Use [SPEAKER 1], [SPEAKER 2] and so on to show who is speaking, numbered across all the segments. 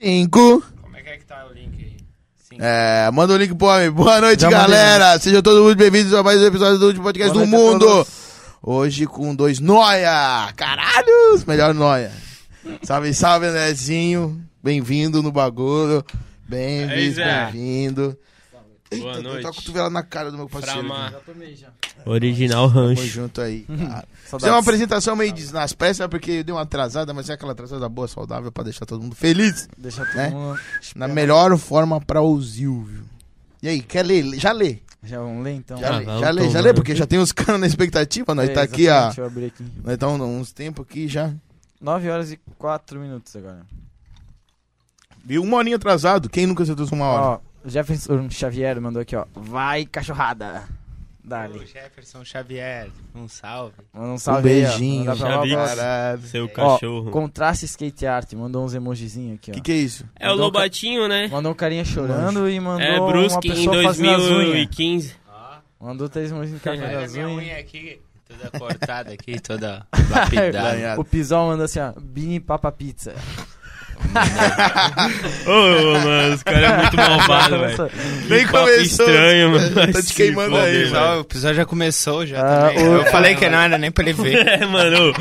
[SPEAKER 1] Cinco.
[SPEAKER 2] Como é que é que tá o link aí? Sim.
[SPEAKER 1] É, manda o link pro homem. Boa noite,
[SPEAKER 3] Já mandei.
[SPEAKER 1] galera. Sejam todos muito bem-vindos a mais um episódio do último podcast
[SPEAKER 3] Boa
[SPEAKER 1] do
[SPEAKER 3] noite a
[SPEAKER 1] mundo.
[SPEAKER 3] todos.
[SPEAKER 1] Hoje com dois noia. Caralho, os melhor noia. Salve, salve, Andrezinho. Bem-vindo no bagulho.
[SPEAKER 2] Aí,
[SPEAKER 1] Bem-vindo,
[SPEAKER 2] Zé.
[SPEAKER 1] bem-vindo.
[SPEAKER 2] Boa
[SPEAKER 1] Eita,
[SPEAKER 2] noite.
[SPEAKER 1] Tá a cotovela na cara do meu parceiro.
[SPEAKER 2] Frama.
[SPEAKER 1] aqui.
[SPEAKER 4] Original
[SPEAKER 1] Tamo
[SPEAKER 4] Rancho.
[SPEAKER 1] junto aí, cara. Fiz uma
[SPEAKER 3] Hum, Saudades.
[SPEAKER 1] apresentação meio des- nas peças, porque eu dei uma atrasada, mas é aquela atrasada boa, saudável, pra deixar todo mundo feliz.
[SPEAKER 3] Deixa todo
[SPEAKER 1] né?
[SPEAKER 3] mundo.
[SPEAKER 1] Na melhor forma pra o Silvio. E aí, quer ler? Já lê.
[SPEAKER 3] Já vamos ler então?
[SPEAKER 1] Já
[SPEAKER 4] Ah,
[SPEAKER 1] lê,
[SPEAKER 4] vamos
[SPEAKER 1] já lê, já
[SPEAKER 4] tomar.
[SPEAKER 1] lê, porque já tem uns caras na expectativa. Nós
[SPEAKER 3] É,
[SPEAKER 1] tá aqui há.
[SPEAKER 3] exatamente, eu abri aqui.
[SPEAKER 1] Nós tá um- uns tempos aqui já.
[SPEAKER 3] 9 horas e 4 minutos agora.
[SPEAKER 1] Viu uma horinha atrasado. Quem nunca se trouxe uma hora?
[SPEAKER 3] Ó, Jefferson Xavier mandou aqui, ó. Vai, cachorrada.
[SPEAKER 2] Ô,
[SPEAKER 3] Dali.
[SPEAKER 2] Jefferson Xavier, um salve.
[SPEAKER 3] Manda um
[SPEAKER 1] um
[SPEAKER 3] salve aí, ó.
[SPEAKER 1] beijinho.
[SPEAKER 3] Mandar pra
[SPEAKER 4] Já
[SPEAKER 3] lá,
[SPEAKER 4] vi.
[SPEAKER 3] pra lá.
[SPEAKER 1] Caralho.
[SPEAKER 4] Seu
[SPEAKER 3] Ó,
[SPEAKER 4] cachorro.
[SPEAKER 3] Contraste Skate Art. Mandou uns emojizinhos aqui, ó.
[SPEAKER 1] Que que é isso?
[SPEAKER 4] É o Lobatinho, né?
[SPEAKER 3] Mandou um carinha chorando e mandou
[SPEAKER 4] É
[SPEAKER 3] uma
[SPEAKER 4] Brusque em
[SPEAKER 3] pessoa fazendo as unhas.
[SPEAKER 4] 2015.
[SPEAKER 3] Mandou três emojis de cachorro
[SPEAKER 4] Olha
[SPEAKER 2] Olha a
[SPEAKER 3] das
[SPEAKER 2] minha
[SPEAKER 3] unhas.
[SPEAKER 2] unha aqui, toda cortada aqui, toda
[SPEAKER 1] Ganha.
[SPEAKER 2] lapidada.
[SPEAKER 3] O Pisol mandou assim, ó. Bini Papa Pizza.
[SPEAKER 4] Ô, mano, os caras é muito malvado, velho. Que
[SPEAKER 1] Nem
[SPEAKER 4] papo
[SPEAKER 1] começou.
[SPEAKER 4] estranho, mano.
[SPEAKER 1] Tá te
[SPEAKER 4] Vai se
[SPEAKER 1] queimando aí,
[SPEAKER 4] foder,
[SPEAKER 1] já.
[SPEAKER 4] velho.
[SPEAKER 2] o episódio já começou já
[SPEAKER 3] Ah,
[SPEAKER 2] também.
[SPEAKER 3] o-
[SPEAKER 2] Eu falei que não era nem pra ele ver.
[SPEAKER 4] É, mano, ô,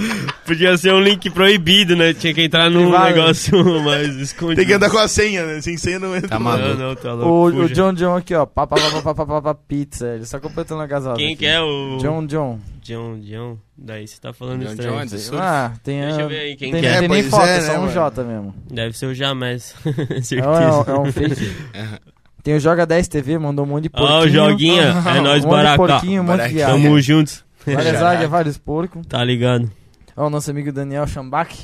[SPEAKER 4] podia ser um link proibido, né? Tinha que entrar num
[SPEAKER 3] Privado.
[SPEAKER 4] negócio mais escondido.
[SPEAKER 1] Tem que andar com a senha, né? Sem senha não entra.
[SPEAKER 2] Tá
[SPEAKER 4] Não,
[SPEAKER 2] maluco.
[SPEAKER 4] não, tá
[SPEAKER 3] O,
[SPEAKER 4] louco.
[SPEAKER 3] o
[SPEAKER 4] fuja.
[SPEAKER 3] John John aqui, ó. Papa, papa, papa, papa, pizza. Ele só completando a gasosa.
[SPEAKER 4] Quem que é o...
[SPEAKER 3] John John.
[SPEAKER 4] John, John. Daí você tá falando
[SPEAKER 2] John
[SPEAKER 4] estranho.
[SPEAKER 2] John, do surf.
[SPEAKER 3] Ah, tem.
[SPEAKER 4] Deixa
[SPEAKER 3] ah,
[SPEAKER 4] eu ver aí quem
[SPEAKER 3] tem,
[SPEAKER 4] que
[SPEAKER 1] é.
[SPEAKER 3] Não tem nem
[SPEAKER 1] Pois
[SPEAKER 3] foto,
[SPEAKER 1] é, né,
[SPEAKER 3] é só um
[SPEAKER 1] mano?
[SPEAKER 3] J mesmo.
[SPEAKER 4] Deve ser o Jamés. Certeza.
[SPEAKER 3] É um, é um fake. Tem o Joga 10 TV, mandou um monte de porquinho.
[SPEAKER 4] Ó, o Joguinha. É
[SPEAKER 3] Um monte
[SPEAKER 4] nóis,
[SPEAKER 3] de
[SPEAKER 4] Baracá.
[SPEAKER 3] porquinho, um monte de viado.
[SPEAKER 4] Tamo juntos.
[SPEAKER 3] Várias águias, vários porcos.
[SPEAKER 4] Tá ligado.
[SPEAKER 3] Ó, o nosso amigo Daniel Chambac.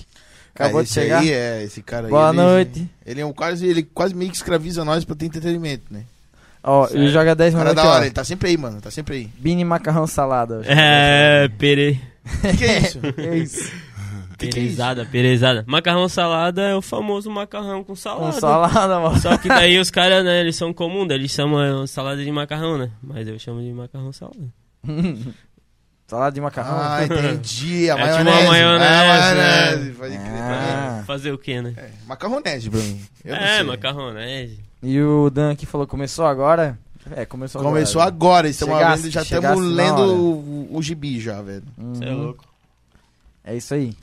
[SPEAKER 3] Acabou
[SPEAKER 1] É,
[SPEAKER 3] de
[SPEAKER 1] esse
[SPEAKER 3] chegar.
[SPEAKER 1] Aí é, esse cara aí,
[SPEAKER 3] Boa
[SPEAKER 1] ele-
[SPEAKER 3] noite.
[SPEAKER 1] Ele é um quase, ele quase meio que escraviza nós pra ter entretenimento, né?
[SPEAKER 3] Ó, e o Joga 10
[SPEAKER 1] Cara
[SPEAKER 3] mandou
[SPEAKER 1] da hora,
[SPEAKER 3] aqui,
[SPEAKER 1] ele tá sempre aí, mano. Tá sempre aí.
[SPEAKER 3] ó. Bini Macarrão Salada.
[SPEAKER 4] É, pere...
[SPEAKER 1] Que que é isso?
[SPEAKER 3] É isso.
[SPEAKER 1] Que que é
[SPEAKER 4] Perezada, perezada. Macarrão salada é o famoso macarrão com
[SPEAKER 3] Um
[SPEAKER 4] salada.
[SPEAKER 3] salada, mano.
[SPEAKER 4] Só que daí os caras, né, eles são comum, daí eles chamam é, salada de macarrão, né? Mas eu chamo de macarrão salada.
[SPEAKER 3] Salada de macarrão.
[SPEAKER 1] Ah, entendi. A
[SPEAKER 4] É tipo
[SPEAKER 1] maionese.
[SPEAKER 4] uma maionese,
[SPEAKER 1] É, a
[SPEAKER 4] né?
[SPEAKER 1] Pode crer.
[SPEAKER 3] Ah.
[SPEAKER 4] Fazer o quê, né?
[SPEAKER 1] É, macarronese pra mim. Eu não
[SPEAKER 4] é,
[SPEAKER 1] sei.
[SPEAKER 4] macarrão, né?
[SPEAKER 3] E o Dan aqui falou, começou agora? É, começou agora.
[SPEAKER 1] Começou agora, estamos
[SPEAKER 3] Chegasse-
[SPEAKER 1] abrindo, já
[SPEAKER 3] chegasse
[SPEAKER 1] estamos
[SPEAKER 3] na
[SPEAKER 1] lendo
[SPEAKER 3] hora.
[SPEAKER 1] o, o gibi já, velho.
[SPEAKER 3] Uhum.
[SPEAKER 4] Você é louco.
[SPEAKER 3] É isso aí.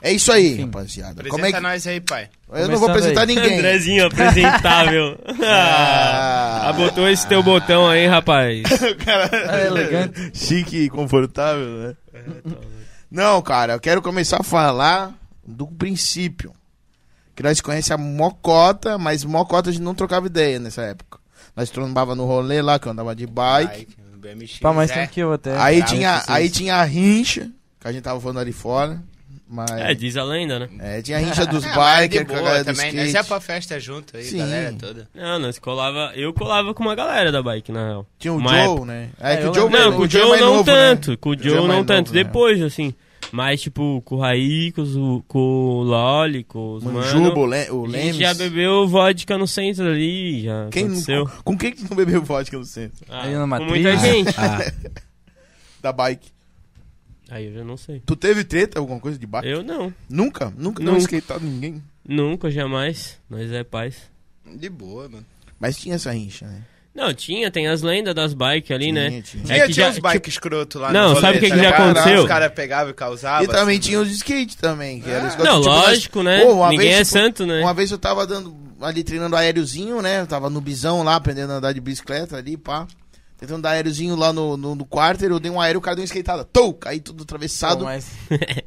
[SPEAKER 1] É isso aí,
[SPEAKER 3] Enfim.
[SPEAKER 1] rapaziada.
[SPEAKER 2] Apresenta
[SPEAKER 1] Como é que...
[SPEAKER 2] nós aí, pai.
[SPEAKER 1] Eu não vou
[SPEAKER 3] Começando
[SPEAKER 1] apresentar
[SPEAKER 3] aí.
[SPEAKER 1] ninguém.
[SPEAKER 4] Andrezinho, apresentável.
[SPEAKER 1] Ah.
[SPEAKER 4] ah, botou esse teu botão aí, rapaz.
[SPEAKER 3] É elegante.
[SPEAKER 1] Chique e confortável, né?
[SPEAKER 4] É, tá
[SPEAKER 1] Não, cara, eu quero começar a falar do princípio. Que nós conhecemos a mocota, mas mocota a gente não trocava ideia nessa época. Nós trombava no rolê lá, que eu andava de bike.
[SPEAKER 2] no BMX,
[SPEAKER 3] Pá, mais
[SPEAKER 2] é.
[SPEAKER 3] tranquilo até. um
[SPEAKER 1] aí,
[SPEAKER 2] tá,
[SPEAKER 1] tinha,
[SPEAKER 2] muito
[SPEAKER 1] aí
[SPEAKER 2] sucesso.
[SPEAKER 1] tinha a rincha, que a gente tava falando ali fora. Mas...
[SPEAKER 4] É, diz a lenda, né?
[SPEAKER 1] É, tinha a rincha dos
[SPEAKER 2] Ah, mas é de
[SPEAKER 1] bikers, com a
[SPEAKER 2] boa
[SPEAKER 1] galera do
[SPEAKER 2] também.
[SPEAKER 1] skate.
[SPEAKER 2] Nós ia pra festa junto aí,
[SPEAKER 1] Sim.
[SPEAKER 2] galera toda.
[SPEAKER 4] Não, nós colava... Eu colava com uma galera da bike, na real.
[SPEAKER 1] Tinha o
[SPEAKER 4] Uma
[SPEAKER 1] Joe,
[SPEAKER 4] época.
[SPEAKER 1] né? É,
[SPEAKER 3] É,
[SPEAKER 1] que
[SPEAKER 3] eu
[SPEAKER 1] o Joe,
[SPEAKER 3] lembro.
[SPEAKER 4] Não,
[SPEAKER 1] o
[SPEAKER 4] com o
[SPEAKER 1] Joe é
[SPEAKER 4] Joe
[SPEAKER 1] mais
[SPEAKER 4] não
[SPEAKER 1] novo, né?
[SPEAKER 4] tanto. Com o
[SPEAKER 1] Joe é
[SPEAKER 4] Joe não
[SPEAKER 1] mais novo,
[SPEAKER 4] tanto.
[SPEAKER 1] né?
[SPEAKER 4] Depois, assim. Mas, tipo, com o Raí, com, os- com o Loli, com os
[SPEAKER 1] Manjuba, o,
[SPEAKER 4] mano.
[SPEAKER 1] Le, o
[SPEAKER 4] a gente
[SPEAKER 1] Lemes.
[SPEAKER 4] já bebeu vodka no centro ali, já
[SPEAKER 1] Quem,
[SPEAKER 4] aconteceu.
[SPEAKER 1] com, com quem que não bebeu vodka no centro?
[SPEAKER 4] Ah,
[SPEAKER 3] Aí na
[SPEAKER 4] com
[SPEAKER 3] matriz.
[SPEAKER 4] muita gente.
[SPEAKER 1] ah. Da bike.
[SPEAKER 4] Aí eu já não sei.
[SPEAKER 1] Tu teve treta, alguma coisa de bike?
[SPEAKER 4] Eu não.
[SPEAKER 1] Nunca? Nunca? Não
[SPEAKER 4] Nunca.
[SPEAKER 1] esquentado ninguém.
[SPEAKER 4] Nunca, jamais. Nós é paz.
[SPEAKER 2] De boa, mano.
[SPEAKER 1] Mas tinha essa rincha, né?
[SPEAKER 4] Não, tinha, tem as lendas das bikes ali,
[SPEAKER 1] Tinha, tinha.
[SPEAKER 4] né?
[SPEAKER 2] Tinha,
[SPEAKER 4] que
[SPEAKER 2] tinha
[SPEAKER 4] já-
[SPEAKER 2] uns bike escroto lá no
[SPEAKER 4] Não,
[SPEAKER 2] rolê,
[SPEAKER 4] sabe o que
[SPEAKER 2] tá
[SPEAKER 4] que já
[SPEAKER 2] ligado?
[SPEAKER 4] aconteceu?
[SPEAKER 2] Os caras pegavam e causavam.
[SPEAKER 1] E também
[SPEAKER 2] assim,
[SPEAKER 1] tinha os de skate também, que era os
[SPEAKER 4] Ah.
[SPEAKER 1] tipo,
[SPEAKER 4] Não,
[SPEAKER 1] nós-
[SPEAKER 4] lógico, né?
[SPEAKER 1] Pô, uma
[SPEAKER 4] Ninguém
[SPEAKER 1] vez,
[SPEAKER 4] é
[SPEAKER 1] tipo,
[SPEAKER 4] santo, né?
[SPEAKER 1] Uma vez eu tava dando ali treinando aériozinho, né? Eu tava no bisão lá, aprendendo a andar de bicicleta ali, pá. Tentando dar aériozinho lá no, no, no quarter, eu dei um aéreo, o cara deu uma esquentada. Tô! Caí tudo atravessado.
[SPEAKER 3] Pô, mas-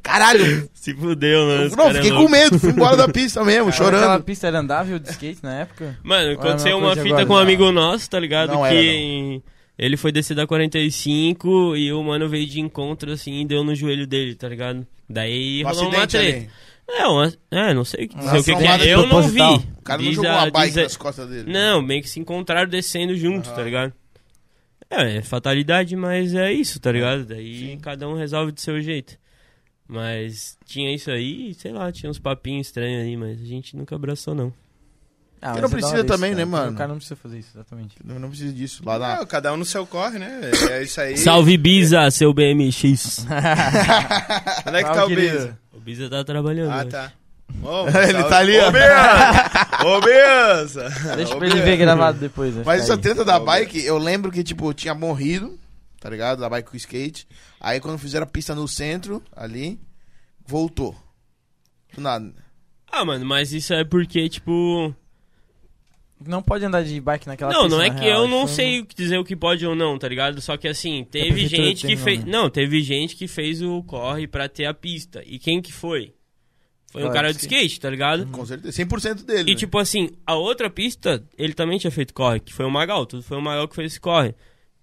[SPEAKER 1] Caralho!
[SPEAKER 4] Se fudeu, né?
[SPEAKER 1] Eu-
[SPEAKER 4] Os
[SPEAKER 1] não,
[SPEAKER 4] cara é
[SPEAKER 1] fiquei com
[SPEAKER 4] louco.
[SPEAKER 1] medo, fui embora da pista mesmo,
[SPEAKER 3] Aquela
[SPEAKER 1] chorando.
[SPEAKER 3] pista era andável de skate na época?
[SPEAKER 4] Mano, aconteceu
[SPEAKER 3] mesma
[SPEAKER 4] uma
[SPEAKER 3] coisa
[SPEAKER 4] fita
[SPEAKER 3] agora,
[SPEAKER 4] com um
[SPEAKER 3] não.
[SPEAKER 4] amigo nosso, tá ligado?
[SPEAKER 1] né? Não
[SPEAKER 4] que
[SPEAKER 1] era,
[SPEAKER 4] ele foi descer da 45 e o mano veio de encontro assim e deu no joelho dele, tá ligado? Daí
[SPEAKER 1] Um
[SPEAKER 4] rolou uma
[SPEAKER 1] acidente
[SPEAKER 4] treta.
[SPEAKER 1] ali.
[SPEAKER 4] É, uma- é, não sei o que,
[SPEAKER 3] Uma
[SPEAKER 4] sei o que que
[SPEAKER 1] salvada
[SPEAKER 4] é. Eu não vi.
[SPEAKER 3] proposital.
[SPEAKER 1] O cara não
[SPEAKER 4] Diz
[SPEAKER 1] jogou
[SPEAKER 4] a-
[SPEAKER 1] uma bike
[SPEAKER 4] diz a-
[SPEAKER 1] nas costas dele.
[SPEAKER 4] Não, meio que se encontraram descendo juntos, tá ligado? É, é fatalidade, mas é isso, tá ligado? Daí cada um resolve do seu jeito. Mas tinha isso aí, sei lá, tinha uns papinhos estranhos aí, mas a gente nunca abraçou, não.
[SPEAKER 1] Que
[SPEAKER 3] Ah, mas
[SPEAKER 1] não
[SPEAKER 3] é da
[SPEAKER 1] precisa
[SPEAKER 3] hora isso,
[SPEAKER 1] também, né,
[SPEAKER 3] cara?
[SPEAKER 1] mano?
[SPEAKER 3] O cara não precisa fazer isso, exatamente.
[SPEAKER 1] Não, não preciso disso. Lá na...
[SPEAKER 2] Não, cada um no seu corre, né? É isso aí.
[SPEAKER 4] Salve Biza, seu BMX.
[SPEAKER 2] Onde é que
[SPEAKER 3] Salve,
[SPEAKER 2] tá o
[SPEAKER 3] querido.
[SPEAKER 1] É
[SPEAKER 4] é
[SPEAKER 2] Biza?
[SPEAKER 4] O Biza tá trabalhando.
[SPEAKER 2] Ah,
[SPEAKER 4] né?
[SPEAKER 2] tá.
[SPEAKER 5] Ô,
[SPEAKER 1] Ele tá ali, ó.
[SPEAKER 5] Ô, Bianca! Ô, Bianca!
[SPEAKER 3] Deixa
[SPEAKER 5] Ô,
[SPEAKER 3] pra ele
[SPEAKER 5] Bianca!
[SPEAKER 3] ver gravado depois. vai
[SPEAKER 1] Mas
[SPEAKER 3] ficar
[SPEAKER 1] essa
[SPEAKER 3] aí.
[SPEAKER 1] treta da bike, eu lembro que, tipo, eu tinha morrido, tá ligado? Da bike com skate. Aí quando fizeram a pista no centro, ali, voltou. Do nada.
[SPEAKER 4] Ah, mano, mas isso é porque, tipo.
[SPEAKER 3] Não pode andar de bike naquela
[SPEAKER 4] não,
[SPEAKER 3] pista,
[SPEAKER 4] não é
[SPEAKER 3] na
[SPEAKER 4] que
[SPEAKER 3] real,
[SPEAKER 4] eu não
[SPEAKER 3] isso um
[SPEAKER 4] sei o que dizer o que pode ou não, tá ligado? Só que assim, teve
[SPEAKER 3] prefeitura
[SPEAKER 4] gente
[SPEAKER 3] tem,
[SPEAKER 4] que
[SPEAKER 3] não,
[SPEAKER 4] fez.
[SPEAKER 3] né?
[SPEAKER 4] Não, teve gente que fez o corre pra ter a pista. E quem que foi? Foi um
[SPEAKER 3] Cara
[SPEAKER 4] cara
[SPEAKER 3] de
[SPEAKER 4] de skate, tá ligado?
[SPEAKER 1] Com certeza. 100% dele.
[SPEAKER 4] E
[SPEAKER 1] né?
[SPEAKER 4] tipo assim, a outra pista, ele também tinha feito corre, que foi o Magal. Tudo foi o Magal que fez esse corre.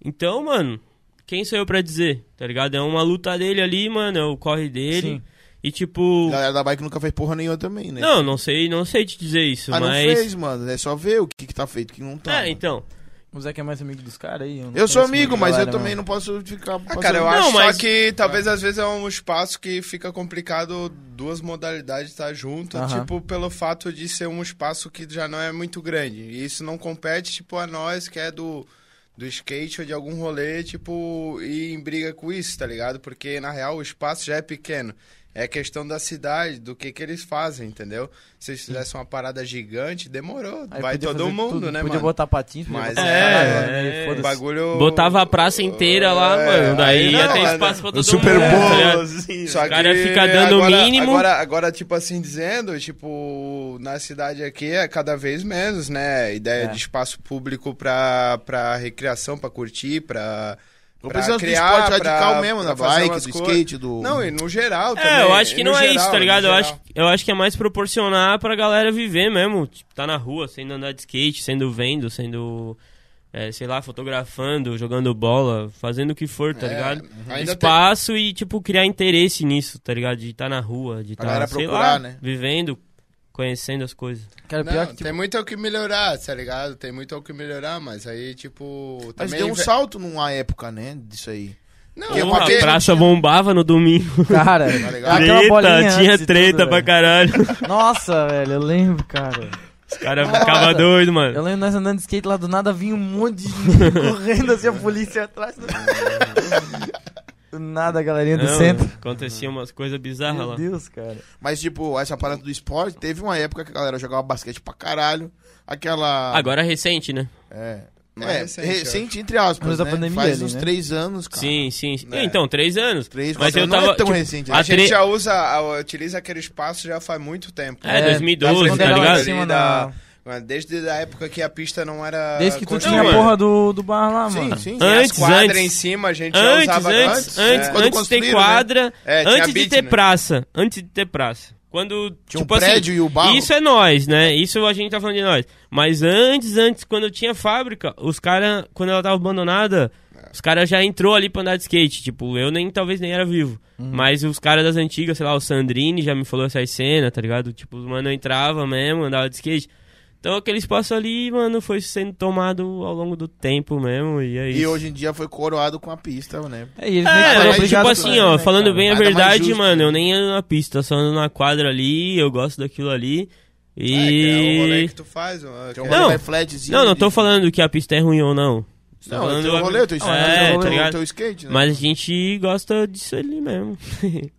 [SPEAKER 4] Então, mano, quem sou eu pra dizer, tá ligado? É uma luta dele ali, mano, é o corre dele.
[SPEAKER 3] Sim.
[SPEAKER 4] E tipo.
[SPEAKER 1] A galera da bike nunca fez porra nenhuma também, né?
[SPEAKER 4] Não, não sei, não sei te dizer isso,
[SPEAKER 1] Ah, não
[SPEAKER 4] mas.
[SPEAKER 1] fez, mano. É só ver o que, que tá feito, o que não tá.
[SPEAKER 4] É,
[SPEAKER 1] mano.
[SPEAKER 4] então.
[SPEAKER 3] O Zé que é mais amigo dos caras aí. não
[SPEAKER 1] Eu sou
[SPEAKER 3] conheço muito
[SPEAKER 1] amigo, mas eu
[SPEAKER 3] galera,
[SPEAKER 1] também
[SPEAKER 3] mano.
[SPEAKER 1] não posso ficar.
[SPEAKER 5] Ah,
[SPEAKER 1] passando-
[SPEAKER 5] cara, eu
[SPEAKER 4] Não,
[SPEAKER 5] acho
[SPEAKER 4] mas-
[SPEAKER 5] só que talvez às vezes é um espaço que fica complicado duas modalidades estar juntas,
[SPEAKER 3] Aham.
[SPEAKER 5] tipo, pelo fato de ser um espaço que já não é muito grande. E isso não compete, tipo, a nós que é do, do skate ou de algum rolê, tipo, e em briga com isso, tá ligado? Porque, na real, o espaço já é pequeno. É questão da cidade, do que que eles fazem, entendeu? Se eles fizessem uma parada gigante, demorou.
[SPEAKER 3] Aí
[SPEAKER 5] Vai
[SPEAKER 3] podia
[SPEAKER 5] todo
[SPEAKER 3] fazer
[SPEAKER 5] mundo,
[SPEAKER 3] tudo,
[SPEAKER 5] né,
[SPEAKER 3] podia
[SPEAKER 5] mano?
[SPEAKER 3] botar patins, podia
[SPEAKER 5] Mas
[SPEAKER 3] botar
[SPEAKER 4] é,
[SPEAKER 3] caralho, né,
[SPEAKER 4] é,
[SPEAKER 5] O
[SPEAKER 3] foda-se.
[SPEAKER 5] bagulho...
[SPEAKER 4] Botava a praça inteira lá,
[SPEAKER 5] É,
[SPEAKER 4] mano. Daí
[SPEAKER 5] aí
[SPEAKER 4] ia
[SPEAKER 5] não,
[SPEAKER 4] ter
[SPEAKER 5] é,
[SPEAKER 4] espaço
[SPEAKER 5] né?
[SPEAKER 4] pra
[SPEAKER 1] O
[SPEAKER 4] todo
[SPEAKER 1] Super
[SPEAKER 4] mundo. tá
[SPEAKER 1] Bowl,
[SPEAKER 4] ligado?
[SPEAKER 1] assim.
[SPEAKER 5] Só
[SPEAKER 4] O cara fica dando o
[SPEAKER 5] é agora,
[SPEAKER 4] mínimo.
[SPEAKER 5] Agora, agora, tipo assim, dizendo, tipo, na cidade aqui é cada vez menos, né? Ideia
[SPEAKER 3] É.
[SPEAKER 5] de espaço público pra, pra recreação, pra curtir, pra.
[SPEAKER 1] Eu
[SPEAKER 5] pra
[SPEAKER 1] preciso do
[SPEAKER 5] criar,
[SPEAKER 1] esporte
[SPEAKER 5] pra-
[SPEAKER 1] radical mesmo, da
[SPEAKER 5] pra fazer
[SPEAKER 1] bike,
[SPEAKER 5] umas
[SPEAKER 1] do
[SPEAKER 5] coisas.
[SPEAKER 1] skate, do.
[SPEAKER 5] Não, e no geral também.
[SPEAKER 4] É, eu acho que
[SPEAKER 5] e no
[SPEAKER 4] não é isso,
[SPEAKER 5] geral,
[SPEAKER 4] tá
[SPEAKER 5] no
[SPEAKER 4] ligado? Eu
[SPEAKER 5] geral.
[SPEAKER 4] acho, eu acho que é mais proporcionar pra galera viver mesmo. Tipo, tá na rua, sendo andar de skate, sendo vendo, sendo. é, sei lá, fotografando, jogando bola, fazendo o que for, tá
[SPEAKER 5] É,
[SPEAKER 4] ligado?
[SPEAKER 5] ainda
[SPEAKER 4] Espaço e, tipo, criar interesse nisso, tá ligado? De estar na rua, de estar,
[SPEAKER 1] galera
[SPEAKER 4] sei
[SPEAKER 1] procurar,
[SPEAKER 4] lá,
[SPEAKER 1] né?
[SPEAKER 4] vivendo, conhecendo as coisas.
[SPEAKER 3] Cara,
[SPEAKER 5] Não,
[SPEAKER 3] pior que, tipo,
[SPEAKER 5] tem muito o que melhorar, tá ligado? Tem muito o que melhorar, mas aí, tipo.
[SPEAKER 1] Mas
[SPEAKER 5] também
[SPEAKER 1] deu um
[SPEAKER 5] inve-
[SPEAKER 1] salto numa época, né? Disso aí.
[SPEAKER 5] Não,
[SPEAKER 1] Que é
[SPEAKER 4] Porra,
[SPEAKER 1] uma
[SPEAKER 4] a
[SPEAKER 1] vez-
[SPEAKER 4] praça bombava no domingo.
[SPEAKER 3] cara,
[SPEAKER 1] tá ligado?
[SPEAKER 3] Tá aquela bolinha
[SPEAKER 4] Treta, tinha
[SPEAKER 3] antes e
[SPEAKER 4] treta
[SPEAKER 3] tudo,
[SPEAKER 4] pra
[SPEAKER 3] velho.
[SPEAKER 4] caralho.
[SPEAKER 3] Nossa, velho, eu lembro, cara.
[SPEAKER 4] Os caras ficavam doidos, mano.
[SPEAKER 3] Eu lembro nós andando de skate lá do nada, vinha um monte de gente correndo assim, a polícia atrás. Do, do nada, a galerinha do
[SPEAKER 4] Não,
[SPEAKER 3] centro.
[SPEAKER 4] Acontecia umas coisas bizarras
[SPEAKER 3] Meu
[SPEAKER 4] lá.
[SPEAKER 3] Deus, cara.
[SPEAKER 1] Mas, tipo, essa parada do esporte, teve uma época que a galera jogava basquete pra caralho. Aquela.
[SPEAKER 4] Agora recente, né?
[SPEAKER 1] É.
[SPEAKER 5] Mais
[SPEAKER 1] é,
[SPEAKER 5] recente,
[SPEAKER 1] recente,
[SPEAKER 5] eu
[SPEAKER 1] entre aspas.
[SPEAKER 3] Antes da
[SPEAKER 1] né?
[SPEAKER 3] pandemia
[SPEAKER 1] Faz
[SPEAKER 3] ali,
[SPEAKER 1] uns
[SPEAKER 3] né?
[SPEAKER 1] três anos, cara.
[SPEAKER 4] Sim, sim. sim.
[SPEAKER 5] É.
[SPEAKER 4] Então, três anos.
[SPEAKER 1] Tá. Né. Três,
[SPEAKER 4] Mas
[SPEAKER 1] quatro
[SPEAKER 4] eu
[SPEAKER 1] anos.
[SPEAKER 4] tava.
[SPEAKER 1] Não é tão
[SPEAKER 4] tipo,
[SPEAKER 1] recente.
[SPEAKER 4] a
[SPEAKER 1] né?
[SPEAKER 5] A gente
[SPEAKER 4] tre-
[SPEAKER 5] já usa, a- utiliza aquele espaço já faz muito tempo.
[SPEAKER 4] É, 2012,
[SPEAKER 3] quando
[SPEAKER 4] tá
[SPEAKER 3] era lá em
[SPEAKER 4] ligado?
[SPEAKER 3] cima
[SPEAKER 5] Da-
[SPEAKER 3] da-
[SPEAKER 5] Mano, Desde a época que a pista não era.
[SPEAKER 3] Desde que tu
[SPEAKER 5] construída. é.
[SPEAKER 3] tinha a
[SPEAKER 4] mano.
[SPEAKER 3] porra do, do bar lá,
[SPEAKER 1] Sim,
[SPEAKER 3] mano.
[SPEAKER 1] sim.
[SPEAKER 5] Tinha as
[SPEAKER 4] Antes,
[SPEAKER 5] quadras
[SPEAKER 4] antes.
[SPEAKER 5] em cima, a gente já
[SPEAKER 4] Antes,
[SPEAKER 5] usava
[SPEAKER 4] antes, antes,
[SPEAKER 5] é.
[SPEAKER 1] Quando
[SPEAKER 4] antes de ter
[SPEAKER 1] construíram, né?
[SPEAKER 4] quadra,
[SPEAKER 5] É, tinha
[SPEAKER 4] antes de
[SPEAKER 5] beat,
[SPEAKER 4] ter
[SPEAKER 5] né?
[SPEAKER 4] praça, antes de ter praça. Quando,
[SPEAKER 1] Tinha
[SPEAKER 4] tipo
[SPEAKER 1] um
[SPEAKER 4] assim,
[SPEAKER 1] prédio e o barro.
[SPEAKER 4] isso é nós, né? Isso a gente tá falando de nós. Mas antes, antes, quando tinha fábrica, os caras, quando ela tava abandonada, os caras já entrou ali pra andar de skate. Tipo, eu nem, talvez nem era vivo. Mas os caras das antigas, sei lá, o Sandrini já me falou essas cenas, tá ligado? Tipo, os mano entrava mesmo, andava de skate. Então aquele espaço ali, mano, foi sendo tomado ao longo do tempo mesmo, e é isso.
[SPEAKER 1] E hoje em dia foi coroado com a pista, né?
[SPEAKER 3] É, e eles meio que
[SPEAKER 4] É,
[SPEAKER 3] foram
[SPEAKER 4] eu, tipo
[SPEAKER 3] obrigados
[SPEAKER 4] assim,
[SPEAKER 3] também,
[SPEAKER 4] ó,
[SPEAKER 3] né,
[SPEAKER 4] falando
[SPEAKER 3] cara?
[SPEAKER 4] bem a
[SPEAKER 1] Nada mais
[SPEAKER 4] verdade,
[SPEAKER 1] justo,
[SPEAKER 4] mano, eu nem ando na pista, só ando na quadra ali, eu gosto daquilo ali.
[SPEAKER 5] É, que é o rolê
[SPEAKER 4] E.
[SPEAKER 5] que tu faz. ó, que
[SPEAKER 1] Tem um
[SPEAKER 5] é-
[SPEAKER 1] rolê
[SPEAKER 4] Não.
[SPEAKER 1] mais flatzinho
[SPEAKER 4] não, não tô
[SPEAKER 1] de-
[SPEAKER 4] falando que a pista é ruim ou não. Tô
[SPEAKER 1] Não,
[SPEAKER 4] falando
[SPEAKER 1] eu
[SPEAKER 5] um
[SPEAKER 1] tenho rolê, eu tenho skate,
[SPEAKER 4] É,
[SPEAKER 1] eu tenho
[SPEAKER 4] tá
[SPEAKER 1] rolê, eu
[SPEAKER 4] ligado?
[SPEAKER 1] tenho skate, né?
[SPEAKER 4] Mas a gente gosta disso ali mesmo.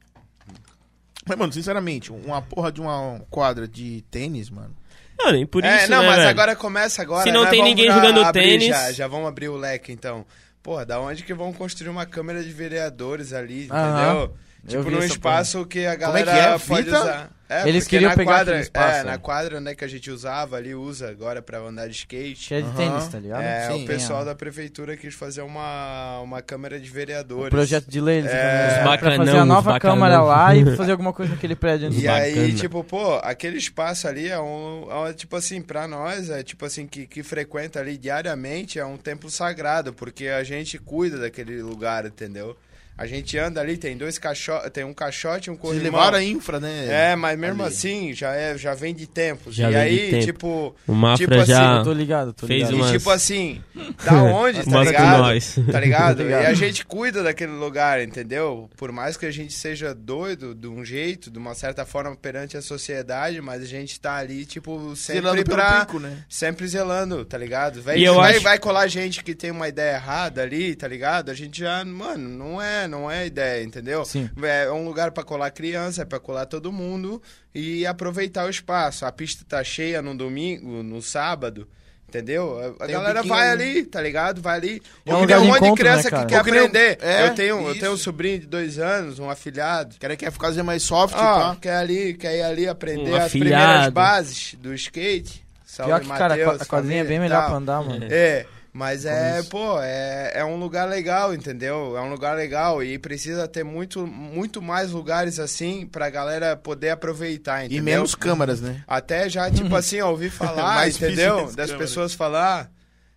[SPEAKER 1] Mas, mano, sinceramente, uma porra de uma quadra de tênis, mano.
[SPEAKER 4] Não, nem por
[SPEAKER 5] é,
[SPEAKER 4] isso,
[SPEAKER 5] não,
[SPEAKER 4] né,
[SPEAKER 5] mas
[SPEAKER 4] velho?
[SPEAKER 5] agora começa agora.
[SPEAKER 4] Se não
[SPEAKER 5] nós
[SPEAKER 4] tem
[SPEAKER 5] vamos
[SPEAKER 4] ninguém
[SPEAKER 5] já
[SPEAKER 4] jogando
[SPEAKER 5] abrir
[SPEAKER 4] tênis-
[SPEAKER 5] Já, já vamos abrir o leque, então. Pô, da onde que vão construir uma câmera de vereadores ali,
[SPEAKER 3] Aham.
[SPEAKER 5] entendeu?
[SPEAKER 3] Eu
[SPEAKER 5] Tipo,
[SPEAKER 3] vi
[SPEAKER 5] num
[SPEAKER 3] essa
[SPEAKER 5] espaço que a
[SPEAKER 1] Como é que
[SPEAKER 5] galera
[SPEAKER 1] é?
[SPEAKER 5] pode
[SPEAKER 1] Fita?
[SPEAKER 5] usar. É,
[SPEAKER 3] Eles
[SPEAKER 5] porque
[SPEAKER 3] queriam
[SPEAKER 5] na
[SPEAKER 3] pegar
[SPEAKER 5] quadra,
[SPEAKER 3] aquele espaço,
[SPEAKER 5] É, na
[SPEAKER 3] né?
[SPEAKER 5] quadra, né, que a gente usava ali, usa agora pra andar de skate.
[SPEAKER 3] Cheio de
[SPEAKER 1] Aham.
[SPEAKER 3] tênis, tá ligado?
[SPEAKER 4] Né?
[SPEAKER 5] É,
[SPEAKER 1] Sim.
[SPEAKER 5] o pessoal
[SPEAKER 3] é.
[SPEAKER 5] da prefeitura quis fazer uma, uma câmara de
[SPEAKER 4] Um
[SPEAKER 5] vereadores.
[SPEAKER 3] O projeto de lei, eles
[SPEAKER 5] É.
[SPEAKER 3] é, pra
[SPEAKER 4] Bacanão,
[SPEAKER 3] fazer a nova
[SPEAKER 4] bacanão.
[SPEAKER 3] câmara lá e fazer alguma coisa naquele prédio antes.
[SPEAKER 5] E aí,
[SPEAKER 4] Bacana.
[SPEAKER 5] tipo, pô, aquele espaço ali é um, é um- Tipo assim, pra nós, é tipo assim, que, que frequenta ali diariamente, é um templo sagrado, porque a gente cuida daquele lugar, entendeu? A gente anda ali, tem dois caixotes, tem um caixote e um
[SPEAKER 1] Eles
[SPEAKER 5] corrimão.
[SPEAKER 1] levaram a infra, né?
[SPEAKER 5] É, mas mesmo
[SPEAKER 1] ali.
[SPEAKER 5] assim, já, é, já vem de tempos.
[SPEAKER 4] Já
[SPEAKER 5] e
[SPEAKER 4] vem de
[SPEAKER 5] aí,
[SPEAKER 4] tempo.
[SPEAKER 5] tipo.
[SPEAKER 4] O Mafra
[SPEAKER 5] tipo assim,
[SPEAKER 4] já
[SPEAKER 3] Eu tô ligado, tô
[SPEAKER 4] Ah. Fez
[SPEAKER 3] ligado.
[SPEAKER 4] uma-
[SPEAKER 5] E
[SPEAKER 4] Mas-
[SPEAKER 5] tipo assim, da onde, tá
[SPEAKER 4] mostra
[SPEAKER 5] ligado?
[SPEAKER 4] nós.
[SPEAKER 5] Tá ligado?
[SPEAKER 3] ligado.
[SPEAKER 5] E a gente cuida daquele lugar, entendeu? Por mais que a gente seja doido de um jeito, de uma certa forma perante a sociedade, mas a gente tá ali, tipo, sempre
[SPEAKER 1] Zelando pelo
[SPEAKER 5] pra.
[SPEAKER 1] pico, né?
[SPEAKER 5] Sempre zelando, tá ligado? Vai,
[SPEAKER 4] E eu
[SPEAKER 5] vai,
[SPEAKER 4] acho-
[SPEAKER 5] vai colar gente que tem uma ideia errada ali, tá ligado? A gente já, mano, não é. é, não é ideia, entendeu?
[SPEAKER 3] Sim.
[SPEAKER 5] É um lugar pra colar criança, é pra colar todo mundo e aproveitar o espaço. A pista tá cheia no domingo, no sábado. Entendeu? A- A
[SPEAKER 1] Tem um
[SPEAKER 5] galera
[SPEAKER 1] biquinho
[SPEAKER 5] vai
[SPEAKER 1] ali.
[SPEAKER 5] ali, tá ligado? Vai ali.
[SPEAKER 3] É
[SPEAKER 5] Ou
[SPEAKER 3] um
[SPEAKER 5] que tem
[SPEAKER 3] lugar de
[SPEAKER 5] monte de
[SPEAKER 3] encontro,
[SPEAKER 5] criança
[SPEAKER 3] né, cara?
[SPEAKER 5] que quer
[SPEAKER 1] Ou que nem-
[SPEAKER 5] aprender.
[SPEAKER 1] É,
[SPEAKER 5] eu, tenho, eu
[SPEAKER 1] isso.
[SPEAKER 5] tenho um sobrinho de dois anos, um afilhado.
[SPEAKER 1] Cara quer fazer mais soft,
[SPEAKER 5] Ah,
[SPEAKER 1] pá.
[SPEAKER 5] quer ali, quer ir ali aprender
[SPEAKER 4] Um
[SPEAKER 5] as
[SPEAKER 4] afilhado.
[SPEAKER 5] primeiras bases do skate. Salve,
[SPEAKER 3] Pior que, cara, a qua-
[SPEAKER 5] Matheus,
[SPEAKER 3] a quadrinha
[SPEAKER 5] família
[SPEAKER 3] é bem
[SPEAKER 5] e
[SPEAKER 3] melhor
[SPEAKER 5] tal.
[SPEAKER 3] pra andar, mano.
[SPEAKER 5] É, mas é,
[SPEAKER 3] isso.
[SPEAKER 5] pô, é, é um lugar legal, entendeu? É um lugar legal e precisa ter muito, muito mais lugares assim pra galera poder aproveitar, entendeu?
[SPEAKER 1] E menos câmaras, né?
[SPEAKER 5] Até já, tipo assim, ó,
[SPEAKER 4] É
[SPEAKER 5] ouvi falar,
[SPEAKER 1] Mais
[SPEAKER 5] entendeu?
[SPEAKER 1] business,
[SPEAKER 5] Das
[SPEAKER 4] né?
[SPEAKER 1] cara.
[SPEAKER 5] pessoas falar.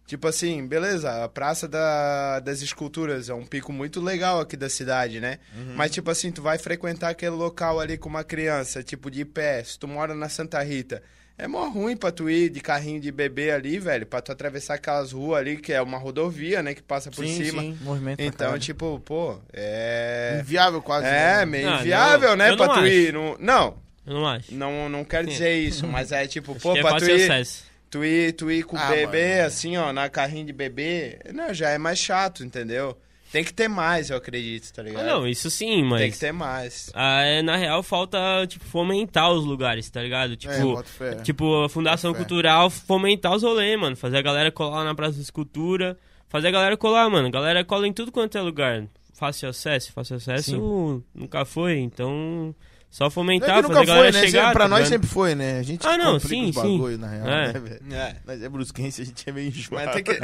[SPEAKER 5] Tipo assim, beleza, a Praça da- das Esculturas é um pico muito legal aqui da cidade, né?
[SPEAKER 4] Uhum.
[SPEAKER 5] Mas, tipo assim, tu vai frequentar aquele local ali com uma criança, tipo de pé, se tu mora na Santa Rita. É mó ruim pra tu ir de carrinho de bebê ali, velho, pra tu atravessar aquelas ruas ali, que é uma rodovia, né, que passa por cima.
[SPEAKER 3] Movimento pra
[SPEAKER 5] Então,
[SPEAKER 3] caralho.
[SPEAKER 5] tipo, pô, é.
[SPEAKER 1] Inviável quase.
[SPEAKER 5] É,
[SPEAKER 1] né?
[SPEAKER 5] meio
[SPEAKER 4] Ah, não,
[SPEAKER 5] inviável, né,
[SPEAKER 4] eu
[SPEAKER 5] pra
[SPEAKER 4] não
[SPEAKER 5] tu
[SPEAKER 4] acho.
[SPEAKER 5] ir. Não, não,
[SPEAKER 4] Eu não acho.
[SPEAKER 5] não, não quero dizer isso, mas é tipo,
[SPEAKER 4] Acho
[SPEAKER 5] pô,
[SPEAKER 4] que é
[SPEAKER 5] pra tu
[SPEAKER 4] fácil
[SPEAKER 5] ir,
[SPEAKER 4] acesso.
[SPEAKER 5] tu ir, tu ir com o
[SPEAKER 1] Ah,
[SPEAKER 5] bebê,
[SPEAKER 1] mano.
[SPEAKER 5] assim, ó, na carrinho de bebê, não, já é mais chato, entendeu? Tem que ter mais, eu acredito, tá
[SPEAKER 4] Ah,
[SPEAKER 5] ligado?
[SPEAKER 4] não, isso sim,
[SPEAKER 5] Tem que
[SPEAKER 4] mas.
[SPEAKER 5] ter mais.
[SPEAKER 4] Ah, é, na real, falta, tipo, fomentar os lugares, tá ligado? Tipo,
[SPEAKER 1] É, bota fé.
[SPEAKER 4] Tipo, a
[SPEAKER 5] É
[SPEAKER 4] Fundação
[SPEAKER 1] Café.
[SPEAKER 4] Cultural fomentar os rolês, mano. Fazer a galera colar na Praça da Escultura. Fazer a galera colar, mano. A galera cola em tudo quanto é lugar. Fácil acesso, fácil acesso nunca foi. Então, só
[SPEAKER 1] Não
[SPEAKER 4] fomentar,
[SPEAKER 1] é que
[SPEAKER 4] fazer a
[SPEAKER 1] nunca
[SPEAKER 4] galera
[SPEAKER 1] foi, né?
[SPEAKER 4] chegar.
[SPEAKER 1] Sempre, pra
[SPEAKER 4] tá
[SPEAKER 1] nós
[SPEAKER 4] ligado?
[SPEAKER 1] sempre foi, né? A gente
[SPEAKER 4] Ah, não,
[SPEAKER 1] complica
[SPEAKER 4] sim,
[SPEAKER 1] os
[SPEAKER 4] sim.
[SPEAKER 1] bagulho, na real,
[SPEAKER 4] É.
[SPEAKER 1] né, velho?
[SPEAKER 5] É.
[SPEAKER 1] Nós é brusquense, a gente é meio enjoado.
[SPEAKER 5] Mas tem que,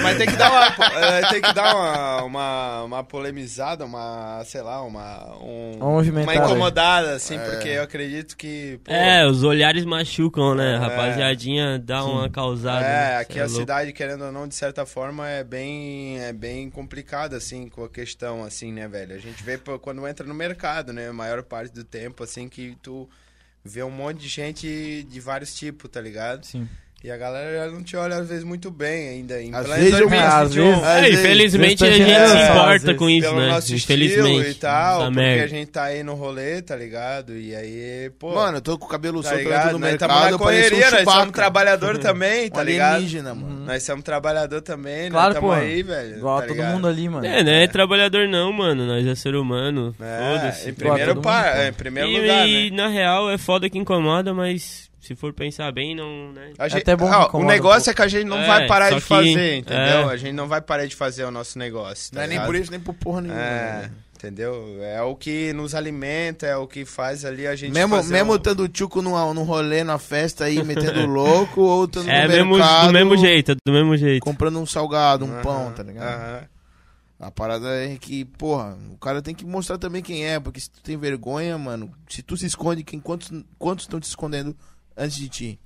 [SPEAKER 5] mas tem que dar uma, po- é, tem que dar uma, uma, uma polemizada, uma, sei lá, uma, um-
[SPEAKER 3] Uma movimentada.
[SPEAKER 5] uma incomodada, assim,
[SPEAKER 1] É.
[SPEAKER 5] porque eu acredito que, pô,
[SPEAKER 4] É, os olhares machucam, né?
[SPEAKER 5] É.
[SPEAKER 4] Rapaziadinha dá uma causada.
[SPEAKER 5] É,
[SPEAKER 4] né?
[SPEAKER 5] aqui
[SPEAKER 4] Cê
[SPEAKER 5] a
[SPEAKER 4] louco.
[SPEAKER 5] cidade, querendo ou não, de certa forma, é bem, é bem complicada, assim, com a questão, assim, né, velho? A gente vê pô, quando entra no mercado, né? A maior parte do tempo, assim, que tu vê um monte de gente de vários tipos, tá ligado?
[SPEAKER 3] Sim.
[SPEAKER 5] E a galera já não te olha, às vezes, muito bem ainda. Em
[SPEAKER 1] Às
[SPEAKER 5] pleno
[SPEAKER 1] vezes eu-
[SPEAKER 5] 2021,
[SPEAKER 1] Ah,
[SPEAKER 3] às vezes-
[SPEAKER 1] Às
[SPEAKER 4] É,
[SPEAKER 1] vezes-
[SPEAKER 4] infelizmente a
[SPEAKER 3] às
[SPEAKER 4] gente
[SPEAKER 3] vezes-
[SPEAKER 4] se
[SPEAKER 3] às
[SPEAKER 4] importa
[SPEAKER 3] vezes,
[SPEAKER 4] com isso,
[SPEAKER 5] pelo
[SPEAKER 4] né?
[SPEAKER 5] nosso
[SPEAKER 4] infelizmente.
[SPEAKER 5] estilo e tal,
[SPEAKER 4] Essa
[SPEAKER 5] porque
[SPEAKER 4] merda.
[SPEAKER 5] a gente tá aí no rolê, tá ligado? E aí, pô...
[SPEAKER 1] Mano, eu tô com o cabelo
[SPEAKER 5] tá
[SPEAKER 1] solto
[SPEAKER 5] ligado?
[SPEAKER 1] dentro do
[SPEAKER 5] Nós tamo
[SPEAKER 1] mercado,
[SPEAKER 5] na
[SPEAKER 1] eu pareço um
[SPEAKER 5] correria, nós somos
[SPEAKER 1] Chewbacca.
[SPEAKER 5] trabalhador também,
[SPEAKER 1] Um
[SPEAKER 5] tá ligado?
[SPEAKER 1] alienígena, mano.
[SPEAKER 5] Nós somos trabalhador também,
[SPEAKER 3] Claro,
[SPEAKER 5] nós estamos
[SPEAKER 3] pô.
[SPEAKER 5] aí, velho.
[SPEAKER 3] Igual
[SPEAKER 5] tá
[SPEAKER 3] a todo
[SPEAKER 5] ligado?
[SPEAKER 3] mundo ali, mano.
[SPEAKER 4] É, não é trabalhador não, mano. Nós é ser humano.
[SPEAKER 5] É,
[SPEAKER 4] Foda-se.
[SPEAKER 5] em
[SPEAKER 3] Igual a
[SPEAKER 5] primeiro,
[SPEAKER 3] todo
[SPEAKER 5] pa-
[SPEAKER 3] mundo, pô.
[SPEAKER 5] é, em primeiro
[SPEAKER 4] e,
[SPEAKER 5] lugar,
[SPEAKER 4] e,
[SPEAKER 5] né?
[SPEAKER 4] na real é foda que incomoda, mas se for pensar bem, não. Né?
[SPEAKER 5] A gente-
[SPEAKER 3] até bom
[SPEAKER 5] ah,
[SPEAKER 3] que
[SPEAKER 5] o
[SPEAKER 3] incomoda um
[SPEAKER 5] negócio
[SPEAKER 3] pouco.
[SPEAKER 5] é que a gente não
[SPEAKER 4] É,
[SPEAKER 5] vai parar
[SPEAKER 4] só
[SPEAKER 5] de
[SPEAKER 4] que-
[SPEAKER 5] fazer, entendeu?
[SPEAKER 4] é.
[SPEAKER 5] A gente não vai parar de fazer o nosso negócio.
[SPEAKER 1] Não
[SPEAKER 5] tá
[SPEAKER 1] é nem
[SPEAKER 5] ligado?
[SPEAKER 1] por isso, nem por porra nenhuma. né,
[SPEAKER 5] É,
[SPEAKER 1] velho?
[SPEAKER 5] entendeu? É o que nos alimenta, é o que faz ali a gente
[SPEAKER 1] Mesmo,
[SPEAKER 5] fazer
[SPEAKER 1] mesmo
[SPEAKER 5] um-
[SPEAKER 1] tando o tchuco num, num rolê, numa festa aí, metendo louco, ou tando
[SPEAKER 4] É
[SPEAKER 1] no
[SPEAKER 4] mesmo,
[SPEAKER 1] mercado,
[SPEAKER 4] do mesmo jeito, é do mesmo jeito.
[SPEAKER 1] comprando um salgado, um pão,
[SPEAKER 5] Aham, é.
[SPEAKER 1] tá ligado?
[SPEAKER 5] aham.
[SPEAKER 1] A parada é que, porra, o cara tem que mostrar também quem é, porque se tu tem vergonha, mano, se tu se esconde, quem, quantos estão te escondendo antes de ti?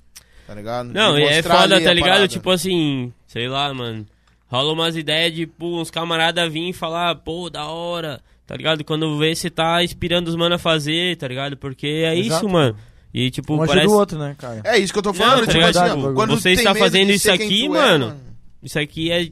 [SPEAKER 1] Tá ligado?
[SPEAKER 4] Não,
[SPEAKER 1] E
[SPEAKER 4] e é
[SPEAKER 1] mostrar
[SPEAKER 4] foda,
[SPEAKER 1] ali
[SPEAKER 4] tá
[SPEAKER 1] a
[SPEAKER 4] ligado?
[SPEAKER 1] parada.
[SPEAKER 4] Tipo assim, sei lá, mano. Rola umas ideias de, pô, uns camaradas virem e falar, pô, da hora, tá ligado? Quando vê se tá inspirando os mano a fazer, tá ligado? Porque é
[SPEAKER 3] Exato.
[SPEAKER 4] isso, mano. E tipo,
[SPEAKER 3] Um ajuda
[SPEAKER 4] parece.
[SPEAKER 3] o outro, né, cara?
[SPEAKER 1] É isso que eu tô
[SPEAKER 4] Não,
[SPEAKER 1] falando,
[SPEAKER 4] tá
[SPEAKER 1] tipo
[SPEAKER 4] ligado?
[SPEAKER 1] assim, ó,
[SPEAKER 3] Tipo,
[SPEAKER 1] quando
[SPEAKER 4] você
[SPEAKER 1] tu tem medo
[SPEAKER 4] está
[SPEAKER 1] de
[SPEAKER 4] fazendo
[SPEAKER 1] ser
[SPEAKER 4] isso
[SPEAKER 1] quem
[SPEAKER 4] aqui,
[SPEAKER 1] tu é,
[SPEAKER 4] mano. Isso aqui é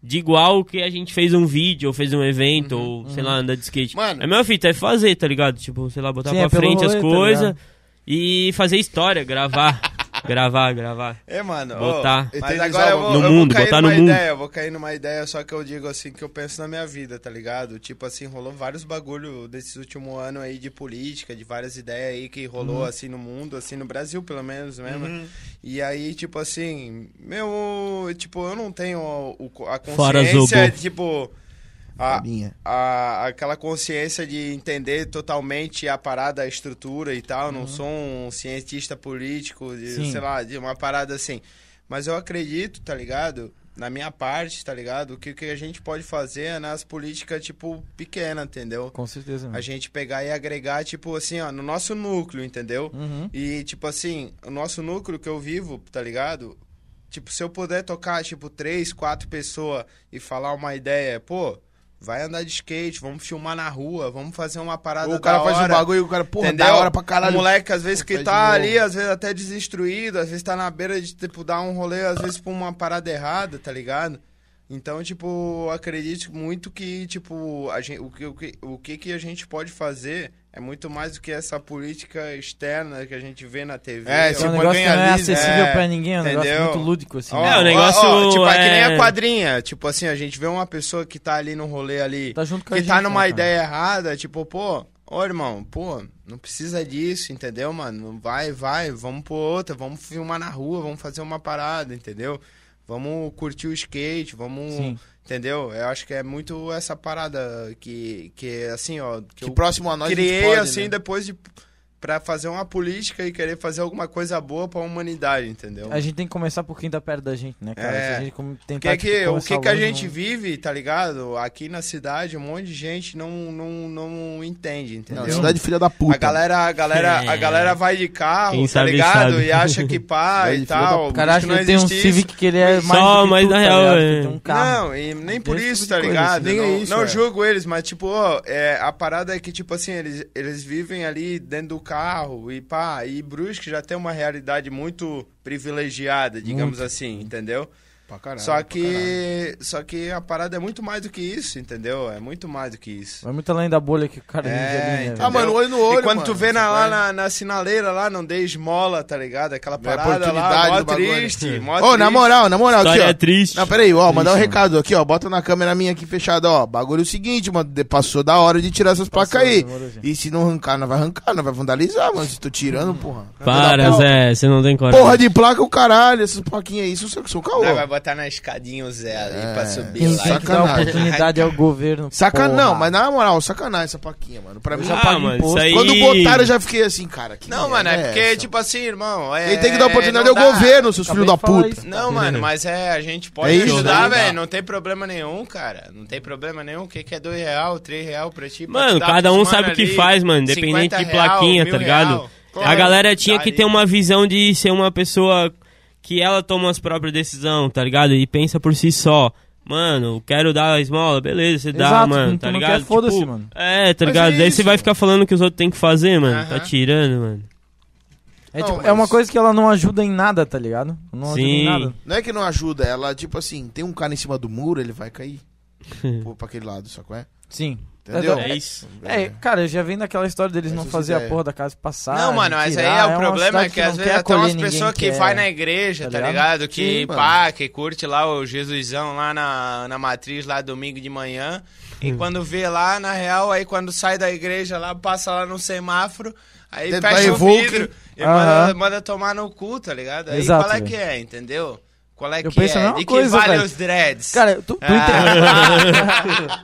[SPEAKER 4] de igual que a gente fez um vídeo, ou fez um evento, ou sei lá, anda de skate.
[SPEAKER 1] Uhum. Mano.
[SPEAKER 4] É a mesma fita, é fazer, tá ligado? Tipo, sei lá, botar
[SPEAKER 3] Sim, é
[SPEAKER 4] pra
[SPEAKER 3] pelo
[SPEAKER 4] frente as
[SPEAKER 3] rolê, tá
[SPEAKER 4] coisas
[SPEAKER 3] ligado?
[SPEAKER 4] e fazer história, gravar. gravar, gravar.
[SPEAKER 5] É, mano. ô,
[SPEAKER 4] Botar.
[SPEAKER 5] mas
[SPEAKER 1] Eternizar
[SPEAKER 5] agora
[SPEAKER 1] o
[SPEAKER 5] eu vou,
[SPEAKER 4] bagulho.
[SPEAKER 5] eu
[SPEAKER 4] No
[SPEAKER 5] vou
[SPEAKER 4] mundo,
[SPEAKER 5] cair
[SPEAKER 4] botar
[SPEAKER 5] numa
[SPEAKER 4] no mundo.
[SPEAKER 5] ideia, eu vou cair numa ideia, só que eu digo assim que eu penso na minha vida, tá ligado? Tipo assim, rolou vários bagulho desses últimos anos aí de política, de várias ideias aí que rolou assim no mundo, assim no Brasil pelo menos mesmo. E aí, tipo assim, meu, tipo, eu não tenho o- o- a
[SPEAKER 4] Fora
[SPEAKER 5] consciência,
[SPEAKER 4] Zobo.
[SPEAKER 5] tipo, a,
[SPEAKER 1] Farinha.
[SPEAKER 5] a- aquela consciência de entender totalmente a parada, a estrutura e tal. Não sou um cientista político, de,
[SPEAKER 3] Sim.
[SPEAKER 5] sei lá, de uma parada assim. Mas eu acredito, tá ligado? Na minha parte, tá ligado? Que o que a gente pode fazer é nas políticas, tipo, pequena, entendeu?
[SPEAKER 3] Com certeza,
[SPEAKER 5] A
[SPEAKER 3] mano.
[SPEAKER 5] gente pegar e agregar, tipo assim, ó, no nosso núcleo, entendeu?
[SPEAKER 3] Uhum.
[SPEAKER 5] E, tipo assim, o nosso núcleo que eu vivo, tá ligado? Tipo, se eu puder tocar, tipo, três, quatro pessoas e falar uma ideia, pô, vai andar de skate, vamos filmar na rua, vamos fazer uma parada
[SPEAKER 1] Ou o cara
[SPEAKER 5] da
[SPEAKER 1] faz um
[SPEAKER 5] hora,
[SPEAKER 1] bagulho e o cara, porra,
[SPEAKER 5] entendeu?
[SPEAKER 1] da hora pra caralho.
[SPEAKER 5] O moleque, às vezes, que
[SPEAKER 1] Faz de
[SPEAKER 5] tá
[SPEAKER 1] novo.
[SPEAKER 5] ali, às vezes até desinstruído, às vezes tá na beira de, tipo, dar um rolê, às vezes, por uma parada errada, tá ligado? Então, tipo, acredito muito que, tipo, a gente, o, que- o, que, o que que a gente pode fazer é muito mais do que essa política externa que a gente vê na TV.
[SPEAKER 1] É,
[SPEAKER 3] É
[SPEAKER 1] tipo,
[SPEAKER 3] um negócio que não é
[SPEAKER 1] ganha-lise,
[SPEAKER 3] acessível
[SPEAKER 5] é,
[SPEAKER 3] pra ninguém, é um negócio
[SPEAKER 5] entendeu?
[SPEAKER 3] muito lúdico, assim.
[SPEAKER 5] Ó,
[SPEAKER 4] É, o
[SPEAKER 5] ó,
[SPEAKER 4] negócio
[SPEAKER 5] ó, tipo, é que nem
[SPEAKER 4] é-
[SPEAKER 5] a quadrinha. Tipo assim, a gente vê uma pessoa que tá ali no rolê ali,
[SPEAKER 3] Tá junto com a
[SPEAKER 5] que
[SPEAKER 3] gente,
[SPEAKER 5] tá numa
[SPEAKER 3] né, cara?
[SPEAKER 5] ideia errada, tipo, pô, ô irmão, pô, não precisa disso, entendeu, mano? Vai, vai, vamos pro outra, vamos filmar na rua, vamos fazer uma parada, entendeu? Vamos curtir o skate, vamos.
[SPEAKER 3] Sim.
[SPEAKER 5] Entendeu? Eu acho que é muito essa parada que, que assim, ó. Que,
[SPEAKER 1] Que
[SPEAKER 5] eu
[SPEAKER 1] próximo a nós a gente
[SPEAKER 5] criei,
[SPEAKER 1] pode,
[SPEAKER 5] assim,
[SPEAKER 1] né?
[SPEAKER 5] depois de. Pra fazer uma política e querer fazer alguma coisa boa pra humanidade, entendeu?
[SPEAKER 3] A gente tem que começar por quem tá perto da gente, né, cara?
[SPEAKER 5] É.
[SPEAKER 3] Se a gente como-
[SPEAKER 5] O que,
[SPEAKER 3] tentar,
[SPEAKER 5] é que,
[SPEAKER 3] tipo,
[SPEAKER 5] o que,
[SPEAKER 3] começar
[SPEAKER 5] que a
[SPEAKER 3] longe,
[SPEAKER 5] gente
[SPEAKER 3] não-
[SPEAKER 5] vive, tá ligado? Aqui na cidade, um monte de gente não, não, não entende, entendeu?
[SPEAKER 1] Não, cidade filha da puta.
[SPEAKER 5] a galera, a galera, a
[SPEAKER 4] É.
[SPEAKER 5] galera vai de carro,
[SPEAKER 4] Quem
[SPEAKER 5] tá
[SPEAKER 4] sabe,
[SPEAKER 5] ligado?
[SPEAKER 4] sabe.
[SPEAKER 5] E acha que pá
[SPEAKER 1] Cidade filha
[SPEAKER 5] e
[SPEAKER 1] da
[SPEAKER 5] tal.
[SPEAKER 1] puta.
[SPEAKER 3] Cara,
[SPEAKER 5] Acho
[SPEAKER 3] acho
[SPEAKER 5] que
[SPEAKER 3] que
[SPEAKER 5] não
[SPEAKER 3] tem um
[SPEAKER 5] existe isso.
[SPEAKER 3] Civic que ele é mais
[SPEAKER 4] Só,
[SPEAKER 3] do que
[SPEAKER 4] mas
[SPEAKER 3] tu,
[SPEAKER 4] na
[SPEAKER 3] tá
[SPEAKER 4] real,
[SPEAKER 3] ligado?
[SPEAKER 4] é.
[SPEAKER 3] Que tem um carro.
[SPEAKER 5] Não, e nem por
[SPEAKER 3] Desse
[SPEAKER 5] isso,
[SPEAKER 3] tipo
[SPEAKER 5] tá
[SPEAKER 3] de coisa,
[SPEAKER 5] ligado?
[SPEAKER 3] assim.
[SPEAKER 5] não
[SPEAKER 3] Nem é isso,
[SPEAKER 5] não
[SPEAKER 3] é.
[SPEAKER 5] julgo eles, mas tipo, ó, é, a parada é que, tipo assim, eles, eles vivem ali dentro do carro e pá, e Brusque já tem uma realidade muito privilegiada, digamos assim, entendeu?
[SPEAKER 1] Pra caralho,
[SPEAKER 5] só
[SPEAKER 1] pra caralho.
[SPEAKER 5] que só que a parada é muito mais do que isso, entendeu? É muito mais do que isso.
[SPEAKER 3] Vai muito além da bolha que o cara
[SPEAKER 5] É,
[SPEAKER 3] vive ali, né,
[SPEAKER 5] então.
[SPEAKER 1] Ah,
[SPEAKER 3] velho?
[SPEAKER 1] mano, olho no olho,
[SPEAKER 5] E quando tu
[SPEAKER 1] mano,
[SPEAKER 5] vê na, lá
[SPEAKER 1] sabe?
[SPEAKER 5] na, na sinaleira lá, não dê esmola, tá ligado? Aquela
[SPEAKER 1] Vê É a
[SPEAKER 5] parada lá,
[SPEAKER 1] oportunidade
[SPEAKER 5] mó
[SPEAKER 1] do bagulho.
[SPEAKER 5] triste, mó
[SPEAKER 1] Ô, na
[SPEAKER 5] triste.
[SPEAKER 1] moral, na moral, aqui,
[SPEAKER 4] História
[SPEAKER 1] ó.
[SPEAKER 4] é triste.
[SPEAKER 1] Não, peraí, ó, mandar um
[SPEAKER 3] Triste,
[SPEAKER 1] recado aqui, ó. Bota na câmera minha aqui fechada, ó. Bagulho é o seguinte, mano. de- Passou da hora de tirar essas placas aí.
[SPEAKER 3] demorou, gente.
[SPEAKER 1] E se não arrancar, não vai arrancar, não vai vandalizar, mano. Se tô tirando, porra.
[SPEAKER 4] Para,
[SPEAKER 1] Porra,
[SPEAKER 4] Zé, você não tem coragem.
[SPEAKER 1] Porra de placa, o caralho. Essas plaquinhas aí, são seu, são caô.
[SPEAKER 5] Não, vai botar na escadinha o Zé ali
[SPEAKER 1] É.
[SPEAKER 5] pra subir
[SPEAKER 3] Quem
[SPEAKER 5] lá.
[SPEAKER 3] tem que dar
[SPEAKER 1] Sacanagem.
[SPEAKER 3] oportunidade é o governo.
[SPEAKER 1] Sacanagem,
[SPEAKER 3] porra.
[SPEAKER 1] não, mas na moral, sacanagem essa plaquinha, mano. Pra mim,
[SPEAKER 4] Ah,
[SPEAKER 1] paga
[SPEAKER 4] mano,
[SPEAKER 1] imposto.
[SPEAKER 4] isso aí-
[SPEAKER 1] Quando botaram, eu já fiquei assim, cara. que
[SPEAKER 5] Não,
[SPEAKER 1] merda
[SPEAKER 5] mano, é porque,
[SPEAKER 1] essa?
[SPEAKER 5] tipo assim, irmão. É,
[SPEAKER 1] Quem tem que dar oportunidade é o
[SPEAKER 5] não dá.
[SPEAKER 1] governo, seus
[SPEAKER 3] Acabei
[SPEAKER 1] filhos da
[SPEAKER 3] de falar
[SPEAKER 1] puta.
[SPEAKER 3] isso.
[SPEAKER 4] tá
[SPEAKER 5] Não, mano, mas é, a gente pode
[SPEAKER 1] É isso,
[SPEAKER 5] ajudar,
[SPEAKER 1] não dá.
[SPEAKER 5] velho. Não tem problema nenhum, cara. Não tem problema nenhum. O que, que é dois real, três real pra ti? pra
[SPEAKER 4] Mano,
[SPEAKER 5] te dar
[SPEAKER 4] cada
[SPEAKER 5] pros
[SPEAKER 4] um
[SPEAKER 5] mano
[SPEAKER 4] sabe o que
[SPEAKER 5] ali,
[SPEAKER 4] faz, mano,
[SPEAKER 5] 50
[SPEAKER 4] independente de
[SPEAKER 5] real,
[SPEAKER 4] plaquinha,
[SPEAKER 5] mil
[SPEAKER 4] tá ligado?
[SPEAKER 5] real.
[SPEAKER 4] A galera tinha
[SPEAKER 5] Tá
[SPEAKER 4] que
[SPEAKER 5] ali.
[SPEAKER 4] ter uma visão de ser uma pessoa que ela toma as próprias decisões, tá ligado? E pensa por si só. Mano, quero dar a esmola, beleza, você dá,
[SPEAKER 3] Exato,
[SPEAKER 4] mano,
[SPEAKER 3] não-
[SPEAKER 4] tá
[SPEAKER 3] não
[SPEAKER 4] ligado?
[SPEAKER 3] quer, foda-se, mano.
[SPEAKER 4] É, tá
[SPEAKER 5] Mas
[SPEAKER 4] ligado?
[SPEAKER 5] é
[SPEAKER 4] Daí você
[SPEAKER 5] isso.
[SPEAKER 4] vai ficar falando o que os outros têm que fazer, mano. Tá
[SPEAKER 5] Aham.
[SPEAKER 4] tirando, mano.
[SPEAKER 3] É, tipo,
[SPEAKER 1] Não,
[SPEAKER 3] é uma
[SPEAKER 1] mas-
[SPEAKER 3] coisa que ela não ajuda em nada, tá ligado? Não ajuda em
[SPEAKER 4] Sim.
[SPEAKER 3] nada.
[SPEAKER 1] Não é que não ajuda, ela, tipo assim, tem um cara em cima do muro, ele vai cair. Pô, pra aquele lado, sacou? É?
[SPEAKER 3] Sim.
[SPEAKER 1] Entendeu?
[SPEAKER 4] É isso.
[SPEAKER 3] É, cara, eu já vem daquela história deles não
[SPEAKER 1] Essas
[SPEAKER 3] fazer a
[SPEAKER 1] ideias.
[SPEAKER 3] porra da casa passar.
[SPEAKER 5] Não, mano, mas aí
[SPEAKER 3] tirar,
[SPEAKER 5] é o
[SPEAKER 3] uma
[SPEAKER 5] problema
[SPEAKER 3] cidade
[SPEAKER 5] é que, às
[SPEAKER 3] não
[SPEAKER 5] vezes
[SPEAKER 3] quer
[SPEAKER 5] até umas
[SPEAKER 3] acolher
[SPEAKER 5] pessoas
[SPEAKER 3] ninguém,
[SPEAKER 5] que
[SPEAKER 3] quer-
[SPEAKER 5] vai na igreja,
[SPEAKER 3] tá
[SPEAKER 5] tá
[SPEAKER 3] ligado?
[SPEAKER 5] ligado? Que
[SPEAKER 1] Sim, mano.
[SPEAKER 5] pá, que curte lá o Jesusão lá na, na matriz, lá domingo de manhã. E
[SPEAKER 3] Hum.
[SPEAKER 5] quando vê lá, na real, aí quando sai da igreja lá, passa lá no semáforo, aí
[SPEAKER 1] Tenta
[SPEAKER 5] fecha o
[SPEAKER 1] Evoque.
[SPEAKER 5] vidro e
[SPEAKER 3] Aham.
[SPEAKER 5] manda, manda tomar no cu, tá ligado? Aí
[SPEAKER 3] Exato,
[SPEAKER 5] qual é
[SPEAKER 3] velho.
[SPEAKER 5] que é, entendeu? Qual é
[SPEAKER 3] Eu
[SPEAKER 5] que
[SPEAKER 3] penso a
[SPEAKER 5] é?
[SPEAKER 3] mesma
[SPEAKER 5] De que
[SPEAKER 3] coisa,
[SPEAKER 5] vale
[SPEAKER 3] velho.
[SPEAKER 5] os dreads?
[SPEAKER 3] Cara, tu, tu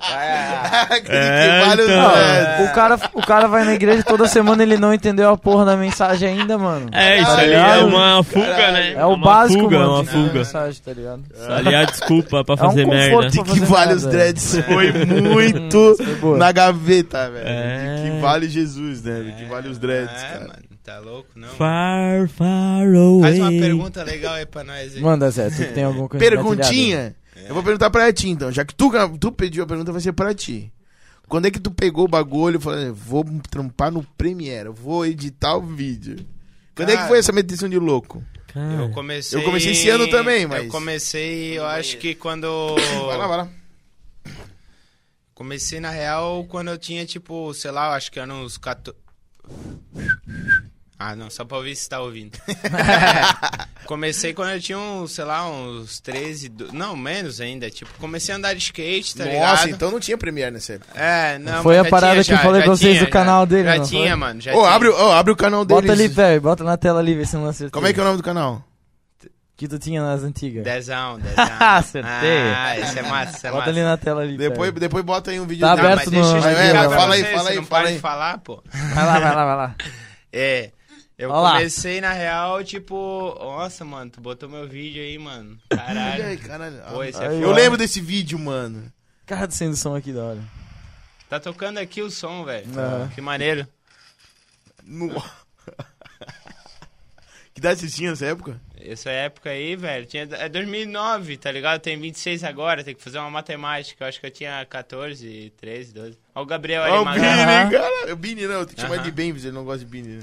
[SPEAKER 5] Ah,
[SPEAKER 1] Que vale os
[SPEAKER 5] É.
[SPEAKER 4] então.
[SPEAKER 1] dreads.
[SPEAKER 3] entende? o, cara, o cara vai na igreja toda semana ele não entendeu a porra da mensagem ainda, mano.
[SPEAKER 4] É, isso
[SPEAKER 3] Tá
[SPEAKER 4] ali é
[SPEAKER 3] ligado?
[SPEAKER 4] uma fuga, né?
[SPEAKER 3] É o
[SPEAKER 4] uma
[SPEAKER 3] básico,
[SPEAKER 4] fuga,
[SPEAKER 3] mano.
[SPEAKER 4] É uma
[SPEAKER 3] de entender a
[SPEAKER 4] fuga.
[SPEAKER 3] Mensagem, tá ligado?
[SPEAKER 4] Isso ali é a desculpa
[SPEAKER 3] É
[SPEAKER 4] pra
[SPEAKER 3] um
[SPEAKER 4] fazer merda.
[SPEAKER 3] conforto.
[SPEAKER 1] De que
[SPEAKER 3] fazer
[SPEAKER 1] vale
[SPEAKER 3] nada,
[SPEAKER 1] os dreads foi muito
[SPEAKER 3] Foi boa.
[SPEAKER 1] na gaveta, velho.
[SPEAKER 4] É.
[SPEAKER 1] De que vale Jesus, né? De que vale os dreads,
[SPEAKER 5] é,
[SPEAKER 1] cara.
[SPEAKER 5] mano, tá louco, não?
[SPEAKER 4] Far, far away.
[SPEAKER 5] Faz uma pergunta legal aí pra nós aí.
[SPEAKER 3] Manda, Zé, tu que tem alguma coisa
[SPEAKER 1] Perguntinha? Eu vou perguntar pra ti, então. Já que tu, tu pediu a pergunta, vai ser pra ti. Quando é que tu pegou o bagulho e falou, vou trampar no Premiere, eu vou editar o vídeo? Quando é que
[SPEAKER 5] Cara.
[SPEAKER 1] foi essa medição de louco?
[SPEAKER 5] É.
[SPEAKER 4] Cara,
[SPEAKER 5] Eu comecei.
[SPEAKER 1] Eu comecei esse ano também, mas-
[SPEAKER 5] Eu comecei, eu acho que quando.
[SPEAKER 1] Vai lá, vai lá.
[SPEAKER 5] Comecei na real quando eu tinha, tipo, sei lá, eu acho que era uns 14. Ah, não, só pra ouvir se tá ouvindo. comecei quando eu tinha uns, sei lá, uns 13. do- Não, menos ainda. Tipo, comecei a andar de skate, tá
[SPEAKER 1] Nossa,
[SPEAKER 5] ligado?
[SPEAKER 1] então não tinha Premiere nessa época.
[SPEAKER 5] É, não,
[SPEAKER 3] Foi
[SPEAKER 5] mas
[SPEAKER 3] a
[SPEAKER 5] já
[SPEAKER 3] parada
[SPEAKER 5] tinha,
[SPEAKER 3] que eu
[SPEAKER 5] já,
[SPEAKER 3] falei
[SPEAKER 5] já
[SPEAKER 3] pra vocês
[SPEAKER 5] tinha,
[SPEAKER 3] do canal
[SPEAKER 5] já-
[SPEAKER 3] dele,
[SPEAKER 5] Já
[SPEAKER 3] não
[SPEAKER 5] tinha,
[SPEAKER 3] foi?
[SPEAKER 5] mano. Já
[SPEAKER 1] Ô,
[SPEAKER 5] tinha.
[SPEAKER 1] abre, o- ô, abre o
[SPEAKER 5] um
[SPEAKER 1] canal deles.
[SPEAKER 3] Bota ali, velho, bota na tela ali, vê se não acertou.
[SPEAKER 1] Como é que é o nome do canal?
[SPEAKER 3] Que tu tinha nas antigas.
[SPEAKER 5] Dezão, dezão.
[SPEAKER 3] Acertei.
[SPEAKER 5] Ah, isso é massa, isso é
[SPEAKER 3] Bota
[SPEAKER 5] massa.
[SPEAKER 3] ali na tela ali.
[SPEAKER 1] Depois,
[SPEAKER 3] velho.
[SPEAKER 1] depois bota aí um vídeo
[SPEAKER 3] Tá
[SPEAKER 1] do-
[SPEAKER 5] Não,
[SPEAKER 3] aberto
[SPEAKER 5] mas deixa eu
[SPEAKER 3] no-
[SPEAKER 5] explicar
[SPEAKER 1] Vai, vai,
[SPEAKER 5] pra
[SPEAKER 1] fala aí,
[SPEAKER 5] vocês,
[SPEAKER 1] fala
[SPEAKER 5] você
[SPEAKER 1] aí,
[SPEAKER 5] não
[SPEAKER 1] fala
[SPEAKER 5] para
[SPEAKER 1] aí.
[SPEAKER 5] de falar, pô.
[SPEAKER 3] Vai lá, vai lá, vai lá.
[SPEAKER 5] É. Eu
[SPEAKER 3] Ó lá.
[SPEAKER 5] comecei, na real, tipo... Nossa, mano, tu botou meu vídeo aí, mano.
[SPEAKER 1] Olha aí,
[SPEAKER 5] Caralho.
[SPEAKER 1] caralho.
[SPEAKER 5] Pô, esse é
[SPEAKER 3] Aí,
[SPEAKER 5] foda.
[SPEAKER 1] Eu lembro desse vídeo, mano.
[SPEAKER 3] Cara do sendo som aqui da hora.
[SPEAKER 5] Tá tocando aqui o som, velho.
[SPEAKER 3] Aham.
[SPEAKER 1] É.
[SPEAKER 5] Que maneiro.
[SPEAKER 1] No- que idade você tinha nessa época?
[SPEAKER 5] Essa época aí, velho, tinha... É 2009, tá ligado? Tem 26 agora, tem que fazer uma matemática. Eu acho que eu tinha 14, 13, 12. Ó o Gabriel aí,
[SPEAKER 1] Ó, É o Bini, né,
[SPEAKER 5] mano.
[SPEAKER 3] Aham.
[SPEAKER 1] É cara. O Bini não, eu te chamar
[SPEAKER 5] Aham.
[SPEAKER 1] de Benvis, ele não gosta de Bini, né?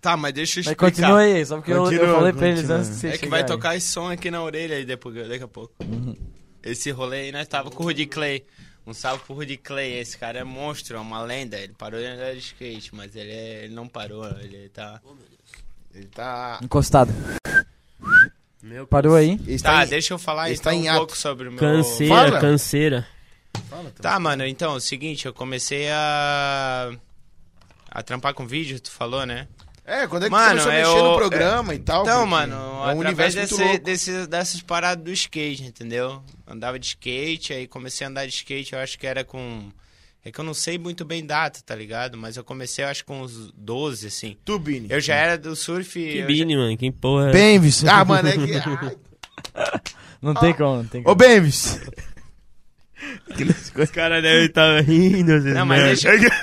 [SPEAKER 5] Tá, mas deixa eu
[SPEAKER 3] Mas
[SPEAKER 5] explicar.
[SPEAKER 3] continua aí, só porque eu, eu
[SPEAKER 1] Continua,
[SPEAKER 3] falei pra eles
[SPEAKER 1] continua.
[SPEAKER 3] antes que você
[SPEAKER 5] É que vai tocar esse som aqui na orelha aí depois, daqui a pouco.
[SPEAKER 1] Uhum.
[SPEAKER 5] Esse rolê aí nós tava com o Rudy Clay. Um salve pro Rudy Clay. Esse cara é monstro, é uma lenda. Ele parou de andar de skate, mas ele, é- ele não parou. Ele tá.
[SPEAKER 1] Ele tá.
[SPEAKER 3] Encostado.
[SPEAKER 4] Meu
[SPEAKER 3] Parou aí.
[SPEAKER 1] Ele
[SPEAKER 5] Tá,
[SPEAKER 1] tá em-
[SPEAKER 5] deixa eu falar
[SPEAKER 1] ele
[SPEAKER 5] então
[SPEAKER 1] está em
[SPEAKER 5] um
[SPEAKER 1] ato.
[SPEAKER 5] pouco sobre o meu.
[SPEAKER 4] Canseira,
[SPEAKER 1] Fala.
[SPEAKER 4] canseira.
[SPEAKER 5] Tá, mano, então, é o seguinte, eu comecei a. a trampar com vídeo, tu falou, né?
[SPEAKER 1] É, quando é que
[SPEAKER 5] Mano,
[SPEAKER 1] começou a
[SPEAKER 5] é
[SPEAKER 1] mexer
[SPEAKER 5] o-
[SPEAKER 1] no programa e tal.
[SPEAKER 5] Então,
[SPEAKER 1] porque
[SPEAKER 5] mano,
[SPEAKER 1] É um
[SPEAKER 5] através
[SPEAKER 1] universo muito
[SPEAKER 5] desse-
[SPEAKER 1] louco.
[SPEAKER 5] desse- dessas paradas do skate, entendeu? Andava de skate, aí comecei a andar de skate, eu acho que era com. É que eu não sei muito bem data, tá ligado? Mas eu comecei, eu acho, com uns 12, assim.
[SPEAKER 1] Tu, Bini.
[SPEAKER 5] Eu já era do surf.
[SPEAKER 4] Que
[SPEAKER 5] eu
[SPEAKER 4] Bini, mano, que porra.
[SPEAKER 1] Benvis. Ah, mano, é que. Ai.
[SPEAKER 3] Não tem
[SPEAKER 5] Ah.
[SPEAKER 3] como, não tem
[SPEAKER 1] Ô,
[SPEAKER 3] como.
[SPEAKER 1] Benvis.
[SPEAKER 4] Os caras devem estar rindo. né? vocês
[SPEAKER 5] Não,
[SPEAKER 1] É,
[SPEAKER 5] mas
[SPEAKER 4] merda.
[SPEAKER 5] deixa,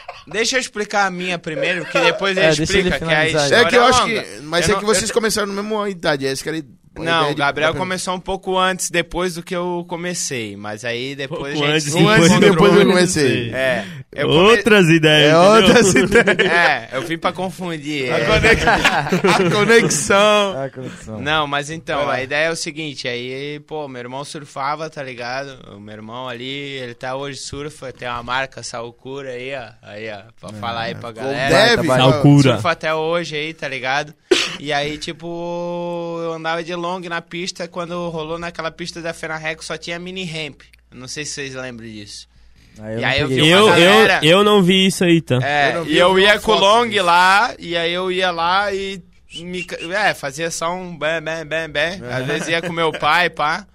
[SPEAKER 5] deixa eu explicar a minha primeiro, porque depois ele
[SPEAKER 3] É, deixa ele
[SPEAKER 5] explica que a
[SPEAKER 3] finalizar aí.
[SPEAKER 5] história
[SPEAKER 1] É que eu
[SPEAKER 5] é
[SPEAKER 1] acho
[SPEAKER 5] longa.
[SPEAKER 1] que. Mas é
[SPEAKER 5] Eu não-
[SPEAKER 1] que vocês
[SPEAKER 5] eu-
[SPEAKER 1] começaram na mesma idade. Essa que era a
[SPEAKER 5] Não,
[SPEAKER 1] ideia
[SPEAKER 5] o
[SPEAKER 1] de-
[SPEAKER 5] Gabriel
[SPEAKER 1] da-
[SPEAKER 5] começou um pouco antes, depois do que eu comecei. Mas aí depois
[SPEAKER 4] Pouco
[SPEAKER 5] a gente
[SPEAKER 4] antes,
[SPEAKER 5] se
[SPEAKER 1] Um
[SPEAKER 3] né?
[SPEAKER 1] antes e
[SPEAKER 5] encontrou.
[SPEAKER 1] depois eu
[SPEAKER 4] Controle,
[SPEAKER 1] comecei.
[SPEAKER 4] sim.
[SPEAKER 5] É, eu come-
[SPEAKER 4] Outras ideias.
[SPEAKER 1] É
[SPEAKER 4] entendeu?
[SPEAKER 1] outra ideia.
[SPEAKER 5] É, eu vim pra confundir. é.
[SPEAKER 1] A conexão.
[SPEAKER 3] Ah, conexão.
[SPEAKER 5] Não, mas então, a ideia é o seguinte, aí, pô, meu irmão surfava, tá ligado? O meu irmão ali, ele tá hoje surfa, tem uma marca Salcura aí, ó. Aí, ó, pra falar aí pra galera. tá
[SPEAKER 1] Deve.
[SPEAKER 3] baita
[SPEAKER 4] Salcura.
[SPEAKER 5] Surfa até hoje aí, tá ligado? E aí, tipo, eu andava de long na pista, quando rolou naquela pista da Fenarreco só tinha mini ramp. Não sei se vocês lembram disso.
[SPEAKER 3] Aí eu,
[SPEAKER 5] E
[SPEAKER 3] não
[SPEAKER 5] aí eu
[SPEAKER 3] peguei.
[SPEAKER 5] vi
[SPEAKER 4] Eu,
[SPEAKER 5] uma
[SPEAKER 4] eu,
[SPEAKER 5] galera-
[SPEAKER 4] eu não vi isso aí, tá?
[SPEAKER 5] É,
[SPEAKER 1] Eu não vi,
[SPEAKER 5] e
[SPEAKER 1] eu
[SPEAKER 5] eu
[SPEAKER 1] vi uma
[SPEAKER 5] ia com o
[SPEAKER 1] foto
[SPEAKER 5] long
[SPEAKER 1] disso.
[SPEAKER 5] lá, e aí eu ia lá e me, ca- é, fazia só um bem, bem, bem, bem. Às vezes ia com meu pai, pá.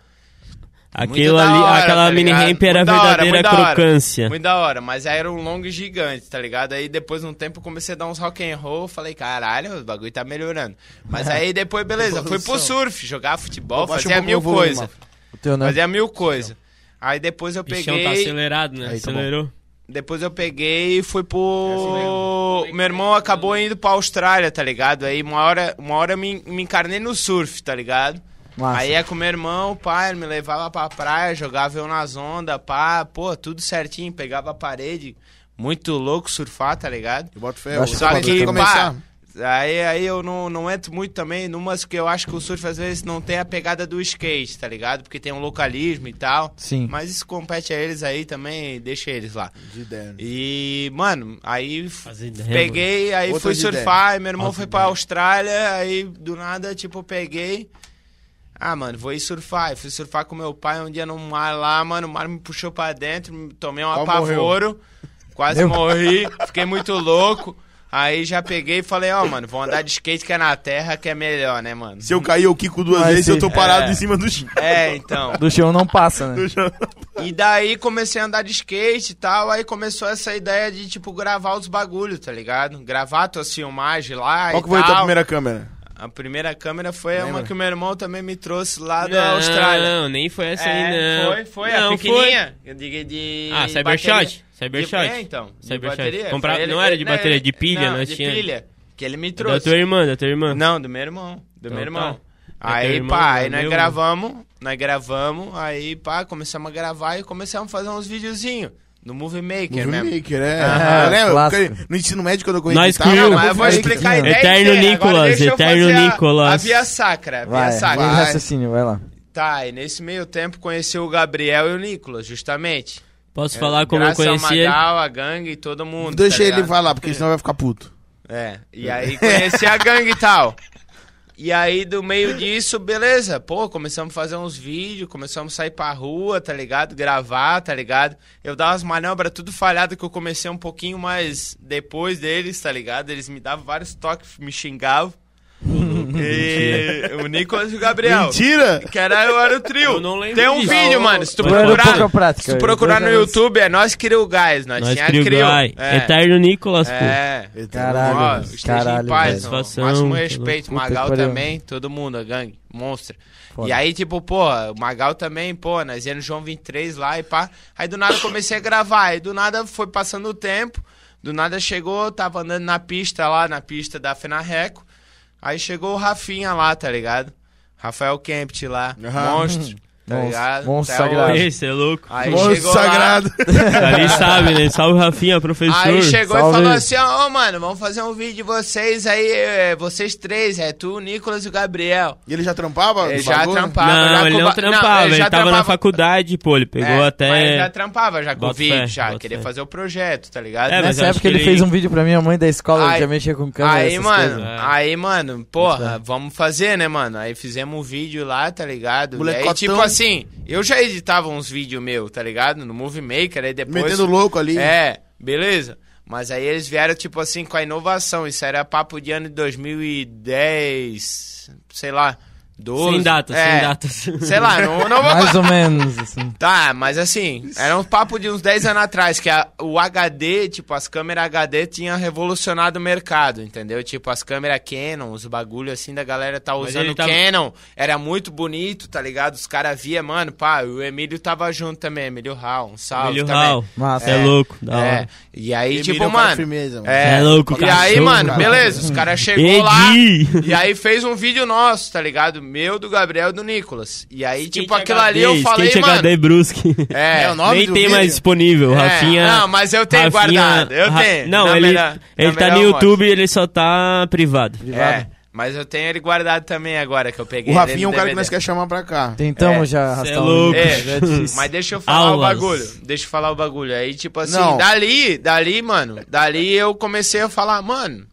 [SPEAKER 4] Aquilo
[SPEAKER 5] da
[SPEAKER 4] ali,
[SPEAKER 5] hora,
[SPEAKER 4] aquela
[SPEAKER 5] tá
[SPEAKER 4] mini
[SPEAKER 5] ligado?
[SPEAKER 4] ramp era
[SPEAKER 5] Muito da hora,
[SPEAKER 4] verdadeira
[SPEAKER 5] muito da hora.
[SPEAKER 4] crocância.
[SPEAKER 1] É.
[SPEAKER 5] Muito da hora, mas aí era um long gigante, tá ligado? Aí depois de um tempo eu comecei a dar uns rock and roll, falei, caralho, o bagulho tá melhorando. Mas aí depois, beleza, fui pro surf, jogar futebol,
[SPEAKER 1] Baixa um
[SPEAKER 5] fazia
[SPEAKER 1] pouco
[SPEAKER 5] mil
[SPEAKER 1] o volume,
[SPEAKER 5] coisas.
[SPEAKER 1] mano.
[SPEAKER 3] O teu não.
[SPEAKER 5] Fazia mil coisas. Aí depois eu
[SPEAKER 4] O bichão tá
[SPEAKER 5] peguei,
[SPEAKER 4] acelerado, né?
[SPEAKER 1] Aí, tá bom.
[SPEAKER 4] Acelerou.
[SPEAKER 5] Depois eu peguei e fui
[SPEAKER 3] É assim
[SPEAKER 5] pro. Meu irmão acabou indo pra Austrália, tá ligado? Aí uma hora, uma hora eu me, me encarnei no surf, tá ligado?
[SPEAKER 3] Massa.
[SPEAKER 5] Aí é com meu irmão, o pai, ele me levava pra praia, jogava eu nas ondas, pá, pô, tudo certinho, pegava a parede. Muito louco surfar, tá ligado?
[SPEAKER 1] Eu boto fé.
[SPEAKER 3] Eu acho
[SPEAKER 1] eu
[SPEAKER 3] que
[SPEAKER 5] Só
[SPEAKER 1] quando
[SPEAKER 5] que,
[SPEAKER 1] começar.
[SPEAKER 5] pá, aí, aí eu não, não entro muito também numas que eu acho que o surf às vezes não tem a pegada do skate, tá ligado? Porque tem um localismo e tal.
[SPEAKER 3] Sim.
[SPEAKER 5] Mas isso compete a eles aí também, deixa eles lá.
[SPEAKER 1] De ideia. né?
[SPEAKER 5] E, mano, aí f-
[SPEAKER 4] As ideias,
[SPEAKER 5] peguei, aí
[SPEAKER 1] Outras
[SPEAKER 5] fui
[SPEAKER 1] ideias.
[SPEAKER 5] surfar, aí meu irmão foi pra Austrália, aí do nada, tipo, eu peguei. Ah, mano, vou ir surfar. Eu fui surfar com meu pai um dia no mar lá, mano. O mar me puxou pra dentro, me- tomei um
[SPEAKER 1] Qual
[SPEAKER 5] apavoro, quase morri, fiquei muito louco. Aí já peguei e falei, ó, mano, vou andar de skate que é na terra, que é melhor, né, mano?
[SPEAKER 1] Se eu cair, eu quico duas
[SPEAKER 3] Mas
[SPEAKER 1] vezes
[SPEAKER 3] se-
[SPEAKER 1] eu tô parado
[SPEAKER 5] é.
[SPEAKER 1] em cima do chão.
[SPEAKER 5] É, então.
[SPEAKER 3] Do chão não passa, né?
[SPEAKER 5] E daí comecei a andar de skate e tal, aí começou essa ideia de, tipo, gravar os bagulhos, tá ligado? Gravar tuas filmagens lá
[SPEAKER 1] Qual
[SPEAKER 5] e
[SPEAKER 1] que foi a
[SPEAKER 5] tal.
[SPEAKER 1] tua primeira câmera?
[SPEAKER 5] A primeira câmera foi
[SPEAKER 1] Lembra?
[SPEAKER 5] uma que o meu irmão também me trouxe lá da
[SPEAKER 4] Não,
[SPEAKER 5] Austrália.
[SPEAKER 4] Não, nem foi essa aí,
[SPEAKER 5] É,
[SPEAKER 4] não.
[SPEAKER 5] foi, foi,
[SPEAKER 4] não,
[SPEAKER 5] a pequenininha. Eu digo de...
[SPEAKER 4] Ah,
[SPEAKER 5] de
[SPEAKER 4] Cybershot.
[SPEAKER 5] bateria.
[SPEAKER 4] Cybershot.
[SPEAKER 5] De, é, então. de
[SPEAKER 4] Cybershot.
[SPEAKER 5] bateria.
[SPEAKER 4] Comprava-
[SPEAKER 5] Foi ele-
[SPEAKER 4] não era de
[SPEAKER 5] ele-
[SPEAKER 4] bateria, de pilha,
[SPEAKER 5] não,
[SPEAKER 4] nós
[SPEAKER 5] de
[SPEAKER 4] tinha. É
[SPEAKER 5] pilha, que ele me
[SPEAKER 4] Da
[SPEAKER 5] trouxe.
[SPEAKER 4] tua irmã, da tua irmã.
[SPEAKER 5] Não, do meu irmão. Do
[SPEAKER 4] Então
[SPEAKER 5] meu
[SPEAKER 4] tá.
[SPEAKER 5] irmão.
[SPEAKER 4] É teu
[SPEAKER 5] Aí,
[SPEAKER 4] irmão,
[SPEAKER 5] pá,
[SPEAKER 4] não é
[SPEAKER 5] aí nós
[SPEAKER 4] meu, né?
[SPEAKER 5] gravamos, nós gravamos, aí, pá, começamos a gravar e começamos a fazer uns videozinhos no Movie
[SPEAKER 1] Movie
[SPEAKER 5] Maker mesmo.
[SPEAKER 1] Maker, é.
[SPEAKER 3] Aham,
[SPEAKER 1] Eu lembro,
[SPEAKER 3] clássico.
[SPEAKER 1] porque no ensino médio, quando eu corri
[SPEAKER 4] Nós
[SPEAKER 1] guitarra,
[SPEAKER 4] com
[SPEAKER 5] Ah, Não,
[SPEAKER 1] era
[SPEAKER 5] mas eu
[SPEAKER 1] Movie
[SPEAKER 5] vou
[SPEAKER 1] Maker.
[SPEAKER 5] explicar a
[SPEAKER 4] Eterno
[SPEAKER 5] ideia inteira.
[SPEAKER 4] Nicolas,
[SPEAKER 5] Agora deixa eu
[SPEAKER 4] Eterno
[SPEAKER 5] fazer a-
[SPEAKER 4] Nicolas.
[SPEAKER 5] A Via Sacra, a Via
[SPEAKER 3] Vai,
[SPEAKER 5] Sacra.
[SPEAKER 3] vai. raciocínio, vai lá.
[SPEAKER 5] Tá, e nesse meio tempo conheceu o Gabriel e o Nicolas, justamente.
[SPEAKER 4] Posso falar como
[SPEAKER 5] é,
[SPEAKER 4] eu
[SPEAKER 5] Graças ao
[SPEAKER 4] conheci ele?
[SPEAKER 5] Magal, a gangue, todo mundo.
[SPEAKER 1] Deixa
[SPEAKER 5] tá
[SPEAKER 1] ele
[SPEAKER 5] ligado?
[SPEAKER 1] falar, porque senão vai ficar puto.
[SPEAKER 5] É, e aí conheci a gangue e tal. E aí, do meio disso, beleza, pô, começamos a fazer uns vídeos, começamos a sair pra rua, tá ligado? Gravar, tá ligado? Eu dava umas manobras tudo falhado que eu comecei um pouquinho mais depois deles, tá ligado? Eles me davam vários toques, me xingavam. e o Nicolas e o Gabriel.
[SPEAKER 1] Mentira!
[SPEAKER 5] Que era, eu era o trio.
[SPEAKER 4] Eu não lembro
[SPEAKER 5] Tem um
[SPEAKER 4] disso.
[SPEAKER 5] vídeo, mano. Se tu
[SPEAKER 4] Mas
[SPEAKER 3] era
[SPEAKER 5] procurar,
[SPEAKER 3] pouca prática,
[SPEAKER 5] se tu
[SPEAKER 3] eu-
[SPEAKER 5] procurar
[SPEAKER 3] eu
[SPEAKER 5] no
[SPEAKER 3] já-
[SPEAKER 5] YouTube, é nós criou o gás. Nós,
[SPEAKER 4] Nós
[SPEAKER 5] tinha
[SPEAKER 4] criou
[SPEAKER 5] crio.
[SPEAKER 4] Guy.
[SPEAKER 5] É.
[SPEAKER 4] Eterno Nicolas, pô.
[SPEAKER 5] É.
[SPEAKER 3] Caralho,
[SPEAKER 5] Ó,
[SPEAKER 3] velho.
[SPEAKER 5] esteja
[SPEAKER 3] Caralho,
[SPEAKER 5] em paz,
[SPEAKER 4] velho.
[SPEAKER 5] mano.
[SPEAKER 4] Satisfação,
[SPEAKER 5] máximo
[SPEAKER 4] tá
[SPEAKER 5] respeito.
[SPEAKER 3] louco. Puta
[SPEAKER 5] Magal
[SPEAKER 3] que pariu.
[SPEAKER 5] também, todo mundo, a gangue, monstro.
[SPEAKER 3] Foda.
[SPEAKER 5] E aí, tipo, pô, o Magal também, pô, nós ia no João 23 lá e pá. Aí do nada eu comecei a gravar, aí do nada foi passando o tempo, do nada chegou, tava andando na pista lá, na pista da Fenarreco, aí chegou o Rafinha lá, tá ligado? Rafael Kempt lá, monstro. tá
[SPEAKER 3] Monstro-
[SPEAKER 5] ligado?
[SPEAKER 3] monstro
[SPEAKER 5] Até
[SPEAKER 3] sagrado.
[SPEAKER 5] hoje.
[SPEAKER 4] Esse é louco.
[SPEAKER 5] Aí
[SPEAKER 1] Monstro
[SPEAKER 5] chegou lá-
[SPEAKER 1] sagrado.
[SPEAKER 4] Aí sabe, né? Salve, Rafinha, professor.
[SPEAKER 5] Aí chegou
[SPEAKER 3] Salve.
[SPEAKER 5] e falou assim, ó, ô, mano, vamos fazer um vídeo de vocês aí, é, vocês três, é tu, o Nicolas e o Gabriel.
[SPEAKER 1] E ele já trampava?
[SPEAKER 5] Ele
[SPEAKER 1] no
[SPEAKER 5] já
[SPEAKER 1] bagulho?
[SPEAKER 5] trampava. já
[SPEAKER 4] Não, ele
[SPEAKER 5] com
[SPEAKER 4] não
[SPEAKER 5] ba-
[SPEAKER 4] trampava, ele,
[SPEAKER 5] já
[SPEAKER 4] tava na faculdade, pô, ele pegou
[SPEAKER 5] É, Mas ele
[SPEAKER 4] até...
[SPEAKER 5] já trampava já com o
[SPEAKER 4] Bota
[SPEAKER 5] vídeo,
[SPEAKER 4] fé,
[SPEAKER 5] já,
[SPEAKER 4] bota
[SPEAKER 5] queria
[SPEAKER 4] fé.
[SPEAKER 5] fazer o projeto, tá ligado?
[SPEAKER 4] É, mas
[SPEAKER 3] Nessa
[SPEAKER 4] eu acho
[SPEAKER 3] época
[SPEAKER 4] que
[SPEAKER 3] ele,
[SPEAKER 4] ele-
[SPEAKER 3] fez um vídeo pra minha mãe da escola,
[SPEAKER 5] Aí-
[SPEAKER 3] ele já mexia com câmera,
[SPEAKER 5] Aí,
[SPEAKER 3] essas
[SPEAKER 5] mano,
[SPEAKER 3] coisas.
[SPEAKER 4] coisas. né?
[SPEAKER 5] aí, mano, porra,
[SPEAKER 3] Bota
[SPEAKER 5] vamos fazer, né, mano? Aí fizemos um vídeo lá, tá ligado?
[SPEAKER 1] Molecotão.
[SPEAKER 5] E aí, tipo assim, eu já editava uns vídeos meus, tá ligado? No Movie Maker, aí depois...
[SPEAKER 1] Metendo louco ali.
[SPEAKER 5] É, beleza. Mas aí eles vieram, tipo assim, com a inovação. Isso era papo de ano de 2010, sei lá, 12.
[SPEAKER 4] Sem datas,
[SPEAKER 5] É,
[SPEAKER 4] sem datas.
[SPEAKER 5] Sei lá, não, não vou...
[SPEAKER 3] Mais ou menos, assim.
[SPEAKER 5] Tá, mas assim, era um papo de uns 10 anos atrás, que a- o HD, tipo, as câmeras HD tinham revolucionado o mercado, entendeu? Tipo, as câmeras Canon, os bagulho assim da galera tá
[SPEAKER 4] Mas
[SPEAKER 5] usando
[SPEAKER 4] ele tava-
[SPEAKER 5] Canon, era muito bonito, tá ligado? Os caras via, mano, pá, o Emílio tava junto também, Emílio Raul, um salve
[SPEAKER 4] Emílio
[SPEAKER 5] também.
[SPEAKER 4] Raul,
[SPEAKER 3] Massa.
[SPEAKER 4] você é, louco, da
[SPEAKER 5] É,
[SPEAKER 4] hora.
[SPEAKER 5] e aí,
[SPEAKER 1] Emílio é
[SPEAKER 5] tipo,
[SPEAKER 1] um cara
[SPEAKER 5] mano...
[SPEAKER 1] firmeza, mano.
[SPEAKER 5] É,
[SPEAKER 4] É louco,
[SPEAKER 5] E aí,
[SPEAKER 4] cachorro,
[SPEAKER 5] mano,
[SPEAKER 4] cara.
[SPEAKER 5] beleza, os caras chegou lá e aí fez um vídeo nosso, tá ligado? Meu, do Gabriel e do Nicolas. E aí, tipo, aquilo ali eu falei,
[SPEAKER 4] Skate
[SPEAKER 5] mano...
[SPEAKER 4] HD Brusque.
[SPEAKER 5] É,
[SPEAKER 1] É o nome
[SPEAKER 4] Nem
[SPEAKER 1] do
[SPEAKER 4] tem
[SPEAKER 1] vídeo?
[SPEAKER 4] mais disponível,
[SPEAKER 5] É,
[SPEAKER 4] Rafinha...
[SPEAKER 5] Não, mas eu tenho
[SPEAKER 4] Rafinha-
[SPEAKER 5] guardado. Eu
[SPEAKER 4] Ra-
[SPEAKER 5] tenho.
[SPEAKER 4] Não,
[SPEAKER 5] Na
[SPEAKER 4] ele,
[SPEAKER 5] melhor-
[SPEAKER 4] ele
[SPEAKER 5] na
[SPEAKER 4] tá no
[SPEAKER 5] melhor
[SPEAKER 4] YouTube, ele só tá privado.
[SPEAKER 5] ordem. É, mas eu tenho ele guardado também agora que eu
[SPEAKER 1] O
[SPEAKER 5] peguei. ele
[SPEAKER 1] Rafinha é um
[SPEAKER 5] no
[SPEAKER 1] cara que
[SPEAKER 5] DVD.
[SPEAKER 1] nós quer chamar pra cá.
[SPEAKER 3] Tentamos
[SPEAKER 5] É,
[SPEAKER 3] já
[SPEAKER 4] cê é
[SPEAKER 3] arrastar
[SPEAKER 4] louco.
[SPEAKER 3] vídeo,
[SPEAKER 5] É,
[SPEAKER 3] já é difícil.
[SPEAKER 5] Mas deixa eu falar o
[SPEAKER 4] Aulas.
[SPEAKER 5] bagulho. Deixa eu falar o bagulho. Aí, tipo assim,
[SPEAKER 1] Não.
[SPEAKER 5] dali, dali, mano, dali eu comecei a falar, mano.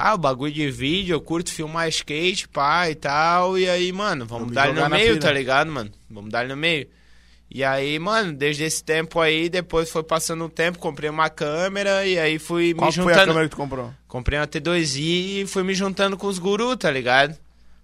[SPEAKER 5] Ah, o bagulho de vídeo, eu curto filmar skate, pá, e tal. E aí, mano, vamos,
[SPEAKER 1] Vamos
[SPEAKER 5] dar ali
[SPEAKER 1] jogar
[SPEAKER 5] no
[SPEAKER 1] na
[SPEAKER 5] meio,
[SPEAKER 1] fila.
[SPEAKER 5] tá ligado, mano? Vamos dar ali no meio. E aí, mano, desde esse tempo aí, depois foi passando o tempo, comprei uma câmera e aí fui
[SPEAKER 1] Qual
[SPEAKER 5] me
[SPEAKER 1] foi a
[SPEAKER 5] juntando.
[SPEAKER 1] câmera que tu comprou?
[SPEAKER 5] Comprei uma T2i e fui me juntando com os gurus, tá ligado?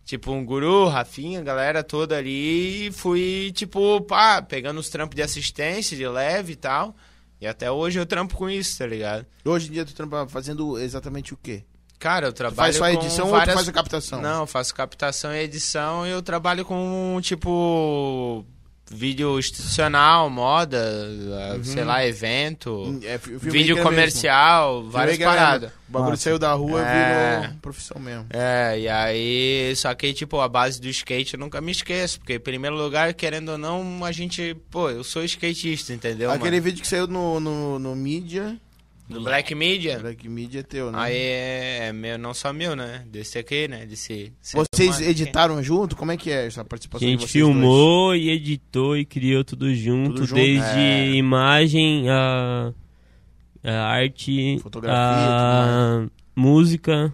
[SPEAKER 5] Tipo, um guru, Rafinha, galera toda ali. E fui, tipo, pá, pegando os trampos de assistência, de leve e tal. E até hoje eu trampo com isso, tá ligado?
[SPEAKER 1] Hoje em dia tu trampa fazendo exatamente o quê?
[SPEAKER 5] Cara, eu trabalho
[SPEAKER 1] Faz só a
[SPEAKER 5] com
[SPEAKER 1] edição ou tu
[SPEAKER 5] várias...
[SPEAKER 1] faz a captação?
[SPEAKER 5] Não, eu faço captação e edição e eu trabalho com, tipo, vídeo institucional, moda,
[SPEAKER 1] Uhum.
[SPEAKER 5] sei lá, evento,
[SPEAKER 1] É, fi- filmmaker
[SPEAKER 5] vídeo
[SPEAKER 1] mesmo.
[SPEAKER 5] comercial, várias
[SPEAKER 1] Filmmaker mesmo.
[SPEAKER 5] paradas.
[SPEAKER 1] O bagulho
[SPEAKER 3] Massa.
[SPEAKER 1] saiu da rua e
[SPEAKER 5] É.
[SPEAKER 1] virou profissão mesmo.
[SPEAKER 5] É, e aí, só que, tipo, a base do skate eu nunca me esqueço, porque, em primeiro lugar, querendo ou não, a gente, pô, eu sou skatista, entendeu,
[SPEAKER 1] Aquele
[SPEAKER 5] mano?
[SPEAKER 1] vídeo que saiu no, no, no mídia,
[SPEAKER 5] Do Black Media,
[SPEAKER 1] Black Media é teu, né?
[SPEAKER 5] aí é, é meu, não só meu, né, desse aqui, né, desse... ser
[SPEAKER 1] vocês
[SPEAKER 5] humano.
[SPEAKER 1] editaram junto? Como é que é essa participação
[SPEAKER 4] a
[SPEAKER 1] de
[SPEAKER 4] gente
[SPEAKER 1] vocês
[SPEAKER 4] filmou e editou e criou tudo junto,
[SPEAKER 1] Tudo junto,
[SPEAKER 4] desde
[SPEAKER 1] é.
[SPEAKER 4] imagem, a, a arte,
[SPEAKER 1] Fotografia,
[SPEAKER 4] a música,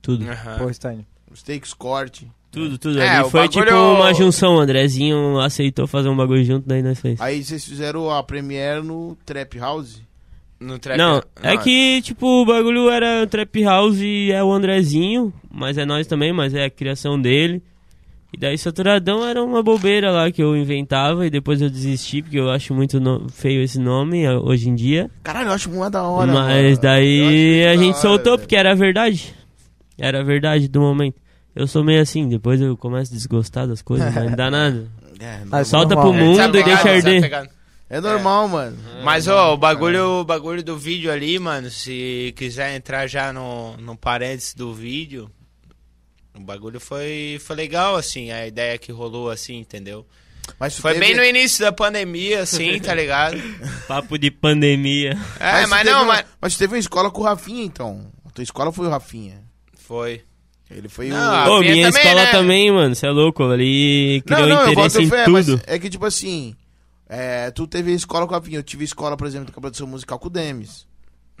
[SPEAKER 4] tudo.
[SPEAKER 1] É.
[SPEAKER 5] Aham.
[SPEAKER 3] Pô, Stein.
[SPEAKER 1] dois? Os takes, corte.
[SPEAKER 4] Tudo, tudo.
[SPEAKER 5] É,
[SPEAKER 4] ali.
[SPEAKER 5] o
[SPEAKER 4] Foi
[SPEAKER 5] bagulho-
[SPEAKER 4] tipo uma junção, o Andrezinho aceitou fazer um bagulho junto, daí nós fez.
[SPEAKER 1] Aí vocês fizeram a premiere no Trap House?
[SPEAKER 5] No trap,
[SPEAKER 4] Não, é que, tipo, o bagulho era Trap House e é o Andrezinho, mas é nós também, mas é a criação dele. E daí Saturadão era uma bobeira lá que eu inventava e depois eu desisti, porque eu acho muito no- feio esse nome eh, hoje em dia.
[SPEAKER 1] Caralho, eu acho uma da hora.
[SPEAKER 4] mas
[SPEAKER 1] mano.
[SPEAKER 4] daí
[SPEAKER 1] Eu acho
[SPEAKER 4] a
[SPEAKER 1] muito
[SPEAKER 4] gente
[SPEAKER 1] da hora,
[SPEAKER 4] soltou,
[SPEAKER 1] velho.
[SPEAKER 4] porque era a verdade. Era a verdade do momento. Eu sou meio assim, depois eu começo a desgostar das coisas, mas não dá nada.
[SPEAKER 1] É,
[SPEAKER 3] Ah, isso
[SPEAKER 4] Solta
[SPEAKER 3] normal.
[SPEAKER 4] pro mundo e
[SPEAKER 5] Desapegado,
[SPEAKER 4] deixa arder.
[SPEAKER 5] desapegado.
[SPEAKER 1] é normal, mano.
[SPEAKER 5] Mas, ó, o
[SPEAKER 1] É.
[SPEAKER 5] bagulho, o bagulho do vídeo ali, mano, se quiser entrar já no, no parênteses do vídeo, o bagulho foi, foi legal, assim, a ideia que rolou, assim, entendeu?
[SPEAKER 1] Mas tu
[SPEAKER 5] Foi
[SPEAKER 1] teve-
[SPEAKER 5] bem no início da pandemia, assim, tá ligado?
[SPEAKER 4] Papo de pandemia.
[SPEAKER 5] É,
[SPEAKER 1] tu
[SPEAKER 5] mas
[SPEAKER 1] teve
[SPEAKER 5] não,
[SPEAKER 1] um-
[SPEAKER 5] mas...
[SPEAKER 1] Mas tu teve uma escola com o Rafinha, então. A tua escola foi o Rafinha.
[SPEAKER 5] Foi.
[SPEAKER 1] Ele foi
[SPEAKER 5] Não,
[SPEAKER 1] o...
[SPEAKER 4] Pô,
[SPEAKER 5] Rafinha
[SPEAKER 4] minha
[SPEAKER 5] também,
[SPEAKER 4] escola
[SPEAKER 5] né?
[SPEAKER 4] também, mano, você é louco, ali criou interesse em
[SPEAKER 1] fé, mas
[SPEAKER 4] tudo.
[SPEAKER 1] é que, tipo assim... é, tu teve escola com o Rafinha. Eu tive escola, por exemplo, com a produção musical com o Demis.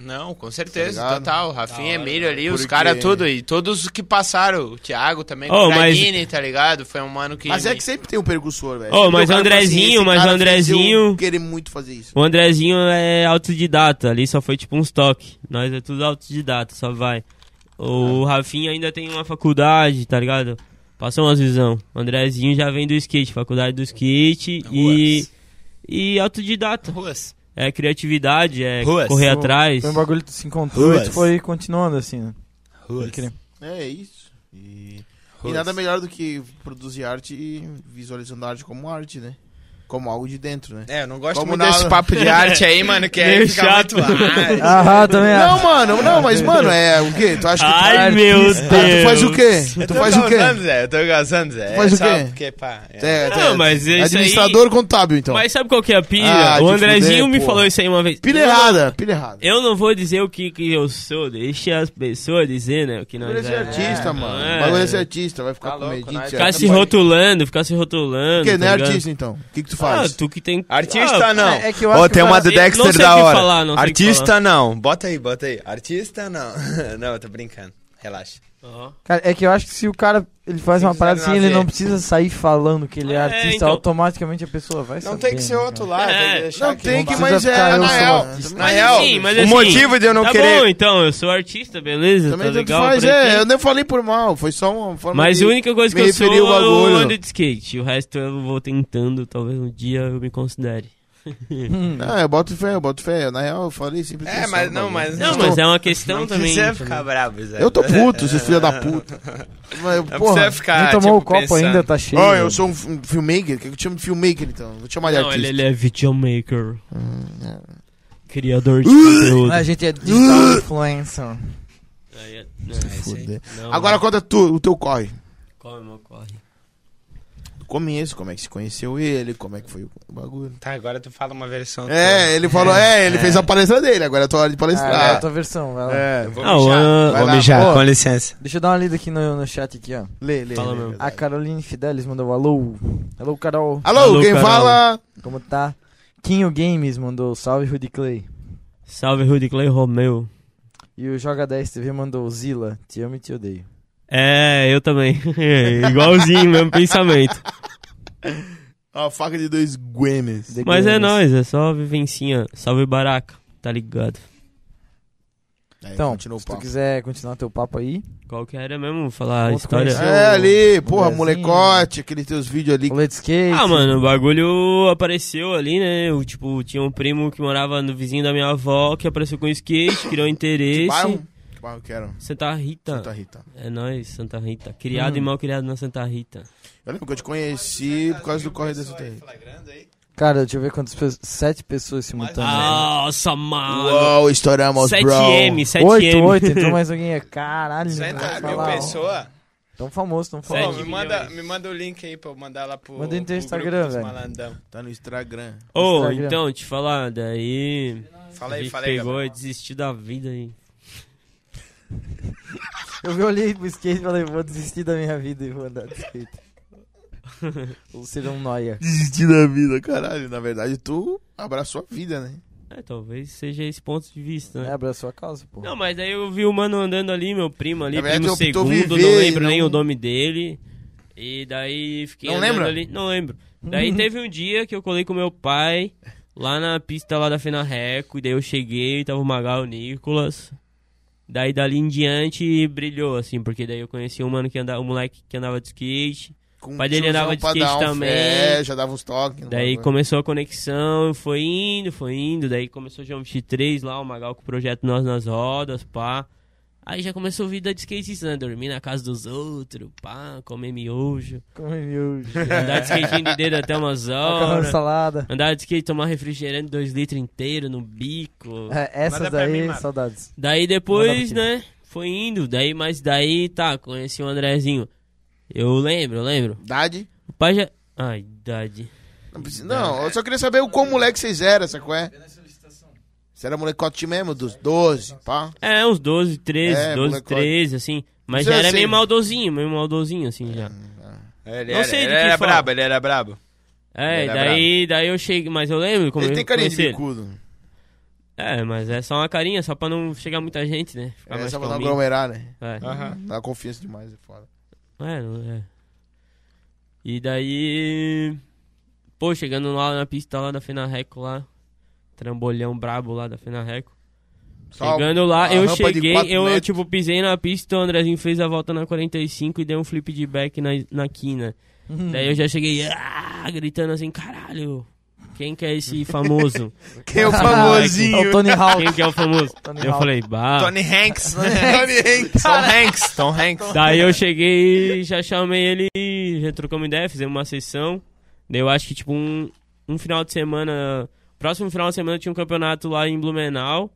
[SPEAKER 5] Não, com certeza,
[SPEAKER 1] Tá ligado?
[SPEAKER 5] total. Rafinha, Emílio ali, os
[SPEAKER 1] Porque-
[SPEAKER 5] caras tudo, e todos os que passaram, o Thiago também,
[SPEAKER 4] Ô,
[SPEAKER 5] o
[SPEAKER 4] mas-
[SPEAKER 5] Dragini, tá ligado? Foi um mano que...
[SPEAKER 1] Mas é que sempre tem um percursor, velho.
[SPEAKER 4] Ô,
[SPEAKER 1] Sempre
[SPEAKER 4] mas
[SPEAKER 1] tem um cara
[SPEAKER 4] o
[SPEAKER 1] que fala assim,
[SPEAKER 4] Andrezinho,
[SPEAKER 1] esse cara
[SPEAKER 4] mas o
[SPEAKER 1] fez eu
[SPEAKER 4] Andrezinho-
[SPEAKER 1] querer muito fazer isso.
[SPEAKER 4] O Andrezinho é autodidata, ali só foi tipo uns toques. Nós é tudo autodidata, só vai. O Rafinha ainda tem uma faculdade, tá ligado? Passou umas visão. O Andrezinho já vem do skate, faculdade do skate e.
[SPEAKER 5] Ruas.
[SPEAKER 4] E autodidata.
[SPEAKER 5] Ruas.
[SPEAKER 4] É criatividade, é
[SPEAKER 5] Ruas.
[SPEAKER 4] correr
[SPEAKER 3] Foi-
[SPEAKER 4] atrás.
[SPEAKER 3] Foi um bagulho que tu se encontrou e
[SPEAKER 5] Ruas.
[SPEAKER 3] tu foi continuando assim, né?
[SPEAKER 5] Ruas.
[SPEAKER 3] Pode crer.
[SPEAKER 1] É isso. E... e nada melhor do que produzir arte e visualizando a arte como arte, né? Como algo de dentro, né?
[SPEAKER 2] É, eu não gosto
[SPEAKER 1] Como
[SPEAKER 2] muito desse
[SPEAKER 1] nada.
[SPEAKER 2] papo de arte aí, mano, que aí
[SPEAKER 4] Meio
[SPEAKER 2] fica
[SPEAKER 4] chato.
[SPEAKER 2] muito... Ah,
[SPEAKER 3] Aham, também
[SPEAKER 1] Não,
[SPEAKER 3] acho.
[SPEAKER 1] mano, não, mas, mano, é o quê? Tu acha que.
[SPEAKER 4] Ai, meu Deus.
[SPEAKER 1] Ah, tu faz o quê? Tu faz o quê?
[SPEAKER 2] causando, Zé, eu tô gozando, Zé.
[SPEAKER 1] faz
[SPEAKER 2] É
[SPEAKER 1] o
[SPEAKER 2] só
[SPEAKER 1] quê?
[SPEAKER 2] Porque, pá, é.
[SPEAKER 1] É,
[SPEAKER 4] Não,
[SPEAKER 1] é,
[SPEAKER 4] mas isso aí-
[SPEAKER 1] administrador contábil, então.
[SPEAKER 4] Mas sabe qual que é a pilha?
[SPEAKER 1] Ah, de
[SPEAKER 4] o Andrezinho
[SPEAKER 1] fuder,
[SPEAKER 4] me
[SPEAKER 1] porra.
[SPEAKER 4] falou isso aí uma vez.
[SPEAKER 1] Pilha errada, pilha errada.
[SPEAKER 4] Eu não vou dizer o que, que eu sou, deixa as pessoas dizer, né? O que nós
[SPEAKER 1] Bagulho é ser artista, mano.
[SPEAKER 4] é.
[SPEAKER 1] O Bagulho é ser artista, vai ficar
[SPEAKER 5] Tá
[SPEAKER 1] com
[SPEAKER 5] louco,
[SPEAKER 1] medite.
[SPEAKER 5] né?
[SPEAKER 1] aí.
[SPEAKER 4] Ficar se
[SPEAKER 5] Pode-
[SPEAKER 4] rotulando, ficar se rotulando.
[SPEAKER 1] Porque não é
[SPEAKER 4] tá ligado?
[SPEAKER 1] artista, então. O que, que tu faz?
[SPEAKER 4] Ah, tu que tem.
[SPEAKER 2] Artista
[SPEAKER 4] Ah,
[SPEAKER 2] não.
[SPEAKER 3] é- é que eu acho
[SPEAKER 2] Ó,
[SPEAKER 3] que
[SPEAKER 2] tem
[SPEAKER 3] o
[SPEAKER 2] uma
[SPEAKER 3] cara-
[SPEAKER 2] do
[SPEAKER 4] eu não sei o
[SPEAKER 2] Dexter
[SPEAKER 4] que
[SPEAKER 2] da hora.
[SPEAKER 4] falar, não sei o que
[SPEAKER 2] Artista não. Bota aí, bota aí. Artista não. não, eu tô brincando. Relaxa.
[SPEAKER 4] ó.
[SPEAKER 3] Cara, é que eu acho que se o cara ele faz
[SPEAKER 2] Se
[SPEAKER 3] uma parada
[SPEAKER 2] quiser
[SPEAKER 3] assim, ele
[SPEAKER 2] nascer.
[SPEAKER 3] não precisa sair falando que ele é,
[SPEAKER 4] É,
[SPEAKER 3] artista,
[SPEAKER 4] então.
[SPEAKER 3] automaticamente a pessoa vai saber.
[SPEAKER 5] Não tem que ser
[SPEAKER 3] né,
[SPEAKER 5] outro
[SPEAKER 3] cara?
[SPEAKER 5] lado.
[SPEAKER 4] É,
[SPEAKER 1] não tem que,
[SPEAKER 3] não
[SPEAKER 1] mas
[SPEAKER 3] precisa
[SPEAKER 1] é
[SPEAKER 3] ficar, eu
[SPEAKER 1] na
[SPEAKER 3] sou
[SPEAKER 1] real.
[SPEAKER 3] artista.
[SPEAKER 1] Também-
[SPEAKER 2] Na real,
[SPEAKER 4] assim, mas
[SPEAKER 2] o
[SPEAKER 4] assim,
[SPEAKER 2] motivo de eu não
[SPEAKER 4] tá
[SPEAKER 2] querer.
[SPEAKER 4] bom, então, eu sou artista, beleza?
[SPEAKER 1] Também
[SPEAKER 4] tá
[SPEAKER 1] tanto
[SPEAKER 4] legal.
[SPEAKER 1] faz,
[SPEAKER 4] por aqui.
[SPEAKER 1] é. Eu nem falei por mal, foi só uma forma
[SPEAKER 4] Mas
[SPEAKER 1] de...
[SPEAKER 4] a única coisa que
[SPEAKER 1] me
[SPEAKER 4] eu sou,
[SPEAKER 1] referi ao
[SPEAKER 4] eu
[SPEAKER 1] bagulho.
[SPEAKER 4] ando de skate. O resto eu vou tentando, talvez um dia eu me considere.
[SPEAKER 3] Hum.
[SPEAKER 4] Ah,
[SPEAKER 1] Não, eu boto fé, eu boto fé. Na real, eu falei simples.
[SPEAKER 2] É,
[SPEAKER 1] assim,
[SPEAKER 2] mas
[SPEAKER 1] o
[SPEAKER 2] não,
[SPEAKER 1] bagulho.
[SPEAKER 2] mas
[SPEAKER 4] Não,
[SPEAKER 1] Então,
[SPEAKER 4] mas é uma questão
[SPEAKER 2] Não
[SPEAKER 4] também.
[SPEAKER 2] precisa
[SPEAKER 4] tá
[SPEAKER 2] ficar
[SPEAKER 4] ligado?
[SPEAKER 2] bravo,
[SPEAKER 5] é-
[SPEAKER 2] Zé. É.
[SPEAKER 1] Eu tô puto, seus filhos da puta. Mas,
[SPEAKER 2] Não
[SPEAKER 1] porra...
[SPEAKER 2] precisa ficar,
[SPEAKER 3] Nem tomou
[SPEAKER 2] tipo,
[SPEAKER 3] o copo
[SPEAKER 2] pensando.
[SPEAKER 3] ainda, tá cheio.
[SPEAKER 1] Ó, eu sou um f- um filmmaker, o que eu te chamo de filmmaker, então? Vou te chamar de
[SPEAKER 4] Não,
[SPEAKER 1] artista.
[SPEAKER 4] ele, ele é videomaker.
[SPEAKER 1] é.
[SPEAKER 4] Criador de conteúdo.
[SPEAKER 3] A gente é digital influencer.
[SPEAKER 4] Aí é-
[SPEAKER 1] Fuder.
[SPEAKER 4] não,
[SPEAKER 1] Agora
[SPEAKER 4] mano,
[SPEAKER 1] conta tu, o teu corre.
[SPEAKER 4] come, mano, corre.
[SPEAKER 1] Do começo, como é que se conheceu ele, como é que foi o bagulho.
[SPEAKER 2] Tá, agora tu fala uma versão.
[SPEAKER 1] É, ele falou, é, ele fez a palestra dele, agora é tua hora de
[SPEAKER 3] Ah, é a
[SPEAKER 1] palestrar.
[SPEAKER 3] tua versão, vai lá.
[SPEAKER 1] É,
[SPEAKER 2] Eu vou
[SPEAKER 4] Ah, o
[SPEAKER 2] mijar.
[SPEAKER 4] Ana-
[SPEAKER 1] Vai lá,
[SPEAKER 3] pô.
[SPEAKER 2] com licença.
[SPEAKER 3] Deixa eu dar uma lida aqui no, no chat aqui, ó.
[SPEAKER 1] lê, lê.
[SPEAKER 4] Fala
[SPEAKER 1] lê.
[SPEAKER 4] mesmo.
[SPEAKER 3] A Caroline Fidelis mandou alô. Alô, Carol.
[SPEAKER 1] Alô,
[SPEAKER 4] Alô,
[SPEAKER 1] quem
[SPEAKER 4] Carol.
[SPEAKER 1] fala?
[SPEAKER 3] Como tá? Quinho Games mandou salve, Rudy Clay.
[SPEAKER 4] Salve, Rudy Clay Romeu.
[SPEAKER 3] E o Joga 10 TV mandou Zila, te amo e te odeio.
[SPEAKER 4] É, eu também. Igualzinho, mesmo pensamento.
[SPEAKER 1] A faca de dois guemes.
[SPEAKER 3] The
[SPEAKER 4] Mas é
[SPEAKER 3] Games.
[SPEAKER 4] nóis, é só vivencinha. Salve, Baraca. Tá ligado?
[SPEAKER 1] Aí,
[SPEAKER 3] Então,
[SPEAKER 1] continua o
[SPEAKER 3] se tu
[SPEAKER 1] papo.
[SPEAKER 3] quiser continuar teu papo aí,
[SPEAKER 4] Qual que era mesmo falar a
[SPEAKER 3] Outro
[SPEAKER 4] história?
[SPEAKER 3] conhecido.
[SPEAKER 1] É, ali,
[SPEAKER 3] O
[SPEAKER 1] porra,
[SPEAKER 3] molezinho.
[SPEAKER 1] molecote, aqueles teus vídeos ali.
[SPEAKER 3] rolê de skate.
[SPEAKER 4] Ah, mano, o bagulho apareceu ali, né? Eu, tipo, tinha um primo que morava no vizinho da minha avó que apareceu com skate, criou
[SPEAKER 1] Que
[SPEAKER 4] interesse.
[SPEAKER 1] bairro? Que bairro que era?
[SPEAKER 4] Santa Rita.
[SPEAKER 1] Santa Rita.
[SPEAKER 4] É nóis, Santa Rita. Criado
[SPEAKER 3] Hum.
[SPEAKER 4] e mal criado na Santa Rita.
[SPEAKER 1] Eu lembro que eu te conheci por causa do corre da Santa Rita.
[SPEAKER 3] Cara, deixa eu ver quantas pessoas. Sete pessoas
[SPEAKER 4] Ah,
[SPEAKER 3] simultâneas.
[SPEAKER 4] Nossa, mano.
[SPEAKER 1] Uou, estouramos, bro.
[SPEAKER 4] 7M, 7M.
[SPEAKER 3] oito, oito, entrou mais alguém. é, Caralho, não
[SPEAKER 2] Senta,
[SPEAKER 3] vai
[SPEAKER 2] tá, mil
[SPEAKER 3] falar, ó.
[SPEAKER 2] pessoas.
[SPEAKER 3] Tão famoso, tão
[SPEAKER 2] Pô,
[SPEAKER 4] Sete
[SPEAKER 2] me,
[SPEAKER 3] famoso.
[SPEAKER 4] milhões.
[SPEAKER 2] manda, me manda o link aí pra eu mandar lá pro.
[SPEAKER 3] Manda aí no teu
[SPEAKER 2] pro
[SPEAKER 3] Instagram,
[SPEAKER 2] grupo dos
[SPEAKER 3] velho.
[SPEAKER 2] malandrão.
[SPEAKER 1] Tá no Instagram.
[SPEAKER 4] Ô,
[SPEAKER 3] Instagram.
[SPEAKER 4] então, te falar, daí.
[SPEAKER 2] Fala
[SPEAKER 4] a
[SPEAKER 2] aí,
[SPEAKER 4] gente
[SPEAKER 2] fala aí.
[SPEAKER 4] pegou e
[SPEAKER 2] Gabriel.
[SPEAKER 4] desistiu da vida aí.
[SPEAKER 3] Eu vi, olhei pro skate e falei, vou desistir da minha vida e vou andar de skate. Ou seja, um noia.
[SPEAKER 1] Desistir da vida, caralho. Na verdade, tu abraçou a vida, né?
[SPEAKER 4] É, talvez seja esse ponto de vista,
[SPEAKER 3] É,
[SPEAKER 4] né?
[SPEAKER 3] abraçou a causa, pô.
[SPEAKER 4] Não, mas daí eu vi o mano andando ali, meu primo ali,
[SPEAKER 1] Na verdade,
[SPEAKER 4] primo
[SPEAKER 1] eu optou
[SPEAKER 4] segundo,
[SPEAKER 1] viver
[SPEAKER 4] não
[SPEAKER 1] e
[SPEAKER 4] lembro nem
[SPEAKER 1] não-
[SPEAKER 4] o nome dele. E daí fiquei
[SPEAKER 1] Não
[SPEAKER 4] andando
[SPEAKER 1] lembra?
[SPEAKER 4] ali. Não lembro. Daí teve um dia que eu colei com meu pai lá na pista lá da Fena Reco, e daí eu cheguei, tava o Magal e o Nicolas. Daí dali em diante brilhou, assim, porque daí eu conheci um mano que andava, um moleque que andava de skate.
[SPEAKER 1] Com
[SPEAKER 4] Pai dele andava de
[SPEAKER 1] tiozão pra dar
[SPEAKER 4] skate
[SPEAKER 1] um
[SPEAKER 4] também.
[SPEAKER 1] fé, já dava uns toques. no
[SPEAKER 4] Daí
[SPEAKER 1] bagulho.
[SPEAKER 4] começou a conexão, foi indo, foi indo. Daí começou um o João 23 lá, o Magal com o projeto Nós nas Rodas, pá. Aí já começou a vida de skate, né? Dormir na casa dos outros, pá, comer miojo.
[SPEAKER 3] Como é miúdo.
[SPEAKER 4] Andar de skate de dedo até umas
[SPEAKER 3] Macarrão de
[SPEAKER 4] horas.
[SPEAKER 3] salada.
[SPEAKER 4] Andar de skate, tomar refrigerante 2 litros inteiro no bico.
[SPEAKER 3] É, essas
[SPEAKER 2] Manda pra
[SPEAKER 3] daí,
[SPEAKER 2] mim, mano.
[SPEAKER 3] saudades.
[SPEAKER 4] Daí
[SPEAKER 3] Mandava
[SPEAKER 4] depois,
[SPEAKER 3] aqui.
[SPEAKER 4] né? Foi indo, daí, mas daí, tá, conheci o Andrezinho. Eu lembro, eu lembro.
[SPEAKER 1] Idade?
[SPEAKER 4] O pai já. Ai, idade.
[SPEAKER 1] Não, precisa- não, eu só queria saber o quão moleque vocês eram, sacou? É? Você era molecote mesmo, dos 12, pá.
[SPEAKER 4] É, uns 12, 13,
[SPEAKER 1] É,
[SPEAKER 4] 12,
[SPEAKER 1] molecote.
[SPEAKER 4] 13, assim. Mas
[SPEAKER 1] Isso é
[SPEAKER 4] já era
[SPEAKER 1] assim.
[SPEAKER 4] meio maldozinho, meio maldozinho,
[SPEAKER 1] É.
[SPEAKER 4] assim, já.
[SPEAKER 2] Ele
[SPEAKER 4] Não
[SPEAKER 2] era,
[SPEAKER 4] sei de
[SPEAKER 2] ele
[SPEAKER 4] quem
[SPEAKER 2] era
[SPEAKER 4] fala.
[SPEAKER 2] brabo, ele era brabo.
[SPEAKER 4] É,
[SPEAKER 2] Ele era
[SPEAKER 4] daí, daí eu cheguei, mas eu lembro como
[SPEAKER 1] Ele
[SPEAKER 4] eu
[SPEAKER 1] tem carinha de
[SPEAKER 4] conheci ele.
[SPEAKER 1] bicudo.
[SPEAKER 4] É, mas é só uma carinha, só pra não chegar muita gente, né? Ficar
[SPEAKER 1] É
[SPEAKER 4] mais
[SPEAKER 1] só pra não
[SPEAKER 4] calminho.
[SPEAKER 1] aglomerar, né?
[SPEAKER 4] É.
[SPEAKER 1] Dá confiança demais, é foda.
[SPEAKER 4] É, não é. E daí. Pô, chegando lá na pista lá da Fenarreco lá. Trambolhão brabo lá da Fenarreco.
[SPEAKER 1] Só
[SPEAKER 4] Chegando lá,
[SPEAKER 1] a
[SPEAKER 4] eu
[SPEAKER 1] rampa de
[SPEAKER 4] cheguei,
[SPEAKER 1] quatro
[SPEAKER 4] eu,
[SPEAKER 1] metros.
[SPEAKER 4] tipo, pisei na pista, o Andrezinho fez a volta na 45 e deu um flip de back na, na quina.
[SPEAKER 1] Uhum.
[SPEAKER 4] Daí eu já cheguei ah, gritando assim, caralho, quem que é esse famoso?
[SPEAKER 1] Quem é o
[SPEAKER 3] É o
[SPEAKER 1] famosinho?
[SPEAKER 3] Tony Hawk.
[SPEAKER 4] quem que é o famoso?
[SPEAKER 3] Tony
[SPEAKER 4] eu
[SPEAKER 3] Hawk.
[SPEAKER 4] falei, bah.
[SPEAKER 5] Tony Hanks.
[SPEAKER 1] Tony Hanks.
[SPEAKER 5] Tom Hanks. Tom Hanks.
[SPEAKER 4] Daí eu cheguei, já chamei ele, já trocamos ideia, fizemos uma sessão. Daí eu acho que, tipo, um, um final de semana. Próximo final de semana tinha um campeonato lá em Blumenau.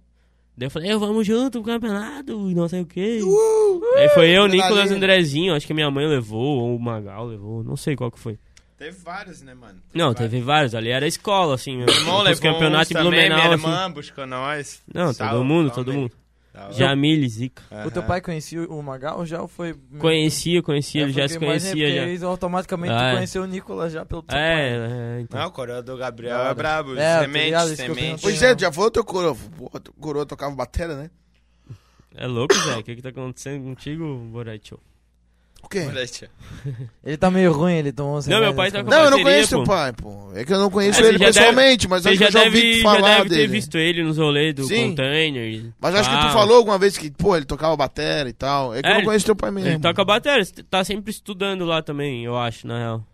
[SPEAKER 4] Daí eu falei, "Eu, vamos junto pro campeonato e não sei o quê.
[SPEAKER 5] Uh!
[SPEAKER 4] Aí foi eu, Nicolas
[SPEAKER 1] Adrenalina.
[SPEAKER 4] Andrezinho, acho que minha mãe levou, ou o Magal levou, não sei qual que foi.
[SPEAKER 5] Teve vários, né, mano?
[SPEAKER 4] Não, teve vários, ali era escola, assim, meu
[SPEAKER 5] Irmão
[SPEAKER 4] os
[SPEAKER 5] levou
[SPEAKER 4] campeonatos
[SPEAKER 5] uns
[SPEAKER 4] em
[SPEAKER 5] também,
[SPEAKER 4] Blumenau,
[SPEAKER 5] minha
[SPEAKER 4] assim.
[SPEAKER 5] irmã buscou nós.
[SPEAKER 4] Não, todo
[SPEAKER 5] Salve,
[SPEAKER 4] mundo,
[SPEAKER 5] salve.
[SPEAKER 4] todo mundo.
[SPEAKER 5] Da hora.
[SPEAKER 4] Jamile, Zica.
[SPEAKER 5] Aham.
[SPEAKER 3] O teu pai conhecia o Magal já ou foi...
[SPEAKER 4] Conhecia,
[SPEAKER 3] É,
[SPEAKER 4] conhecia, ele já
[SPEAKER 3] porque
[SPEAKER 4] se
[SPEAKER 3] imagina,
[SPEAKER 4] conhecia já.
[SPEAKER 3] porque aí Automaticamente
[SPEAKER 4] Ah, é.
[SPEAKER 3] tu conheceu o Nicolas já pelo teu pai.
[SPEAKER 4] É, é, então.
[SPEAKER 5] Não, o coroa do Gabriel
[SPEAKER 3] Da hora.
[SPEAKER 5] é brabo.
[SPEAKER 3] É, tô
[SPEAKER 5] semente,
[SPEAKER 3] ligado, isso que eu
[SPEAKER 5] semente.
[SPEAKER 1] Pois é, já falou teu coroa. Porra, teu coroa tocava batera, né?
[SPEAKER 4] É louco, Zé. O que, que tá acontecendo contigo, Boratio?
[SPEAKER 1] O quê?
[SPEAKER 3] é.
[SPEAKER 5] Olha, tia.
[SPEAKER 3] Ele tá meio ruim, ele tomou...
[SPEAKER 4] Não, meu pai tá com-
[SPEAKER 1] Não, eu não
[SPEAKER 4] parceria,
[SPEAKER 1] conheço
[SPEAKER 4] pô.
[SPEAKER 1] teu pai, pô. É que eu não conheço
[SPEAKER 4] É, você
[SPEAKER 1] ele
[SPEAKER 4] já deve-
[SPEAKER 1] pessoalmente, mas
[SPEAKER 4] Você
[SPEAKER 1] acho
[SPEAKER 4] já
[SPEAKER 1] que eu já
[SPEAKER 4] deve,
[SPEAKER 1] ouvi
[SPEAKER 4] já
[SPEAKER 1] falar
[SPEAKER 4] deve ter
[SPEAKER 1] dele.
[SPEAKER 4] visto ele nos rolês do
[SPEAKER 1] Sim.
[SPEAKER 4] container.
[SPEAKER 1] Mas acho que
[SPEAKER 4] tal.
[SPEAKER 1] tu falou alguma vez que, pô, ele tocava batera e tal. É que
[SPEAKER 4] É,
[SPEAKER 1] eu não
[SPEAKER 4] ele-
[SPEAKER 1] conheço teu pai mesmo.
[SPEAKER 4] Ele toca bateria, você tá sempre estudando lá também, eu acho, na real.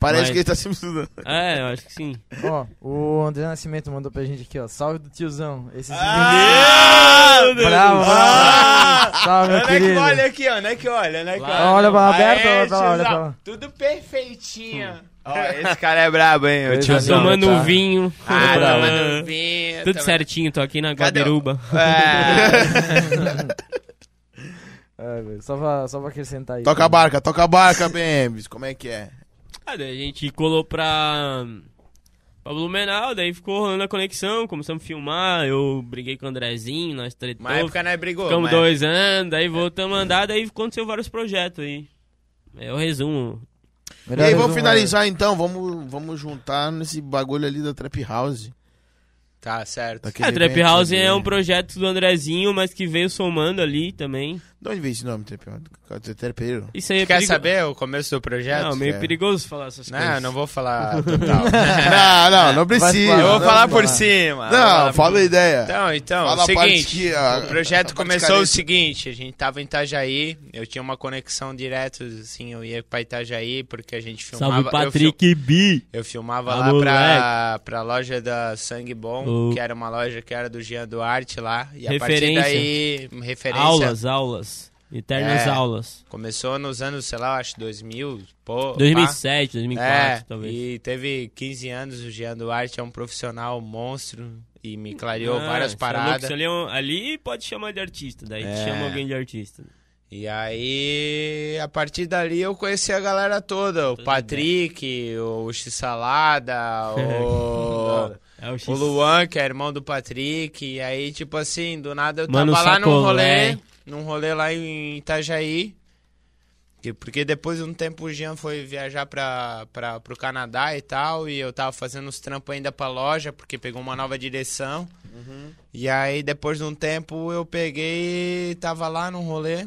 [SPEAKER 1] Parece
[SPEAKER 4] mas-
[SPEAKER 1] que ele tá se estudando.
[SPEAKER 4] É, eu acho que sim.
[SPEAKER 3] Ó, o André Nascimento mandou pra gente aqui, ó. Salve do tiozão. Esse
[SPEAKER 5] Ah,
[SPEAKER 3] Bravo, bravo. Salve, meu
[SPEAKER 5] Onde é que
[SPEAKER 3] querido.
[SPEAKER 5] olha aqui, onde é que olha, onde é que
[SPEAKER 4] Lá.
[SPEAKER 5] olha?
[SPEAKER 3] Olha pra aberta,
[SPEAKER 5] Aê,
[SPEAKER 3] olha pra lá, olha
[SPEAKER 5] tiozão,
[SPEAKER 3] pra lá.
[SPEAKER 5] Tudo
[SPEAKER 4] Hum.
[SPEAKER 5] perfeitinho. Ó, esse cara é brabo, hein? O
[SPEAKER 3] Ele
[SPEAKER 5] tiozão.
[SPEAKER 3] tá
[SPEAKER 4] tomando
[SPEAKER 3] tá.
[SPEAKER 4] um vinho.
[SPEAKER 5] Ah,
[SPEAKER 4] Ah,
[SPEAKER 5] tomando vinho.
[SPEAKER 4] Tudo
[SPEAKER 5] tomando-
[SPEAKER 4] certinho, tô aqui na
[SPEAKER 5] Cadê o-
[SPEAKER 4] Guaderuba.
[SPEAKER 5] É.
[SPEAKER 3] É, velho, só, pra, só pra acrescentar aí.
[SPEAKER 1] Toca a barca, toca a barca, BMs. Como é que é?
[SPEAKER 4] Ah, daí a gente colou pra, pra Blumenau, daí ficou rolando a conexão, começamos a filmar, eu briguei com o Andrezinho, nós tretamos.
[SPEAKER 1] é
[SPEAKER 5] Uma época nós brigou.
[SPEAKER 4] Ficamos
[SPEAKER 5] mas-
[SPEAKER 4] dois anos, daí voltamos a andar, daí aconteceu vários projetos aí. É o resumo.
[SPEAKER 1] E aí,
[SPEAKER 3] um,
[SPEAKER 1] vamos finalizar
[SPEAKER 4] né?
[SPEAKER 1] então. Vamos, vamos juntar nesse bagulho ali da Trap House.
[SPEAKER 5] Tá certo.
[SPEAKER 1] daquele
[SPEAKER 4] A É, Trap
[SPEAKER 1] evento
[SPEAKER 4] House
[SPEAKER 1] ali. né?
[SPEAKER 4] é
[SPEAKER 5] né?
[SPEAKER 4] um projeto do Andrezinho, mas que veio somando ali também.
[SPEAKER 1] De onde veio esse nome, Trap House? Trapeiro.
[SPEAKER 4] Isso aí é
[SPEAKER 5] Quer
[SPEAKER 4] perigo-
[SPEAKER 5] saber o começo do projeto?
[SPEAKER 4] Não, meio
[SPEAKER 1] É.
[SPEAKER 4] perigoso falar essas
[SPEAKER 5] Não,
[SPEAKER 4] coisas.
[SPEAKER 5] não vou falar total.
[SPEAKER 1] Não, não, não precisa.
[SPEAKER 3] falar.
[SPEAKER 5] Eu vou
[SPEAKER 1] não,
[SPEAKER 5] falar
[SPEAKER 3] não,
[SPEAKER 5] por
[SPEAKER 3] não.
[SPEAKER 5] cima.
[SPEAKER 1] Não,
[SPEAKER 5] vou falar por-
[SPEAKER 1] fala a ideia.
[SPEAKER 5] Então, então,
[SPEAKER 1] Fala a parte
[SPEAKER 5] seguinte.
[SPEAKER 1] que a-
[SPEAKER 5] O projeto
[SPEAKER 1] a parte
[SPEAKER 5] começou o
[SPEAKER 1] carente.
[SPEAKER 5] seguinte, a gente tava em Itajaí, eu tinha uma conexão direto, assim, eu ia pra Itajaí, porque a gente filmava...
[SPEAKER 4] Salve
[SPEAKER 5] eu fil-
[SPEAKER 4] Patrick B.
[SPEAKER 5] Eu filmava
[SPEAKER 4] Ah,
[SPEAKER 5] lá pra,
[SPEAKER 4] moleque.
[SPEAKER 5] pra loja da Sangue Bom,
[SPEAKER 4] Oh.
[SPEAKER 5] que era uma loja que era do Jean Duarte lá. E a
[SPEAKER 4] Referência.
[SPEAKER 5] partir daí, referência.
[SPEAKER 4] Aulas, aulas. Eternas
[SPEAKER 5] É.
[SPEAKER 4] aulas.
[SPEAKER 5] Começou nos anos, sei lá, eu acho 2000, pô. pá.
[SPEAKER 4] 2007,
[SPEAKER 5] É,
[SPEAKER 4] 2004, talvez.
[SPEAKER 5] e teve 15 anos, o Jean Duarte é um profissional monstro e me clareou
[SPEAKER 4] Ah,
[SPEAKER 5] várias
[SPEAKER 4] isso é louco,
[SPEAKER 5] paradas.
[SPEAKER 4] isso ali, é um- ali pode chamar de artista, daí
[SPEAKER 5] É.
[SPEAKER 4] chama alguém de artista.
[SPEAKER 5] E aí, a partir dali eu conheci a galera toda, o Patrick, o X-Salada, o...
[SPEAKER 4] É o X.
[SPEAKER 5] O Luan, que é irmão do Patrick, e aí, tipo assim, do nada eu tava
[SPEAKER 4] Mano
[SPEAKER 5] lá num
[SPEAKER 4] Sacolé.
[SPEAKER 5] rolê, num rolê lá em Itajaí, que- porque depois de um tempo o Jean foi viajar pra, pra, pro Canadá e tal, e eu tava fazendo uns trampos ainda pra loja, porque pegou uma nova direção, e aí depois de um tempo eu peguei, tava lá num rolê,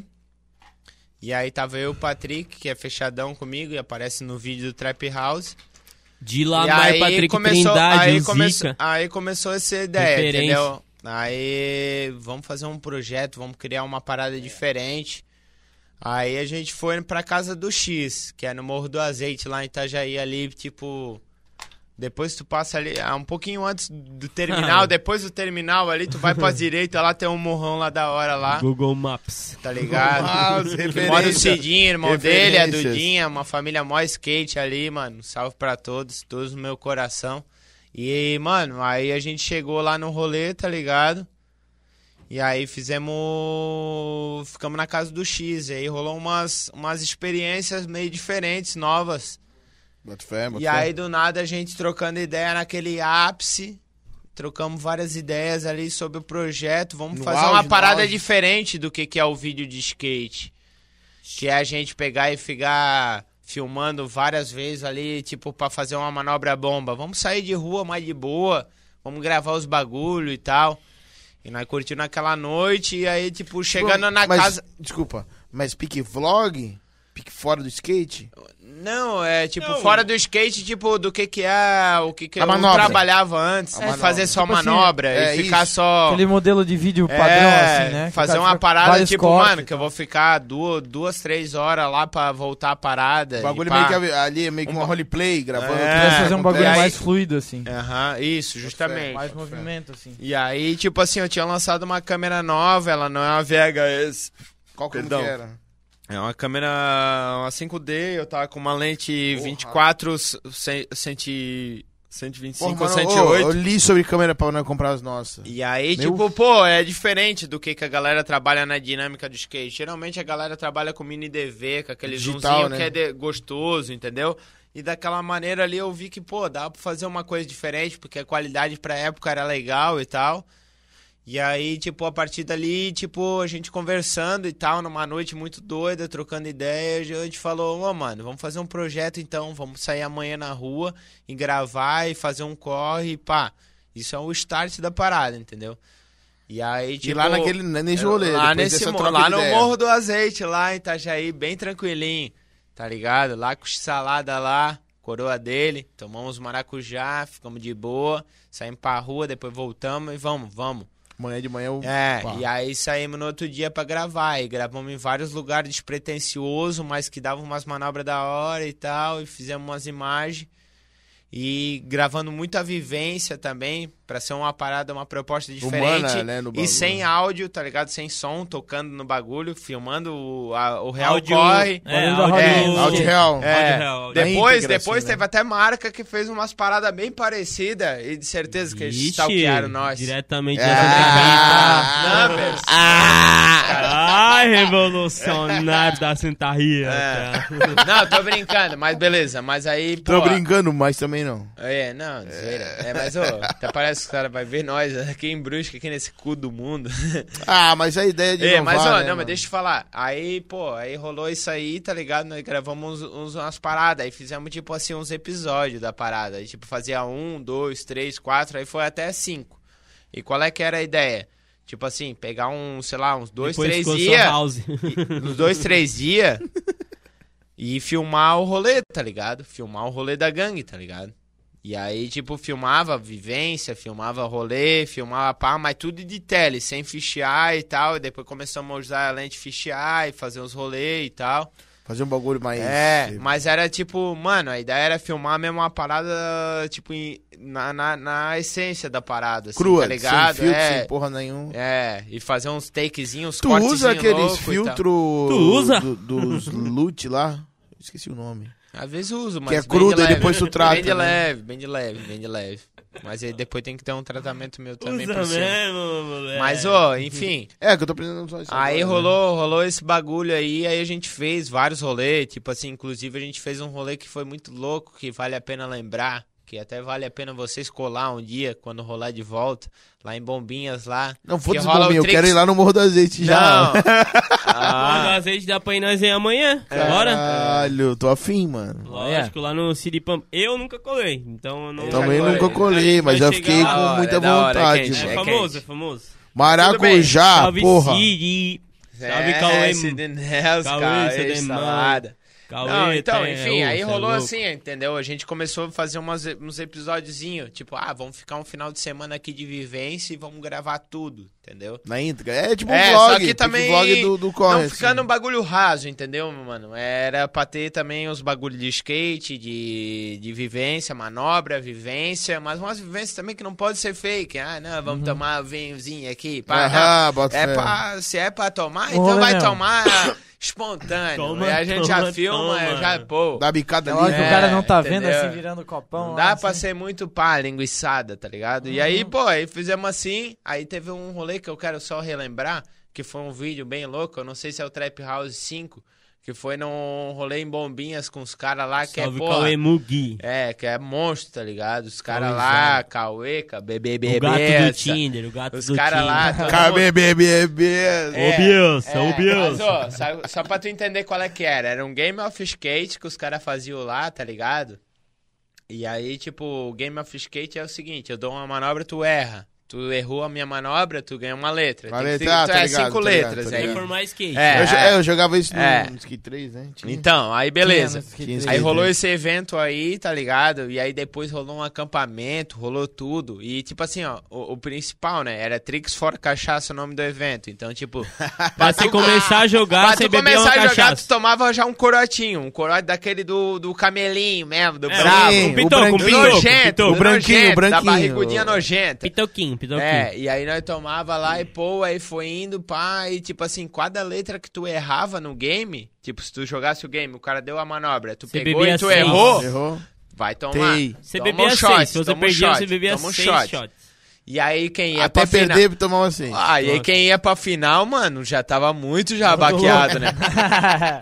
[SPEAKER 5] e aí tava eu e o Patrick, que é fechadão comigo, e aparece no vídeo do Trap House,
[SPEAKER 4] De lá vai Patrick
[SPEAKER 5] começou,
[SPEAKER 4] Trindade,
[SPEAKER 5] aí,
[SPEAKER 4] o
[SPEAKER 5] começou,
[SPEAKER 4] Zica.
[SPEAKER 5] aí começou essa ideia,
[SPEAKER 4] Referência.
[SPEAKER 5] entendeu? Aí vamos fazer um projeto, vamos criar uma parada diferente. Aí a gente foi pra casa do X, que é no Morro do Azeite, lá em Itajaí, ali, tipo. Depois tu passa ali, ah, um pouquinho antes do terminal,
[SPEAKER 4] Ah.
[SPEAKER 5] depois do terminal ali, tu vai pra direita, lá tem um morrão lá da hora lá,
[SPEAKER 4] Google Maps.
[SPEAKER 5] tá ligado?
[SPEAKER 1] House,
[SPEAKER 5] Mora o
[SPEAKER 1] referência.
[SPEAKER 5] Cidinho, irmão dele, a
[SPEAKER 1] Referências.
[SPEAKER 5] Dudinha, uma família mó skate ali, mano. Um Salve pra todos, todos no meu coração. E, mano, aí a gente chegou lá no rolê, tá ligado? E aí fizemos. Ficamos na casa do X. E aí rolou umas, umas experiências meio diferentes, novas.
[SPEAKER 1] Bota fé, bota
[SPEAKER 5] E
[SPEAKER 1] fé.
[SPEAKER 5] aí, do nada, a gente trocando ideia naquele ápice. Trocamos várias ideias ali sobre o projeto. Vamos
[SPEAKER 1] No
[SPEAKER 5] fazer
[SPEAKER 1] auge,
[SPEAKER 5] uma
[SPEAKER 1] no
[SPEAKER 5] parada
[SPEAKER 1] auge.
[SPEAKER 5] diferente do que, que é o vídeo de skate. Que é a gente pegar e ficar filmando várias vezes ali, tipo, pra fazer uma manobra bomba. Vamos sair de rua mais de boa. Vamos gravar os bagulho e tal. E nós curtindo aquela noite. E aí, tipo, chegando na
[SPEAKER 1] Mas,
[SPEAKER 5] casa.
[SPEAKER 1] Desculpa, mas pique vlog? Pique fora do skate?
[SPEAKER 5] Não, é tipo,
[SPEAKER 4] Não.
[SPEAKER 5] fora do skate, tipo, do que que é, o que que
[SPEAKER 1] A
[SPEAKER 5] eu
[SPEAKER 1] manobra.
[SPEAKER 5] trabalhava antes,
[SPEAKER 1] A
[SPEAKER 5] de fazer só
[SPEAKER 3] manobra. Tipo assim,
[SPEAKER 5] manobra
[SPEAKER 1] é
[SPEAKER 5] e ficar
[SPEAKER 1] isso.
[SPEAKER 5] só...
[SPEAKER 3] Aquele modelo de vídeo padrão,
[SPEAKER 5] é,
[SPEAKER 3] assim, né? Que o
[SPEAKER 5] fazer
[SPEAKER 3] cara
[SPEAKER 5] uma
[SPEAKER 3] fica-
[SPEAKER 5] parada,
[SPEAKER 3] vários
[SPEAKER 5] tipo,
[SPEAKER 3] cortes
[SPEAKER 5] mano,
[SPEAKER 3] e
[SPEAKER 5] que eu
[SPEAKER 3] tal.
[SPEAKER 5] vou ficar duas, duas, três horas lá pra voltar a parada.
[SPEAKER 1] O
[SPEAKER 5] e
[SPEAKER 1] bagulho
[SPEAKER 5] pá. Então-
[SPEAKER 1] meio que é- ali é meio que uma roleplay, gravando.
[SPEAKER 5] É, tipo,
[SPEAKER 1] tudo
[SPEAKER 3] Queria
[SPEAKER 1] que
[SPEAKER 3] fazer um bagulho
[SPEAKER 1] acontece.
[SPEAKER 3] mais fluido, assim.
[SPEAKER 5] Aham, isso, justamente.
[SPEAKER 3] Mais movimento, assim.
[SPEAKER 5] E aí, tipo assim, eu tinha lançado uma câmera nova, ela não é uma VHS,
[SPEAKER 1] Qual que
[SPEAKER 5] Perdão.
[SPEAKER 1] era?
[SPEAKER 5] É uma câmera, uma 5D, eu tava com uma lente
[SPEAKER 1] Porra.
[SPEAKER 5] 24, cen- centi-
[SPEAKER 1] Pô,
[SPEAKER 5] 125
[SPEAKER 1] mano,
[SPEAKER 5] ou
[SPEAKER 1] ô,
[SPEAKER 5] 108.
[SPEAKER 1] eu li sobre câmera pra não comprar as nossas.
[SPEAKER 5] E aí,
[SPEAKER 1] Meu
[SPEAKER 5] tipo, pô, é diferente do que, que a galera trabalha na dinâmica do skate. Geralmente a galera trabalha com mini DV, com aquele
[SPEAKER 1] Digital,
[SPEAKER 5] zoomzinho
[SPEAKER 1] né?
[SPEAKER 5] que é de- gostoso, entendeu? E daquela maneira ali eu vi que, pô, dá pra fazer uma coisa diferente, porque a qualidade pra época era legal e tal. E aí, tipo, a partir dali, tipo, a gente conversando e tal, numa noite muito doida, trocando ideias, a gente falou, ô, mano, vamos fazer um projeto então, vamos sair amanhã na rua e gravar e fazer um corre e pá. Isso é o start da parada, entendeu? E aí, tipo...
[SPEAKER 1] e lá naquele, nesse rolê.
[SPEAKER 5] Lá,
[SPEAKER 1] depois
[SPEAKER 5] nesse,
[SPEAKER 1] dessa
[SPEAKER 5] mo-
[SPEAKER 1] troca
[SPEAKER 5] lá
[SPEAKER 1] de
[SPEAKER 5] no
[SPEAKER 1] ideia.
[SPEAKER 5] Morro do Azeite, lá em Itajaí, bem tranquilinho, tá ligado? Lá com salada lá, coroa dele, tomamos maracujá, ficamos de boa, saímos pra rua, depois voltamos e vamos, vamos.
[SPEAKER 1] Amanhã de manhã eu...
[SPEAKER 5] É,
[SPEAKER 1] Pá.
[SPEAKER 5] e aí saímos no outro dia pra gravar. E gravamos em vários lugares despretensioso, mas que dava umas manobras da hora e tal. E fizemos umas imagens. E gravando muita vivência também, pra ser uma parada, uma proposta diferente.
[SPEAKER 1] Humana, né, no
[SPEAKER 5] e
[SPEAKER 1] bagulho.
[SPEAKER 5] sem áudio, tá ligado? Sem som, tocando no bagulho, filmando o, a- o real
[SPEAKER 4] Áudio-
[SPEAKER 5] corre.
[SPEAKER 4] É,
[SPEAKER 5] áudio-
[SPEAKER 3] Áudio-
[SPEAKER 1] Out real.
[SPEAKER 5] É,
[SPEAKER 4] Áudio real, áudio.
[SPEAKER 1] Na
[SPEAKER 5] depois,
[SPEAKER 1] íntegra,
[SPEAKER 5] depois
[SPEAKER 1] assim, né?
[SPEAKER 5] teve até marca que fez umas paradas bem parecidas e de certeza que eles stalkearam nós. Ah,
[SPEAKER 4] Diretamente
[SPEAKER 1] É.
[SPEAKER 4] da Santa Rita.
[SPEAKER 1] Ah,
[SPEAKER 5] Numbers.
[SPEAKER 4] Ai, Ah! revolucionário da Santa Rita.
[SPEAKER 5] É. Não, tô brincando, mas beleza. Mas aí, pô.
[SPEAKER 1] Tô brincando, mas também não.
[SPEAKER 5] É, não, zoeira. É, mas, ô, até parece que o cara vai ver nós aqui em Brusque, aqui nesse cu do mundo.
[SPEAKER 1] Ah, mas a ideia de
[SPEAKER 5] É,
[SPEAKER 1] inovar,
[SPEAKER 5] mas, ó,
[SPEAKER 1] né,
[SPEAKER 5] não,
[SPEAKER 1] mano?
[SPEAKER 5] mas deixa eu te falar. Aí, pô, aí rolou isso aí, tá ligado? Nós gravamos uns, uns- umas paradas, aí fizemos, tipo assim, uns episódios da parada. Aí, tipo, fazia um, dois, três, quatro, aí foi até cinco. E qual é que era a ideia? Tipo assim, pegar um, sei lá, uns dois,
[SPEAKER 4] Depois
[SPEAKER 5] três
[SPEAKER 4] ficou só
[SPEAKER 5] dias.
[SPEAKER 4] house.
[SPEAKER 5] E- nos dois, três dias e filmar o rolê, tá ligado? Filmar o rolê da gangue, tá ligado? E aí, tipo, filmava vivência, filmava rolê, filmava pá, mas tudo de tele, sem fichear e tal. E depois começamos a usar a lente fichear e fazer uns rolê e tal.
[SPEAKER 1] Fazer um bagulho mais...
[SPEAKER 5] É, mas era tipo, mano, a ideia era filmar mesmo uma parada, tipo, em- na, na, na essência da parada, assim,
[SPEAKER 1] Crua,
[SPEAKER 5] tá ligado?
[SPEAKER 1] sem filtro,
[SPEAKER 5] é,
[SPEAKER 1] sem porra nenhuma.
[SPEAKER 5] é, e fazer uns takezinhos, uns
[SPEAKER 1] Tu usa
[SPEAKER 5] cortezinhos
[SPEAKER 1] aqueles
[SPEAKER 5] louco e tal.
[SPEAKER 1] filtros...
[SPEAKER 4] Tu usa?
[SPEAKER 1] do- dos loot lá? Esqueci o nome.
[SPEAKER 5] Às vezes uso, mas.
[SPEAKER 1] Que é
[SPEAKER 5] bem
[SPEAKER 1] crudo
[SPEAKER 5] de
[SPEAKER 1] e
[SPEAKER 5] leve.
[SPEAKER 1] depois tu trata,
[SPEAKER 5] Bem de
[SPEAKER 1] né?
[SPEAKER 5] leve, bem de leve, bem de leve. Mas aí depois tem que ter um tratamento meu também
[SPEAKER 4] Usa
[SPEAKER 5] por cima.
[SPEAKER 4] mesmo, moleque.
[SPEAKER 5] Mas, ó, enfim.
[SPEAKER 1] É, que eu tô precisando só isso
[SPEAKER 5] Aí
[SPEAKER 1] agora, né?
[SPEAKER 5] rolou, rolou esse bagulho aí, aí a gente fez vários rolês, tipo assim, inclusive a gente fez um rolê que foi muito louco, que vale a pena lembrar, que até vale a pena vocês colar um dia, quando rolar de volta, lá em Bombinhas, lá.
[SPEAKER 1] Não,
[SPEAKER 5] que
[SPEAKER 1] foda-se,
[SPEAKER 5] rola o
[SPEAKER 1] bombinha, eu
[SPEAKER 5] Trix-
[SPEAKER 1] quero ir lá no Morro do Azeite já.
[SPEAKER 5] Não.
[SPEAKER 4] Quando
[SPEAKER 5] Ah, É.
[SPEAKER 4] às vezes dá pra ir nós aí amanhã. Bora?
[SPEAKER 1] Caralho, tô afim, mano.
[SPEAKER 4] Lógico, lá no Siripam. Eu nunca colei, então eu não.
[SPEAKER 5] Eu
[SPEAKER 1] Também
[SPEAKER 5] colei.
[SPEAKER 1] nunca colei, mas
[SPEAKER 4] Vai
[SPEAKER 1] já fiquei
[SPEAKER 4] chegar
[SPEAKER 1] com
[SPEAKER 5] lá. Da hora,
[SPEAKER 1] muita
[SPEAKER 5] da hora,
[SPEAKER 1] vontade,
[SPEAKER 5] quente,
[SPEAKER 1] mano.
[SPEAKER 4] É,
[SPEAKER 5] quente.
[SPEAKER 4] famoso, é famoso.
[SPEAKER 5] Ah,
[SPEAKER 1] Maracujá,
[SPEAKER 4] Salve
[SPEAKER 1] porra.
[SPEAKER 4] Siri. Salve,
[SPEAKER 5] é,
[SPEAKER 4] Cauê.
[SPEAKER 5] Sidney Nelson,
[SPEAKER 4] Cauê,
[SPEAKER 5] Cauê,
[SPEAKER 4] Sidney
[SPEAKER 5] Salada.
[SPEAKER 4] Cauê,
[SPEAKER 5] Não, então,
[SPEAKER 4] Té,
[SPEAKER 5] enfim,
[SPEAKER 4] ô,
[SPEAKER 5] aí
[SPEAKER 4] cê é
[SPEAKER 5] rolou
[SPEAKER 4] louco.
[SPEAKER 5] assim, entendeu? A gente começou a fazer umas, uns episódiozinhos, tipo, ah, vamos ficar um final de semana aqui de vivência e vamos gravar tudo, entendeu?
[SPEAKER 1] Na íntegra. É tipo um
[SPEAKER 5] É,
[SPEAKER 1] vlog.
[SPEAKER 5] só que
[SPEAKER 1] tipo
[SPEAKER 5] também
[SPEAKER 1] vlog do, do corre,
[SPEAKER 5] Não ficando um
[SPEAKER 1] assim.
[SPEAKER 5] bagulho raso, entendeu, mano? Era pra ter também uns bagulhos de skate, de, de vivência, manobra, vivência, mas umas vivências também que não pode ser fake. Ah, não,
[SPEAKER 4] Uhum.
[SPEAKER 5] vamos tomar um vinhozinho aqui, pá, não.
[SPEAKER 1] Aham, bota
[SPEAKER 5] É
[SPEAKER 1] fé.
[SPEAKER 5] pra, se é pra tomar,
[SPEAKER 3] Um
[SPEAKER 5] então
[SPEAKER 3] rolê
[SPEAKER 5] vai
[SPEAKER 3] mesmo.
[SPEAKER 5] tomar espontâneo.
[SPEAKER 4] Toma,
[SPEAKER 5] e a gente
[SPEAKER 4] toma,
[SPEAKER 5] já filma,
[SPEAKER 4] toma.
[SPEAKER 5] já, pô.
[SPEAKER 1] Dá bicada
[SPEAKER 3] É lógico que o
[SPEAKER 1] ali. né?
[SPEAKER 5] É,
[SPEAKER 3] cara não tá vendo
[SPEAKER 5] entendeu?
[SPEAKER 3] assim, virando copão.
[SPEAKER 5] Não
[SPEAKER 3] lá,
[SPEAKER 5] dá
[SPEAKER 3] assim.
[SPEAKER 5] pra ser muito pá, linguiçada, tá ligado? E aí,
[SPEAKER 4] Uhum.
[SPEAKER 5] pô, aí fizemos assim, aí teve um rolê que eu quero só relembrar, que foi um vídeo bem louco, eu não sei se é o Trap House 5, que foi num rolê em bombinhas com os caras lá, que
[SPEAKER 4] Salve,
[SPEAKER 5] é, pô,
[SPEAKER 4] Cauê Mugi.
[SPEAKER 5] é, que é monstro, tá ligado? Os caras
[SPEAKER 4] Cauêzão.
[SPEAKER 5] lá, Caueca, BBB,
[SPEAKER 4] é. O gato do Tinder, o gato
[SPEAKER 5] É os
[SPEAKER 4] do
[SPEAKER 5] caras lá, todo mundo-
[SPEAKER 1] KBBBB.
[SPEAKER 4] Ô, Bielsa,
[SPEAKER 5] é,
[SPEAKER 4] ô, Bielsa.
[SPEAKER 5] Mas, ó, só, só pra tu entender qual é que era. Era um Game of Skate que os caras faziam lá, tá ligado? E aí, tipo, o Game of Skate é o seguinte, eu dou uma manobra, tu erra. Tu errou a minha manobra, tu ganha uma letra.
[SPEAKER 1] Uma
[SPEAKER 5] Tem que
[SPEAKER 1] letra,
[SPEAKER 5] ter-
[SPEAKER 1] ah,
[SPEAKER 5] tu
[SPEAKER 1] tá
[SPEAKER 5] é
[SPEAKER 1] ligado,
[SPEAKER 5] cinco
[SPEAKER 1] tá ligado,
[SPEAKER 5] letras
[SPEAKER 1] tá
[SPEAKER 5] aí.
[SPEAKER 1] ligado.
[SPEAKER 4] Reformar skate.
[SPEAKER 5] É.
[SPEAKER 1] Eu, jo- é, eu jogava isso no,
[SPEAKER 5] É.
[SPEAKER 1] no Skate 3, né? Tinha.
[SPEAKER 5] Então, aí beleza.
[SPEAKER 3] Pequenos que-
[SPEAKER 5] Aí
[SPEAKER 1] Sim,
[SPEAKER 5] rolou
[SPEAKER 1] sim.
[SPEAKER 5] esse evento aí, tá ligado? E aí depois rolou um acampamento, rolou tudo. E tipo assim, ó, o, o principal, né? Era Tricks for Cachaça o nome do evento. Então, tipo,
[SPEAKER 4] Pra você começar a jogar,
[SPEAKER 5] Pra
[SPEAKER 4] você
[SPEAKER 5] tu
[SPEAKER 4] Ah, beber uma
[SPEAKER 5] começar a jogar, tu
[SPEAKER 4] cachaça.
[SPEAKER 5] tomava já um corotinho, um corote daquele do, do camelinho mesmo, do
[SPEAKER 4] É,
[SPEAKER 5] bravo.
[SPEAKER 1] sim,
[SPEAKER 4] o pitoco,
[SPEAKER 1] branquinho,
[SPEAKER 4] o
[SPEAKER 5] Do
[SPEAKER 4] pitoco,
[SPEAKER 5] nojento,
[SPEAKER 4] pitoco.
[SPEAKER 5] do
[SPEAKER 1] branquinho,
[SPEAKER 5] nojento,
[SPEAKER 1] branquinho.
[SPEAKER 5] Da barrigudinha nojenta.
[SPEAKER 4] Pitoquinho, pitoquinho.
[SPEAKER 5] É, e aí nós tomava lá e pô, aí foi indo, pá, e tipo assim, cada letra que tu errava no game, tipo, se tu jogasse o game, o cara deu a manobra, tu
[SPEAKER 4] Você
[SPEAKER 5] pegou
[SPEAKER 4] bebia
[SPEAKER 5] e tu
[SPEAKER 4] seis.
[SPEAKER 5] errou,
[SPEAKER 1] Errou.
[SPEAKER 5] Vai tomar.
[SPEAKER 1] Tei.
[SPEAKER 4] Você
[SPEAKER 5] Toma
[SPEAKER 4] bebia
[SPEAKER 5] um
[SPEAKER 4] seis.
[SPEAKER 5] shot,
[SPEAKER 4] Se você
[SPEAKER 5] toma um
[SPEAKER 4] perdia,
[SPEAKER 5] shot,
[SPEAKER 4] você bebia
[SPEAKER 5] toma um
[SPEAKER 4] seis
[SPEAKER 5] shot.
[SPEAKER 4] shots.
[SPEAKER 5] E aí quem ia
[SPEAKER 1] Até
[SPEAKER 5] pra final...
[SPEAKER 1] perder, tomar assim.
[SPEAKER 5] Ah, e aí
[SPEAKER 4] Nossa.
[SPEAKER 5] quem ia pra final, mano, já tava muito já baqueado, né?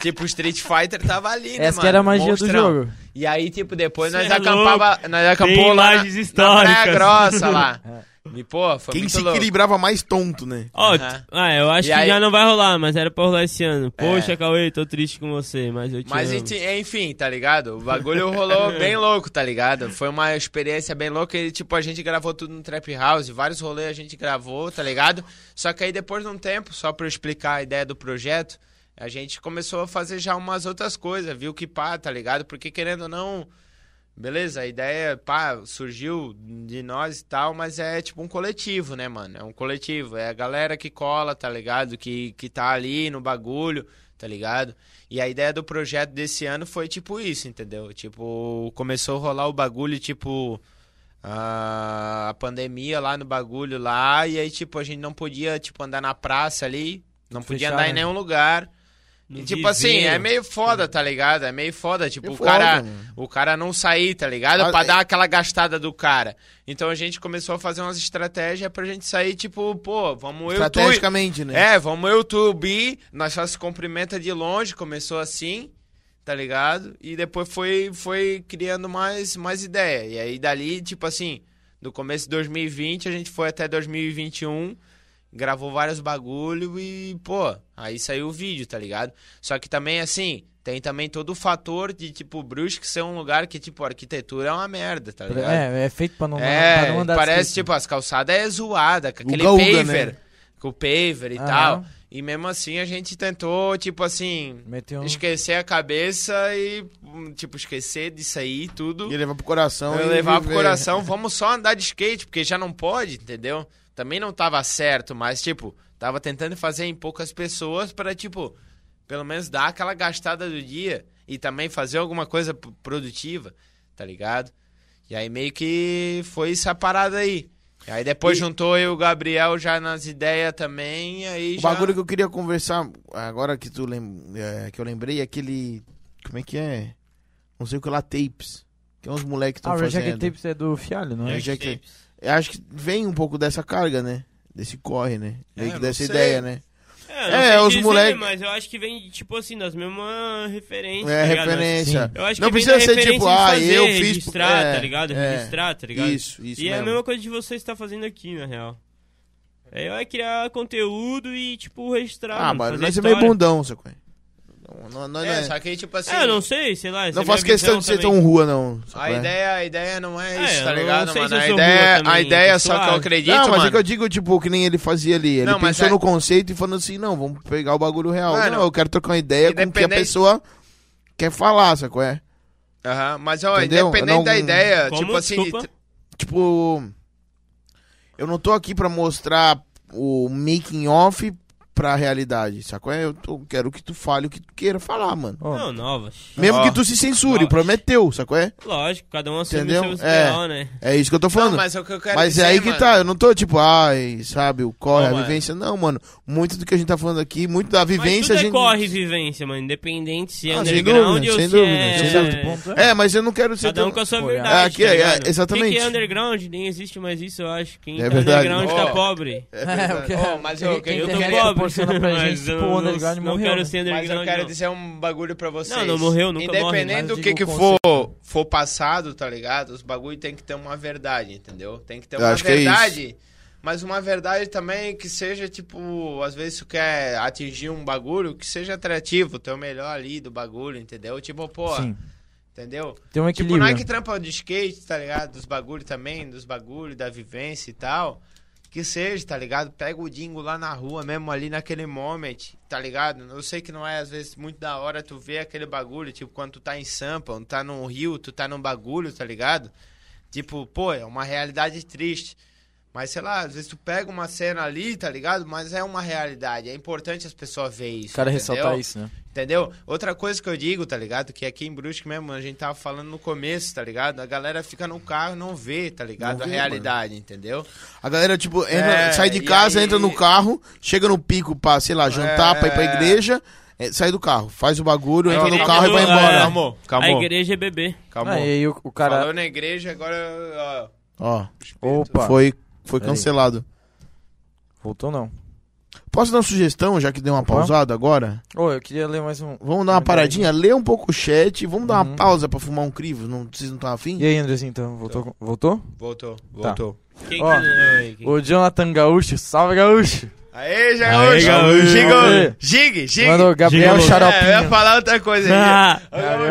[SPEAKER 5] tipo, o Street Fighter tava ali, né,
[SPEAKER 3] Essa
[SPEAKER 5] mano?
[SPEAKER 3] que era a magia do
[SPEAKER 5] Monstrão.
[SPEAKER 3] jogo.
[SPEAKER 5] E aí, tipo, depois
[SPEAKER 4] Cê
[SPEAKER 5] nós
[SPEAKER 4] é
[SPEAKER 5] acampava, nós acampou lá
[SPEAKER 4] Tem
[SPEAKER 5] na,
[SPEAKER 4] imagens
[SPEAKER 5] na
[SPEAKER 4] históricas.
[SPEAKER 5] Praia Grossa lá. E, pô, foi
[SPEAKER 1] Quem
[SPEAKER 5] muito
[SPEAKER 1] se
[SPEAKER 5] louco.
[SPEAKER 1] equilibrava mais tonto, né?
[SPEAKER 4] Ó,
[SPEAKER 5] Aham.
[SPEAKER 4] t- ah, eu acho
[SPEAKER 5] E
[SPEAKER 4] que
[SPEAKER 5] aí-
[SPEAKER 4] já não vai rolar, mas era pra rolar esse ano. Poxa,
[SPEAKER 5] É.
[SPEAKER 4] Cauê, tô triste com você, mas eu te
[SPEAKER 5] Mas
[SPEAKER 4] amo.
[SPEAKER 5] enti- enfim, tá ligado? O bagulho rolou bem louco, tá ligado? Foi uma experiência bem louca e, tipo, a gente gravou tudo no Trap House, vários rolês a gente gravou, tá ligado? Só que aí depois de um tempo, só pra eu explicar a ideia do projeto, a gente começou a fazer já umas outras coisas, viu que pá, tá ligado? Porque querendo ou não. Beleza, a ideia, pá, surgiu de nós e tal, mas é tipo um coletivo, né, mano? É um coletivo, é a galera que cola, tá ligado? Que, que tá ali no bagulho, tá ligado? E a ideia do projeto desse ano foi tipo isso, entendeu? Tipo, começou a rolar o bagulho, tipo, a, a pandemia lá no bagulho lá, e aí, tipo, a gente não podia, tipo, andar na praça ali, não podia
[SPEAKER 3] Fechado,
[SPEAKER 5] andar em
[SPEAKER 3] né?
[SPEAKER 5] nenhum lugar.
[SPEAKER 4] No
[SPEAKER 5] E, tipo
[SPEAKER 4] viveiro.
[SPEAKER 5] assim, é meio foda, tá ligado? É meio foda, tipo,
[SPEAKER 1] É
[SPEAKER 5] o
[SPEAKER 1] foda,
[SPEAKER 5] cara,
[SPEAKER 1] mano.
[SPEAKER 5] o cara não sair, tá ligado?
[SPEAKER 1] Ah,
[SPEAKER 5] pra
[SPEAKER 1] é-
[SPEAKER 5] dar aquela gastada do cara. Então a gente começou a fazer umas estratégias pra gente sair, tipo, pô, vamos eu, tu, e-
[SPEAKER 1] Estrategicamente, né?
[SPEAKER 5] é, vamos eu, tu, o Bi, nós só se cumprimenta de longe, começou assim, tá ligado? E depois foi, foi criando mais, mais ideia. E aí dali, tipo assim, do começo de 2020, a gente foi até 2021, gravou vários bagulho e, pô, aí saiu o vídeo, tá ligado? Só que também, assim, tem também todo o fator de, tipo, Brusque ser um lugar que, tipo, a arquitetura é uma merda, tá ligado?
[SPEAKER 3] É, é feito pra não, pra
[SPEAKER 5] É,
[SPEAKER 3] não andar de
[SPEAKER 5] parece
[SPEAKER 3] skate.
[SPEAKER 5] tipo, as calçadas é zoada, com aquele
[SPEAKER 1] Uga, uga,
[SPEAKER 5] paver,
[SPEAKER 1] né?
[SPEAKER 5] com o paver e
[SPEAKER 3] Aham.
[SPEAKER 5] tal. E mesmo assim a gente tentou, tipo assim,
[SPEAKER 3] Meteu um...
[SPEAKER 5] esquecer a cabeça e, hum, tipo, esquecer disso aí e tudo.
[SPEAKER 1] E levar pro coração.
[SPEAKER 5] Eu
[SPEAKER 1] e
[SPEAKER 5] levar pro
[SPEAKER 1] viver.
[SPEAKER 5] coração, vamos só andar de skate, porque já não pode, entendeu? Também não tava certo, mas, tipo, tava tentando fazer em poucas pessoas pra, tipo, pelo menos dar aquela gastada do dia e também fazer alguma coisa p- produtiva, tá ligado? E aí meio que foi essa parada aí. E aí depois juntou eu e o Gabriel já nas ideias também, e aí
[SPEAKER 1] O
[SPEAKER 5] já...
[SPEAKER 1] bagulho que eu queria conversar, agora que tu lem... é, que eu lembrei, é aquele. Como é que é? Não sei o que lá, tapes. Que é uns moleques que
[SPEAKER 3] Ah,
[SPEAKER 1] estão
[SPEAKER 3] o Reject
[SPEAKER 1] fazendo.
[SPEAKER 3] Tapes é do Fialho, não é?
[SPEAKER 1] Reject Eu acho que vem um pouco dessa carga, né? Desse corre, né? Meio
[SPEAKER 5] É,
[SPEAKER 1] que
[SPEAKER 5] eu
[SPEAKER 1] dessa
[SPEAKER 5] não sei.
[SPEAKER 1] ideia, né?
[SPEAKER 4] É,
[SPEAKER 1] É,
[SPEAKER 4] é
[SPEAKER 1] os
[SPEAKER 4] os
[SPEAKER 1] moleque-
[SPEAKER 4] moleques. Mas eu acho que vem, tipo assim, das mesmas referências.
[SPEAKER 1] É
[SPEAKER 4] tá ligado?
[SPEAKER 1] referência.
[SPEAKER 3] Sim.
[SPEAKER 4] Eu acho
[SPEAKER 1] Não
[SPEAKER 4] que vem
[SPEAKER 1] precisa
[SPEAKER 4] da
[SPEAKER 1] ser
[SPEAKER 4] referência
[SPEAKER 1] tipo,
[SPEAKER 4] de
[SPEAKER 1] ah,
[SPEAKER 4] fazer,
[SPEAKER 1] eu fiz-
[SPEAKER 4] Registrar,
[SPEAKER 1] é,
[SPEAKER 4] tá ligado?
[SPEAKER 1] é.
[SPEAKER 4] registrar, tá ligado?
[SPEAKER 1] Isso, isso.
[SPEAKER 4] e é a
[SPEAKER 1] mesmo.
[SPEAKER 4] mesma coisa de você está fazendo aqui, na real. É, eu é criar conteúdo e, tipo, registrar.
[SPEAKER 5] Tá,
[SPEAKER 1] Ah, mano,
[SPEAKER 4] fazer
[SPEAKER 1] nós é
[SPEAKER 4] história.
[SPEAKER 1] meio bundão, sacou? Não, não, não,
[SPEAKER 5] É,
[SPEAKER 1] não,
[SPEAKER 5] só que tipo assim...
[SPEAKER 4] É, eu não sei, sei lá. essa é
[SPEAKER 1] não
[SPEAKER 4] minha
[SPEAKER 1] faço questão
[SPEAKER 4] visão
[SPEAKER 1] de ser
[SPEAKER 4] também.
[SPEAKER 1] tão rua, não. sacou?
[SPEAKER 5] A ideia, a ideia não é isso,
[SPEAKER 4] É,
[SPEAKER 5] tá
[SPEAKER 4] eu não
[SPEAKER 5] ligado,
[SPEAKER 4] sei se
[SPEAKER 5] mano?
[SPEAKER 4] eu
[SPEAKER 5] A
[SPEAKER 4] sou
[SPEAKER 5] ideia, é,
[SPEAKER 4] burro também,
[SPEAKER 5] a ideia
[SPEAKER 4] tô
[SPEAKER 5] só que eu
[SPEAKER 4] suave.
[SPEAKER 5] acredito,
[SPEAKER 1] Não, mas
[SPEAKER 5] mano.
[SPEAKER 1] é que eu digo, tipo, que nem ele fazia ali. Ele
[SPEAKER 5] Não, mas
[SPEAKER 1] pensou
[SPEAKER 5] é-
[SPEAKER 1] no conceito e falando assim, não, vamos pegar o bagulho real.
[SPEAKER 5] Mano,
[SPEAKER 1] não, eu quero trocar uma ideia com o que a
[SPEAKER 5] independente-
[SPEAKER 1] pessoa quer falar, sacou? É?
[SPEAKER 5] Aham, mas ó,
[SPEAKER 1] Entendeu?
[SPEAKER 5] independente
[SPEAKER 1] Não-
[SPEAKER 5] da
[SPEAKER 1] é,
[SPEAKER 5] ideia,
[SPEAKER 4] Como?
[SPEAKER 5] tipo assim,
[SPEAKER 4] Desculpa.
[SPEAKER 5] t-
[SPEAKER 1] Tipo, eu não tô aqui pra mostrar o making off pra realidade, sacou? É? Eu tô- quero que tu fale o que tu queira falar, mano.
[SPEAKER 3] Ó,
[SPEAKER 4] Não, novas.
[SPEAKER 1] Mesmo
[SPEAKER 5] Ó.
[SPEAKER 1] que tu se censure,
[SPEAKER 4] Nossa.
[SPEAKER 1] prometeu, sacou? É?
[SPEAKER 4] Lógico, cada um assume
[SPEAKER 1] Entendeu?
[SPEAKER 4] o seu
[SPEAKER 1] É.
[SPEAKER 4] ideal, né?
[SPEAKER 1] É isso que eu tô falando.
[SPEAKER 5] Não,
[SPEAKER 1] mas
[SPEAKER 5] mas é o que eu quero
[SPEAKER 1] é
[SPEAKER 5] dizer,
[SPEAKER 1] aí que
[SPEAKER 5] mano.
[SPEAKER 1] tá, eu não tô tipo, ai, sabe, o corre,
[SPEAKER 5] Não,
[SPEAKER 1] a
[SPEAKER 3] é.
[SPEAKER 5] mano.
[SPEAKER 1] vivência. Não, mano, muito do que a gente tá falando aqui, muito da
[SPEAKER 4] Mas
[SPEAKER 1] vivência
[SPEAKER 4] tudo
[SPEAKER 1] a gente.
[SPEAKER 4] é corre vivência, mano. Independente se é
[SPEAKER 1] Ah, sem
[SPEAKER 4] underground
[SPEAKER 1] dúvida,
[SPEAKER 4] ou
[SPEAKER 1] sem
[SPEAKER 4] se
[SPEAKER 1] dúvida,
[SPEAKER 4] é...
[SPEAKER 1] sem dúvida.
[SPEAKER 3] ponto
[SPEAKER 1] É, mas eu não quero ser.
[SPEAKER 4] Cada um
[SPEAKER 1] tão-
[SPEAKER 4] com a sua
[SPEAKER 3] Pô, é.
[SPEAKER 4] verdade.
[SPEAKER 1] Aqui, é,
[SPEAKER 4] ligado?
[SPEAKER 1] é, exatamente.
[SPEAKER 4] O que que é underground? Nem existe mais isso, eu acho. Quem
[SPEAKER 1] É
[SPEAKER 4] tá
[SPEAKER 1] verdade.
[SPEAKER 4] underground
[SPEAKER 5] Ó.
[SPEAKER 4] tá pobre.
[SPEAKER 3] É, o que-
[SPEAKER 5] Ó, mas eu- quem
[SPEAKER 4] Eu
[SPEAKER 5] Eu
[SPEAKER 4] tô
[SPEAKER 5] quero-
[SPEAKER 4] pobre.
[SPEAKER 3] proporciona tá pra gente,
[SPEAKER 4] mas
[SPEAKER 3] tipo,
[SPEAKER 4] eu
[SPEAKER 3] o
[SPEAKER 4] não-
[SPEAKER 3] underground
[SPEAKER 4] não,
[SPEAKER 3] morreu,
[SPEAKER 4] quero
[SPEAKER 3] né?
[SPEAKER 4] ser
[SPEAKER 5] Mas
[SPEAKER 4] underground.
[SPEAKER 5] eu quero
[SPEAKER 4] não.
[SPEAKER 5] dizer um bagulho pra vocês.
[SPEAKER 4] Não, não morreu, nunca morre,
[SPEAKER 5] Independente
[SPEAKER 4] mas
[SPEAKER 5] do
[SPEAKER 3] eu
[SPEAKER 5] que,
[SPEAKER 3] digo
[SPEAKER 5] que
[SPEAKER 3] o
[SPEAKER 5] for, for passado, tá ligado? Os bagulho tem que ter uma verdade, entendeu? Tem que ter
[SPEAKER 1] Eu
[SPEAKER 5] uma
[SPEAKER 1] acho que é isso.
[SPEAKER 5] verdade. Mas uma verdade também que seja, tipo, às vezes tu quer atingir um bagulho que seja atrativo, ter o melhor ali do bagulho, entendeu? Tipo, pô,
[SPEAKER 3] Sim,
[SPEAKER 5] entendeu?
[SPEAKER 3] tem um
[SPEAKER 5] Tipo,
[SPEAKER 3] equilíbrio.
[SPEAKER 5] não é que trampa de skate, tá ligado? Dos bagulho também, dos bagulho, da vivência e tal. Que seja, tá ligado? Pega o Dingo lá na rua, mesmo ali naquele moment, tá ligado? Eu sei que não é, às vezes, muito da hora tu ver aquele bagulho, tipo, quando tu tá em Sampa, tu tá num rio, tu tá num bagulho, tá ligado? Tipo, pô, é uma realidade triste. Mas, sei lá, às vezes tu pega uma cena ali, tá ligado? Mas é uma realidade, é importante as pessoas verem isso,
[SPEAKER 3] O cara
[SPEAKER 5] entendeu?
[SPEAKER 3] ressaltar isso, né?
[SPEAKER 5] Entendeu? Outra coisa que eu digo, tá ligado? Que aqui em Brusque mesmo, a gente tava falando no começo, tá ligado? A galera fica no carro e não vê, tá ligado?
[SPEAKER 1] Não
[SPEAKER 5] a
[SPEAKER 1] vê,
[SPEAKER 5] realidade, entendeu?
[SPEAKER 1] A galera, tipo, entra-
[SPEAKER 5] É,
[SPEAKER 1] sai de
[SPEAKER 5] e
[SPEAKER 1] casa,
[SPEAKER 5] aí-
[SPEAKER 1] entra no carro, chega no pico pra, sei lá, jantar, pra ir pra
[SPEAKER 5] É.
[SPEAKER 1] igreja, É, sai do carro, faz o bagulho,
[SPEAKER 4] A
[SPEAKER 1] entra no
[SPEAKER 4] igreja
[SPEAKER 1] carro e
[SPEAKER 4] do-
[SPEAKER 1] vai embora.
[SPEAKER 4] é.
[SPEAKER 1] né?
[SPEAKER 5] Calmou, calmou.
[SPEAKER 4] A igreja é bebê.
[SPEAKER 5] calmou.
[SPEAKER 3] Ah, e aí o, o cara.
[SPEAKER 5] Tá Falou na igreja, agora. ó,
[SPEAKER 1] Ó,
[SPEAKER 3] Opa,
[SPEAKER 1] foi, foi
[SPEAKER 3] Peraí.
[SPEAKER 1] cancelado.
[SPEAKER 3] voltou não.
[SPEAKER 1] Posso dar uma sugestão, já que deu uma
[SPEAKER 3] Opa.
[SPEAKER 1] pausada agora?
[SPEAKER 3] Ô, eu queria ler mais um.
[SPEAKER 1] Vamos dar uma
[SPEAKER 3] Verdade.
[SPEAKER 1] paradinha, lê um pouco o chat, vamos dar uma
[SPEAKER 3] Uhum.
[SPEAKER 1] pausa pra fumar um crivo, não, vocês não estão afim?
[SPEAKER 3] E aí, Andrezinho, então? Voltou? com- Voltou?
[SPEAKER 5] voltou, voltou.
[SPEAKER 4] Quem
[SPEAKER 3] Ó,
[SPEAKER 4] que não aí? Quem-
[SPEAKER 3] O Jonathan Gaúcho, salve Gaúcho!
[SPEAKER 5] Aê,
[SPEAKER 4] Aê,
[SPEAKER 5] Gaúcho!
[SPEAKER 4] Gaúcho.
[SPEAKER 5] Gigo! Gigue, gigue!
[SPEAKER 3] Mandou Gabriel
[SPEAKER 4] Diga,
[SPEAKER 5] É, eu ia
[SPEAKER 3] Xaropinho.
[SPEAKER 5] falar outra coisa.
[SPEAKER 4] Ah,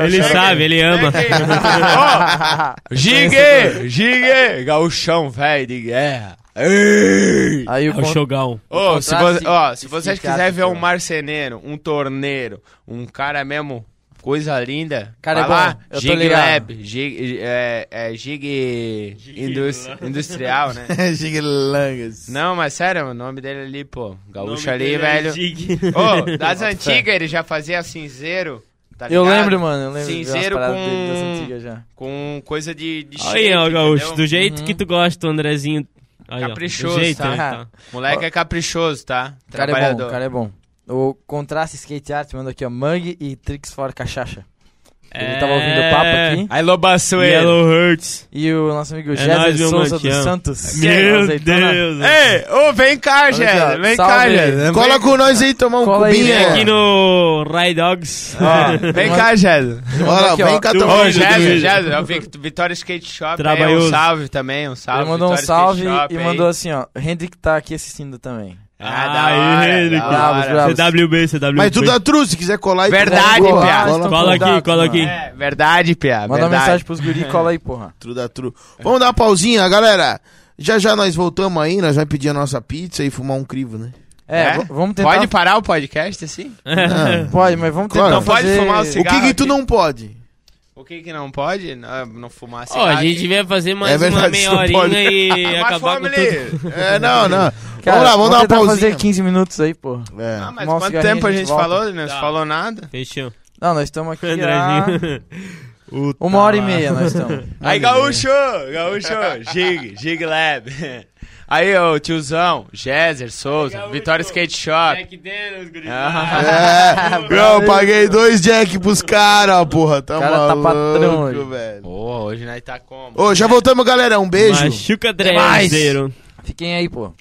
[SPEAKER 4] ele sabe, ele ama.
[SPEAKER 5] Gigue! Gigue! Gaúchão, velho de guerra. Ei!
[SPEAKER 3] Aí
[SPEAKER 4] É
[SPEAKER 3] o
[SPEAKER 4] o
[SPEAKER 3] con-
[SPEAKER 4] Shogal.
[SPEAKER 5] Ô, se, vo-
[SPEAKER 3] contraste
[SPEAKER 5] ó, se vocês
[SPEAKER 3] psiquiátrico,
[SPEAKER 5] quiserem ver um
[SPEAKER 3] né?
[SPEAKER 5] marceneiro, um torneiro, um cara mesmo, coisa linda, vai
[SPEAKER 3] Cara, é bom,
[SPEAKER 5] lá,
[SPEAKER 3] eu tô
[SPEAKER 5] Gig
[SPEAKER 3] ligado.
[SPEAKER 5] Lab, Gig, é, é Gig Indus- Industrial, né?
[SPEAKER 1] Giga Langas.
[SPEAKER 5] Não, mas sério, o nome dele ali, pô, gaúcho
[SPEAKER 4] Nome
[SPEAKER 5] ali,
[SPEAKER 4] dele é
[SPEAKER 5] velho.
[SPEAKER 4] Zig.
[SPEAKER 5] Ô, das antigas ele já fazia cinzeiro, tá
[SPEAKER 3] Eu
[SPEAKER 5] ligado?
[SPEAKER 3] lembro, mano, eu lembro. de ver umas
[SPEAKER 5] Cinzeiro
[SPEAKER 3] paradas
[SPEAKER 5] com-
[SPEAKER 3] dele das antigas já.
[SPEAKER 5] Com coisa de, de
[SPEAKER 4] Aí, ó,
[SPEAKER 5] shape,
[SPEAKER 4] Gaúcho,
[SPEAKER 5] entendeu?
[SPEAKER 4] do jeito
[SPEAKER 3] Uhum.
[SPEAKER 4] que tu gosta, o Andrezinho. Aí, ó, do
[SPEAKER 5] Caprichoso,
[SPEAKER 4] jeito,
[SPEAKER 5] tá?
[SPEAKER 4] né, tá?
[SPEAKER 5] Moleque é caprichoso, tá?
[SPEAKER 3] O cara é bom,
[SPEAKER 5] Trabalhador.
[SPEAKER 3] o cara é bom. O Contraste Skate Art manda aqui, ó, Mug e Trix for Cachacha. Ele tava ouvindo o papo aqui.
[SPEAKER 5] Aí, Lobaçoeiro.
[SPEAKER 4] Yellow É. Hurts.
[SPEAKER 3] E o nosso amigo
[SPEAKER 4] É
[SPEAKER 3] Jéssica
[SPEAKER 4] nóis, meu
[SPEAKER 3] Souza
[SPEAKER 4] mano,
[SPEAKER 3] dos
[SPEAKER 4] te amo.
[SPEAKER 3] Santos.
[SPEAKER 4] Meu
[SPEAKER 3] é Azeitona.
[SPEAKER 4] Deus.
[SPEAKER 5] Ei, ô, vem cá,
[SPEAKER 3] aqui,
[SPEAKER 5] Jéssica.
[SPEAKER 3] ó.
[SPEAKER 5] Vem
[SPEAKER 3] Salve.
[SPEAKER 5] cá, Jéssica.
[SPEAKER 1] Cola com nós aí, tomar um
[SPEAKER 3] né? Cola aí,
[SPEAKER 1] cubinho.
[SPEAKER 3] né?
[SPEAKER 4] Aqui no Rai Dogs.
[SPEAKER 5] Ó, vem cá, Jéssica.
[SPEAKER 1] Bora,
[SPEAKER 3] Aqui, ó.
[SPEAKER 1] vem cá
[SPEAKER 4] Do-
[SPEAKER 1] tomar
[SPEAKER 5] Ô,
[SPEAKER 1] um
[SPEAKER 4] Duvido,
[SPEAKER 5] Jéssica,
[SPEAKER 4] duvido.
[SPEAKER 5] Jéssica. Eu vi que tu- Vitória Skate Shop. Aí,
[SPEAKER 4] Trabalhoso.
[SPEAKER 5] um salve também, um salve.
[SPEAKER 3] Ele mandou um
[SPEAKER 5] Vitória Skate
[SPEAKER 3] salve
[SPEAKER 5] Shop,
[SPEAKER 3] e
[SPEAKER 5] aí.
[SPEAKER 3] mandou assim, ó. Hendrik tá aqui assistindo também.
[SPEAKER 5] Ah, da hora,
[SPEAKER 4] Aí, Henrique.
[SPEAKER 5] da hora.
[SPEAKER 3] Bravo, bravo.
[SPEAKER 4] CWB, CWB.
[SPEAKER 1] Mas é- tu dá tru, se quiser colar e
[SPEAKER 5] Verdade,
[SPEAKER 1] cola,
[SPEAKER 5] piá.
[SPEAKER 1] cola,
[SPEAKER 3] um
[SPEAKER 4] Cola aqui, cola aqui.
[SPEAKER 5] É, verdade, Pia.
[SPEAKER 3] Manda uma
[SPEAKER 5] verdade.
[SPEAKER 3] mensagem pros guri e cola aí, porra.
[SPEAKER 1] Tru da tru. Vamos dar uma pausinha, galera. Já já nós voltamos aí, nós vamos pedir a nossa pizza e fumar um crivo, né?
[SPEAKER 3] É,
[SPEAKER 5] É?
[SPEAKER 3] v- vamos tentar...
[SPEAKER 5] Pode parar o podcast assim?
[SPEAKER 1] Não.
[SPEAKER 3] Pode, mas vamos tentar
[SPEAKER 1] Claro.
[SPEAKER 5] Não pode
[SPEAKER 3] fazer...
[SPEAKER 5] fumar o
[SPEAKER 1] O que,
[SPEAKER 5] cigarro
[SPEAKER 1] que tu
[SPEAKER 5] aqui.
[SPEAKER 1] não pode?
[SPEAKER 5] O que que não pode? Não, não fumar
[SPEAKER 4] Ó, a
[SPEAKER 5] cigarro.
[SPEAKER 4] gente vai fazer
[SPEAKER 1] É
[SPEAKER 4] mais
[SPEAKER 1] verdade,
[SPEAKER 4] uma meia
[SPEAKER 1] isso não pode.
[SPEAKER 4] horinha e
[SPEAKER 5] Mas
[SPEAKER 4] acabar com
[SPEAKER 5] fome
[SPEAKER 4] tudo.
[SPEAKER 5] ali.
[SPEAKER 1] É, não, não.
[SPEAKER 3] Cara,
[SPEAKER 1] vamos lá, vamos, dar uma
[SPEAKER 3] tentar
[SPEAKER 1] pausinha.
[SPEAKER 3] fazer 15 minutos aí, porra.
[SPEAKER 1] É.
[SPEAKER 5] Ah, mas
[SPEAKER 3] Fumar um
[SPEAKER 5] quanto
[SPEAKER 3] cigarrinho,
[SPEAKER 5] tempo a
[SPEAKER 3] a gente
[SPEAKER 5] gente
[SPEAKER 3] volta.
[SPEAKER 5] falou? Não se
[SPEAKER 4] Tá.
[SPEAKER 5] falou nada.
[SPEAKER 4] Fechou.
[SPEAKER 3] Não, nós estamos aqui há...
[SPEAKER 4] Andrezinho. O
[SPEAKER 3] Uma hora e
[SPEAKER 4] tá lá.
[SPEAKER 3] meia nós estamos.
[SPEAKER 5] Aí, gaúcho! Gaúcho! Gig, Gig Lab. Aí, ô, tiozão, Jezer, Souza,
[SPEAKER 4] gaúcho.
[SPEAKER 5] Vitória Skate Shop.
[SPEAKER 4] Jack Daniels, gurizada.
[SPEAKER 5] Ah,
[SPEAKER 1] É, eu paguei dois jack pros caras, porra. Tá
[SPEAKER 3] Cara tá
[SPEAKER 1] maluco,
[SPEAKER 3] patrão hoje.
[SPEAKER 1] velho.
[SPEAKER 5] Ô, hoje nós tá como?
[SPEAKER 1] Ô, já voltamos, galera. Um beijo.
[SPEAKER 4] Machuca
[SPEAKER 1] mais.
[SPEAKER 4] 3-0.
[SPEAKER 3] Fiquem aí, pô.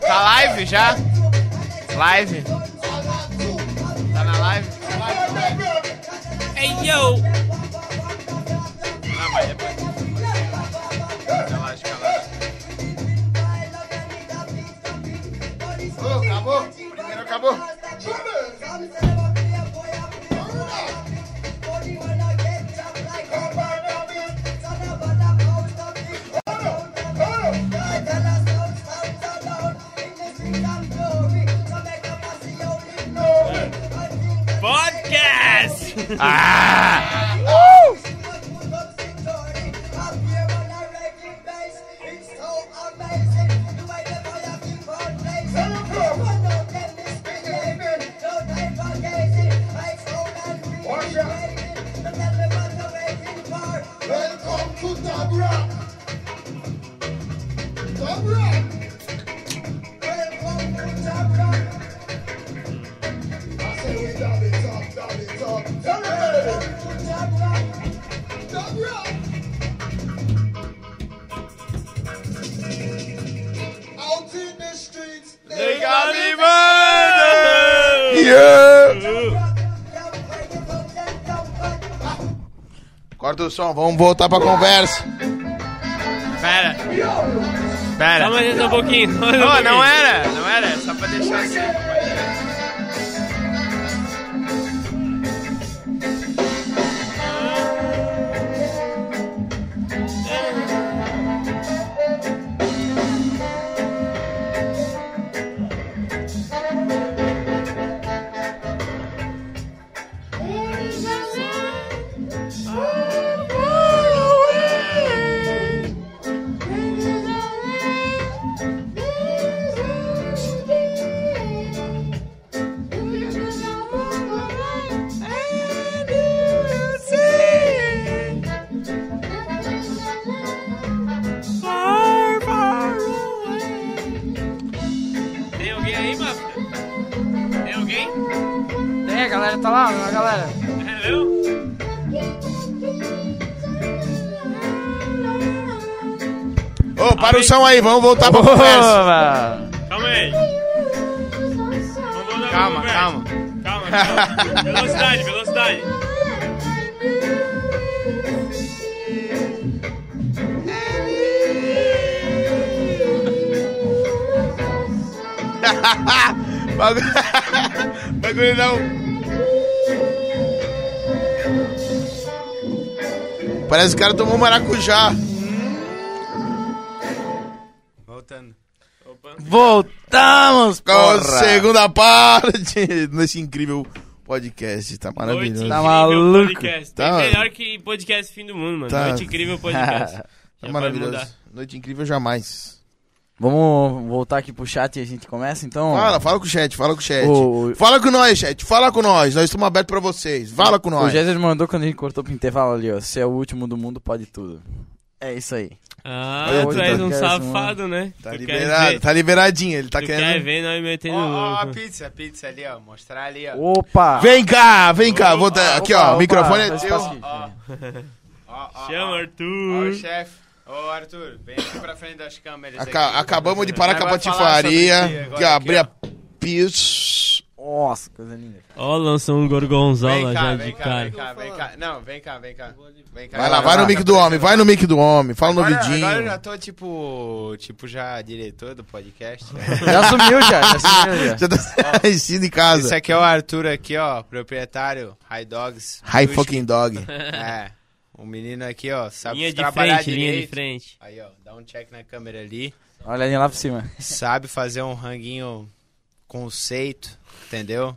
[SPEAKER 5] Tá live já? Live? Tá na live?
[SPEAKER 4] Ei, yo!
[SPEAKER 5] Ah, mas depois. Relaxa, relaxa.
[SPEAKER 2] Acabou? Primeiro acabou?
[SPEAKER 4] Podcast!
[SPEAKER 5] Ah!
[SPEAKER 6] Welcome to Dabra! Dabra! Welcome to Dabra! I say we dab it up, dab it up. Welcome to Dabra! Dabra! Out in the streets, they got me
[SPEAKER 1] Corta o som, vamos voltar pra conversa.
[SPEAKER 5] Pera. Pera.
[SPEAKER 4] Calma aí, só um pouquinho. só um
[SPEAKER 5] Não,
[SPEAKER 4] pouquinho.
[SPEAKER 5] não era, não era, só pra deixar assim.
[SPEAKER 4] Tem alguém aí, mano? Tem alguém?
[SPEAKER 3] Tem, a galera tá lá, a galera.
[SPEAKER 4] Hello?
[SPEAKER 1] Ô, para o som aí, vamos voltar pra conversa.
[SPEAKER 3] Opa!
[SPEAKER 4] Calma aí. Vamos voltar pra
[SPEAKER 5] Calma,
[SPEAKER 4] conversa.
[SPEAKER 5] calma.
[SPEAKER 4] Calma, calma. Velocidade, velocidade.
[SPEAKER 1] Bagu- Bagulho não. Parece que o cara tomou maracujá.
[SPEAKER 5] Voltando.
[SPEAKER 3] Voltamos,
[SPEAKER 1] Com
[SPEAKER 3] porra!
[SPEAKER 1] a segunda parte desse incrível podcast. Tá maravilhoso.
[SPEAKER 4] Noite
[SPEAKER 3] Tá
[SPEAKER 4] incrível
[SPEAKER 3] maluco?
[SPEAKER 4] Podcast.
[SPEAKER 1] Tá.
[SPEAKER 4] Tem melhor que podcast fim do mundo, mano.
[SPEAKER 1] Tá.
[SPEAKER 4] Noite incrível podcast. Já
[SPEAKER 1] Tá
[SPEAKER 4] pode mudar.
[SPEAKER 1] maravilhoso. Noite incrível jamais.
[SPEAKER 3] Vamos voltar aqui pro chat e a gente começa então?
[SPEAKER 1] Fala, fala com o chat, fala com o chat.
[SPEAKER 3] O- o-
[SPEAKER 1] Fala com nós, chat, fala com nós. Nós estamos abertos pra vocês. Fala com
[SPEAKER 3] O
[SPEAKER 1] nós.
[SPEAKER 3] Jesus mandou quando a gente cortou pro intervalo ali, ó. Se é o último do mundo, pode tudo. É isso aí.
[SPEAKER 4] Ah,
[SPEAKER 1] Olha,
[SPEAKER 4] tu
[SPEAKER 1] tá-
[SPEAKER 4] és um
[SPEAKER 3] tá-
[SPEAKER 4] safado, né?
[SPEAKER 1] Tá
[SPEAKER 4] Tu quer
[SPEAKER 1] liberado,
[SPEAKER 4] ver-
[SPEAKER 1] tá liberadinho. Ele tá
[SPEAKER 4] tu quer
[SPEAKER 1] querendo.
[SPEAKER 4] ver nós metendo
[SPEAKER 5] Ó, ó, a
[SPEAKER 4] louco.
[SPEAKER 5] pizza, a pizza ali, ó. Mostrar ali, ó.
[SPEAKER 3] Opa!
[SPEAKER 1] Vem cá, vem cá. Vou dar- aqui, ó.
[SPEAKER 3] Opa,
[SPEAKER 1] o microfone
[SPEAKER 3] opa,
[SPEAKER 1] é
[SPEAKER 3] só
[SPEAKER 1] teu.
[SPEAKER 3] espaço aqui.
[SPEAKER 5] Ó. Ó, ó,
[SPEAKER 4] Chama,
[SPEAKER 5] Ó,
[SPEAKER 4] Arthur.
[SPEAKER 5] o chefe. Ô, Arthur, vem aqui pra frente das câmeras.
[SPEAKER 1] Aca-
[SPEAKER 5] aqui.
[SPEAKER 1] acabamos de parar com a
[SPEAKER 5] Agora falar sobre ti
[SPEAKER 1] patifaria.
[SPEAKER 5] agora
[SPEAKER 1] Que abri a
[SPEAKER 5] aqui,
[SPEAKER 1] pizza.
[SPEAKER 3] Nossa, coisa linda.
[SPEAKER 4] Ó, lançou um gorgonzola
[SPEAKER 5] Vem
[SPEAKER 4] já
[SPEAKER 5] cá,
[SPEAKER 4] de
[SPEAKER 5] vem cá,
[SPEAKER 4] cara.
[SPEAKER 5] vem cá, vem cá. Não, vem cá, vem cá. Vem cá.
[SPEAKER 1] Vai lá, vai no mic do homem, vai no mic do homem. Fala no
[SPEAKER 5] Agora,
[SPEAKER 1] vidinho.
[SPEAKER 5] agora eu já tô, tipo, tipo, já diretor do podcast.
[SPEAKER 3] Já sumiu já, já sumiu já.
[SPEAKER 1] Já tá vestido em
[SPEAKER 5] Esse
[SPEAKER 1] casa.
[SPEAKER 5] aqui é o Arthur aqui, ó, proprietário, High Dogs.
[SPEAKER 1] Hi
[SPEAKER 5] Sushi.
[SPEAKER 1] fucking dog.
[SPEAKER 5] É, o menino aqui, ó, sabe
[SPEAKER 4] Linha de
[SPEAKER 5] trabalhar
[SPEAKER 4] frente, linha de
[SPEAKER 5] direito.
[SPEAKER 4] frente.
[SPEAKER 5] Aí, ó, dá um check na câmera ali.
[SPEAKER 3] Olha ali lá pra cima.
[SPEAKER 5] Sabe fazer um ranguinho conceito, entendeu?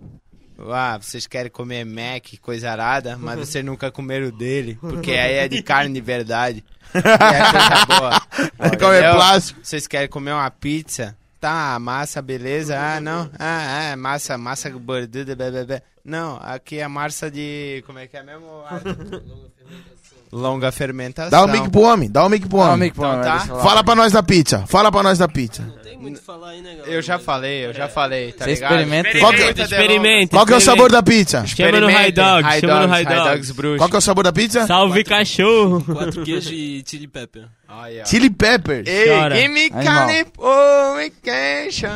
[SPEAKER 5] Ah, vocês querem comer Mac, coisa arada, mas vocês nunca comeram dele, porque aí é de carne de verdade. E é coisa boa.
[SPEAKER 1] Como é
[SPEAKER 5] entendeu?
[SPEAKER 1] plástico.
[SPEAKER 5] Vocês querem comer uma pizza? Tá, massa, beleza?
[SPEAKER 1] Uhum.
[SPEAKER 5] Ah, não. Ah, é, massa, massa gordura, blá, blá, blá. Não, aqui é massa de. Como é que é mesmo? Longa fermentação.
[SPEAKER 1] Dá o um mic pro homem, dá o mic pro
[SPEAKER 3] Dá o
[SPEAKER 1] homem.
[SPEAKER 3] mic pro homem,
[SPEAKER 5] tá.
[SPEAKER 3] deixa lá.
[SPEAKER 1] Fala pra nós da pizza, fala pra nós da pizza.
[SPEAKER 7] tem muito o que falar aí, né, galera?
[SPEAKER 5] Eu já falei, eu já falei, tá
[SPEAKER 3] Você
[SPEAKER 5] ligado?
[SPEAKER 3] experimenta.
[SPEAKER 1] Qual que é-
[SPEAKER 5] Experimenta,
[SPEAKER 4] Experimente.
[SPEAKER 1] Qual que é o sabor da pizza?
[SPEAKER 4] Chama no High Dogs, chama no High Dogs.
[SPEAKER 5] bruxo.
[SPEAKER 1] Qual que é o sabor da pizza?
[SPEAKER 4] Salve cachorro!
[SPEAKER 7] Quatro queijos e chili pepper.
[SPEAKER 5] Ah,
[SPEAKER 1] Chili pepper.
[SPEAKER 5] Ei,
[SPEAKER 4] Chora.
[SPEAKER 5] give me
[SPEAKER 3] Animal.
[SPEAKER 5] calification.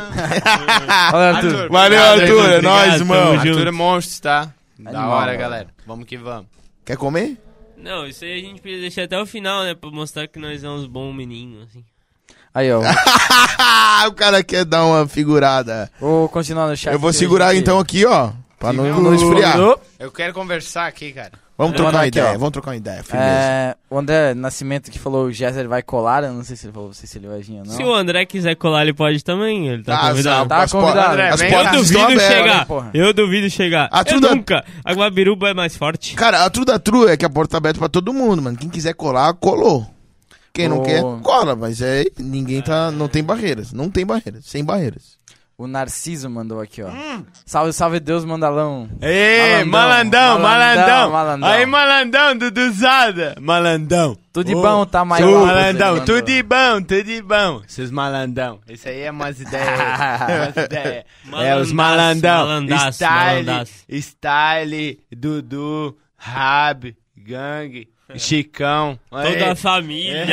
[SPEAKER 3] Olha, Arthur.
[SPEAKER 1] Valeu, Arthur. É
[SPEAKER 4] obrigado,
[SPEAKER 1] nóis,
[SPEAKER 4] tamo
[SPEAKER 1] mano.
[SPEAKER 4] junto.
[SPEAKER 5] Arthur é monstro, tá? Da
[SPEAKER 3] Animal,
[SPEAKER 5] hora,
[SPEAKER 3] mano.
[SPEAKER 5] galera. Vamos que vamos.
[SPEAKER 1] Quer comer?
[SPEAKER 4] Não, isso aí a gente podia deixar até o final, né? Pra mostrar que nós é uns bons meninos, assim.
[SPEAKER 3] Aí, ó.
[SPEAKER 1] Ah, o cara quer dar uma figurada.
[SPEAKER 3] Vou continuar no chat.
[SPEAKER 1] Eu vou
[SPEAKER 3] que
[SPEAKER 1] segurar
[SPEAKER 3] hoje em dia-
[SPEAKER 1] então aqui, ó. Pra não, não esfriar.
[SPEAKER 5] Eu quero conversar aqui, cara.
[SPEAKER 1] Vamos trocar uma
[SPEAKER 3] aqui,
[SPEAKER 1] ideia,
[SPEAKER 3] ó.
[SPEAKER 1] vamos trocar uma ideia, firmeza.
[SPEAKER 3] É, o André Nascimento que falou o Géser vai colar, eu não sei se ele falou, não sei se ele vai vir ou não.
[SPEAKER 4] Se o André quiser colar, ele pode também. Ele tá
[SPEAKER 1] Ah,
[SPEAKER 4] convidado.
[SPEAKER 1] sabe,
[SPEAKER 3] Tá
[SPEAKER 1] as po-
[SPEAKER 3] convidado. André,
[SPEAKER 1] as
[SPEAKER 5] vem.
[SPEAKER 4] Eu
[SPEAKER 5] Tá,
[SPEAKER 1] portas estão
[SPEAKER 4] duvido
[SPEAKER 1] abertas.
[SPEAKER 4] chegar.
[SPEAKER 3] porra.
[SPEAKER 4] Eu duvido chegar.
[SPEAKER 1] Ah,
[SPEAKER 4] eu
[SPEAKER 1] tudo-
[SPEAKER 4] nunca. A Guabiruba é mais forte.
[SPEAKER 1] Cara, a true da true é que a porta tá aberta pra todo mundo, mano. Quem quiser colar, colou. Quem não
[SPEAKER 3] Ô.
[SPEAKER 1] quer, cola, mas é. Ninguém tá. Não tem barreiras. Não tem barreiras. Sem barreiras.
[SPEAKER 3] O Narciso mandou aqui, ó. Salve, salve Deus, Mandalão.
[SPEAKER 5] Ei, malandão,
[SPEAKER 3] Malandão, malandão,
[SPEAKER 5] malandão.
[SPEAKER 3] malandão.
[SPEAKER 5] Aí, malandão, Duduzada. Malandão.
[SPEAKER 3] Tudo de
[SPEAKER 5] Ô,
[SPEAKER 3] bom, tá maior.
[SPEAKER 5] Seu
[SPEAKER 3] você
[SPEAKER 5] malandão,
[SPEAKER 3] mandou.
[SPEAKER 5] tudo de bom, tudo de bom. Seus malandão. Isso aí é umas ideias. umas ideias. É os
[SPEAKER 4] Malandaço,
[SPEAKER 5] malandão.
[SPEAKER 4] malandaço,
[SPEAKER 5] style,
[SPEAKER 4] malandaço.
[SPEAKER 5] style, Dudu, Rab, Gang, Chicão.
[SPEAKER 4] É. Toda a
[SPEAKER 5] é,
[SPEAKER 4] família.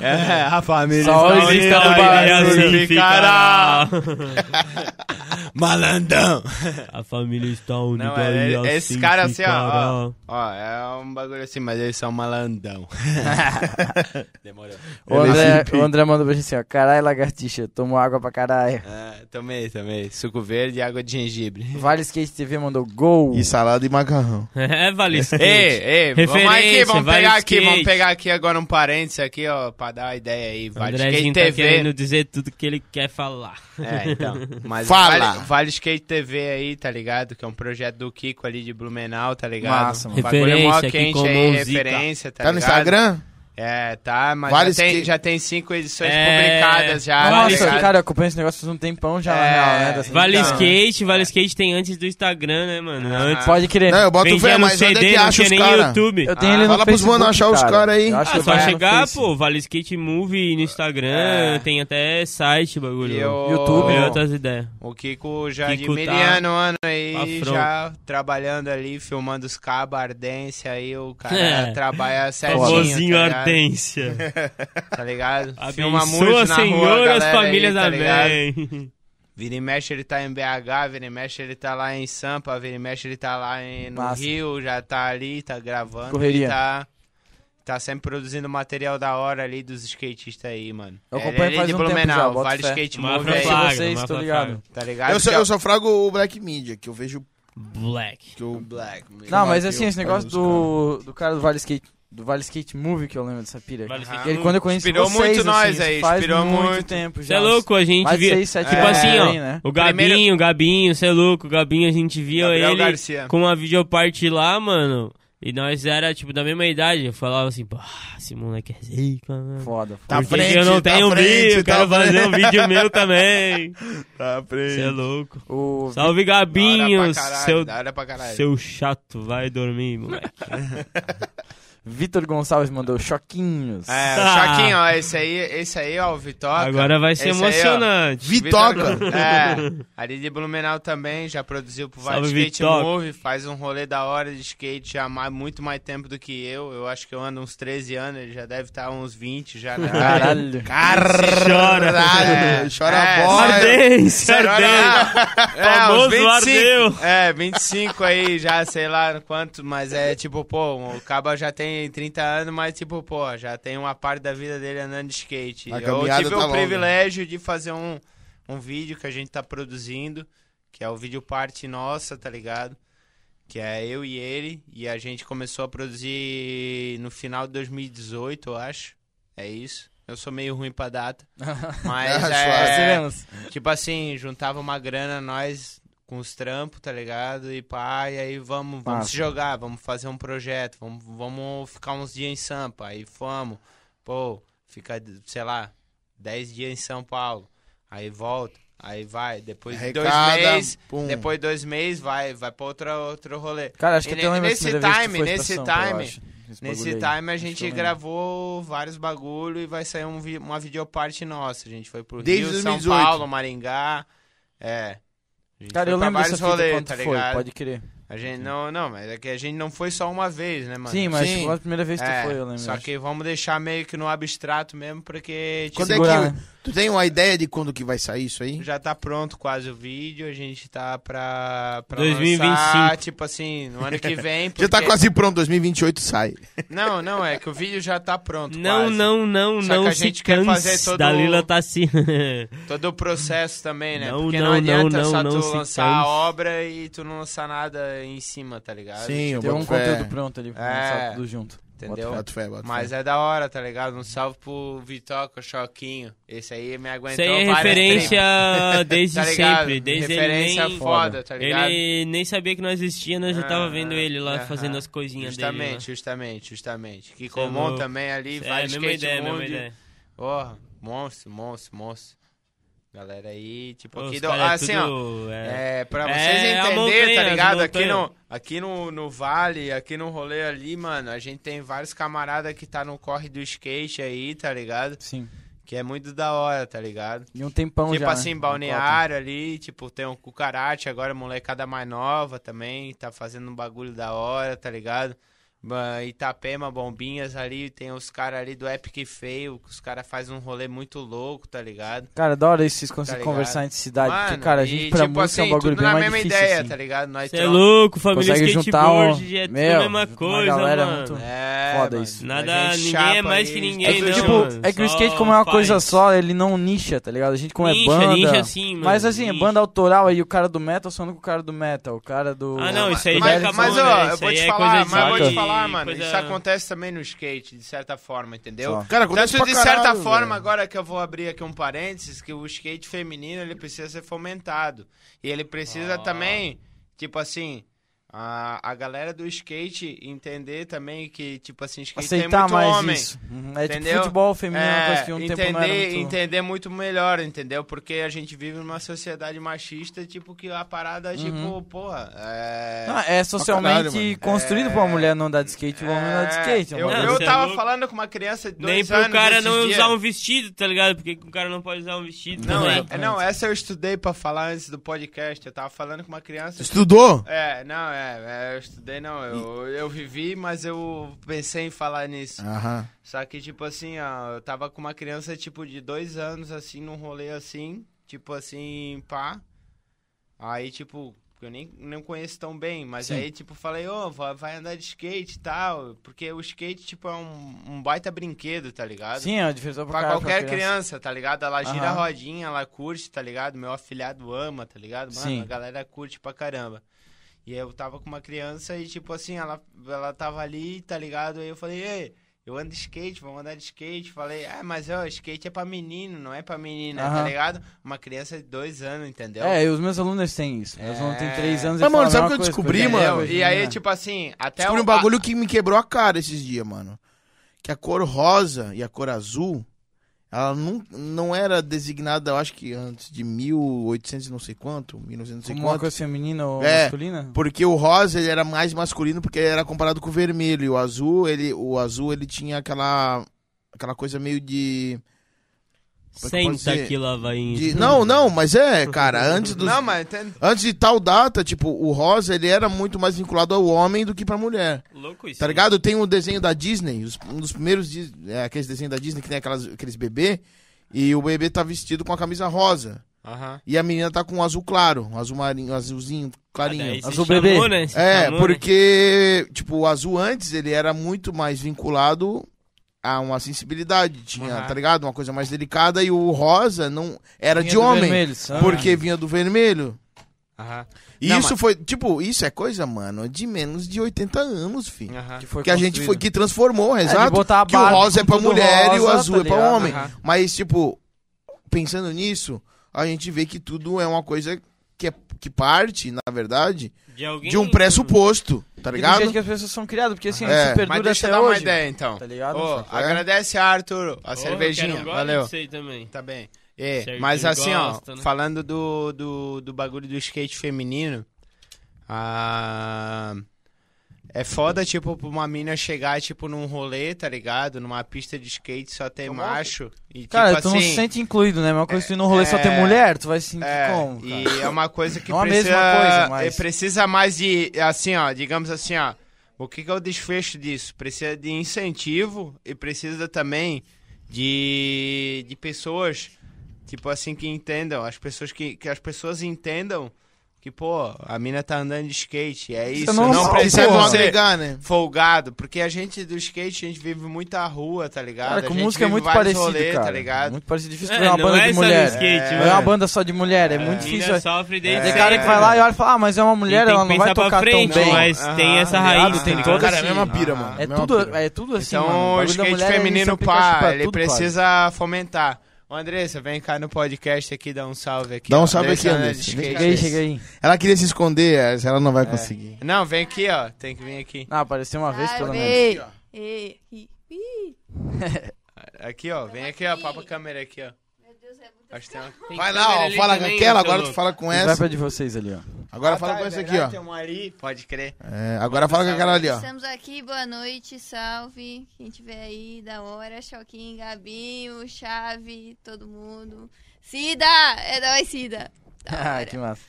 [SPEAKER 5] é, a família
[SPEAKER 3] Só
[SPEAKER 5] está
[SPEAKER 3] os
[SPEAKER 5] unida,
[SPEAKER 3] está
[SPEAKER 5] o
[SPEAKER 3] unida,
[SPEAKER 5] barulho
[SPEAKER 4] é assim
[SPEAKER 5] ficará. Malandão.
[SPEAKER 4] A família está unida.
[SPEAKER 5] Não, é,
[SPEAKER 4] e
[SPEAKER 5] é,
[SPEAKER 4] assim
[SPEAKER 5] esses caras assim,
[SPEAKER 4] ficará.
[SPEAKER 5] ó, ó. Ó, é um bagulho assim, mas eles são malandão. Demorou.
[SPEAKER 3] O
[SPEAKER 1] é
[SPEAKER 3] André, o André mandou pra gente assim, ó. Caralho, lagartixa, tomou água pra caralho.
[SPEAKER 5] Ah, tomei, tomei. Suco verde e água de gengibre.
[SPEAKER 3] Vale Skate TV mandou gol.
[SPEAKER 1] E salada e macarrão.
[SPEAKER 4] É, vale. skate.
[SPEAKER 5] Ei, ei, vamos aqui,
[SPEAKER 4] Referência,
[SPEAKER 5] vamos
[SPEAKER 4] vale
[SPEAKER 5] pegar aqui, vamos
[SPEAKER 4] skate.
[SPEAKER 5] pegar aqui agora um parênteses aqui, ó, pra dar uma ideia aí.
[SPEAKER 4] O
[SPEAKER 5] Vale Skate
[SPEAKER 4] Andrezinho tá querendo
[SPEAKER 5] TV.
[SPEAKER 4] dizer tudo que ele quer falar.
[SPEAKER 5] É, então. Mas
[SPEAKER 1] Fala.
[SPEAKER 5] Vale, vale Skate TV aí, tá ligado? Que é um projeto do Kiko ali de Blumenau, tá ligado?
[SPEAKER 3] Massa, mano.
[SPEAKER 5] Um bagulho mó
[SPEAKER 4] Referência,
[SPEAKER 5] quente
[SPEAKER 4] Kiko
[SPEAKER 5] aí,
[SPEAKER 4] Mãozica.
[SPEAKER 5] referência, tá,
[SPEAKER 1] Tá no
[SPEAKER 5] ligado?
[SPEAKER 1] Instagram?
[SPEAKER 5] É, tá, mas
[SPEAKER 1] Vale
[SPEAKER 5] já, tem,
[SPEAKER 1] Skate-
[SPEAKER 5] já tem cinco edições
[SPEAKER 4] É,
[SPEAKER 5] publicadas já.
[SPEAKER 4] Vale
[SPEAKER 5] tá
[SPEAKER 3] Nossa,
[SPEAKER 5] ligado?
[SPEAKER 3] cara, eu acompanho esse negócio faz um tempão já, na
[SPEAKER 5] É,
[SPEAKER 3] real, né? dessa-
[SPEAKER 4] Vale
[SPEAKER 5] Então,
[SPEAKER 4] skate, vale skate tem antes do Instagram, né, mano?
[SPEAKER 5] Ah.
[SPEAKER 4] Antes.
[SPEAKER 3] Pode crer.
[SPEAKER 1] Não, eu boto
[SPEAKER 4] Vendia
[SPEAKER 1] fé,
[SPEAKER 4] no
[SPEAKER 1] mas onde é que
[SPEAKER 4] não
[SPEAKER 1] acha
[SPEAKER 4] tinha
[SPEAKER 1] os
[SPEAKER 4] nem
[SPEAKER 1] caras?
[SPEAKER 4] YouTube.
[SPEAKER 3] Eu tenho ele no
[SPEAKER 1] Fala pros
[SPEAKER 3] Facebook,
[SPEAKER 1] mano achar os cara aí.
[SPEAKER 3] Eu acho
[SPEAKER 4] Ah,
[SPEAKER 3] que
[SPEAKER 4] só
[SPEAKER 3] vai no
[SPEAKER 4] chegar,
[SPEAKER 3] Face.
[SPEAKER 4] pô, Vale Skate Movie no Instagram,
[SPEAKER 5] É.
[SPEAKER 4] tem até site, bagulho.
[SPEAKER 5] E o...
[SPEAKER 3] YouTube,
[SPEAKER 4] Tem
[SPEAKER 3] né?
[SPEAKER 4] outras ideias.
[SPEAKER 5] O Kiko já
[SPEAKER 4] Kiko
[SPEAKER 5] de
[SPEAKER 4] tá
[SPEAKER 5] miliano ano
[SPEAKER 4] pra
[SPEAKER 5] aí,
[SPEAKER 4] front.
[SPEAKER 5] já trabalhando ali, filmando os cabos, ardência aí, o cara
[SPEAKER 4] É.
[SPEAKER 5] trabalha certinho,
[SPEAKER 4] Famosinho
[SPEAKER 5] tá ligado?
[SPEAKER 4] ardência.
[SPEAKER 5] Tá ligado? Filma
[SPEAKER 4] Abençoa,
[SPEAKER 5] muito na rua,
[SPEAKER 4] Senhor,
[SPEAKER 5] galera
[SPEAKER 4] as famílias,
[SPEAKER 5] aí, tá ligado?
[SPEAKER 4] amém.
[SPEAKER 5] Vira e mexe ele tá em BH, vira e mexe ele tá lá em Sampa, vira e mexe ele tá lá em, no
[SPEAKER 3] Massa.
[SPEAKER 5] Rio, já tá ali, tá gravando.
[SPEAKER 3] Correria.
[SPEAKER 5] ele Tá, tá sempre produzindo material da hora ali dos skatistas aí, mano.
[SPEAKER 3] Eu
[SPEAKER 5] Ele é
[SPEAKER 3] acompanho
[SPEAKER 5] ali
[SPEAKER 3] faz
[SPEAKER 5] de
[SPEAKER 3] um tempo
[SPEAKER 5] Blumenau,
[SPEAKER 3] já, boto
[SPEAKER 5] vale
[SPEAKER 3] fé.
[SPEAKER 5] skate
[SPEAKER 4] Uma
[SPEAKER 5] move
[SPEAKER 3] Eu
[SPEAKER 5] aí,
[SPEAKER 3] sei
[SPEAKER 4] Flagra,
[SPEAKER 3] vocês, tô
[SPEAKER 4] Mafra
[SPEAKER 3] ligado.
[SPEAKER 5] é tá ligado?
[SPEAKER 1] Eu só,
[SPEAKER 5] Que, ó,
[SPEAKER 1] eu só frago o Black Media, que eu vejo
[SPEAKER 4] Black.
[SPEAKER 1] que eu.
[SPEAKER 5] Black, meu.
[SPEAKER 3] Não, mas
[SPEAKER 1] Aqui,
[SPEAKER 3] assim,
[SPEAKER 1] ó,
[SPEAKER 3] esse negócio
[SPEAKER 1] faz uns
[SPEAKER 3] do, do cara do Vale Skate, do Vale Skate Movie que eu lembro dessa pilha.
[SPEAKER 4] Vale
[SPEAKER 5] Aham.
[SPEAKER 3] Que ele, quando eu conheci
[SPEAKER 5] Inspirou
[SPEAKER 3] vocês,
[SPEAKER 5] muito nós
[SPEAKER 3] assim,
[SPEAKER 5] aí,
[SPEAKER 3] isso faz
[SPEAKER 5] inspirou
[SPEAKER 3] muito,
[SPEAKER 5] muito.
[SPEAKER 3] tempo
[SPEAKER 4] Cê
[SPEAKER 3] já.
[SPEAKER 4] é louco, a gente
[SPEAKER 3] Mais
[SPEAKER 4] via.
[SPEAKER 3] seis, sete
[SPEAKER 4] tipo
[SPEAKER 5] anos
[SPEAKER 4] assim, ó.
[SPEAKER 3] aí, né?
[SPEAKER 4] O Gabinho,
[SPEAKER 5] Primeiro-
[SPEAKER 4] o Gabinho, você é louco. O Gabinho a gente via
[SPEAKER 5] Gabriel
[SPEAKER 4] ele
[SPEAKER 5] Garcia.
[SPEAKER 4] com uma videoparte lá, mano. E nós era, tipo, da mesma idade. Eu falava assim, pá, esse moleque é zica, mano.
[SPEAKER 3] Foda, foda.
[SPEAKER 1] Tá
[SPEAKER 4] Porque
[SPEAKER 1] frente,
[SPEAKER 4] eu não
[SPEAKER 1] tá
[SPEAKER 4] tenho
[SPEAKER 1] frente,
[SPEAKER 4] vídeo, eu
[SPEAKER 1] tá
[SPEAKER 4] quero fazer um
[SPEAKER 1] frente.
[SPEAKER 4] vídeo meu também.
[SPEAKER 1] Tá
[SPEAKER 4] Você é louco.
[SPEAKER 3] O
[SPEAKER 4] Salve, Gabinho,
[SPEAKER 5] Da hora pra caralho,
[SPEAKER 4] seu,
[SPEAKER 5] da hora pra caralho.
[SPEAKER 4] seu chato. Vai dormir, moleque.
[SPEAKER 3] Vitor Gonçalves mandou choquinhos.
[SPEAKER 5] É, o
[SPEAKER 4] Ah.
[SPEAKER 5] Choquinho, ó, esse aí, esse aí, ó, o Vitoca.
[SPEAKER 4] Agora vai ser
[SPEAKER 5] Esse aí, ó.
[SPEAKER 4] emocionante.
[SPEAKER 1] Vitoca!
[SPEAKER 5] Vitoca. É, ali de Blumenau também, já produziu pro Vale
[SPEAKER 4] Salve,
[SPEAKER 5] Skate
[SPEAKER 4] Vitoca.
[SPEAKER 5] Move, faz um rolê da hora de skate já há ma- muito mais tempo do que eu. Eu acho que eu ando uns 13 anos, ele já deve estar uns 20 já. Né?
[SPEAKER 3] Caralho.
[SPEAKER 1] Caralho!
[SPEAKER 5] É.
[SPEAKER 1] Chora
[SPEAKER 5] É,
[SPEAKER 1] bola!
[SPEAKER 4] Ardência,
[SPEAKER 5] Chora-
[SPEAKER 4] ardência.
[SPEAKER 5] é,
[SPEAKER 4] Famoso
[SPEAKER 5] uns 25,
[SPEAKER 4] ardeu.
[SPEAKER 5] É, 25 aí já, sei lá quanto, mas é tipo, pô, o Caba já tem 30 anos, mas tipo, pô, já tem uma parte da vida dele andando de skate.
[SPEAKER 1] A
[SPEAKER 5] Eu
[SPEAKER 1] caminhada
[SPEAKER 5] tive
[SPEAKER 1] tá
[SPEAKER 5] o
[SPEAKER 1] longa.
[SPEAKER 5] privilégio de fazer um, um vídeo que a gente tá produzindo, que é o vídeo parte nossa, tá ligado? Que é eu e ele, e a gente começou a produzir no final de 2018, eu acho. É isso. Eu sou meio ruim pra data. Mas
[SPEAKER 1] Ah,
[SPEAKER 5] é,
[SPEAKER 1] suave.
[SPEAKER 3] Sabemos.
[SPEAKER 5] Tipo assim, juntava uma grana nós com os trampos, tá ligado? E pá, e aí vamos, vamos
[SPEAKER 3] Massa.
[SPEAKER 5] se jogar, vamos fazer um projeto, vamos, vamos ficar uns dias em Sampa, aí fomos. Pô, fica, sei lá, 10 dias em São Paulo, aí volta, aí vai, depois de dois
[SPEAKER 1] Arrecada, um.
[SPEAKER 5] meses,
[SPEAKER 1] pum.
[SPEAKER 5] depois de dois meses vai, vai pra outra, outro rolê.
[SPEAKER 3] Cara, acho que
[SPEAKER 5] E
[SPEAKER 3] eu até lembro a
[SPEAKER 5] nesse
[SPEAKER 3] primeira vez que
[SPEAKER 5] time,
[SPEAKER 3] foi pra
[SPEAKER 5] nesse
[SPEAKER 3] São Paulo, eu
[SPEAKER 5] time,
[SPEAKER 3] acho.
[SPEAKER 1] esse
[SPEAKER 5] Nesse
[SPEAKER 1] bagulho aí.
[SPEAKER 5] time a gente
[SPEAKER 1] Acho que eu
[SPEAKER 5] gravou vários bagulho e vai sair um vi- uma videoparte nossa. A gente foi pro
[SPEAKER 1] Desde
[SPEAKER 5] Rio,
[SPEAKER 1] 2018.
[SPEAKER 5] São Paulo, Maringá. É. A gente
[SPEAKER 3] Cara,
[SPEAKER 5] foi
[SPEAKER 3] eu
[SPEAKER 5] pra
[SPEAKER 3] lembro dessa
[SPEAKER 5] vários
[SPEAKER 3] fita
[SPEAKER 5] rolês,
[SPEAKER 3] quanto
[SPEAKER 5] tá
[SPEAKER 3] foi,
[SPEAKER 5] ligado?
[SPEAKER 3] pode crer.
[SPEAKER 5] A gente não, não, mas é que a gente não foi só uma vez, né, mano?
[SPEAKER 3] Sim, mas
[SPEAKER 1] Sim.
[SPEAKER 3] foi a primeira vez que tu
[SPEAKER 5] É,
[SPEAKER 3] foi, eu lembro.
[SPEAKER 5] Só que vamos deixar meio que no abstrato mesmo, porque tipo,
[SPEAKER 1] Quando é
[SPEAKER 3] Segurar,
[SPEAKER 1] que. Tu tem uma ideia de quando que vai sair isso aí?
[SPEAKER 5] já tá pronto quase o vídeo, a gente tá pra, pra
[SPEAKER 4] 2025.
[SPEAKER 5] lançar, tipo assim, no ano que vem.
[SPEAKER 1] Já tá
[SPEAKER 5] porque-
[SPEAKER 1] quase pronto, 2028 sai.
[SPEAKER 5] Não, não, é que o vídeo já tá pronto
[SPEAKER 4] Não,
[SPEAKER 5] quase.
[SPEAKER 4] não, não,
[SPEAKER 5] Só que
[SPEAKER 4] não
[SPEAKER 5] a
[SPEAKER 4] se
[SPEAKER 5] gente quer
[SPEAKER 4] canse.
[SPEAKER 5] fazer todo Então
[SPEAKER 4] Dalila
[SPEAKER 5] o-
[SPEAKER 4] tá assim.
[SPEAKER 5] Todo o processo também, né?
[SPEAKER 4] Não,
[SPEAKER 5] Porque
[SPEAKER 4] não,
[SPEAKER 5] não adianta
[SPEAKER 4] não,
[SPEAKER 5] só
[SPEAKER 4] não, não
[SPEAKER 5] tu
[SPEAKER 4] se
[SPEAKER 5] lançar a
[SPEAKER 4] canse.
[SPEAKER 5] obra e tu não lançar nada em cima, tá ligado?
[SPEAKER 1] eu
[SPEAKER 3] Tem um conteúdo pronto ali, pra lançar
[SPEAKER 5] É.
[SPEAKER 3] tudo junto.
[SPEAKER 5] Entendeu?
[SPEAKER 1] Boto fé, boto
[SPEAKER 5] Mas
[SPEAKER 1] fé.
[SPEAKER 5] é da hora, tá ligado? Um salve pro Vitoca, Choquinho. Esse aí me
[SPEAKER 4] Isso
[SPEAKER 5] aguentou
[SPEAKER 4] aí é
[SPEAKER 5] várias
[SPEAKER 4] referência
[SPEAKER 5] tripas,
[SPEAKER 4] desde
[SPEAKER 5] tá ligado?
[SPEAKER 4] sempre. Desde
[SPEAKER 5] referência
[SPEAKER 4] ele é nem...
[SPEAKER 5] foda, tá ligado?
[SPEAKER 4] Ele nem sabia que nós existia, nós já tava vendo ele lá
[SPEAKER 5] Aham.
[SPEAKER 4] fazendo as coisinhas
[SPEAKER 5] ah, Justamente,
[SPEAKER 4] dele. né?
[SPEAKER 5] justamente, justamente. Que
[SPEAKER 4] é
[SPEAKER 5] comum
[SPEAKER 4] louco.
[SPEAKER 5] também ali,
[SPEAKER 4] lá. É,
[SPEAKER 5] vários
[SPEAKER 4] mesma ideia, mesma
[SPEAKER 5] skate
[SPEAKER 4] ideia.
[SPEAKER 5] Porra, monstro, monstro, monstro. Galera aí, tipo,
[SPEAKER 4] Pô,
[SPEAKER 5] aqui
[SPEAKER 4] os
[SPEAKER 5] do...
[SPEAKER 4] cara é
[SPEAKER 5] assim, ó.
[SPEAKER 4] tudo, é.
[SPEAKER 5] É, pra
[SPEAKER 4] É,
[SPEAKER 5] vocês
[SPEAKER 4] a
[SPEAKER 5] entenderem,
[SPEAKER 3] é
[SPEAKER 4] montanha,
[SPEAKER 5] tá
[SPEAKER 4] as
[SPEAKER 5] ligado? Aqui,
[SPEAKER 4] montanhas.
[SPEAKER 5] no, aqui no, no vale, aqui no rolê ali, mano, a gente tem vários camaradas que tá no corre do skate aí, tá ligado?
[SPEAKER 3] Sim.
[SPEAKER 5] Que é muito da hora, tá ligado?
[SPEAKER 3] E um tempão
[SPEAKER 5] tipo
[SPEAKER 3] já.
[SPEAKER 5] assim,
[SPEAKER 3] né?
[SPEAKER 5] balneário ali, tipo, tem um cucarate agora, molecada mais nova também, tá fazendo um bagulho da hora, tá ligado? Ba- Itapema, Bombinhas ali, tem os caras ali do Epic Fail, que os caras fazem um rolê muito louco, tá ligado?
[SPEAKER 3] Cara, da hora isso, vocês
[SPEAKER 5] Tá
[SPEAKER 3] conseguirem
[SPEAKER 5] ligado?
[SPEAKER 3] conversar entre cidade. porque,
[SPEAKER 5] Mano,
[SPEAKER 3] cara, a
[SPEAKER 5] e,
[SPEAKER 3] gente pra
[SPEAKER 5] tipo
[SPEAKER 3] música é um
[SPEAKER 5] assim,
[SPEAKER 3] bagulho
[SPEAKER 5] tudo
[SPEAKER 3] bem
[SPEAKER 5] na
[SPEAKER 3] mais
[SPEAKER 5] mesma
[SPEAKER 3] difícil,
[SPEAKER 5] ideia,
[SPEAKER 3] assim.
[SPEAKER 5] tá ligado? Nós
[SPEAKER 4] Cê é
[SPEAKER 5] tro-
[SPEAKER 4] louco, família
[SPEAKER 3] Consegue juntar um-
[SPEAKER 4] skateboard, é tudo
[SPEAKER 3] Meu,
[SPEAKER 4] a mesma
[SPEAKER 3] uma
[SPEAKER 4] coisa,
[SPEAKER 3] galera
[SPEAKER 4] mano.
[SPEAKER 3] muito-
[SPEAKER 5] É,
[SPEAKER 3] Foda
[SPEAKER 5] mano.
[SPEAKER 3] isso.
[SPEAKER 4] Nada,
[SPEAKER 5] A gente
[SPEAKER 4] ninguém
[SPEAKER 5] chapa
[SPEAKER 4] é mais
[SPEAKER 5] aí,
[SPEAKER 4] que
[SPEAKER 5] tá
[SPEAKER 4] ninguém,
[SPEAKER 5] tudo
[SPEAKER 4] não.
[SPEAKER 3] tipo,
[SPEAKER 4] mano.
[SPEAKER 3] é que o
[SPEAKER 4] Só
[SPEAKER 3] skate, como é uma
[SPEAKER 4] faz.
[SPEAKER 3] coisa só, ele não nicha, tá ligado? A gente, como é
[SPEAKER 4] Ninja,
[SPEAKER 3] banda.
[SPEAKER 4] ninja sim, mano,
[SPEAKER 3] Mas assim, é
[SPEAKER 4] ninja.
[SPEAKER 3] banda autoral aí, o cara do metal só com o cara do metal, o cara do.
[SPEAKER 4] Ah, não, isso aí
[SPEAKER 3] do
[SPEAKER 4] vai
[SPEAKER 5] Mas,
[SPEAKER 3] Velvet
[SPEAKER 4] acabou,
[SPEAKER 5] mas,
[SPEAKER 4] né?
[SPEAKER 5] ó,
[SPEAKER 4] Isso
[SPEAKER 5] eu vou
[SPEAKER 4] aí
[SPEAKER 5] te
[SPEAKER 4] é
[SPEAKER 5] falar,
[SPEAKER 4] coisa
[SPEAKER 5] mas eu vou te
[SPEAKER 4] exótica.
[SPEAKER 5] falar, mano.
[SPEAKER 4] Coisa-
[SPEAKER 5] Isso acontece também no skate, de certa forma, entendeu?
[SPEAKER 3] Só.
[SPEAKER 1] Cara, acontece
[SPEAKER 5] Tanto
[SPEAKER 1] pra
[SPEAKER 5] de
[SPEAKER 1] caralho,
[SPEAKER 5] certa forma,
[SPEAKER 1] velho.
[SPEAKER 5] agora que eu vou abrir aqui um parênteses, que o skate feminino ele precisa ser fomentado. E ele precisa também, tipo assim, a, a galera do skate entender também que, tipo assim, skate tem
[SPEAKER 3] Aceitar
[SPEAKER 5] muito
[SPEAKER 3] mais
[SPEAKER 5] homem.
[SPEAKER 3] isso. Uhum, É
[SPEAKER 5] Entendeu?
[SPEAKER 3] tipo futebol feminino, é uma coisa que um
[SPEAKER 5] entender,
[SPEAKER 3] tempo não era muito...
[SPEAKER 5] entender muito melhor, entendeu? Porque a gente vive numa sociedade machista, tipo, que a
[SPEAKER 3] Uhum.
[SPEAKER 5] parada, tipo, porra. É...
[SPEAKER 3] Não, é
[SPEAKER 1] caralho,
[SPEAKER 3] socialmente
[SPEAKER 1] mano.
[SPEAKER 3] construído pra uma mulher não andar de skate, o homem não andar de skate. um
[SPEAKER 5] Eu,
[SPEAKER 4] mano.
[SPEAKER 5] eu
[SPEAKER 4] Você é
[SPEAKER 5] tava
[SPEAKER 4] louco.
[SPEAKER 5] falando com uma criança de dois
[SPEAKER 4] Nem
[SPEAKER 5] anos
[SPEAKER 4] pro cara não
[SPEAKER 5] esses dias.
[SPEAKER 4] usar um vestido, tá ligado? Porque o cara não pode usar um vestido
[SPEAKER 5] Não,
[SPEAKER 4] também.
[SPEAKER 5] é- é, não, essa eu estudei pra falar antes do podcast. Eu tava falando com uma criança.
[SPEAKER 1] Estudou?
[SPEAKER 5] É, não, é, é, eu estudei não, eu, eu vivi, mas eu pensei em falar nisso.
[SPEAKER 1] Aham.
[SPEAKER 5] Só que, tipo assim, ó, eu tava com uma criança, tipo, de dois anos, assim, num rolê assim, tipo assim, pá. Aí, tipo, eu nem, não conheço tão bem, mas aí, tipo, falei, ô, va- vai andar de skate e tal, porque o skate, tipo, é um, um baita brinquedo, tá ligado?
[SPEAKER 3] Sim, é uma diferença pro
[SPEAKER 5] Pra
[SPEAKER 3] cara,
[SPEAKER 5] qualquer
[SPEAKER 3] pra
[SPEAKER 5] criança. tá ligado? Ela gira a
[SPEAKER 3] Aham.
[SPEAKER 5] rodinha, ela curte, tá ligado? Meu afilhado ama, tá ligado? Mano,
[SPEAKER 3] Sim.
[SPEAKER 5] a galera curte pra caramba. E eu tava com uma criança e, tipo assim, ela, ela tava ali, tá ligado? Aí eu falei, ei, eu ando de skate, vamos andar de skate. Falei, ah, mas ó, skate é pra menino, não é pra menina, tá
[SPEAKER 3] Aham.
[SPEAKER 5] ligado? Uma criança de dois anos, entendeu? É.
[SPEAKER 3] É, e os meus alunos têm isso. Meus alunos têm três anos e
[SPEAKER 1] Mas, mano,
[SPEAKER 3] falam a
[SPEAKER 1] sabe
[SPEAKER 3] mesma
[SPEAKER 1] o que eu
[SPEAKER 3] coisa,
[SPEAKER 1] descobri,
[SPEAKER 3] porque
[SPEAKER 1] mano?
[SPEAKER 3] eu vejo,
[SPEAKER 5] E aí,
[SPEAKER 3] né?
[SPEAKER 5] tipo assim, até
[SPEAKER 1] Descobri
[SPEAKER 5] o-
[SPEAKER 1] um bagulho que me quebrou a cara esses dias, mano. Que a cor rosa e a cor azul, ela não, não era designada, eu acho que antes de 1800 e não sei quanto, 1900 e não sei
[SPEAKER 3] Como uma
[SPEAKER 1] quanto.
[SPEAKER 3] coisa assim. feminina ou
[SPEAKER 1] É.
[SPEAKER 3] masculina?
[SPEAKER 1] Porque o rosa ele era mais masculino porque ele era comparado com o vermelho. E o azul, ele, o azul, ele tinha aquela, aquela coisa meio de, Como é que pode
[SPEAKER 4] Senta
[SPEAKER 1] ser?
[SPEAKER 4] aqui, então. lavainha.
[SPEAKER 1] de- Não, não, mas é, cara, antes dos.
[SPEAKER 5] Não, mas tem-
[SPEAKER 1] Antes de tal data, tipo, o rosa ele era muito mais vinculado ao homem do que pra mulher.
[SPEAKER 4] Louco isso.
[SPEAKER 1] Tá ligado? Tem um desenho da Disney, os- um dos primeiros dis- é, aqueles desenhos da Disney que tem aquelas, aqueles bebê e o bebê tá vestido com a camisa rosa
[SPEAKER 5] Aham.
[SPEAKER 1] e a menina tá com um azul claro, um azul marinho, um azulzinho clarinho.
[SPEAKER 4] Ah, Daí se
[SPEAKER 3] Azul
[SPEAKER 4] chamou,
[SPEAKER 3] bebê.
[SPEAKER 4] né? Se
[SPEAKER 1] É,
[SPEAKER 4] chamou, né?
[SPEAKER 1] porque, tipo, o azul antes ele era muito mais vinculado a uma sensibilidade, tinha,
[SPEAKER 5] Aham.
[SPEAKER 1] tá ligado? Uma coisa mais delicada e o rosa não era
[SPEAKER 3] Vinha
[SPEAKER 1] de
[SPEAKER 3] do
[SPEAKER 1] homem,
[SPEAKER 3] vermelho, Ah. sabe?
[SPEAKER 1] porque vinha do vermelho.
[SPEAKER 5] Aham.
[SPEAKER 1] E
[SPEAKER 5] Não,
[SPEAKER 1] isso
[SPEAKER 5] mas-
[SPEAKER 1] foi, tipo, isso é coisa, mano, de menos de 80 anos, filho.
[SPEAKER 5] Aham.
[SPEAKER 3] Que, foi
[SPEAKER 1] Que a gente foi,
[SPEAKER 3] construído. É,
[SPEAKER 1] que transformou,
[SPEAKER 3] de
[SPEAKER 1] exato.
[SPEAKER 3] botar a
[SPEAKER 1] que o
[SPEAKER 3] Barbie
[SPEAKER 1] rosa é
[SPEAKER 3] com
[SPEAKER 1] pra
[SPEAKER 3] tudo
[SPEAKER 1] mulher e o
[SPEAKER 3] rosa,
[SPEAKER 1] azul
[SPEAKER 3] tá
[SPEAKER 1] é pra
[SPEAKER 3] ligado?
[SPEAKER 1] homem.
[SPEAKER 5] Aham.
[SPEAKER 1] Mas, tipo, pensando nisso, a gente vê que tudo é uma coisa que, é, que parte, na verdade,
[SPEAKER 4] De, alguém,
[SPEAKER 1] de um pressuposto, tá
[SPEAKER 3] E do jeito
[SPEAKER 1] ligado?
[SPEAKER 3] que as pessoas são criadas, porque assim,
[SPEAKER 1] É.
[SPEAKER 3] isso
[SPEAKER 5] Mas
[SPEAKER 3] perdura
[SPEAKER 5] deixa eu
[SPEAKER 3] até
[SPEAKER 5] dar uma
[SPEAKER 3] hoje.
[SPEAKER 5] ideia, então.
[SPEAKER 3] Tá ligado?
[SPEAKER 5] Ô,
[SPEAKER 3] Saca?
[SPEAKER 5] agradece a Arthur, a
[SPEAKER 4] Ô, eu
[SPEAKER 5] cervejinha.
[SPEAKER 4] quero um gole
[SPEAKER 5] Valeu.
[SPEAKER 4] disso aí também.
[SPEAKER 5] Tá bem. É,
[SPEAKER 4] Certo,
[SPEAKER 5] mas
[SPEAKER 4] ele
[SPEAKER 5] assim,
[SPEAKER 4] gosta,
[SPEAKER 5] ó,
[SPEAKER 4] né?
[SPEAKER 5] falando do, do, do bagulho do skate feminino, a... É foda, tipo, pra uma mina chegar, tipo, num rolê, tá ligado? Numa pista de skate só tem macho. E,
[SPEAKER 3] Cara,
[SPEAKER 5] tipo,
[SPEAKER 3] tu não
[SPEAKER 5] assim,
[SPEAKER 3] se sente incluído, né? A mesma coisa que tu ir num rolê só
[SPEAKER 5] é-
[SPEAKER 3] ter mulher, tu vai se sentir
[SPEAKER 5] É,
[SPEAKER 3] como, cara?
[SPEAKER 5] e é uma coisa que
[SPEAKER 3] Não a mesma
[SPEAKER 5] precisa,
[SPEAKER 3] coisa, mas-
[SPEAKER 5] é, precisa mais de, assim, ó, digamos assim, ó, o que, que é o desfecho disso? Precisa de incentivo e precisa também de, de pessoas, tipo assim, que entendam, as pessoas que, que as pessoas entendam que, pô, a mina tá andando de skate, é isso,
[SPEAKER 3] normal,
[SPEAKER 5] não
[SPEAKER 3] porra.
[SPEAKER 1] Isso é
[SPEAKER 5] precisa
[SPEAKER 1] bom
[SPEAKER 5] ser
[SPEAKER 1] agregar, né?
[SPEAKER 5] folgado, porque a gente do skate, a gente vive muita rua, tá ligado?
[SPEAKER 3] Cara, com
[SPEAKER 5] a gente
[SPEAKER 3] música é
[SPEAKER 5] vive
[SPEAKER 3] muito
[SPEAKER 5] vários
[SPEAKER 3] parecido,
[SPEAKER 5] rolê,
[SPEAKER 3] cara.
[SPEAKER 5] tá ligado?
[SPEAKER 3] Muito parecido. Difícil
[SPEAKER 4] É,
[SPEAKER 3] ver uma
[SPEAKER 4] não
[SPEAKER 3] banda
[SPEAKER 4] é
[SPEAKER 3] de
[SPEAKER 4] só no
[SPEAKER 3] mulher.
[SPEAKER 4] skate,
[SPEAKER 3] é
[SPEAKER 4] mano.
[SPEAKER 3] uma banda só de mulher, é, muito difícil.
[SPEAKER 4] Ainda sofre desde
[SPEAKER 3] Tem cara que vai lá e olha e fala, ah, mas é uma mulher, ela
[SPEAKER 4] tem que
[SPEAKER 3] não vai
[SPEAKER 4] pensar pra
[SPEAKER 3] tocar
[SPEAKER 4] frente,
[SPEAKER 3] tão bem.
[SPEAKER 4] mas tem essa raiz,
[SPEAKER 3] tem
[SPEAKER 4] tá
[SPEAKER 3] todo
[SPEAKER 4] ligado?
[SPEAKER 1] Cara, é a
[SPEAKER 3] esse-
[SPEAKER 1] mesma pira, mano.
[SPEAKER 3] É
[SPEAKER 1] mesma
[SPEAKER 3] tudo,
[SPEAKER 1] pira.
[SPEAKER 3] é tudo assim,
[SPEAKER 5] então
[SPEAKER 3] mano.
[SPEAKER 5] o
[SPEAKER 3] bagulho da
[SPEAKER 5] skate
[SPEAKER 3] mulher, ele se
[SPEAKER 5] feminino,
[SPEAKER 3] aplica, acho,
[SPEAKER 5] pá,
[SPEAKER 3] pra
[SPEAKER 5] ele
[SPEAKER 3] tudo,
[SPEAKER 5] precisa fomentar. Ô, Andressa, vem cá no podcast aqui, dá um salve aqui.
[SPEAKER 1] Dá um
[SPEAKER 5] ó.
[SPEAKER 1] salve aqui,
[SPEAKER 5] anda de
[SPEAKER 1] Andressa.
[SPEAKER 5] skate.
[SPEAKER 1] Vem
[SPEAKER 3] Cara. Chega aí, chega aí.
[SPEAKER 1] Ela queria se esconder, é, essa ela não vai conseguir.
[SPEAKER 5] Não, vem aqui, ó. Tem que vir aqui.
[SPEAKER 3] Ah, apareceu uma vez, pelo menos.
[SPEAKER 8] Ei, ei, ih, ih.
[SPEAKER 5] Aqui, ó. Vem aqui, ó. Papa câmera aqui, ó.
[SPEAKER 8] é
[SPEAKER 5] Acho que tem uma...
[SPEAKER 1] Vai lá, ó, fala com aquela, agora tu fala com
[SPEAKER 3] Vai
[SPEAKER 1] essa.
[SPEAKER 3] pra de vocês ali, ó.
[SPEAKER 1] Agora
[SPEAKER 5] Ah,
[SPEAKER 1] fala
[SPEAKER 5] tá,
[SPEAKER 1] com
[SPEAKER 5] é
[SPEAKER 1] essa aqui,
[SPEAKER 5] verdade,
[SPEAKER 1] ó.
[SPEAKER 5] Tem uma ali, pode crer.
[SPEAKER 1] É, agora fala com aquela ali, ó.
[SPEAKER 8] Estamos aqui, boa noite, salve. Quem tiver aí, da hora. Choquinho, Gabinho, Chave, todo mundo. Cida! É da nós, Cida. Da
[SPEAKER 3] Ah,
[SPEAKER 8] hora.
[SPEAKER 3] que massa.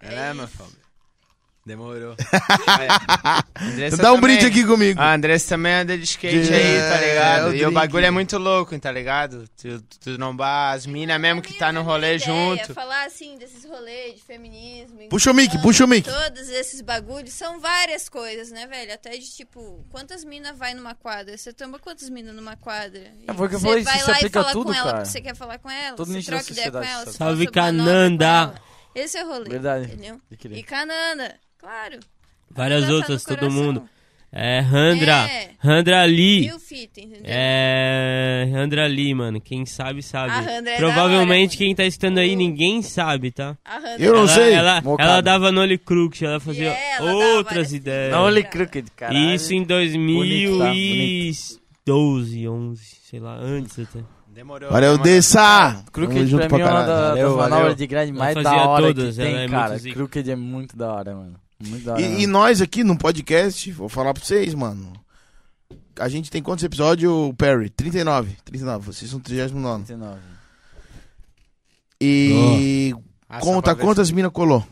[SPEAKER 5] É, né, meu filho? Demorou. É. Andressa
[SPEAKER 1] Dá um
[SPEAKER 5] também.
[SPEAKER 1] brinde aqui comigo.
[SPEAKER 3] Ah.
[SPEAKER 5] A Andressa também anda de skate aí, tá
[SPEAKER 1] É,
[SPEAKER 5] ligado?
[SPEAKER 1] o
[SPEAKER 5] e o
[SPEAKER 1] drink.
[SPEAKER 5] bagulho é muito louco, tá ligado? Tu, tu não ba- as minas mesmo que tá no rolê
[SPEAKER 8] Essa é a minha
[SPEAKER 5] junto.
[SPEAKER 8] ideia, Falar assim desses rolês de feminismo.
[SPEAKER 1] Puxa o mic,
[SPEAKER 8] inclusão,
[SPEAKER 1] puxa o mic.
[SPEAKER 8] Todos esses bagulhos são várias coisas, né, velho? Até de tipo, quantas minas vai numa quadra? Você toma quantas minas numa quadra? E
[SPEAKER 3] É, foi o que eu
[SPEAKER 8] você
[SPEAKER 3] falei, isso
[SPEAKER 8] vai
[SPEAKER 3] se
[SPEAKER 8] lá e
[SPEAKER 3] aplica a
[SPEAKER 8] fala
[SPEAKER 3] tudo,
[SPEAKER 8] com ela
[SPEAKER 3] cara.
[SPEAKER 8] porque você quer falar com ela.
[SPEAKER 3] Todo
[SPEAKER 8] você
[SPEAKER 3] nicho da
[SPEAKER 8] troca ideia com
[SPEAKER 3] sociedade
[SPEAKER 8] ela.
[SPEAKER 3] sabe.
[SPEAKER 8] você fala
[SPEAKER 4] Salve,
[SPEAKER 8] sobre manobra com
[SPEAKER 4] Cananda.
[SPEAKER 8] ela. Esse é o rolê.
[SPEAKER 3] Verdade.
[SPEAKER 8] Entendeu?
[SPEAKER 3] Que querer.
[SPEAKER 8] E Cananda, claro.
[SPEAKER 4] Várias
[SPEAKER 8] Tá no
[SPEAKER 4] outras, todo
[SPEAKER 8] coração.
[SPEAKER 4] mundo. É, Randra.
[SPEAKER 8] É.
[SPEAKER 4] Randra Lee.
[SPEAKER 8] Mil fita, entendeu?
[SPEAKER 4] É. Randra Lee, mano. Quem sabe, sabe.
[SPEAKER 8] A Randra é da
[SPEAKER 4] Provavelmente
[SPEAKER 8] hora,
[SPEAKER 4] quem tá escutando aí, ninguém sabe, tá?
[SPEAKER 8] A Randra.
[SPEAKER 1] Eu não
[SPEAKER 4] ela,
[SPEAKER 1] sei.
[SPEAKER 4] Ela,
[SPEAKER 3] Mocado.
[SPEAKER 4] ela dava Nolly Crux, ela fazia
[SPEAKER 8] E É, ela dava
[SPEAKER 4] outras
[SPEAKER 8] várias-
[SPEAKER 4] ideias.
[SPEAKER 3] Não, olha crooked, cara.
[SPEAKER 4] Isso em 2012, 11, sei lá, antes até.
[SPEAKER 5] Demorou.
[SPEAKER 1] Valeu, Dessa! Tamo
[SPEAKER 3] Crooked
[SPEAKER 1] junto
[SPEAKER 3] pra mim é
[SPEAKER 1] pra
[SPEAKER 3] uma
[SPEAKER 1] caralho.
[SPEAKER 3] da- das
[SPEAKER 5] Valeu,
[SPEAKER 3] manobras
[SPEAKER 5] valeu.
[SPEAKER 3] de grade mais
[SPEAKER 4] Ela
[SPEAKER 3] da
[SPEAKER 4] fazia
[SPEAKER 3] hora
[SPEAKER 4] todas,
[SPEAKER 3] que
[SPEAKER 4] ela
[SPEAKER 3] tem,
[SPEAKER 4] é
[SPEAKER 3] cara.
[SPEAKER 4] muito zica.
[SPEAKER 3] Crooked é muito da hora, mano. Muito da hora.
[SPEAKER 1] E, e
[SPEAKER 3] mano.
[SPEAKER 1] nós aqui no podcast, vou falar pra vocês, mano. A gente tem quantos episódios, Perry? 39. 39, vocês são 39.
[SPEAKER 3] 19.
[SPEAKER 1] E
[SPEAKER 5] Ah, só pra
[SPEAKER 1] conta
[SPEAKER 5] ver
[SPEAKER 1] quantas minas colou.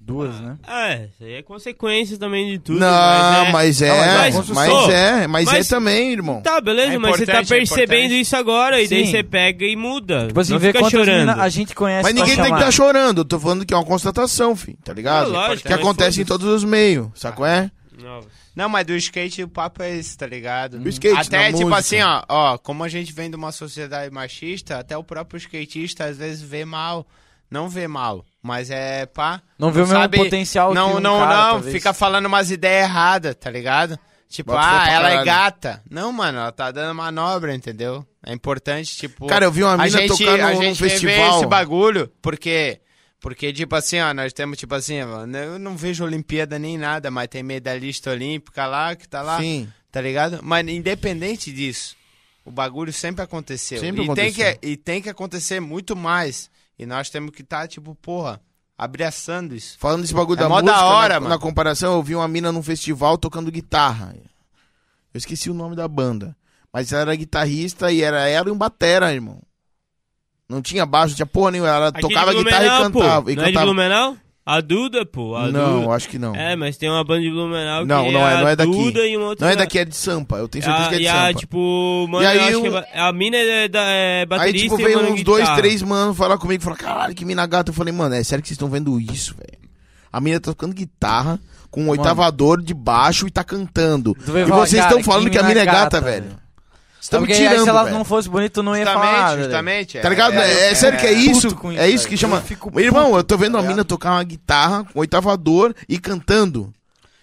[SPEAKER 3] Duas, né?
[SPEAKER 4] É, isso aí é consequência também de tudo.
[SPEAKER 1] não,
[SPEAKER 4] mas
[SPEAKER 1] mas
[SPEAKER 3] Não,
[SPEAKER 1] é.
[SPEAKER 3] mas é
[SPEAKER 1] Mas,
[SPEAKER 4] construção.
[SPEAKER 1] é, mas,
[SPEAKER 4] Mas-
[SPEAKER 1] é também, irmão.
[SPEAKER 4] é- Tá, beleza,
[SPEAKER 5] É
[SPEAKER 4] mas você tá
[SPEAKER 5] importante, é
[SPEAKER 4] percebendo
[SPEAKER 5] importante.
[SPEAKER 4] isso agora e daí
[SPEAKER 3] Sim.
[SPEAKER 4] você pega e muda.
[SPEAKER 3] Tipo assim,
[SPEAKER 4] não
[SPEAKER 3] ver
[SPEAKER 4] fica
[SPEAKER 3] quantas
[SPEAKER 4] chorando.
[SPEAKER 3] mina a gente conhece
[SPEAKER 1] Mas
[SPEAKER 3] pra
[SPEAKER 1] ninguém tem que
[SPEAKER 3] é chamar.
[SPEAKER 1] estar chorando. Eu tô falando que é uma constatação, filho, tá ligado?
[SPEAKER 4] É lógico,
[SPEAKER 1] que
[SPEAKER 4] mas
[SPEAKER 1] acontece em
[SPEAKER 4] foda-se.
[SPEAKER 1] todos os meios, saco é?
[SPEAKER 4] Não,
[SPEAKER 5] Não, mas do skate o papo é esse, tá ligado?
[SPEAKER 1] Do skate,
[SPEAKER 5] Até,
[SPEAKER 1] na
[SPEAKER 5] tipo
[SPEAKER 1] música.
[SPEAKER 5] assim, ó, ó, como a gente vem de uma sociedade machista, até o próprio skatista às vezes vê mal. Não vê mal, mas é pá.
[SPEAKER 3] Não vê o mesmo potencial que
[SPEAKER 5] não,
[SPEAKER 3] um
[SPEAKER 5] Não,
[SPEAKER 3] cara,
[SPEAKER 5] não,
[SPEAKER 3] talvez.
[SPEAKER 5] fica falando umas ideias erradas, tá ligado? Tipo,
[SPEAKER 1] Bota fé
[SPEAKER 5] ah,
[SPEAKER 1] pra
[SPEAKER 5] ela é
[SPEAKER 1] caralho.
[SPEAKER 5] gata. Não, mano, ela tá dando manobra, entendeu? É importante, tipo.
[SPEAKER 1] Cara, eu vi uma
[SPEAKER 5] a
[SPEAKER 1] mina
[SPEAKER 5] gente,
[SPEAKER 1] tocando
[SPEAKER 5] a
[SPEAKER 1] num
[SPEAKER 5] gente revê
[SPEAKER 1] festival.
[SPEAKER 5] esse bagulho, porque. Porque, tipo assim, ó, nós temos, tipo assim, ó, eu não vejo Olimpíada nem nada, mas tem medalhista olímpica lá, que tá lá,
[SPEAKER 1] Sim.
[SPEAKER 5] tá ligado? Mas independente disso, o bagulho sempre aconteceu.
[SPEAKER 1] Sempre
[SPEAKER 5] e, Tem
[SPEAKER 1] aconteceu.
[SPEAKER 5] que, e tem que acontecer muito mais. E nós temos que estar, tipo, porra, abraçando isso.
[SPEAKER 1] Falando desse bagulho
[SPEAKER 5] É
[SPEAKER 1] da
[SPEAKER 5] mó
[SPEAKER 1] música,
[SPEAKER 5] da hora,
[SPEAKER 1] na,
[SPEAKER 5] mano.
[SPEAKER 1] na comparação, eu vi uma mina num festival tocando guitarra. Eu esqueci o nome da banda. Mas ela era guitarrista e era ela e um batera, irmão. Não tinha baixo, tinha porra nenhuma. Ela
[SPEAKER 4] Aqui
[SPEAKER 1] tocava
[SPEAKER 4] de
[SPEAKER 1] guitarra e
[SPEAKER 4] Blumenau, pô.
[SPEAKER 1] cantava. E
[SPEAKER 4] não é de
[SPEAKER 1] cantava.
[SPEAKER 4] Blumenau? A Duda, pô. A
[SPEAKER 1] não,
[SPEAKER 4] Duda.
[SPEAKER 1] acho que não.
[SPEAKER 4] É, mas tem uma banda de Blumenau
[SPEAKER 1] Não,
[SPEAKER 4] que
[SPEAKER 1] não é- não é daqui.
[SPEAKER 4] A Duda e uma outra
[SPEAKER 1] não é
[SPEAKER 4] lá.
[SPEAKER 1] daqui, é de Sampa. Eu tenho certeza
[SPEAKER 4] A,
[SPEAKER 1] que é de
[SPEAKER 4] Ah, e a,
[SPEAKER 1] Sampa.
[SPEAKER 4] tipo, mano,
[SPEAKER 1] E aí
[SPEAKER 4] eu acho
[SPEAKER 1] o-
[SPEAKER 4] que é ba- a mina é, da, é
[SPEAKER 1] Aí,
[SPEAKER 4] baterista
[SPEAKER 1] tipo,
[SPEAKER 4] e o
[SPEAKER 1] veio
[SPEAKER 4] mano
[SPEAKER 1] uns dois,
[SPEAKER 4] guitarra.
[SPEAKER 1] três, mano, falar comigo. Falar, caralho, que mina gata. Eu falei, mano, é sério que vocês estão vendo isso, velho? A mina tá tocando guitarra com um oitavador de baixo e tá cantando.
[SPEAKER 3] Tu vai
[SPEAKER 1] E
[SPEAKER 3] falar,
[SPEAKER 1] vocês
[SPEAKER 3] cara,
[SPEAKER 1] estão falando que a mina é gata, velho. Estamos
[SPEAKER 3] Porque aí,
[SPEAKER 1] tirando,
[SPEAKER 3] se ela
[SPEAKER 1] velho.
[SPEAKER 3] não fosse bonita, tu não ia falar nada,
[SPEAKER 5] Justamente,
[SPEAKER 3] velho.
[SPEAKER 5] justamente.
[SPEAKER 1] Tá ligado? É, é sério que é isso?
[SPEAKER 3] com
[SPEAKER 1] É
[SPEAKER 3] isso,
[SPEAKER 1] isso que
[SPEAKER 3] velho.
[SPEAKER 1] chama.
[SPEAKER 3] Eu fico
[SPEAKER 1] Irmão, eu tô
[SPEAKER 4] tá
[SPEAKER 1] vendo a mina tocar uma guitarra com oitavador e cantando.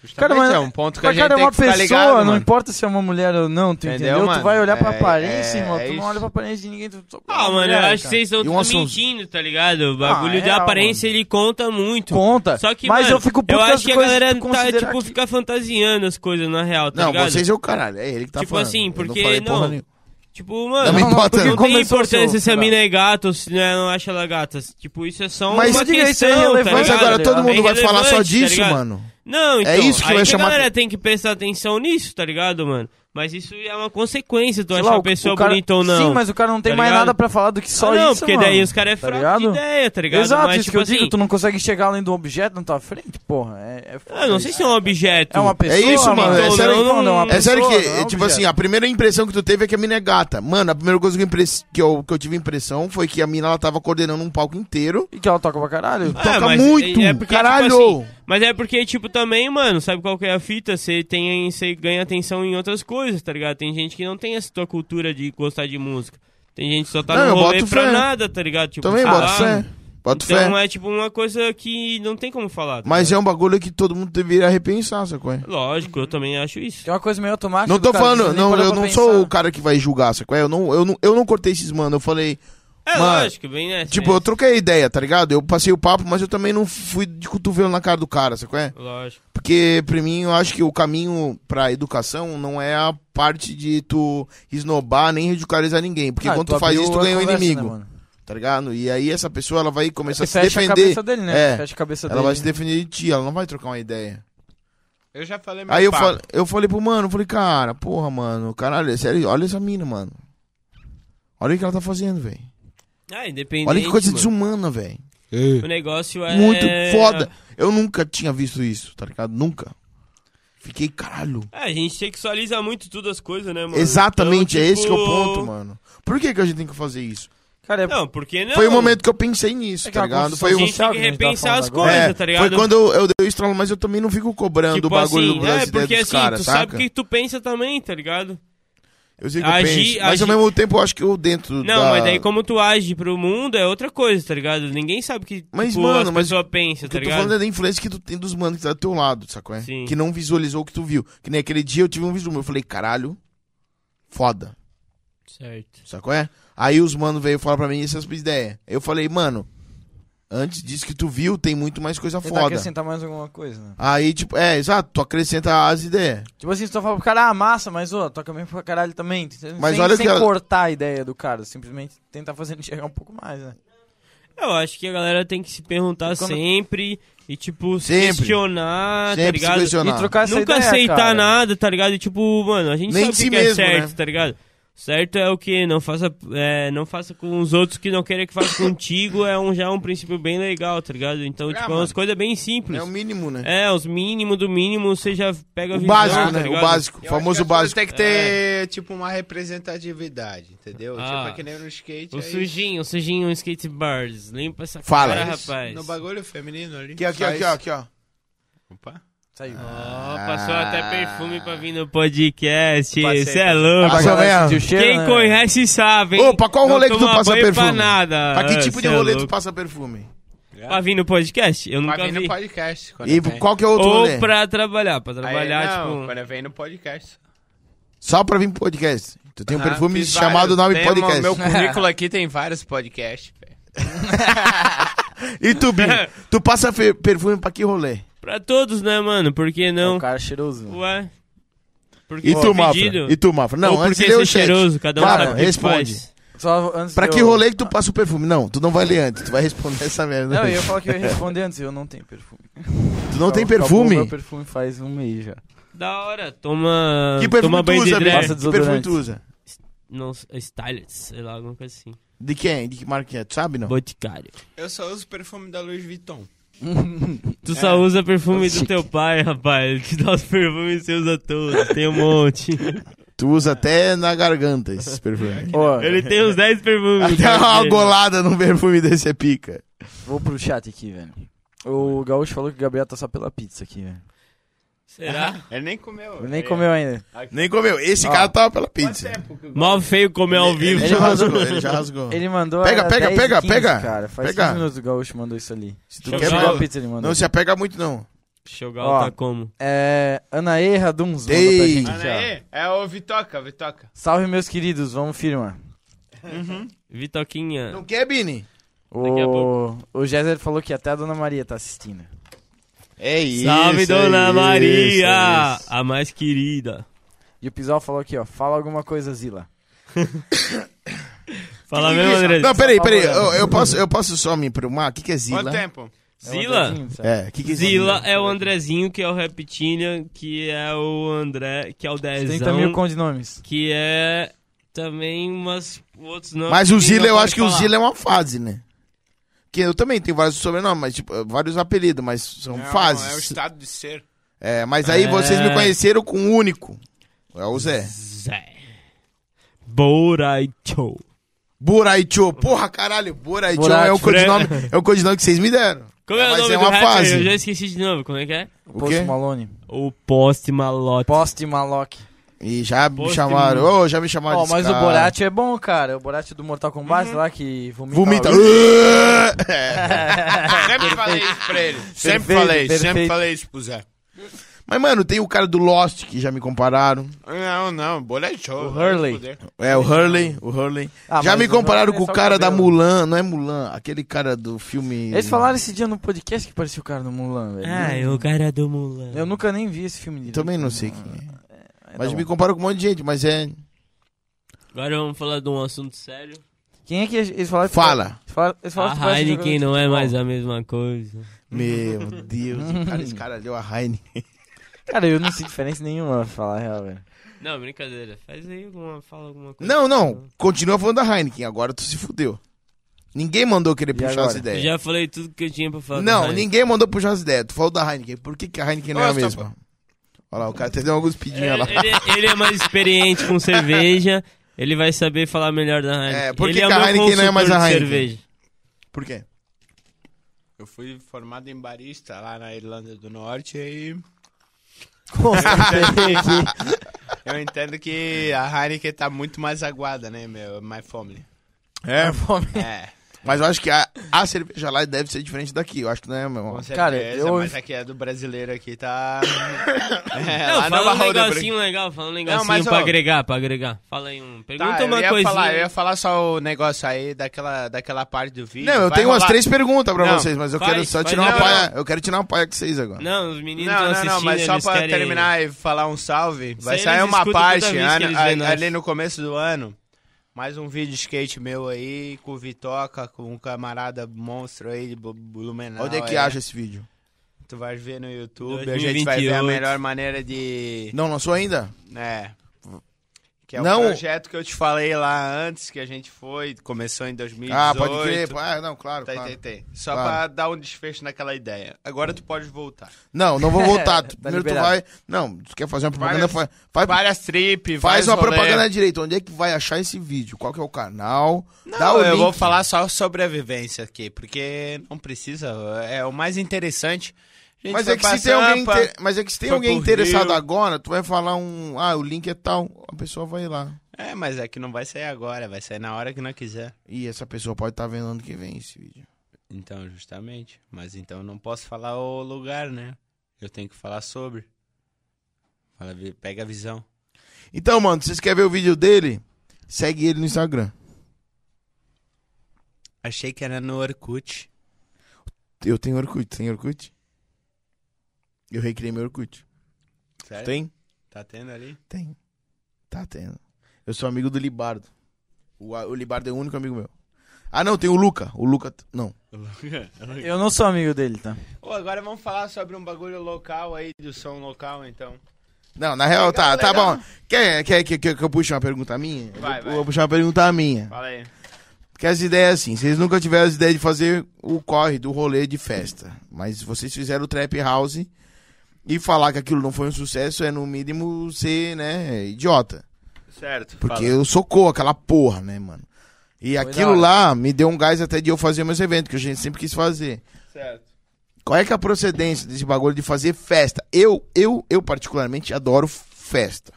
[SPEAKER 5] Justamente,
[SPEAKER 3] mas-
[SPEAKER 5] é um ponto que a
[SPEAKER 3] Mas,
[SPEAKER 5] gente
[SPEAKER 3] cara, é
[SPEAKER 5] tem
[SPEAKER 3] uma
[SPEAKER 5] que ficar
[SPEAKER 3] pessoa,
[SPEAKER 5] ligado,
[SPEAKER 3] não
[SPEAKER 5] mano.
[SPEAKER 3] importa se é uma mulher ou não, tu
[SPEAKER 5] Entendeu,
[SPEAKER 3] entendeu? Tu
[SPEAKER 5] mano?
[SPEAKER 3] vai olhar pra
[SPEAKER 5] É-
[SPEAKER 3] aparência,
[SPEAKER 5] é-
[SPEAKER 3] irmão.
[SPEAKER 5] é
[SPEAKER 3] tu
[SPEAKER 5] isso.
[SPEAKER 3] não olha pra aparência de ninguém. Tu... tu-
[SPEAKER 4] Ah,
[SPEAKER 3] uma
[SPEAKER 4] mano,
[SPEAKER 3] mulher,
[SPEAKER 4] eu acho que
[SPEAKER 3] cara.
[SPEAKER 4] vocês estão
[SPEAKER 1] E um
[SPEAKER 4] tudo
[SPEAKER 1] assunto. Ah,
[SPEAKER 4] mentindo, tá ligado? O bagulho
[SPEAKER 3] é
[SPEAKER 4] de
[SPEAKER 3] real,
[SPEAKER 4] aparência, ele conta muito.
[SPEAKER 3] Conta.
[SPEAKER 4] Só que,
[SPEAKER 3] mas
[SPEAKER 4] mano,
[SPEAKER 3] eu fico puto
[SPEAKER 4] eu
[SPEAKER 3] com as
[SPEAKER 4] acho que a
[SPEAKER 3] coisas
[SPEAKER 4] galera
[SPEAKER 3] tu
[SPEAKER 4] tá,
[SPEAKER 3] considera
[SPEAKER 4] tipo,
[SPEAKER 3] que-
[SPEAKER 4] fica fantasiando as coisas na real, tá
[SPEAKER 1] não,
[SPEAKER 4] ligado?
[SPEAKER 1] vocês é o caralho. É ele que tá
[SPEAKER 4] Tipo
[SPEAKER 1] falando.
[SPEAKER 4] assim,
[SPEAKER 1] Eu
[SPEAKER 4] porque
[SPEAKER 1] falei porra
[SPEAKER 4] não.
[SPEAKER 1] nenhuma.
[SPEAKER 4] Tipo, mano,
[SPEAKER 1] Também
[SPEAKER 4] não,
[SPEAKER 1] bota, né?
[SPEAKER 4] não tem
[SPEAKER 3] Começou
[SPEAKER 4] importância
[SPEAKER 3] seu-
[SPEAKER 4] se a
[SPEAKER 3] sei lá.
[SPEAKER 4] mina é gata ou se não, é- não acha ela gata. Tipo, isso é só
[SPEAKER 1] Mas
[SPEAKER 4] uma
[SPEAKER 1] eu
[SPEAKER 3] digo,
[SPEAKER 4] questão,
[SPEAKER 3] isso é
[SPEAKER 4] tá
[SPEAKER 3] irrelevante,
[SPEAKER 1] Mas
[SPEAKER 4] ligado?
[SPEAKER 1] agora
[SPEAKER 3] tá
[SPEAKER 1] todo
[SPEAKER 3] ligado?
[SPEAKER 1] mundo
[SPEAKER 4] É
[SPEAKER 1] vai falar só
[SPEAKER 4] irrelevante, tá
[SPEAKER 1] disso,
[SPEAKER 4] ligado?
[SPEAKER 1] mano.
[SPEAKER 4] Não, então.
[SPEAKER 1] É isso que
[SPEAKER 4] aí
[SPEAKER 1] vai chamar-
[SPEAKER 4] a galera tem que prestar atenção nisso, tá ligado, mano? Mas isso é uma consequência, tu
[SPEAKER 3] Sei
[SPEAKER 4] achar
[SPEAKER 3] lá,
[SPEAKER 4] a pessoa
[SPEAKER 3] cara-
[SPEAKER 4] bonita ou não.
[SPEAKER 3] Sim, mas o cara não tem
[SPEAKER 4] tá
[SPEAKER 3] mais
[SPEAKER 4] ligado?
[SPEAKER 3] nada pra falar do que só
[SPEAKER 4] ah, não,
[SPEAKER 3] isso,
[SPEAKER 4] porque
[SPEAKER 3] mano.
[SPEAKER 4] daí os caras é
[SPEAKER 3] tá
[SPEAKER 4] fraco de
[SPEAKER 3] ligado?
[SPEAKER 4] ideia, tá ligado?
[SPEAKER 3] Exato,
[SPEAKER 4] mas,
[SPEAKER 3] isso
[SPEAKER 4] tipo
[SPEAKER 3] que eu digo,
[SPEAKER 4] assim,
[SPEAKER 3] tu não consegue chegar além do objeto na tua frente, porra. É, é foda
[SPEAKER 4] Ah, não sei
[SPEAKER 3] isso.
[SPEAKER 4] se é um objeto.
[SPEAKER 3] É uma pessoa,
[SPEAKER 1] isso, mano, é
[SPEAKER 3] Não,
[SPEAKER 1] sério
[SPEAKER 3] não,
[SPEAKER 4] que-
[SPEAKER 3] não, uma
[SPEAKER 4] é
[SPEAKER 1] É sério
[SPEAKER 3] pessoa,
[SPEAKER 1] que,
[SPEAKER 3] não é um
[SPEAKER 1] tipo assim,
[SPEAKER 3] objeto.
[SPEAKER 1] a primeira impressão que tu teve é que a mina é gata. Mano, a primeira coisa que eu, impress- que eu, que eu tive impressão foi que a mina ela tava coordenando um palco inteiro.
[SPEAKER 3] E que ela toca pra caralho.
[SPEAKER 4] Ah,
[SPEAKER 1] Toca
[SPEAKER 4] mas
[SPEAKER 1] muito!
[SPEAKER 4] é- é porque,
[SPEAKER 1] caralho!
[SPEAKER 4] tipo assim, mas é porque, tipo, também, mano, sabe qual que é a fita? Você tem, você ganha atenção em outras coisas, tá ligado? Tem gente que não tem essa tua cultura de gostar de música. Tem gente que só tá
[SPEAKER 1] Não, eu
[SPEAKER 4] no rolê
[SPEAKER 1] boto
[SPEAKER 4] pra
[SPEAKER 1] fé.
[SPEAKER 4] nada, tá ligado? Tipo,
[SPEAKER 1] Também,
[SPEAKER 4] sei
[SPEAKER 1] Então bota
[SPEAKER 4] lá.
[SPEAKER 1] fé. Bota
[SPEAKER 4] Então
[SPEAKER 1] fé.
[SPEAKER 4] é tipo uma coisa que não tem como falar. tá
[SPEAKER 1] Mas é
[SPEAKER 4] ligado?
[SPEAKER 1] um bagulho que todo mundo deveria repensar, sacou? é?
[SPEAKER 4] Lógico, eu também acho isso.
[SPEAKER 3] É uma coisa meio automática.
[SPEAKER 1] Não
[SPEAKER 3] do
[SPEAKER 1] tô
[SPEAKER 3] cara,
[SPEAKER 1] falando,
[SPEAKER 3] nem
[SPEAKER 1] não,
[SPEAKER 3] parou
[SPEAKER 1] eu
[SPEAKER 3] pra
[SPEAKER 1] não
[SPEAKER 3] pensar.
[SPEAKER 1] sou o cara que vai julgar, sacou? é? Eu não, eu não, eu não cortei esses mano, eu falei.
[SPEAKER 4] É
[SPEAKER 1] Mano,
[SPEAKER 4] lógico, bem nessa. né?
[SPEAKER 1] Tipo, eu troquei ideia, tá ligado? Eu passei o papo, mas eu também não fui de cotovelo na cara do cara, sacou? é?
[SPEAKER 4] Lógico.
[SPEAKER 1] Porque, pra mim, eu acho que o caminho pra educação não é a parte de tu esnobar nem ridicularizar ninguém. Porque
[SPEAKER 3] Ah,
[SPEAKER 1] quando tu faz
[SPEAKER 3] abriu
[SPEAKER 1] isso, tu
[SPEAKER 3] a
[SPEAKER 1] ganha um
[SPEAKER 3] conversa,
[SPEAKER 1] inimigo,
[SPEAKER 3] Né, mano?
[SPEAKER 1] tá ligado? E aí essa pessoa, ela vai começar a se
[SPEAKER 3] fecha a
[SPEAKER 1] defender.
[SPEAKER 3] cabeça dele, né?
[SPEAKER 1] É.
[SPEAKER 3] Fecha a cabeça
[SPEAKER 1] Ela vai
[SPEAKER 3] dele.
[SPEAKER 1] se defender de ti, ela não vai trocar uma ideia.
[SPEAKER 5] Eu já falei meu
[SPEAKER 1] Aí eu,
[SPEAKER 5] papo.
[SPEAKER 1] fal- eu falei pro mano, eu falei, cara, porra, mano, caralho, é sério, olha essa mina, mano. Olha o que ela tá fazendo, velho.
[SPEAKER 4] Ah, independente.
[SPEAKER 1] Olha que coisa
[SPEAKER 4] mano.
[SPEAKER 1] desumana, velho.
[SPEAKER 4] O negócio é.
[SPEAKER 1] Muito foda. Eu nunca tinha visto isso, tá ligado? Nunca. Fiquei, caralho.
[SPEAKER 4] É, a gente sexualiza muito tudo as coisas, né, mano?
[SPEAKER 1] Exatamente,
[SPEAKER 4] Então,
[SPEAKER 1] é esse que é o
[SPEAKER 4] tipo,
[SPEAKER 1] ponto, mano. Por que, que a gente tem que fazer isso?
[SPEAKER 3] Cara, é...
[SPEAKER 4] Não, porque não?
[SPEAKER 1] Foi o momento que eu pensei nisso,
[SPEAKER 3] É que
[SPEAKER 1] tá
[SPEAKER 3] é uma
[SPEAKER 1] ligado?
[SPEAKER 3] construção
[SPEAKER 1] Foi,
[SPEAKER 4] A
[SPEAKER 1] o-
[SPEAKER 4] gente tem
[SPEAKER 3] Sabe,
[SPEAKER 4] que
[SPEAKER 3] né, a gente tava
[SPEAKER 4] repensar
[SPEAKER 3] falando
[SPEAKER 4] as
[SPEAKER 3] agora.
[SPEAKER 4] coisas,
[SPEAKER 1] é,
[SPEAKER 4] tá ligado?
[SPEAKER 1] foi quando eu, eu dei o estralo, mas eu também não fico cobrando o bagulho das
[SPEAKER 4] é,
[SPEAKER 1] ideias
[SPEAKER 4] porque
[SPEAKER 1] dos
[SPEAKER 4] assim,
[SPEAKER 1] caras,
[SPEAKER 4] tu
[SPEAKER 1] saca?
[SPEAKER 4] sabe o que tu pensa também, tá ligado?
[SPEAKER 1] Eu sei que eu
[SPEAKER 4] Agir-
[SPEAKER 1] penso, mas ao
[SPEAKER 4] agir-
[SPEAKER 1] mesmo tempo eu acho que eu dentro
[SPEAKER 4] Não,
[SPEAKER 1] da...
[SPEAKER 4] mas daí como tu age pro mundo é outra coisa, tá ligado? Ninguém sabe o que
[SPEAKER 1] Mas,
[SPEAKER 4] tipo,
[SPEAKER 1] mano,
[SPEAKER 4] as
[SPEAKER 1] mas
[SPEAKER 4] pessoas pensam,
[SPEAKER 1] O que eu
[SPEAKER 4] tá
[SPEAKER 1] tô
[SPEAKER 4] ligado?
[SPEAKER 1] falando é da influência que tu tem dos manos que tá do teu lado, sacou? É?
[SPEAKER 4] Sim.
[SPEAKER 1] Que não visualizou o que tu viu. Que nem aquele dia eu tive um vislumbre. Eu falei, caralho, foda,
[SPEAKER 4] Certo.
[SPEAKER 1] sacou? É? Aí os manos veio falar pra mim essas ideias. Eu falei, mano, antes disso que tu viu, tem muito mais coisa
[SPEAKER 3] tentar
[SPEAKER 1] foda.
[SPEAKER 3] acrescentar mais alguma coisa, né?
[SPEAKER 1] Aí, tipo, é, exato, tu acrescenta as ideias.
[SPEAKER 3] Tipo assim, tu só fala pro cara, ah, massa, mas ô, toca bem pra caralho também. entendeu?
[SPEAKER 1] Mas
[SPEAKER 3] sem,
[SPEAKER 1] olha
[SPEAKER 3] sem
[SPEAKER 1] que a-
[SPEAKER 3] cortar a ideia do cara, simplesmente tentar fazer ele enxergar um pouco mais, né?
[SPEAKER 4] Eu acho que a galera tem que se perguntar
[SPEAKER 3] E quando-
[SPEAKER 4] sempre e, tipo, se
[SPEAKER 1] Sempre.
[SPEAKER 4] questionar,
[SPEAKER 1] Sempre
[SPEAKER 4] tá
[SPEAKER 1] se
[SPEAKER 4] ligado?
[SPEAKER 1] questionar.
[SPEAKER 3] E trocar essa
[SPEAKER 4] Nunca
[SPEAKER 3] ideia,
[SPEAKER 4] aceitar
[SPEAKER 3] cara.
[SPEAKER 4] nada, tá ligado? E, tipo, mano, a gente
[SPEAKER 1] Nem
[SPEAKER 4] sabe
[SPEAKER 1] de si
[SPEAKER 4] o que
[SPEAKER 1] mesmo,
[SPEAKER 4] é certo,
[SPEAKER 1] né?
[SPEAKER 4] tá ligado? Certo é o que não faça, é, não faça com os outros que não querem que faça contigo, é um, já um princípio bem legal, tá ligado? Então, tipo, é umas
[SPEAKER 1] Ah, mano.
[SPEAKER 4] coisas bem simples.
[SPEAKER 1] É o mínimo, né?
[SPEAKER 4] É, os mínimos do mínimo, você já pega a
[SPEAKER 1] o
[SPEAKER 4] visão,
[SPEAKER 1] básico,
[SPEAKER 4] tá
[SPEAKER 1] né? O
[SPEAKER 4] ligado?
[SPEAKER 1] básico, o
[SPEAKER 5] Eu acho que
[SPEAKER 1] famoso
[SPEAKER 5] as coisas
[SPEAKER 1] básico.
[SPEAKER 5] Tem que ter, tipo, uma representatividade, entendeu?
[SPEAKER 4] Ah.
[SPEAKER 5] Tipo, é que nem no skate.
[SPEAKER 4] O
[SPEAKER 5] aí,
[SPEAKER 4] sujinho, o sujinho skateboards. Limpa essa
[SPEAKER 1] Fala.
[SPEAKER 4] cara,
[SPEAKER 1] Isso.
[SPEAKER 4] rapaz.
[SPEAKER 5] No bagulho feminino ali.
[SPEAKER 1] Aqui, aqui,
[SPEAKER 5] faz-
[SPEAKER 1] aqui, ó, aqui, ó.
[SPEAKER 5] Opa.
[SPEAKER 3] Saiu.
[SPEAKER 4] Ó, passou
[SPEAKER 1] Ah.
[SPEAKER 4] até perfume pra vir no podcast. Você é
[SPEAKER 1] Passou
[SPEAKER 4] louco.
[SPEAKER 3] Pra galera
[SPEAKER 1] mesmo?
[SPEAKER 3] sentir o cheiro,
[SPEAKER 4] Quem
[SPEAKER 3] né?
[SPEAKER 4] conhece sabe, hein?
[SPEAKER 1] Ô, pra qual
[SPEAKER 4] Não
[SPEAKER 1] rolê que tu
[SPEAKER 4] toma
[SPEAKER 1] passa
[SPEAKER 4] banho
[SPEAKER 1] perfume?
[SPEAKER 4] Pra nada.
[SPEAKER 1] Pra que
[SPEAKER 4] Ah,
[SPEAKER 1] tipo de
[SPEAKER 4] cê é
[SPEAKER 1] rolê tu
[SPEAKER 4] louco.
[SPEAKER 1] passa perfume?
[SPEAKER 4] Pra vir no podcast? Eu
[SPEAKER 5] Mas
[SPEAKER 4] nunca
[SPEAKER 5] vem no
[SPEAKER 4] vi.
[SPEAKER 5] podcast. quando
[SPEAKER 1] E
[SPEAKER 5] vem.
[SPEAKER 1] qual que é o outro rolê?
[SPEAKER 4] Ou pra trabalhar, pra
[SPEAKER 5] Aí,
[SPEAKER 4] trabalhar,
[SPEAKER 5] não,
[SPEAKER 4] tipo...
[SPEAKER 5] Quando vem no podcast.
[SPEAKER 1] Só pra vir pro podcast. Tu tem um
[SPEAKER 4] Ah,
[SPEAKER 5] Aham,
[SPEAKER 1] perfume
[SPEAKER 5] fiz
[SPEAKER 1] chamado
[SPEAKER 5] vários.
[SPEAKER 1] nome
[SPEAKER 5] Tem
[SPEAKER 1] podcast.
[SPEAKER 5] Meu currículo aqui tem vários podcasts. velho.
[SPEAKER 1] E tu, Binho? tu passa fe- perfume pra que rolê?
[SPEAKER 4] Pra todos, né, mano? Por que
[SPEAKER 3] É
[SPEAKER 4] não?
[SPEAKER 3] um cara cheiroso. né?
[SPEAKER 4] Ué? Porque
[SPEAKER 1] E tu,
[SPEAKER 4] é pedido?
[SPEAKER 1] Mafra? E tu, Mafra?
[SPEAKER 4] Ou
[SPEAKER 1] Não, antes
[SPEAKER 4] porque
[SPEAKER 1] lê o
[SPEAKER 4] ser
[SPEAKER 1] chat.
[SPEAKER 4] cheiroso, cada um
[SPEAKER 1] Mafra,
[SPEAKER 4] sabe o que
[SPEAKER 1] responde.
[SPEAKER 4] faz.
[SPEAKER 3] Só antes
[SPEAKER 1] Pra
[SPEAKER 3] de
[SPEAKER 1] que
[SPEAKER 3] eu-
[SPEAKER 1] rolê que tu passa o perfume? Não, tu não vai ler antes, tu vai responder essa merda.
[SPEAKER 3] Não, eu ia falar que eu ia responder antes, eu não tenho perfume.
[SPEAKER 1] Tu não tem
[SPEAKER 4] Tá
[SPEAKER 3] Acabou Meu
[SPEAKER 1] perfume?
[SPEAKER 3] perfume faz um mês já.
[SPEAKER 4] Da hora, toma.
[SPEAKER 1] Que perfume
[SPEAKER 4] toma
[SPEAKER 1] tu
[SPEAKER 4] banho
[SPEAKER 1] usa,
[SPEAKER 4] de
[SPEAKER 1] Binho?
[SPEAKER 4] dread.
[SPEAKER 3] Passa
[SPEAKER 1] Que perfume
[SPEAKER 3] desodorante.
[SPEAKER 1] tu usa?
[SPEAKER 4] Não, Stylets, sei lá, alguma coisa assim.
[SPEAKER 1] De quem? De que marca que é? Tu sabe, não?
[SPEAKER 4] Boticário.
[SPEAKER 5] Eu só uso perfume da Louis Vuitton.
[SPEAKER 1] É.
[SPEAKER 4] Tu só usa perfume
[SPEAKER 1] Tá
[SPEAKER 4] do teu pai, rapaz. Ele te dá os perfumes e você usa todos. Tem um monte.
[SPEAKER 1] Tu usa até na garganta esses perfumes.
[SPEAKER 3] Ó,
[SPEAKER 4] Ele tem uns 10 perfumes.
[SPEAKER 1] Até uma
[SPEAKER 4] Ele-
[SPEAKER 1] golada num perfume desse é pica.
[SPEAKER 3] vou pro chat aqui, velho. O Gaúcho falou que o Gabriel tá só pela pizza aqui, velho.
[SPEAKER 4] Será?
[SPEAKER 5] Ele nem comeu. É.
[SPEAKER 3] Ele
[SPEAKER 4] É.
[SPEAKER 3] nem comeu ainda.
[SPEAKER 1] Nem comeu. Esse cara tava pela pizza.
[SPEAKER 4] Mal feio comer ao vivo.
[SPEAKER 1] Ele já rasgou, ele já rasgou.
[SPEAKER 3] Ele mandou.
[SPEAKER 1] Pega,
[SPEAKER 3] era
[SPEAKER 1] pega,
[SPEAKER 3] 10 e
[SPEAKER 1] pega,
[SPEAKER 3] 15,
[SPEAKER 1] pega.
[SPEAKER 3] Cara, faz
[SPEAKER 1] Pega.
[SPEAKER 3] 15 minutos o Gaúcho mandou isso ali.
[SPEAKER 1] Se tu
[SPEAKER 4] Deixa eu
[SPEAKER 1] quer,
[SPEAKER 4] ver.
[SPEAKER 3] Chegou a
[SPEAKER 1] pega-
[SPEAKER 3] pizza ele mandou.
[SPEAKER 1] não se apega muito, não.
[SPEAKER 4] Shogal
[SPEAKER 3] Ó.
[SPEAKER 4] tá como?
[SPEAKER 3] É. Anaê Raduns, mandou pra
[SPEAKER 1] Ei.
[SPEAKER 3] gente. ó.
[SPEAKER 5] Anaê, é o Vitoca, Vitoca.
[SPEAKER 3] Salve, meus queridos, vamos firma.
[SPEAKER 4] Vitoquinha.
[SPEAKER 1] Não quer, Bini?
[SPEAKER 4] Daqui a
[SPEAKER 3] O, o Géser falou que até a Dona Maria tá assistindo.
[SPEAKER 1] É isso.
[SPEAKER 4] Salve, Dona
[SPEAKER 1] é isso, é
[SPEAKER 4] Maria!
[SPEAKER 1] isso.
[SPEAKER 4] A mais querida.
[SPEAKER 3] E o Pizol falou aqui, ó. Fala alguma coisa, Zila.
[SPEAKER 4] Fala mesmo, André.
[SPEAKER 1] Não, peraí, peraí.
[SPEAKER 3] Tá
[SPEAKER 1] Eu, eu posso, eu posso só me emprumar? O que, que é Zila?
[SPEAKER 5] Quanto tempo?
[SPEAKER 4] Zila?
[SPEAKER 3] Andrezinho, um sabe?
[SPEAKER 1] É, que que
[SPEAKER 4] Zila é o Andrezinho, que é o Reptilha, que é o André, que é o
[SPEAKER 3] Tem também o
[SPEAKER 4] Dezão,
[SPEAKER 3] condinomes.
[SPEAKER 4] que é também umas outros nomes.
[SPEAKER 1] Mas o
[SPEAKER 4] ninguém
[SPEAKER 1] Zila, eu
[SPEAKER 4] pode
[SPEAKER 1] acho que o
[SPEAKER 4] falar.
[SPEAKER 1] Zila é uma fase, né? Que eu também tenho vários sobrenomes, mas, tipo, vários apelidos, mas são
[SPEAKER 5] Não, É o
[SPEAKER 1] fases.
[SPEAKER 5] estado de ser.
[SPEAKER 1] É, mas aí
[SPEAKER 4] É.
[SPEAKER 1] vocês me conheceram com um único. É o Zé.
[SPEAKER 4] Zé. Boraicho.
[SPEAKER 1] Buraicho. Porra, caralho. Buraicho
[SPEAKER 3] Buracho.
[SPEAKER 1] é o codinome, é o codinome que vocês me deram.
[SPEAKER 4] Como é,
[SPEAKER 1] Mas
[SPEAKER 4] o nome
[SPEAKER 1] é
[SPEAKER 4] do
[SPEAKER 1] uma
[SPEAKER 4] rapper?
[SPEAKER 1] fase.
[SPEAKER 4] Eu já esqueci de novo, como é que é?
[SPEAKER 1] O
[SPEAKER 3] Post
[SPEAKER 1] quê?
[SPEAKER 3] Malone.
[SPEAKER 4] O Post Malote.
[SPEAKER 3] Post Maloc.
[SPEAKER 1] E já me
[SPEAKER 4] Post
[SPEAKER 1] chamaram. Ô, já me chamaram
[SPEAKER 3] Ó,
[SPEAKER 1] desse
[SPEAKER 3] mas o
[SPEAKER 1] cara.
[SPEAKER 3] Borat é bom, cara. O Borat do Mortal Kombat lá que vomita.
[SPEAKER 1] Vomita. É.
[SPEAKER 5] Sempre falei isso pra ele. Sempre
[SPEAKER 3] Perfeito,
[SPEAKER 5] falei, sempre
[SPEAKER 3] perfeito.
[SPEAKER 5] falei isso pro Zé.
[SPEAKER 1] Mas, mano, tem o cara do Lost que já me compararam.
[SPEAKER 5] Não, não, bolé de show.
[SPEAKER 3] O Hurley.
[SPEAKER 1] É, o Hurley. O Hurley.
[SPEAKER 3] Ah,
[SPEAKER 1] já
[SPEAKER 3] mas
[SPEAKER 1] me
[SPEAKER 3] o nome
[SPEAKER 1] compararam
[SPEAKER 3] é
[SPEAKER 1] com o
[SPEAKER 3] só
[SPEAKER 1] cara da
[SPEAKER 3] cabelo.
[SPEAKER 1] Mulan. Não é Mulan, aquele cara do filme...
[SPEAKER 3] Eles falaram esse dia no podcast que parecia o cara do Mulan, velho.
[SPEAKER 4] Ah, é o cara do Mulan.
[SPEAKER 3] Eu nunca nem vi esse filme dele.
[SPEAKER 1] Também não sei quem é.
[SPEAKER 3] É,
[SPEAKER 1] Mas
[SPEAKER 3] tá
[SPEAKER 1] me
[SPEAKER 3] bom.
[SPEAKER 1] comparam com um monte de gente, mas é...
[SPEAKER 4] Agora vamos falar de um assunto sério.
[SPEAKER 3] Quem é que eles falaram? que-
[SPEAKER 1] Fala.
[SPEAKER 3] Eles falaram, eles falaram que
[SPEAKER 4] a
[SPEAKER 3] parece um
[SPEAKER 4] Heineken
[SPEAKER 3] jogador
[SPEAKER 4] não
[SPEAKER 3] de
[SPEAKER 4] é
[SPEAKER 3] futebol.
[SPEAKER 4] mais a mesma coisa.
[SPEAKER 1] Meu Deus. cara, esse cara deu a Heine.
[SPEAKER 4] é.
[SPEAKER 3] Cara, eu não sei diferença nenhuma, pra falar a real, velho.
[SPEAKER 4] Não, brincadeira. Faz aí alguma, fala alguma coisa.
[SPEAKER 1] Não, não. Continua falando da Heineken. Agora tu se fudeu. Ninguém mandou querer
[SPEAKER 3] E
[SPEAKER 1] puxar
[SPEAKER 3] agora?
[SPEAKER 1] essa
[SPEAKER 4] Eu
[SPEAKER 1] ideia.
[SPEAKER 4] já falei tudo que eu tinha pra falar. do
[SPEAKER 1] é. Não,
[SPEAKER 4] Heineken.
[SPEAKER 1] ninguém mandou puxar essa ideia. Tu falou da Heineken. Por que, que a Heineken não é a
[SPEAKER 5] Nossa,
[SPEAKER 1] mesma? Olha lá, o cara até deu uma guspidinha lá.
[SPEAKER 4] Ele, ele- ele é mais experiente com cerveja. Ele vai saber falar melhor da Heineken.
[SPEAKER 1] É, por que
[SPEAKER 4] ele é
[SPEAKER 1] que a
[SPEAKER 4] meu
[SPEAKER 1] Heineken não é mais a
[SPEAKER 4] consultor de
[SPEAKER 1] Heineken?
[SPEAKER 4] cerveja.
[SPEAKER 1] Por quê?
[SPEAKER 5] Eu fui formado em barista lá na Irlanda do Norte e eu entendo que a Heineken tá muito mais aguada, né, meu? My family.
[SPEAKER 1] É.
[SPEAKER 5] É,
[SPEAKER 1] Mas eu acho que a, a cerveja lá deve ser diferente daqui. Eu acho que não é a mesma.
[SPEAKER 5] com certeza,
[SPEAKER 3] Cara, eu-
[SPEAKER 5] mas aqui é do brasileiro aqui, tá... É,
[SPEAKER 4] Não,
[SPEAKER 5] lá na
[SPEAKER 4] fala um
[SPEAKER 5] Barra do Brin-
[SPEAKER 4] negocinho legal, fala um negocinho
[SPEAKER 5] mas,
[SPEAKER 4] pra
[SPEAKER 5] ó-
[SPEAKER 4] agregar, pra agregar. Fala aí um. Pergunta
[SPEAKER 5] Tá, eu
[SPEAKER 4] uma
[SPEAKER 5] ia
[SPEAKER 4] coisinha.
[SPEAKER 5] falar, eu ia falar só o negócio aí daquela, daquela parte do vídeo.
[SPEAKER 1] Não, eu
[SPEAKER 5] Vai
[SPEAKER 1] tenho umas
[SPEAKER 5] rolar.
[SPEAKER 1] três perguntas pra
[SPEAKER 5] Não,
[SPEAKER 1] vocês, mas eu
[SPEAKER 4] faz,
[SPEAKER 1] quero só
[SPEAKER 4] faz,
[SPEAKER 1] tirar uma
[SPEAKER 5] não,
[SPEAKER 1] paia. Eu quero tirar uma paia com vocês agora.
[SPEAKER 4] Não, os meninos
[SPEAKER 5] Não,
[SPEAKER 4] estão
[SPEAKER 5] não,
[SPEAKER 4] assistindo.
[SPEAKER 5] não, mas só
[SPEAKER 4] eles
[SPEAKER 5] pra
[SPEAKER 4] querem...
[SPEAKER 5] terminar e falar um salve, vai
[SPEAKER 4] Isso aí
[SPEAKER 5] sair
[SPEAKER 4] eles
[SPEAKER 5] uma
[SPEAKER 4] escutam toda
[SPEAKER 5] parte
[SPEAKER 4] vez que
[SPEAKER 5] an-
[SPEAKER 4] eles
[SPEAKER 5] a-
[SPEAKER 4] veem nós.
[SPEAKER 5] ali no começo do ano. Mais um vídeo de skate meu aí, com o Vitoca, com um camarada monstro aí de Bu- Blumenau.
[SPEAKER 1] Onde é que
[SPEAKER 5] aí.
[SPEAKER 1] acha esse vídeo?
[SPEAKER 5] Tu vai ver no YouTube, a gente vai ver a
[SPEAKER 4] 2028.
[SPEAKER 5] melhor maneira de...
[SPEAKER 1] Não lançou ainda?
[SPEAKER 5] É. Que é
[SPEAKER 1] Não.
[SPEAKER 5] o projeto que eu te falei lá antes, que a gente foi, começou em 2018.
[SPEAKER 1] Ah, pode crer. Ah, não, claro,
[SPEAKER 5] Tá,
[SPEAKER 1] claro.
[SPEAKER 5] tá, tá. Só
[SPEAKER 1] Claro.
[SPEAKER 5] pra dar um desfecho naquela ideia. Agora tu pode voltar.
[SPEAKER 1] Não, não vou voltar. Tu-
[SPEAKER 3] Tá
[SPEAKER 1] Primeiro tu
[SPEAKER 3] liberado.
[SPEAKER 1] vai. Não, tu quer fazer uma propaganda?
[SPEAKER 5] Várias-
[SPEAKER 1] faz, faz,
[SPEAKER 5] Várias trip,
[SPEAKER 1] faz
[SPEAKER 5] vários
[SPEAKER 1] uma
[SPEAKER 5] rolê.
[SPEAKER 1] propaganda direito. Onde é que vai achar esse vídeo? Qual que é o canal?
[SPEAKER 5] Não,
[SPEAKER 1] Dá o
[SPEAKER 5] eu
[SPEAKER 1] link.
[SPEAKER 5] vou falar só sobre a vivência aqui, porque não precisa, é o mais interessante. A gente
[SPEAKER 1] Mas
[SPEAKER 5] foi
[SPEAKER 1] é, que
[SPEAKER 5] pra
[SPEAKER 1] se tem alguém
[SPEAKER 5] Sampa,
[SPEAKER 1] inter- Mas é que se tem
[SPEAKER 5] foi
[SPEAKER 1] alguém
[SPEAKER 5] pro
[SPEAKER 1] interessado
[SPEAKER 5] Rio.
[SPEAKER 1] agora, tu vai falar um. Ah, o link é tal. A pessoa vai lá.
[SPEAKER 5] É, mas é que não vai sair agora, vai sair na hora que não quiser.
[SPEAKER 1] E essa pessoa pode estar vendo ano que vem esse vídeo.
[SPEAKER 5] Então, justamente. Mas então eu não posso falar o lugar, né? Eu tenho que falar sobre. Fala, vi- pega a visão.
[SPEAKER 1] Então, mano, se vocês querem ver o vídeo dele, segue ele no Instagram.
[SPEAKER 5] Achei que era no Orkut.
[SPEAKER 1] Eu tenho Orkut, tem Orkut? Eu recriei meu Orkut.
[SPEAKER 5] Sério?
[SPEAKER 1] Tem?
[SPEAKER 5] Tá tendo ali?
[SPEAKER 1] Tem. Tá tendo. Eu sou amigo do Libardo. O, o Libardo é o único amigo meu. Ah, não, tem o Luca. O Luca. Não.
[SPEAKER 3] Eu não sou amigo dele, tá?
[SPEAKER 5] Ô, agora vamos falar sobre um bagulho local aí, do som local, então.
[SPEAKER 1] Não, na real, tá, tá
[SPEAKER 5] legal.
[SPEAKER 1] bom. Quer, quer, quer, quer que eu puxe uma pergunta minha? Eu
[SPEAKER 5] Vai,
[SPEAKER 1] vou-
[SPEAKER 5] vai.
[SPEAKER 1] Eu vou puxar uma pergunta minha.
[SPEAKER 5] Fala aí.
[SPEAKER 1] Porque as ideias assim, vocês nunca tiveram as ideias de fazer o corre do rolê de festa. Mas vocês fizeram o trap house e falar que aquilo não foi um sucesso é no mínimo ser, né, idiota.
[SPEAKER 5] Certo.
[SPEAKER 1] Porque
[SPEAKER 5] fala.
[SPEAKER 1] eu socou aquela porra, né, mano? E aquilo
[SPEAKER 3] da hora.
[SPEAKER 1] lá me deu um gás até de eu fazer meus eventos, que eu gente sempre quis fazer.
[SPEAKER 5] Certo.
[SPEAKER 1] Qual é que é a procedência desse bagulho de fazer festa? Eu, eu, eu particularmente adoro festa.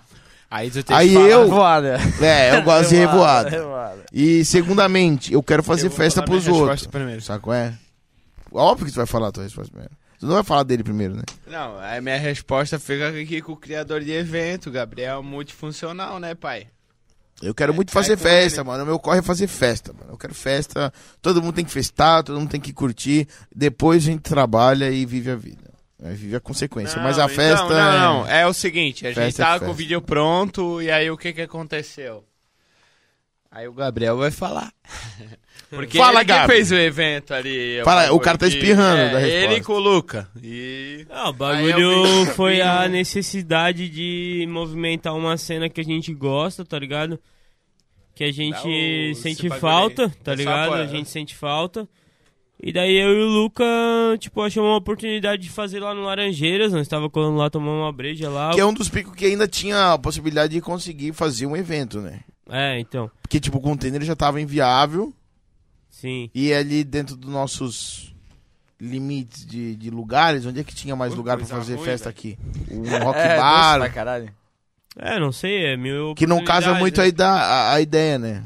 [SPEAKER 5] Aí tu
[SPEAKER 1] Aí eu,
[SPEAKER 3] Voada.
[SPEAKER 1] é, eu gosto de revoada.
[SPEAKER 3] revoada.
[SPEAKER 1] E segundamente, eu quero fazer festa pros outros.
[SPEAKER 5] Primeiro.
[SPEAKER 1] Saco é? Óbvio que tu vai falar a tua resposta primeiro. Tu não vai falar dele primeiro, né?
[SPEAKER 5] Não, a minha resposta fica aqui com o criador de evento, Gabriel Multifuncional, né, pai?
[SPEAKER 1] Eu quero muito
[SPEAKER 5] é
[SPEAKER 1] fazer
[SPEAKER 5] com
[SPEAKER 1] festa,
[SPEAKER 5] ele.
[SPEAKER 1] mano. O meu corre é fazer festa, mano. Eu quero festa. Todo mundo tem que festar, todo mundo tem que curtir. Depois a gente trabalha e vive a vida. Aí vive a consequência. Mas a
[SPEAKER 5] então,
[SPEAKER 1] festa. é-
[SPEAKER 5] Não, não, é o seguinte, a gente
[SPEAKER 1] Festa é
[SPEAKER 5] tava
[SPEAKER 1] festa.
[SPEAKER 5] com o vídeo pronto e aí o que que aconteceu? Aí o Gabriel vai falar. Porque
[SPEAKER 1] Fala,
[SPEAKER 5] ele que
[SPEAKER 1] Gabi.
[SPEAKER 5] fez o evento ali.
[SPEAKER 1] Fala,
[SPEAKER 5] alguma
[SPEAKER 1] o cara tá
[SPEAKER 5] coisa que-
[SPEAKER 1] espirrando
[SPEAKER 5] é,
[SPEAKER 1] da
[SPEAKER 5] Ele
[SPEAKER 1] resposta.
[SPEAKER 5] com o Luca. E...
[SPEAKER 4] Ah,
[SPEAKER 5] Aí
[SPEAKER 4] o
[SPEAKER 5] eu
[SPEAKER 4] bagulho
[SPEAKER 5] vi-
[SPEAKER 4] foi
[SPEAKER 5] vi
[SPEAKER 4] a
[SPEAKER 5] um-
[SPEAKER 4] necessidade de movimentar uma cena que a gente gosta, tá ligado? Que a
[SPEAKER 5] Dá
[SPEAKER 4] gente
[SPEAKER 5] o- esse
[SPEAKER 4] sente
[SPEAKER 5] bagulho aí.
[SPEAKER 4] falta, tá
[SPEAKER 5] Essa né?
[SPEAKER 4] ligado?
[SPEAKER 5] apoia.
[SPEAKER 4] A gente sente falta. E daí eu e o Luca, tipo, achamos uma oportunidade de fazer lá no Laranjeiras. Nós estava colando lá, tomando uma breja lá.
[SPEAKER 1] Que é um dos picos que ainda tinha a possibilidade de conseguir fazer um evento, né?
[SPEAKER 4] É, então.
[SPEAKER 1] Porque, tipo, o container já tava inviável
[SPEAKER 4] Sim.
[SPEAKER 1] e ali dentro dos nossos limites de, de lugares, onde é que tinha mais
[SPEAKER 5] Ui,
[SPEAKER 1] lugar pra
[SPEAKER 5] coisa
[SPEAKER 1] fazer
[SPEAKER 5] ruim,
[SPEAKER 1] festa aqui? Um rock
[SPEAKER 3] é,
[SPEAKER 1] bar,
[SPEAKER 3] doce pra caralho.
[SPEAKER 4] É, não sei, é meu.
[SPEAKER 1] que não casa
[SPEAKER 4] né?
[SPEAKER 1] muito a, ida- a- a ideia, né?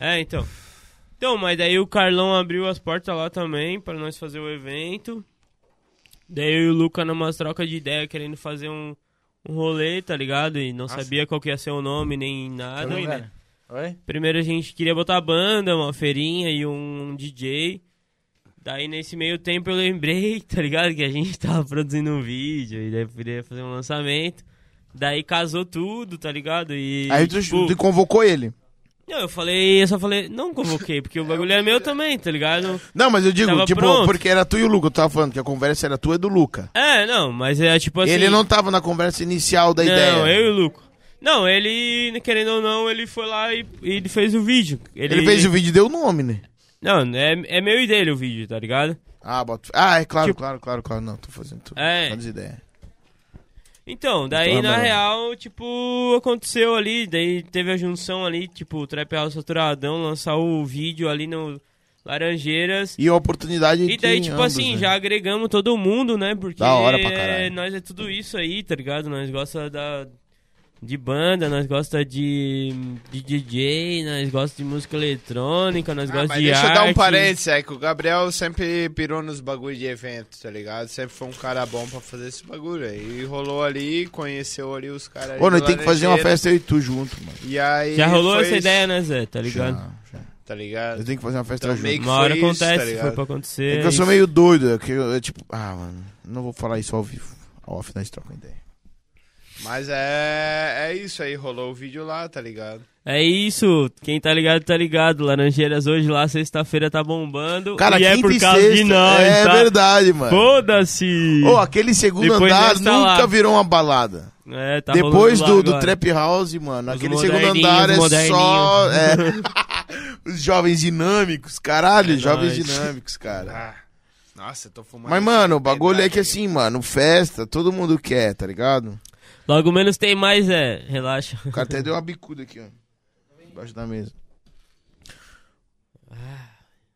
[SPEAKER 4] É, então. Então, mas daí o Carlão abriu as portas lá também pra nós fazer o evento. Daí eu e o Luca numa troca de ideia querendo fazer um, um rolê, tá ligado? E não sabia qual que ia ser o nome nem nada. né,
[SPEAKER 3] Oi, velho. Tá Oi?
[SPEAKER 4] Primeiro a gente queria botar banda, uma feirinha e um DJ. Daí nesse meio tempo eu lembrei, tá ligado? Que a gente tava produzindo um vídeo e daí poderia fazer um lançamento. Daí casou tudo, tá ligado? E.
[SPEAKER 1] Aí tu,
[SPEAKER 4] tipo,
[SPEAKER 1] tu convocou ele.
[SPEAKER 4] não, eu falei, eu só falei, não convoquei, porque o bagulho é meu também, tá ligado?
[SPEAKER 1] Não, mas eu digo,
[SPEAKER 4] Tava
[SPEAKER 1] tipo,
[SPEAKER 4] pronto.
[SPEAKER 1] porque era tu e o Luca, eu tava falando que a conversa era tua e do Luca.
[SPEAKER 4] É, não, mas é tipo assim.
[SPEAKER 1] ele não tava na conversa inicial da
[SPEAKER 4] não,
[SPEAKER 1] ideia.
[SPEAKER 4] eu e o Luco. Não, ele, querendo ou não, ele foi lá e, e ele fez o vídeo. Ele,
[SPEAKER 1] Ele fez o vídeo e deu o nome, né?
[SPEAKER 4] Não, é, é meu e dele o vídeo, tá ligado?
[SPEAKER 1] Ah, bota... ah é claro,
[SPEAKER 4] Tipo-
[SPEAKER 1] claro, claro, claro. Não, tô fazendo tudo.
[SPEAKER 4] É.
[SPEAKER 1] Fazendo ideia.
[SPEAKER 4] Então, daí
[SPEAKER 1] Então,
[SPEAKER 4] na
[SPEAKER 1] mano.
[SPEAKER 4] real, tipo, aconteceu ali, daí teve a junção ali, tipo, o Trap House Saturadão lançar o vídeo ali no Laranjeiras.
[SPEAKER 1] E a oportunidade
[SPEAKER 4] E
[SPEAKER 1] tinha
[SPEAKER 4] daí, tipo
[SPEAKER 1] ambos,
[SPEAKER 4] assim,
[SPEAKER 1] né?
[SPEAKER 4] já agregamos todo mundo, né? Porque
[SPEAKER 1] Da hora pra caralho.
[SPEAKER 4] é, nós é tudo isso aí, tá ligado? Nós gosta da de banda, nós gosta de, de DJ, nós gosta de música eletrônica, nós
[SPEAKER 2] Ah,
[SPEAKER 4] gosta
[SPEAKER 2] mas
[SPEAKER 4] de
[SPEAKER 2] deixa
[SPEAKER 4] arte.
[SPEAKER 2] eu dar um parênteses, é que o Gabriel sempre pirou nos bagulho de evento, tá ligado? Sempre foi um cara bom pra fazer esse bagulho. E rolou ali, conheceu ali os caras.
[SPEAKER 1] Ô,
[SPEAKER 2] ali
[SPEAKER 1] nós
[SPEAKER 2] do
[SPEAKER 1] tem que fazer uma
[SPEAKER 2] Laranjeira.
[SPEAKER 1] festa eu e tu junto, mano.
[SPEAKER 2] E aí.
[SPEAKER 4] Já rolou
[SPEAKER 2] foi
[SPEAKER 4] essa
[SPEAKER 2] isso,
[SPEAKER 4] ideia, né, Zé? Tá ligado?
[SPEAKER 1] Já, já.
[SPEAKER 2] Tá ligado?
[SPEAKER 1] Eu tenho que fazer uma festa
[SPEAKER 2] Então,
[SPEAKER 1] junto.
[SPEAKER 2] meio que
[SPEAKER 4] Uma hora
[SPEAKER 2] foi isso, tá
[SPEAKER 4] acontece,
[SPEAKER 2] ligado?
[SPEAKER 4] foi pra acontecer.
[SPEAKER 1] É que eu sou meio doido, é que eu, eu, tipo, ah, mano, não vou falar isso ao vivo. Ao off nós trocamos ideia.
[SPEAKER 2] Mas é, é isso aí, rolou o vídeo lá, tá ligado?
[SPEAKER 4] É isso, quem tá ligado, tá ligado. Laranjeiras hoje lá, sexta-feira tá bombando.
[SPEAKER 1] Cara,
[SPEAKER 4] e é
[SPEAKER 1] quinta
[SPEAKER 4] por
[SPEAKER 1] e
[SPEAKER 4] causa
[SPEAKER 1] sexta,
[SPEAKER 4] de nós,
[SPEAKER 1] É
[SPEAKER 4] tá?
[SPEAKER 1] verdade, mano.
[SPEAKER 4] Foda-se!
[SPEAKER 1] Ô, aquele segundo
[SPEAKER 4] Depois
[SPEAKER 1] andar
[SPEAKER 4] nós tá lá.
[SPEAKER 1] nunca virou uma balada.
[SPEAKER 4] É, tá
[SPEAKER 1] Depois
[SPEAKER 4] rolando
[SPEAKER 1] do,
[SPEAKER 4] lá
[SPEAKER 1] do
[SPEAKER 4] agora.
[SPEAKER 1] Trap House, mano,
[SPEAKER 4] Os
[SPEAKER 1] aquele segundo
[SPEAKER 4] moderninhos,
[SPEAKER 1] andar é
[SPEAKER 4] moderninhos.
[SPEAKER 1] só. é. os jovens dinâmicos, caralho,
[SPEAKER 4] É
[SPEAKER 1] jovens
[SPEAKER 4] nóis. Ah,
[SPEAKER 1] dinâmicos, cara.
[SPEAKER 5] Ah,
[SPEAKER 2] Nossa, eu tô fumando.
[SPEAKER 1] Tá. Mas,
[SPEAKER 2] essa
[SPEAKER 1] mano, o bagulho é
[SPEAKER 2] verdade,
[SPEAKER 1] que assim, mano, festa, todo mundo quer, tá ligado?
[SPEAKER 4] Logo menos tem mais, é. Relaxa.
[SPEAKER 1] O cara até deu uma bicuda aqui, ó. Embaixo da mesa.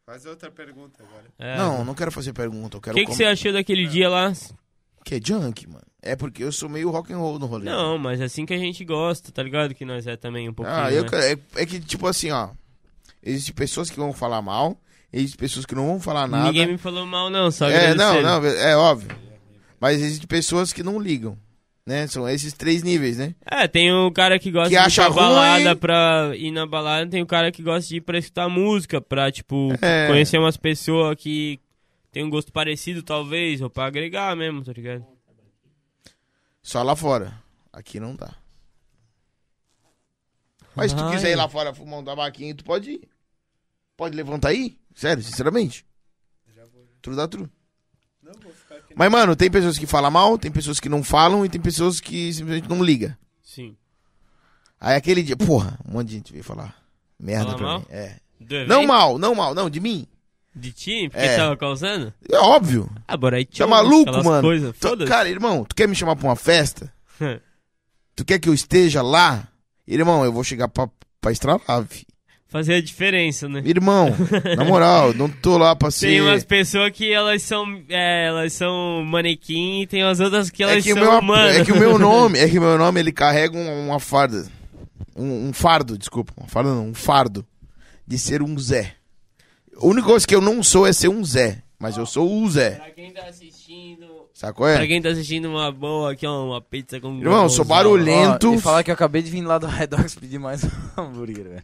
[SPEAKER 2] Faz outra pergunta agora.
[SPEAKER 4] É.
[SPEAKER 1] Não, não quero fazer pergunta, eu
[SPEAKER 4] O
[SPEAKER 1] quero
[SPEAKER 4] que, que
[SPEAKER 1] com-
[SPEAKER 4] você achou daquele dia lá?
[SPEAKER 1] Que é junk, mano. É porque eu sou meio rock and roll no rolê.
[SPEAKER 4] Não, mas assim que a gente gosta, tá ligado? Que nós é também um pouquinho.
[SPEAKER 1] Ah, eu
[SPEAKER 4] né?
[SPEAKER 1] quero- é, é que, tipo assim, ó. Existem pessoas que vão falar mal, existem pessoas que não vão falar nada.
[SPEAKER 4] Ninguém me falou mal, não, só
[SPEAKER 1] É, não,
[SPEAKER 4] agradecer.
[SPEAKER 1] não, é óbvio. Mas existem pessoas que não ligam, né? São esses três níveis, né?
[SPEAKER 4] É, tem o cara que gosta
[SPEAKER 1] Que
[SPEAKER 4] de ir
[SPEAKER 1] acha
[SPEAKER 4] pra balada
[SPEAKER 1] ruim.
[SPEAKER 4] pra ir na balada, tem o cara que gosta de ir pra escutar música, pra, tipo,
[SPEAKER 1] É.
[SPEAKER 4] conhecer umas pessoas que tem um gosto parecido, talvez, ou pra agregar mesmo, tá ligado?
[SPEAKER 1] Só lá fora. Aqui não dá. Mas se tu
[SPEAKER 4] Ai.
[SPEAKER 1] quiser ir lá fora fumar um tabaquinho, tu pode ir. Pode levantar aí? Sério, sinceramente? Tudo dá tudo. Mas, mano, tem pessoas que falam mal, tem pessoas que não falam e tem pessoas que simplesmente não ligam.
[SPEAKER 4] Sim.
[SPEAKER 1] Aí aquele dia, porra, um monte de gente veio falar merda
[SPEAKER 4] Fala
[SPEAKER 1] pra
[SPEAKER 4] mal?
[SPEAKER 1] mim. É.
[SPEAKER 4] Do evento,
[SPEAKER 1] Não mal, não mal, não, de mim.
[SPEAKER 4] De ti? Porque
[SPEAKER 1] É.
[SPEAKER 4] tava causando?
[SPEAKER 1] É óbvio.
[SPEAKER 4] Ah, bora aí,
[SPEAKER 1] Tá maluco,
[SPEAKER 4] aquelas
[SPEAKER 1] mano?
[SPEAKER 4] coisas,
[SPEAKER 1] Tu-
[SPEAKER 4] foda-se.
[SPEAKER 1] cara, irmão, tu quer me chamar pra uma festa? tu quer que eu esteja lá? Irmão, eu vou chegar pra, pra estralar, fi.
[SPEAKER 4] Fazer a diferença, né?
[SPEAKER 1] Irmão, na moral, não tô lá pra ser...
[SPEAKER 4] Tem umas pessoas que elas são, é, elas são manequim e tem as outras que elas
[SPEAKER 1] é que, o
[SPEAKER 4] são
[SPEAKER 1] meu, ap-
[SPEAKER 4] humanas.
[SPEAKER 1] é que o meu nome, é que o meu nome, ele carrega um- uma farda. Um, um fardo, desculpa. Uma farda não, um fardo. De ser um Zé. A única coisa que eu não sou é ser um Zé. Mas eu sou o Zé.
[SPEAKER 4] Pra quem tá assistindo...
[SPEAKER 1] Sabe qual é?
[SPEAKER 4] Pra quem tá assistindo uma boa aqui, ó, uma pizza com...
[SPEAKER 1] Irmão, eu sou
[SPEAKER 4] gorgonzola.
[SPEAKER 1] barulhento.
[SPEAKER 3] Ó, e falar que eu acabei de vir lá do Redox pedir mais um hambúrguer, velho.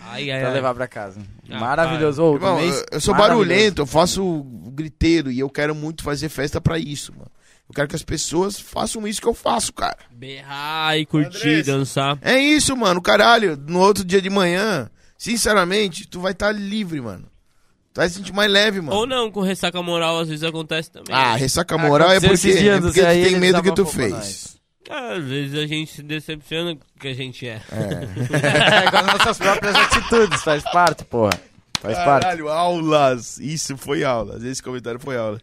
[SPEAKER 4] Ai, ai,
[SPEAKER 3] Pra
[SPEAKER 4] ai.
[SPEAKER 3] levar pra casa.
[SPEAKER 4] Ah,
[SPEAKER 3] Maravilhoso. Ô,
[SPEAKER 1] Irmão,
[SPEAKER 3] também
[SPEAKER 1] eu, eu sou
[SPEAKER 3] maravilhoso.
[SPEAKER 1] barulhento, eu faço griteiro e eu quero muito fazer festa pra isso, mano. Eu quero que as pessoas façam isso que eu faço, cara.
[SPEAKER 4] Berrar e curtir,
[SPEAKER 2] Andressa.
[SPEAKER 4] dançar.
[SPEAKER 1] É isso, mano. Caralho, no outro dia de manhã, sinceramente, tu vai estar livre, mano. Tu vai se sentir mais leve, mano.
[SPEAKER 4] Ou não, com ressaca moral às vezes acontece também.
[SPEAKER 1] Ah, ressaca moral é
[SPEAKER 3] Aconteceu
[SPEAKER 1] porque,
[SPEAKER 3] esses dias,
[SPEAKER 1] é porque
[SPEAKER 3] Zé, aí
[SPEAKER 1] tu tem
[SPEAKER 3] ele
[SPEAKER 1] medo que tu
[SPEAKER 3] desabafou pra
[SPEAKER 1] fez.
[SPEAKER 4] Às vezes a gente se decepciona com o que a gente é.
[SPEAKER 3] É, com as nossas próprias atitudes. Faz parte, porra. Faz parte.
[SPEAKER 1] Caralho, aulas. Isso foi aulas. Esse comentário foi aulas.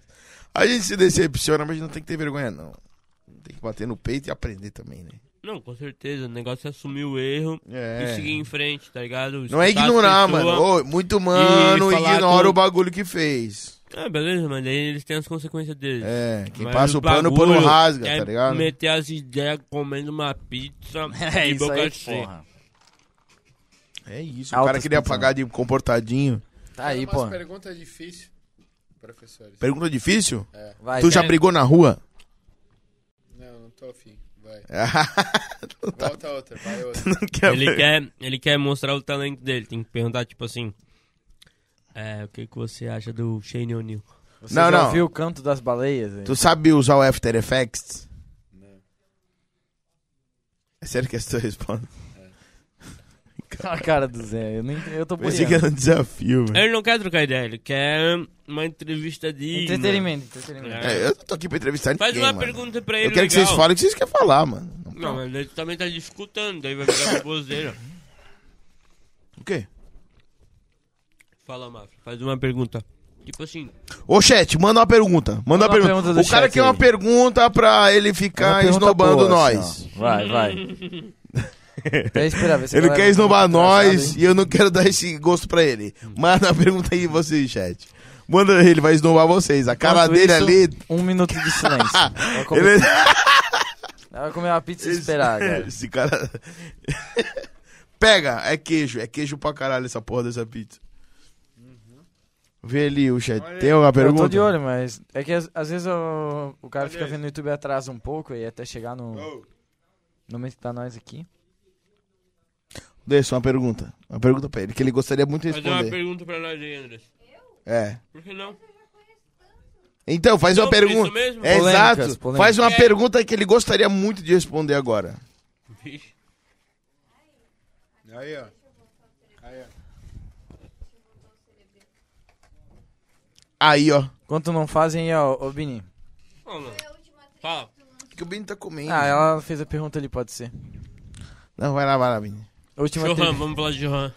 [SPEAKER 1] A gente se decepciona, mas não tem que ter vergonha, não. Tem que bater no peito e aprender também, né?
[SPEAKER 4] Não, com certeza. O negócio é assumir o erro e seguir em frente, tá ligado?
[SPEAKER 1] É. Não é
[SPEAKER 4] Escutar as
[SPEAKER 1] ignorar,
[SPEAKER 4] pessoas.
[SPEAKER 1] mano. Ô, muito humano
[SPEAKER 4] E falar
[SPEAKER 1] ignora
[SPEAKER 4] com-
[SPEAKER 1] o bagulho que fez.
[SPEAKER 4] Ah, beleza, mas daí eles têm as consequências deles.
[SPEAKER 1] É, quem
[SPEAKER 4] Mas
[SPEAKER 1] passa o pano, o
[SPEAKER 4] bagulho
[SPEAKER 1] pano rasga,
[SPEAKER 4] é
[SPEAKER 1] tá ligado?
[SPEAKER 4] Meter as ideias comendo uma pizza
[SPEAKER 3] É
[SPEAKER 4] de
[SPEAKER 3] isso
[SPEAKER 4] boca
[SPEAKER 3] aí,
[SPEAKER 4] cheia.
[SPEAKER 3] porra.
[SPEAKER 1] É isso, o
[SPEAKER 3] Altas
[SPEAKER 1] cara queria
[SPEAKER 3] pizzas.
[SPEAKER 1] pagar de comportadinho.
[SPEAKER 3] Tá aí,
[SPEAKER 2] Uma
[SPEAKER 3] porra.
[SPEAKER 2] pergunta difícil, professores.
[SPEAKER 1] Pergunta difícil?
[SPEAKER 3] Vai,
[SPEAKER 1] tu já
[SPEAKER 3] cara.
[SPEAKER 1] brigou na rua?
[SPEAKER 2] Não, não tô afim. Vai.
[SPEAKER 1] Não tá-
[SPEAKER 2] Volta outra, vai outra.
[SPEAKER 1] não quer
[SPEAKER 4] Ele
[SPEAKER 1] ver.
[SPEAKER 4] quer, ele quer mostrar o talento dele. Tem que perguntar, tipo assim... É, o que, que você acha do Shane O'Neill?
[SPEAKER 3] Você
[SPEAKER 1] Não,
[SPEAKER 3] já
[SPEAKER 1] não.
[SPEAKER 3] ouviu o canto das baleias? hein?
[SPEAKER 1] Tu sabe usar o After Effects? É sério que essa é a tua resposta?
[SPEAKER 3] Olha a cara do Zé. Eu, nem, eu tô
[SPEAKER 1] Pensei que
[SPEAKER 3] boiando.
[SPEAKER 1] era um desafio, velho.
[SPEAKER 4] Ele não quer trocar ideia, ele quer uma entrevista de...
[SPEAKER 3] Entretenimento, entretenimento.
[SPEAKER 4] É.
[SPEAKER 1] É, eu não tô aqui pra entrevistar
[SPEAKER 4] Faz
[SPEAKER 1] ninguém,
[SPEAKER 4] uma
[SPEAKER 1] mano.
[SPEAKER 4] pergunta pra ele
[SPEAKER 1] Eu quero que
[SPEAKER 4] legal.
[SPEAKER 1] vocês falem o que vocês querem falar, mano.
[SPEAKER 4] Não, mas ele também tá discutando, daí vai virar baboseira.
[SPEAKER 1] O quê?
[SPEAKER 4] Fala, Mafra, faz uma pergunta. Tipo assim,
[SPEAKER 1] Ô, chat, manda uma pergunta. Manda,
[SPEAKER 3] Manda
[SPEAKER 1] uma pergunta.
[SPEAKER 3] uma pergunta do
[SPEAKER 1] o cara
[SPEAKER 3] chat
[SPEAKER 1] quer uma
[SPEAKER 3] aí.
[SPEAKER 1] pergunta pra ele
[SPEAKER 3] É uma
[SPEAKER 1] ficar
[SPEAKER 3] pergunta
[SPEAKER 1] esnobando
[SPEAKER 3] boa,
[SPEAKER 1] nós.
[SPEAKER 3] assim, ó. vai, vai. Até esperar ver se a
[SPEAKER 1] ele
[SPEAKER 3] galera
[SPEAKER 1] quer esnobar
[SPEAKER 3] vai ficar
[SPEAKER 1] nós
[SPEAKER 3] atrasada, hein?
[SPEAKER 1] e eu não quero dar esse gosto pra ele. Manda a pergunta aí vocês, chat. Manda ele, vai esnobar vocês. A cara
[SPEAKER 3] Enquanto
[SPEAKER 1] dele
[SPEAKER 3] isso,
[SPEAKER 1] ali.
[SPEAKER 3] Um minuto de silêncio. Vai comer,
[SPEAKER 1] Ele...
[SPEAKER 3] ela vai comer uma pizza e esperar, cara.
[SPEAKER 1] Esse cara. Pega, é queijo, é queijo pra caralho essa porra dessa pizza. Vê ali o chat. Tem alguma
[SPEAKER 3] Uhum. Eu
[SPEAKER 1] pergunta?
[SPEAKER 3] tô de olho, mas é que às, às vezes o, o cara
[SPEAKER 2] Olha
[SPEAKER 3] fica
[SPEAKER 2] esse.
[SPEAKER 3] vendo o YouTube atrasa um pouco e até chegar no
[SPEAKER 2] Ô,
[SPEAKER 3] no momento que tá nós aqui.
[SPEAKER 1] Deixa uma pergunta. Uma pergunta pra ele, que ele gostaria muito de
[SPEAKER 4] faz uma
[SPEAKER 1] responder.
[SPEAKER 4] pergunta pra nós aí, André.
[SPEAKER 1] É.
[SPEAKER 4] Por que não?
[SPEAKER 1] Então, faz uma
[SPEAKER 4] Sobre
[SPEAKER 1] pergunta.
[SPEAKER 4] isso mesmo?
[SPEAKER 1] É,
[SPEAKER 3] Polêmicas,
[SPEAKER 1] Exato.
[SPEAKER 3] polêmicas.
[SPEAKER 1] Faz uma
[SPEAKER 4] É.
[SPEAKER 1] pergunta que ele gostaria muito de responder agora.
[SPEAKER 4] Vixe.
[SPEAKER 2] Aí, ó. Aí, ó.
[SPEAKER 1] Aí, ó.
[SPEAKER 3] Enquanto não fazem, ó, ô Bini.
[SPEAKER 4] Fala. Fala.
[SPEAKER 1] Que o Bini tá comendo.
[SPEAKER 3] Ah, ela fez a pergunta ali, pode ser.
[SPEAKER 1] Não, vai lá, vai lá, Bini.
[SPEAKER 3] Última
[SPEAKER 4] Johan,
[SPEAKER 3] teve-
[SPEAKER 4] vamos falar de Johan.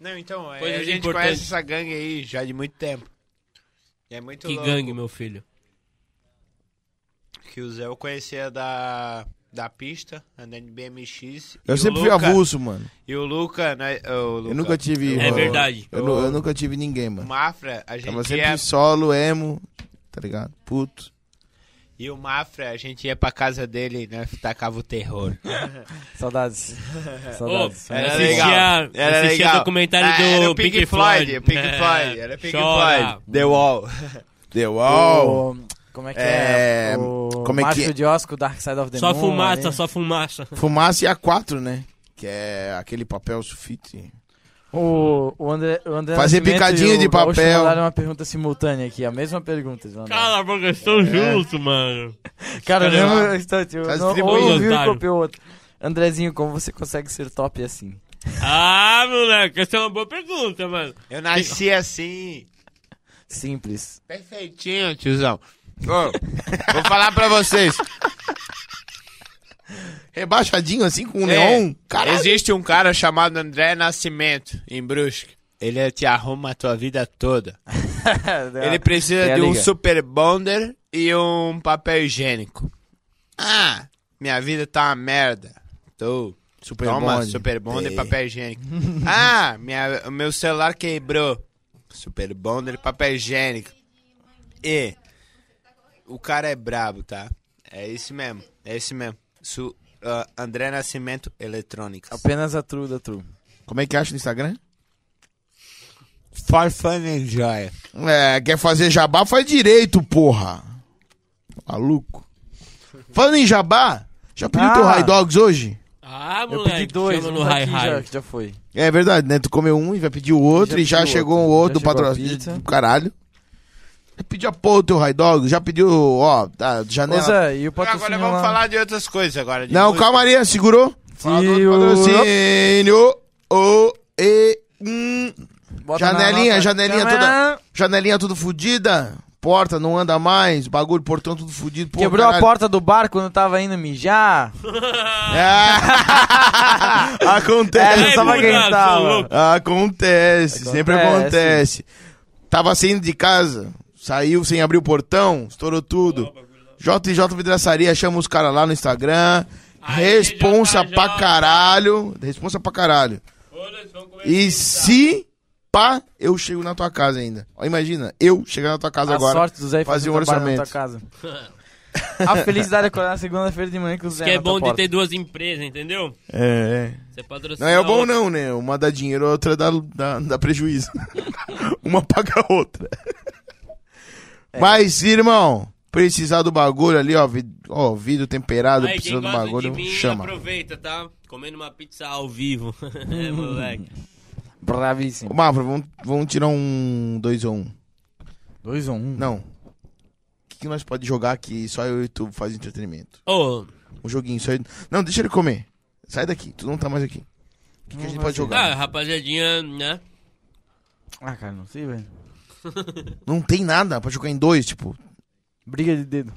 [SPEAKER 5] Não, então, é,
[SPEAKER 4] Coisas
[SPEAKER 5] a gente
[SPEAKER 4] importantes.
[SPEAKER 5] conhece essa gangue aí já de muito tempo. E é muito
[SPEAKER 4] Que
[SPEAKER 5] louco
[SPEAKER 4] gangue, meu filho.
[SPEAKER 5] que o Zé eu conhecia da, da pista, andando de BMX.
[SPEAKER 1] Eu
[SPEAKER 5] e
[SPEAKER 1] sempre
[SPEAKER 5] o
[SPEAKER 1] fui
[SPEAKER 5] Luca,
[SPEAKER 1] avulso, mano.
[SPEAKER 5] E o Luca, né, o Luca,
[SPEAKER 1] Eu nunca tive.
[SPEAKER 4] É
[SPEAKER 1] eu-
[SPEAKER 4] verdade.
[SPEAKER 1] Eu, nu- eu nunca tive ninguém,
[SPEAKER 5] O
[SPEAKER 1] mano.
[SPEAKER 5] Mafra, a gente é
[SPEAKER 1] Tava sempre
[SPEAKER 5] ia...
[SPEAKER 1] solo, emo, tá ligado? Puto.
[SPEAKER 5] E o Mafra, a gente ia pra casa dele, né, tacava o terror.
[SPEAKER 3] Saudades. Saudades.
[SPEAKER 4] Ô, Era legal. assistia documentário
[SPEAKER 5] Ah,
[SPEAKER 4] do
[SPEAKER 5] era o Pink,
[SPEAKER 4] Pink
[SPEAKER 5] Floyd.
[SPEAKER 4] Floyd.
[SPEAKER 5] Pink
[SPEAKER 4] É.
[SPEAKER 5] Floyd, era Pink
[SPEAKER 4] Chora.
[SPEAKER 5] Floyd. The Wall.
[SPEAKER 1] The Wall.
[SPEAKER 3] O- Como é que é?
[SPEAKER 1] É,
[SPEAKER 3] O
[SPEAKER 1] como é que
[SPEAKER 3] Mágico
[SPEAKER 1] é?
[SPEAKER 3] de Oz com o Dark Side of the
[SPEAKER 4] Só
[SPEAKER 3] Moon.
[SPEAKER 4] fumaça,
[SPEAKER 3] ali.
[SPEAKER 4] só fumaça.
[SPEAKER 3] Oh.
[SPEAKER 1] Fumaça e A4, né? Que é aquele papel sulfite.
[SPEAKER 3] O, o André, o André
[SPEAKER 1] Fazer
[SPEAKER 3] Nascimento
[SPEAKER 1] picadinha
[SPEAKER 3] e o
[SPEAKER 1] de
[SPEAKER 3] Gaúcho
[SPEAKER 1] papel.
[SPEAKER 3] mandaram uma pergunta simultânea aqui, a mesma pergunta. eles mandaram.
[SPEAKER 4] Cala a boca, eles estão juntos, mano.
[SPEAKER 3] Cara,
[SPEAKER 4] Cara,
[SPEAKER 3] mesmo
[SPEAKER 4] lá.
[SPEAKER 3] instante, eu tipo,
[SPEAKER 1] Tá
[SPEAKER 3] não,
[SPEAKER 1] distribuindo,
[SPEAKER 3] ou ouvi e
[SPEAKER 4] otário.
[SPEAKER 3] copiou outro. Andrezinho, como você consegue ser top assim?
[SPEAKER 4] Ah, moleque, essa é uma boa pergunta, mano.
[SPEAKER 5] Eu nasci assim,
[SPEAKER 3] Simples.
[SPEAKER 5] perfeitinho, tiozão. Ô, vou falar pra vocês.
[SPEAKER 1] Rebaixadinho assim com o
[SPEAKER 5] É,
[SPEAKER 1] neon. Caralho.
[SPEAKER 5] Existe um cara chamado André Nascimento, em Brusque. Ele te arruma a tua vida toda. Ele
[SPEAKER 3] Tem
[SPEAKER 5] precisa
[SPEAKER 3] a
[SPEAKER 5] de um
[SPEAKER 3] liga.
[SPEAKER 5] super bonder e um papel higiênico. Ah, minha vida tá uma merda. Tô.
[SPEAKER 1] Super
[SPEAKER 5] Toma,
[SPEAKER 1] Bonder.
[SPEAKER 5] super bonder e
[SPEAKER 1] É.
[SPEAKER 5] papel higiênico. ah, minha, o meu celular quebrou. Super bonder e papel higiênico. E o cara é brabo, tá? É isso mesmo, é isso mesmo. Su, ah, André Nascimento Eletrônica.
[SPEAKER 3] Apenas a true da true.
[SPEAKER 1] Como é que acha no Instagram?
[SPEAKER 5] For fun and joy.
[SPEAKER 1] É, quer fazer jabá, faz direito, porra. Maluco. Falando em jabá, já pediu
[SPEAKER 3] Ah.
[SPEAKER 1] teu high dogs hoje?
[SPEAKER 4] Ah,
[SPEAKER 3] Eu
[SPEAKER 4] moleque,
[SPEAKER 3] pedi dois,
[SPEAKER 4] chama
[SPEAKER 3] um
[SPEAKER 4] no
[SPEAKER 3] tá
[SPEAKER 4] Hi
[SPEAKER 3] aqui já,
[SPEAKER 4] Hi.
[SPEAKER 3] que já foi.
[SPEAKER 1] É verdade, né? Tu comeu um e vai pedir o outro
[SPEAKER 3] Já
[SPEAKER 1] e já
[SPEAKER 3] pediu
[SPEAKER 1] chegou o
[SPEAKER 3] outro.
[SPEAKER 1] outro do
[SPEAKER 3] Já chegou a pizza.
[SPEAKER 1] patrocínio. Caralho. Já Pediu a porra do teu high dog, já pediu, ó, da
[SPEAKER 3] Ô
[SPEAKER 1] janela.
[SPEAKER 3] Zé, e o patrocínio
[SPEAKER 5] Agora vamos
[SPEAKER 3] lá?
[SPEAKER 5] falar de outras coisas agora. de
[SPEAKER 1] Não,
[SPEAKER 5] música.
[SPEAKER 1] calma, Maria, segurou. Fala do outro patrocínio. O, e, hum.
[SPEAKER 3] Bota na
[SPEAKER 1] Janelinha,
[SPEAKER 3] nossa
[SPEAKER 1] janelinha
[SPEAKER 3] câmera.
[SPEAKER 1] Janelinha tudo fodida. Porta não anda mais. Bagulho, portão tudo fudido. pô,
[SPEAKER 3] Quebrou a
[SPEAKER 1] caralho.
[SPEAKER 3] porta do bar quando tava indo mijar.
[SPEAKER 1] É.
[SPEAKER 3] Essa
[SPEAKER 1] Acontece.
[SPEAKER 4] Ei,
[SPEAKER 3] tava
[SPEAKER 4] Buda,
[SPEAKER 3] quem
[SPEAKER 4] seu
[SPEAKER 3] tava.
[SPEAKER 4] É louco.
[SPEAKER 1] Acontece, sempre
[SPEAKER 3] Acontece.
[SPEAKER 1] acontece. Tava saindo de casa, saiu sem abrir o portão, estourou tudo. JJ Vidraçaria, chama os caras lá no Instagram.
[SPEAKER 4] Aí,
[SPEAKER 1] responsa
[SPEAKER 4] JJ.
[SPEAKER 1] pra caralho. Responsa pra caralho.
[SPEAKER 4] Ô, nós vamos comer
[SPEAKER 1] E
[SPEAKER 4] pizza.
[SPEAKER 1] se pá, eu chego na tua casa ainda. Ó, imagina, eu chegar na tua casa
[SPEAKER 3] a
[SPEAKER 1] agora.
[SPEAKER 3] sorte do Zé
[SPEAKER 1] fazer
[SPEAKER 3] fazer
[SPEAKER 1] um
[SPEAKER 3] um trabalho na tua
[SPEAKER 1] orçamento.
[SPEAKER 3] casa. A felicidade é acordar na segunda-feira de manhã com o Zé
[SPEAKER 4] Que é
[SPEAKER 3] na tua
[SPEAKER 4] bom de
[SPEAKER 3] porta.
[SPEAKER 4] ter duas empresas, entendeu?
[SPEAKER 1] É, é.
[SPEAKER 4] Você patrocina
[SPEAKER 1] Não é
[SPEAKER 4] a
[SPEAKER 1] bom
[SPEAKER 4] outra.
[SPEAKER 1] não, né? Uma dá dinheiro, a outra dá, dá, dá prejuízo. Uma paga a outra. Mas, irmão, precisar do bagulho ali, ó, vi- ó vidro temperado,
[SPEAKER 4] Aí,
[SPEAKER 1] precisar
[SPEAKER 4] quem
[SPEAKER 1] do
[SPEAKER 4] gosta
[SPEAKER 1] bagulho,
[SPEAKER 4] de mim,
[SPEAKER 1] chama.
[SPEAKER 4] aproveita, tá? Comendo uma pizza ao vivo. é, moleque.
[SPEAKER 1] Ô,
[SPEAKER 3] Bravíssimo.
[SPEAKER 1] Mafra, vamos, vamos tirar um 2 ou 1. Um.
[SPEAKER 3] 2 ou 1. Um.
[SPEAKER 1] Não. O que, que nós pode jogar que só eu e tu faz entretenimento?
[SPEAKER 4] Ô,
[SPEAKER 1] Um joguinho, só eu... Não, deixa ele comer. Sai daqui, tu não tá mais aqui. O que, que a gente pode
[SPEAKER 4] ah,
[SPEAKER 1] jogar?
[SPEAKER 4] rapaziadinha, né?
[SPEAKER 3] Ah, cara, não sei, velho.
[SPEAKER 1] Não tem nada pra jogar em dois, tipo.
[SPEAKER 3] Briga de dedo.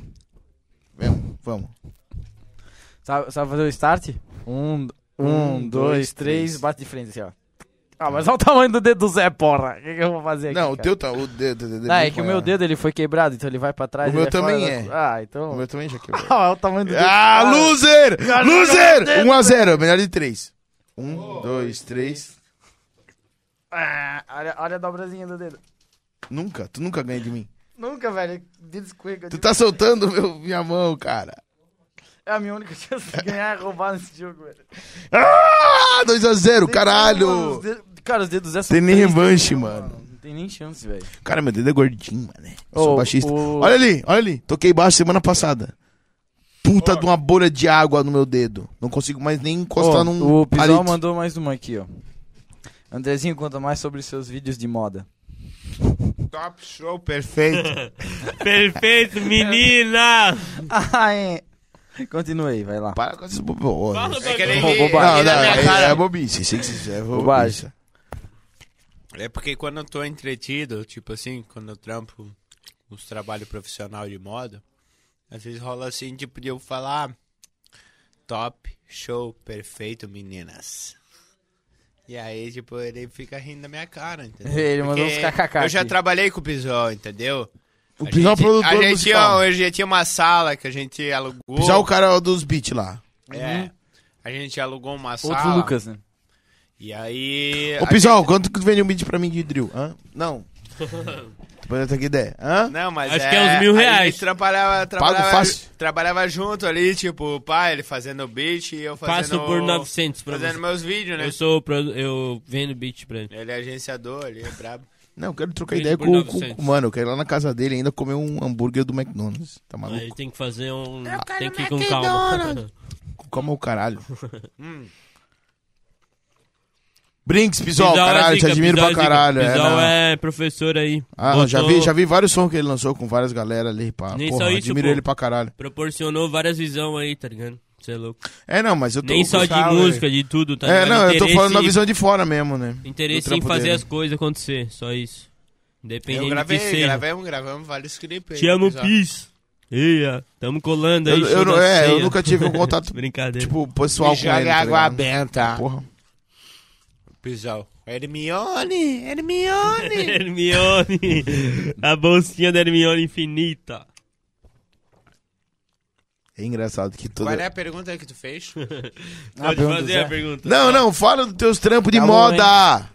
[SPEAKER 1] Vamos, vamos.
[SPEAKER 3] Sabe, sabe fazer o start? Um, um, dois, três, bate de frente assim, ó. Ah, mas olha o tamanho do dedo do Zé, porra. O que, que eu vou fazer aqui?
[SPEAKER 1] Não, o
[SPEAKER 3] cara?
[SPEAKER 1] teu tá... O dedo, dedo
[SPEAKER 3] Ah, é
[SPEAKER 1] muito
[SPEAKER 3] que o
[SPEAKER 1] maior.
[SPEAKER 3] meu dedo ele foi quebrado, então ele vai pra trás.
[SPEAKER 1] O meu
[SPEAKER 3] ele fora
[SPEAKER 1] também é.
[SPEAKER 3] da- Ah, então.
[SPEAKER 1] O meu também já quebrou.
[SPEAKER 3] Ah, olha o tamanho do dedo.
[SPEAKER 1] Ah,
[SPEAKER 3] do cara.
[SPEAKER 1] loser! Loser! 1 a 0 melhor de Um, 3. 1, 2, 3.
[SPEAKER 3] Ah, olha, olha a dobrazinha do dedo.
[SPEAKER 1] Nunca, tu nunca ganha de mim.
[SPEAKER 3] Nunca, velho. Dedo escorrega.
[SPEAKER 1] Tu tá soltando meu, minha mão, cara.
[SPEAKER 3] É a minha única chance de ganhar é roubar nesse jogo, velho.
[SPEAKER 1] Ah, 2 a 0
[SPEAKER 3] Mano, os
[SPEAKER 1] caralho!
[SPEAKER 3] dedos- Cara, os dedos é dessa.
[SPEAKER 1] Tem nem revanche, mano.
[SPEAKER 3] Não tem nem chance, velho.
[SPEAKER 1] Cara, meu dedo é gordinho, mano. Eu sou
[SPEAKER 3] Ô,
[SPEAKER 1] baixista.
[SPEAKER 3] o-
[SPEAKER 1] Olha ali, olha ali. Toquei baixo semana passada. Puta de uma bolha de água no meu dedo. Não consigo mais nem encostar
[SPEAKER 3] Ô,
[SPEAKER 1] num
[SPEAKER 3] O Pizol
[SPEAKER 1] palito.
[SPEAKER 3] mandou mais uma aqui, ó. Andrezinho, conta mais sobre seus vídeos de moda.
[SPEAKER 5] Top show perfeito.
[SPEAKER 4] Perfeito, menina!
[SPEAKER 3] Ah, é. Continua aí, vai lá.
[SPEAKER 1] Para com esses bobões.
[SPEAKER 4] Fala,
[SPEAKER 5] É que
[SPEAKER 4] bagulho.
[SPEAKER 5] ele-
[SPEAKER 3] Bo-
[SPEAKER 5] ele-
[SPEAKER 3] bobagem.
[SPEAKER 1] Não,
[SPEAKER 5] ele
[SPEAKER 1] não,
[SPEAKER 5] na minha cara.
[SPEAKER 1] é, é bobice. Sei que isso é bobice.
[SPEAKER 3] Bobagem.
[SPEAKER 5] É porque quando eu tô entretido, tipo assim, quando eu trampo uns trabalhos profissional de moda, às vezes rola assim, tipo, de eu falar top, show, perfeito, meninas. E aí, tipo, ele fica rindo da minha cara, entendeu?
[SPEAKER 3] Ele mandou
[SPEAKER 5] Porque
[SPEAKER 3] uns kkk
[SPEAKER 5] Eu já
[SPEAKER 3] aqui.
[SPEAKER 5] trabalhei com o Pisol, entendeu?
[SPEAKER 1] O
[SPEAKER 5] A
[SPEAKER 1] Pisol é
[SPEAKER 5] gente-
[SPEAKER 1] produtor
[SPEAKER 5] A gente,
[SPEAKER 1] musical.
[SPEAKER 5] ó, hoje tinha uma sala que a gente alugou.
[SPEAKER 1] Pisar o cara dos beats lá.
[SPEAKER 5] É. A gente alugou uma sala.
[SPEAKER 3] Outro Lucas, né?
[SPEAKER 5] E aí...
[SPEAKER 1] Ô,
[SPEAKER 5] a
[SPEAKER 1] Pisol, quanto que tu vende um beat pra mim de drill? Hã? Não. tu pode ter que ideia. Hã?
[SPEAKER 5] Não, mas
[SPEAKER 4] Acho
[SPEAKER 5] é,
[SPEAKER 4] que é uns mil
[SPEAKER 5] A
[SPEAKER 4] reais.
[SPEAKER 5] gente trabalhava, trabalhava,
[SPEAKER 1] fácil.
[SPEAKER 5] trabalhava junto ali, tipo, pá, ele fazendo beat e eu fazendo...
[SPEAKER 4] Passo por 900 pra
[SPEAKER 5] Fazendo
[SPEAKER 4] você.
[SPEAKER 5] meus vídeos, né?
[SPEAKER 4] Eu sou o produ... Eu vendo beat pra ele.
[SPEAKER 5] Ele é agenciador, ele é brabo.
[SPEAKER 1] Não, eu quero trocar
[SPEAKER 4] Vende
[SPEAKER 1] ideia
[SPEAKER 4] por
[SPEAKER 1] com, o- com
[SPEAKER 4] 900.
[SPEAKER 1] com o mano. Eu quero ir lá na casa dele ainda comer um hambúrguer do McDonald's. Tá
[SPEAKER 4] Aí ele
[SPEAKER 1] maluco?
[SPEAKER 4] tem que fazer um. Tem que ir com calma.
[SPEAKER 1] Como é o caralho?
[SPEAKER 4] Hum.
[SPEAKER 1] Brinks, Pisol,
[SPEAKER 4] Pizol é
[SPEAKER 1] caralho, te
[SPEAKER 4] zica,
[SPEAKER 1] admiro
[SPEAKER 4] Pizol
[SPEAKER 1] pra
[SPEAKER 4] é zica.
[SPEAKER 1] caralho. é,
[SPEAKER 4] Pizol
[SPEAKER 1] não.
[SPEAKER 4] é, professor aí.
[SPEAKER 1] Ah,
[SPEAKER 4] Botou-
[SPEAKER 1] já, vi, já vi vários sons que ele lançou com várias galera ali. Pá.
[SPEAKER 4] Nem
[SPEAKER 1] Porra,
[SPEAKER 4] só isso,
[SPEAKER 1] admiro
[SPEAKER 4] pô.
[SPEAKER 1] ele pra caralho.
[SPEAKER 4] Proporcionou várias visões aí, tá ligado? Você é louco.
[SPEAKER 1] É, não, mas eu tô
[SPEAKER 4] Nem
[SPEAKER 1] com
[SPEAKER 4] só
[SPEAKER 1] o
[SPEAKER 4] de
[SPEAKER 1] cara,
[SPEAKER 4] música, de tudo, tá
[SPEAKER 1] É,
[SPEAKER 4] ligado?
[SPEAKER 1] não, eu tô
[SPEAKER 4] Interesse
[SPEAKER 1] falando na
[SPEAKER 4] em-
[SPEAKER 1] visão de fora mesmo, né? Do
[SPEAKER 4] Interesse em
[SPEAKER 1] trampo
[SPEAKER 4] fazer
[SPEAKER 1] dele.
[SPEAKER 4] as coisas acontecer, só isso. Independente
[SPEAKER 5] Eu gravei,
[SPEAKER 4] do que seja.
[SPEAKER 5] gravamos, gravamos vários clipes.
[SPEAKER 4] Te
[SPEAKER 5] aí,
[SPEAKER 4] amo,
[SPEAKER 5] pessoal.
[SPEAKER 4] Pis. Eia, tamo colando aí.
[SPEAKER 1] Eu-
[SPEAKER 4] show
[SPEAKER 1] eu não-
[SPEAKER 4] da
[SPEAKER 1] é, eu
[SPEAKER 4] ceia.
[SPEAKER 1] nunca tive um
[SPEAKER 5] Tá
[SPEAKER 1] contato,
[SPEAKER 4] Brincadeira.
[SPEAKER 1] Tipo, pessoal
[SPEAKER 5] Me
[SPEAKER 1] com
[SPEAKER 5] joga
[SPEAKER 1] ele, tá
[SPEAKER 5] água
[SPEAKER 1] ligado?
[SPEAKER 5] benta.
[SPEAKER 1] Porra.
[SPEAKER 5] Pisal. Hermione, Hermione.
[SPEAKER 4] Hermione. A bolsinha da Hermione infinita.
[SPEAKER 1] É engraçado que toda...
[SPEAKER 5] Qual é a pergunta que tu fez?
[SPEAKER 4] Pode
[SPEAKER 3] pergunta do
[SPEAKER 4] fazer
[SPEAKER 3] Zé.
[SPEAKER 4] a Ah, pergunta.
[SPEAKER 1] Não, não, fala dos teus trampos de
[SPEAKER 3] Tá bom,
[SPEAKER 1] moda.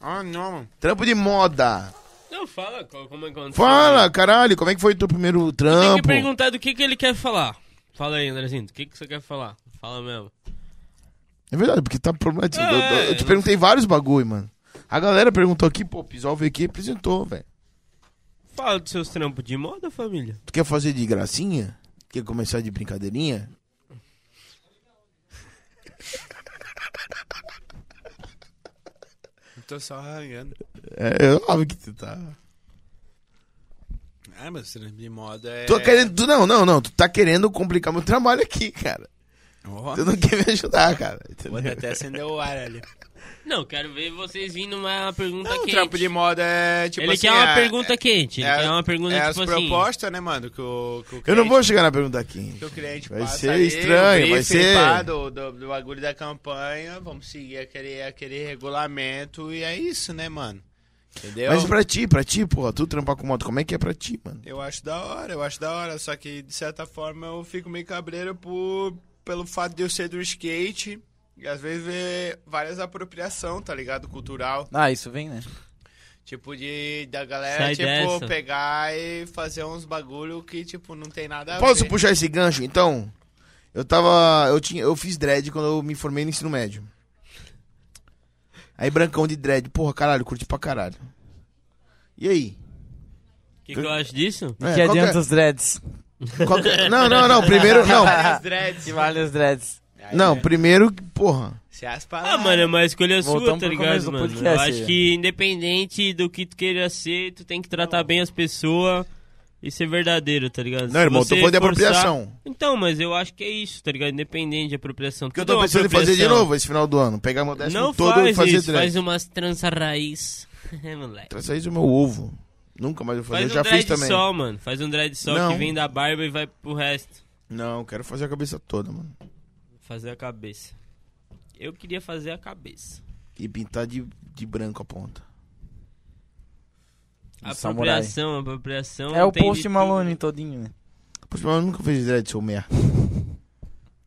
[SPEAKER 5] Ah, não.
[SPEAKER 1] Trampo de moda.
[SPEAKER 4] Não, fala qual- como é que aconteceu.
[SPEAKER 1] Fala, caralho, como é que foi o teu primeiro
[SPEAKER 4] Tem que
[SPEAKER 1] trampo?
[SPEAKER 4] perguntar do que, que ele quer falar. Fala aí, Andrezinho, do que, que você quer falar? Fala mesmo.
[SPEAKER 1] É verdade, porque tá problemático.
[SPEAKER 4] É,
[SPEAKER 1] eu, eu- eu
[SPEAKER 4] eu
[SPEAKER 1] te
[SPEAKER 4] não
[SPEAKER 1] perguntei vários bagulho, mano. A galera perguntou aqui, pô, o Pisol veio aqui e apresentou, velho.
[SPEAKER 4] Fala dos seus trampos de moda, família.
[SPEAKER 1] Tu quer fazer de gracinha? Quer começar de brincadeirinha?
[SPEAKER 5] Tô só arranhando.
[SPEAKER 1] É, eu óbvio que tu tá.
[SPEAKER 5] Ah, mas trampo de moda é.
[SPEAKER 1] Tô querendo. Tu, não, não, não. Tu tá querendo complicar meu trabalho aqui, cara.
[SPEAKER 5] Ó,
[SPEAKER 1] Tu não quer me ajudar, cara. entendeu?
[SPEAKER 5] Vou até acender o ar ali.
[SPEAKER 4] Não, quero ver vocês vindo uma pergunta
[SPEAKER 5] Não, o
[SPEAKER 4] quente.
[SPEAKER 5] trampo de moda é tipo
[SPEAKER 4] ele
[SPEAKER 5] assim.
[SPEAKER 4] quer uma
[SPEAKER 5] é-
[SPEAKER 4] pergunta quente. Ele
[SPEAKER 5] é
[SPEAKER 4] quer
[SPEAKER 5] as-
[SPEAKER 4] uma pergunta
[SPEAKER 5] é
[SPEAKER 4] tipo
[SPEAKER 5] as
[SPEAKER 4] assim.
[SPEAKER 5] propostas, né, mano? Que o, que o
[SPEAKER 1] Eu não
[SPEAKER 5] cliente-
[SPEAKER 1] vou chegar na pergunta aqui.
[SPEAKER 5] que o cliente
[SPEAKER 1] Vai
[SPEAKER 5] passa
[SPEAKER 1] ser
[SPEAKER 5] ali,
[SPEAKER 1] estranho,
[SPEAKER 5] o briefing,
[SPEAKER 1] vai ser-
[SPEAKER 5] pá, do, do, do bagulho da campanha, vamos seguir aquele, aquele regulamento e é isso, né, mano? Entendeu?
[SPEAKER 1] Mas e pra ti, pra ti, porra, tu trampar com moto, como é que é pra ti, mano?
[SPEAKER 5] Eu acho da hora, eu acho da hora, só que de certa forma eu fico meio cabreiro por, pelo fato de eu ser do skate e às vezes ver várias apropriação, tá ligado? Cultural.
[SPEAKER 3] Ah, isso vem, né?
[SPEAKER 5] Tipo, de da galera,
[SPEAKER 4] Sai
[SPEAKER 5] tipo,
[SPEAKER 4] dessa.
[SPEAKER 5] pegar e fazer uns bagulho que, tipo, não tem nada a
[SPEAKER 1] Posso
[SPEAKER 5] ver.
[SPEAKER 1] puxar esse gancho, então? Eu tava. Eu, tinha, eu fiz dread quando eu me formei no ensino médio. Aí, brancão de dread, porra, caralho, curti pra caralho. E aí?
[SPEAKER 4] O que, que eu acho disso?
[SPEAKER 1] É,
[SPEAKER 3] De que
[SPEAKER 1] qual que
[SPEAKER 3] adianta
[SPEAKER 1] é?
[SPEAKER 3] os dreads?
[SPEAKER 1] Qual que- é? Não, não, não, primeiro. Não,
[SPEAKER 5] As dreads.
[SPEAKER 3] Que vale os dreads?
[SPEAKER 1] não, primeiro, que- porra.
[SPEAKER 5] Se as palavras.
[SPEAKER 4] Ah, mano, é uma escolha
[SPEAKER 3] Voltamos
[SPEAKER 4] sua, tá
[SPEAKER 3] pro começo
[SPEAKER 4] ligado,
[SPEAKER 3] do
[SPEAKER 4] mano? eu
[SPEAKER 3] podcast. é.
[SPEAKER 4] acho que independente do que tu queira ser, tu tem que tratar bem as pessoas e ser verdadeiro, tá ligado?
[SPEAKER 1] Não, irmão, tu
[SPEAKER 4] você
[SPEAKER 1] foi de
[SPEAKER 4] forçar-
[SPEAKER 1] apropriação.
[SPEAKER 4] Então, mas eu acho que é isso, tá ligado? Independente de apropriação.
[SPEAKER 1] Porque eu
[SPEAKER 4] Tudo é
[SPEAKER 1] tô
[SPEAKER 4] uma
[SPEAKER 1] pensando em fazer de
[SPEAKER 4] apropriação.
[SPEAKER 1] novo esse final do ano. Pegar meu décimo
[SPEAKER 4] Não
[SPEAKER 1] todo
[SPEAKER 4] faz
[SPEAKER 1] e fazer
[SPEAKER 4] isso,
[SPEAKER 1] dread.
[SPEAKER 4] faz um- umas trança raiz. moleque.
[SPEAKER 1] Traça isso é meu ovo. Nunca mais vou Então, fazer.
[SPEAKER 4] Faz
[SPEAKER 1] eu já
[SPEAKER 4] um
[SPEAKER 1] fiz
[SPEAKER 4] dread
[SPEAKER 1] também.
[SPEAKER 4] só, mano. Faz um dread só
[SPEAKER 1] Não.
[SPEAKER 4] que vem da barba e vai pro resto.
[SPEAKER 1] Não, quero fazer a cabeça toda, mano.
[SPEAKER 4] Fazer a cabeça. Eu queria fazer a cabeça.
[SPEAKER 1] E pintar de, de branco a ponta.
[SPEAKER 3] samurai.
[SPEAKER 4] Apropriação, apropriação.
[SPEAKER 3] É o
[SPEAKER 4] tem de
[SPEAKER 3] Post
[SPEAKER 4] tudo.
[SPEAKER 3] Malone todinho, né?
[SPEAKER 1] Poxa, mas eu nunca fiz dread, seu merda.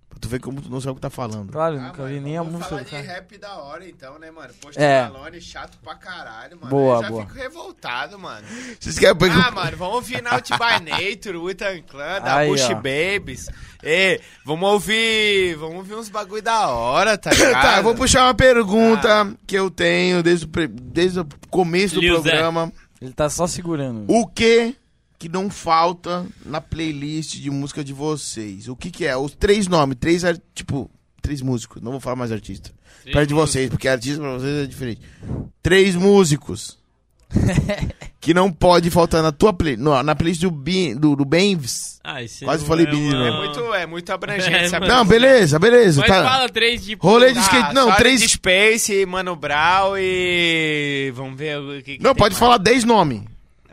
[SPEAKER 1] Pra tu ver como tu não sabe o que tá falando.
[SPEAKER 3] Claro,
[SPEAKER 2] Ah,
[SPEAKER 3] nunca
[SPEAKER 2] mano,
[SPEAKER 3] vi nem a
[SPEAKER 2] vamos
[SPEAKER 3] música
[SPEAKER 2] falar
[SPEAKER 3] do
[SPEAKER 2] de
[SPEAKER 3] cara.
[SPEAKER 2] rap da hora então, né, mano? Post
[SPEAKER 3] É.
[SPEAKER 2] Malone, chato pra caralho, mano.
[SPEAKER 3] Boa,
[SPEAKER 2] Eu já
[SPEAKER 3] boa.
[SPEAKER 2] fico revoltado, mano.
[SPEAKER 1] Vocês querem pegar.
[SPEAKER 5] Ah, mano, vamos ouvir Naut by Nature, Wutan Clan, da
[SPEAKER 3] Aí,
[SPEAKER 5] Bush
[SPEAKER 3] ó.
[SPEAKER 5] Babies. Ê, vamos ouvir. Vamos ouvir uns bagulho da hora, tá ligado?
[SPEAKER 1] Tá, eu vou puxar uma pergunta que eu tenho desde o, pre- desde o começo do
[SPEAKER 4] Lil Zé.
[SPEAKER 1] programa.
[SPEAKER 3] Ele tá só segurando.
[SPEAKER 1] O que que não falta na playlist de música de vocês? O que que é? Os três nomes, três, ar- tipo, três músicos. Não vou falar mais artista.
[SPEAKER 4] Três
[SPEAKER 1] Perto de
[SPEAKER 4] músicos.
[SPEAKER 1] vocês, porque artista pra vocês é diferente. Três músicos. que não pode faltar na tua play, no- na playlist do, Bi- do, do Benves.
[SPEAKER 4] Ah, isso
[SPEAKER 1] Quase
[SPEAKER 4] não
[SPEAKER 1] falei
[SPEAKER 4] é
[SPEAKER 1] business
[SPEAKER 4] uma-
[SPEAKER 5] É muito, é muito abrangente,
[SPEAKER 4] É,
[SPEAKER 5] sabe?
[SPEAKER 4] mano.
[SPEAKER 1] Não, beleza, beleza.
[SPEAKER 4] Mas
[SPEAKER 1] tá.
[SPEAKER 4] fala três de...
[SPEAKER 1] Rolê de
[SPEAKER 5] Ah,
[SPEAKER 1] skate, não,
[SPEAKER 5] Solid
[SPEAKER 1] três...
[SPEAKER 5] Space, Mano Brown e. Vamos ver o que. que
[SPEAKER 1] Não,
[SPEAKER 5] tem
[SPEAKER 1] pode
[SPEAKER 5] mais.
[SPEAKER 1] falar dez nomes.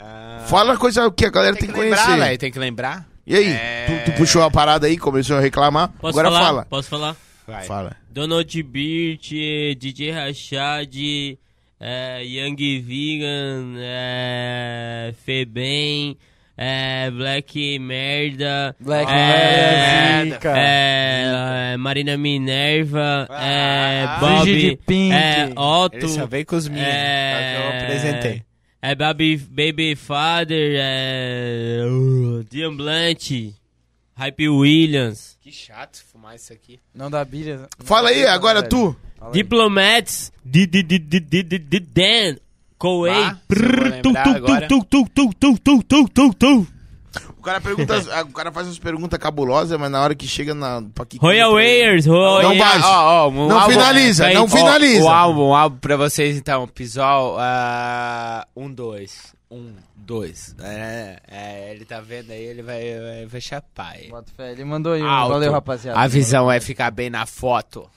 [SPEAKER 5] Ah,
[SPEAKER 1] Fala coisa que a galera tem,
[SPEAKER 5] tem que
[SPEAKER 1] que conhecer.
[SPEAKER 5] lembrar, velho. Tem que lembrar.
[SPEAKER 1] E aí?
[SPEAKER 5] É.
[SPEAKER 1] Tu, tu puxou a parada aí, começou a reclamar.
[SPEAKER 4] Posso
[SPEAKER 1] Agora
[SPEAKER 4] falar?
[SPEAKER 1] fala.
[SPEAKER 4] Posso falar?
[SPEAKER 5] Vai.
[SPEAKER 1] Fala.
[SPEAKER 4] Donald Beert, DJ Rashad, é, Young Vegan, é, Febem, é, Black Merda,
[SPEAKER 3] Black
[SPEAKER 4] é,
[SPEAKER 3] Merda,
[SPEAKER 4] é,
[SPEAKER 3] Zica.
[SPEAKER 4] é, Marina Minerva, é,
[SPEAKER 5] Ah,
[SPEAKER 3] Gigi
[SPEAKER 4] Bob,
[SPEAKER 3] Pink.
[SPEAKER 4] é, Otto,
[SPEAKER 5] Ele só veio com os meninos. É que eu apresentei.
[SPEAKER 4] é Baby, Baby Father, é, uh, Dian Blunt, Hype Williams,
[SPEAKER 5] Que chato fumar isso aqui.
[SPEAKER 3] Não dá bilha. não
[SPEAKER 1] Fala
[SPEAKER 3] dá
[SPEAKER 1] aí,
[SPEAKER 3] bilha,
[SPEAKER 1] agora
[SPEAKER 3] velho.
[SPEAKER 1] tu.
[SPEAKER 3] Fala aí.
[SPEAKER 4] Diplomats, di di di di di di di Dan, Coei,
[SPEAKER 5] Bah, se eu vou
[SPEAKER 4] tum
[SPEAKER 5] lembrar
[SPEAKER 4] tum
[SPEAKER 5] agora.
[SPEAKER 4] tum tum tum tum tum tum tum tum.
[SPEAKER 1] O cara pergunta, as- o cara faz umas perguntas cabulosas, mas na hora que chega na pra que
[SPEAKER 4] Royal Warriors, Royal
[SPEAKER 1] Não
[SPEAKER 4] Warriors.
[SPEAKER 1] baixa.
[SPEAKER 5] Ó, ó, um
[SPEAKER 1] Não
[SPEAKER 5] álbum-
[SPEAKER 1] finaliza,
[SPEAKER 5] Peraí,
[SPEAKER 1] não
[SPEAKER 5] ó,
[SPEAKER 1] finaliza.
[SPEAKER 5] O álbum, o álbum pra vocês então, Pisol, ah, um, dois. Um, dois. É, é, ele tá vendo aí, ele vai, vai, vai chapar. aí.
[SPEAKER 3] Bota fé, Ele mandou aí. um.
[SPEAKER 5] Alto.
[SPEAKER 3] Valeu, rapaziada.
[SPEAKER 5] A visão é ficar bem na foto.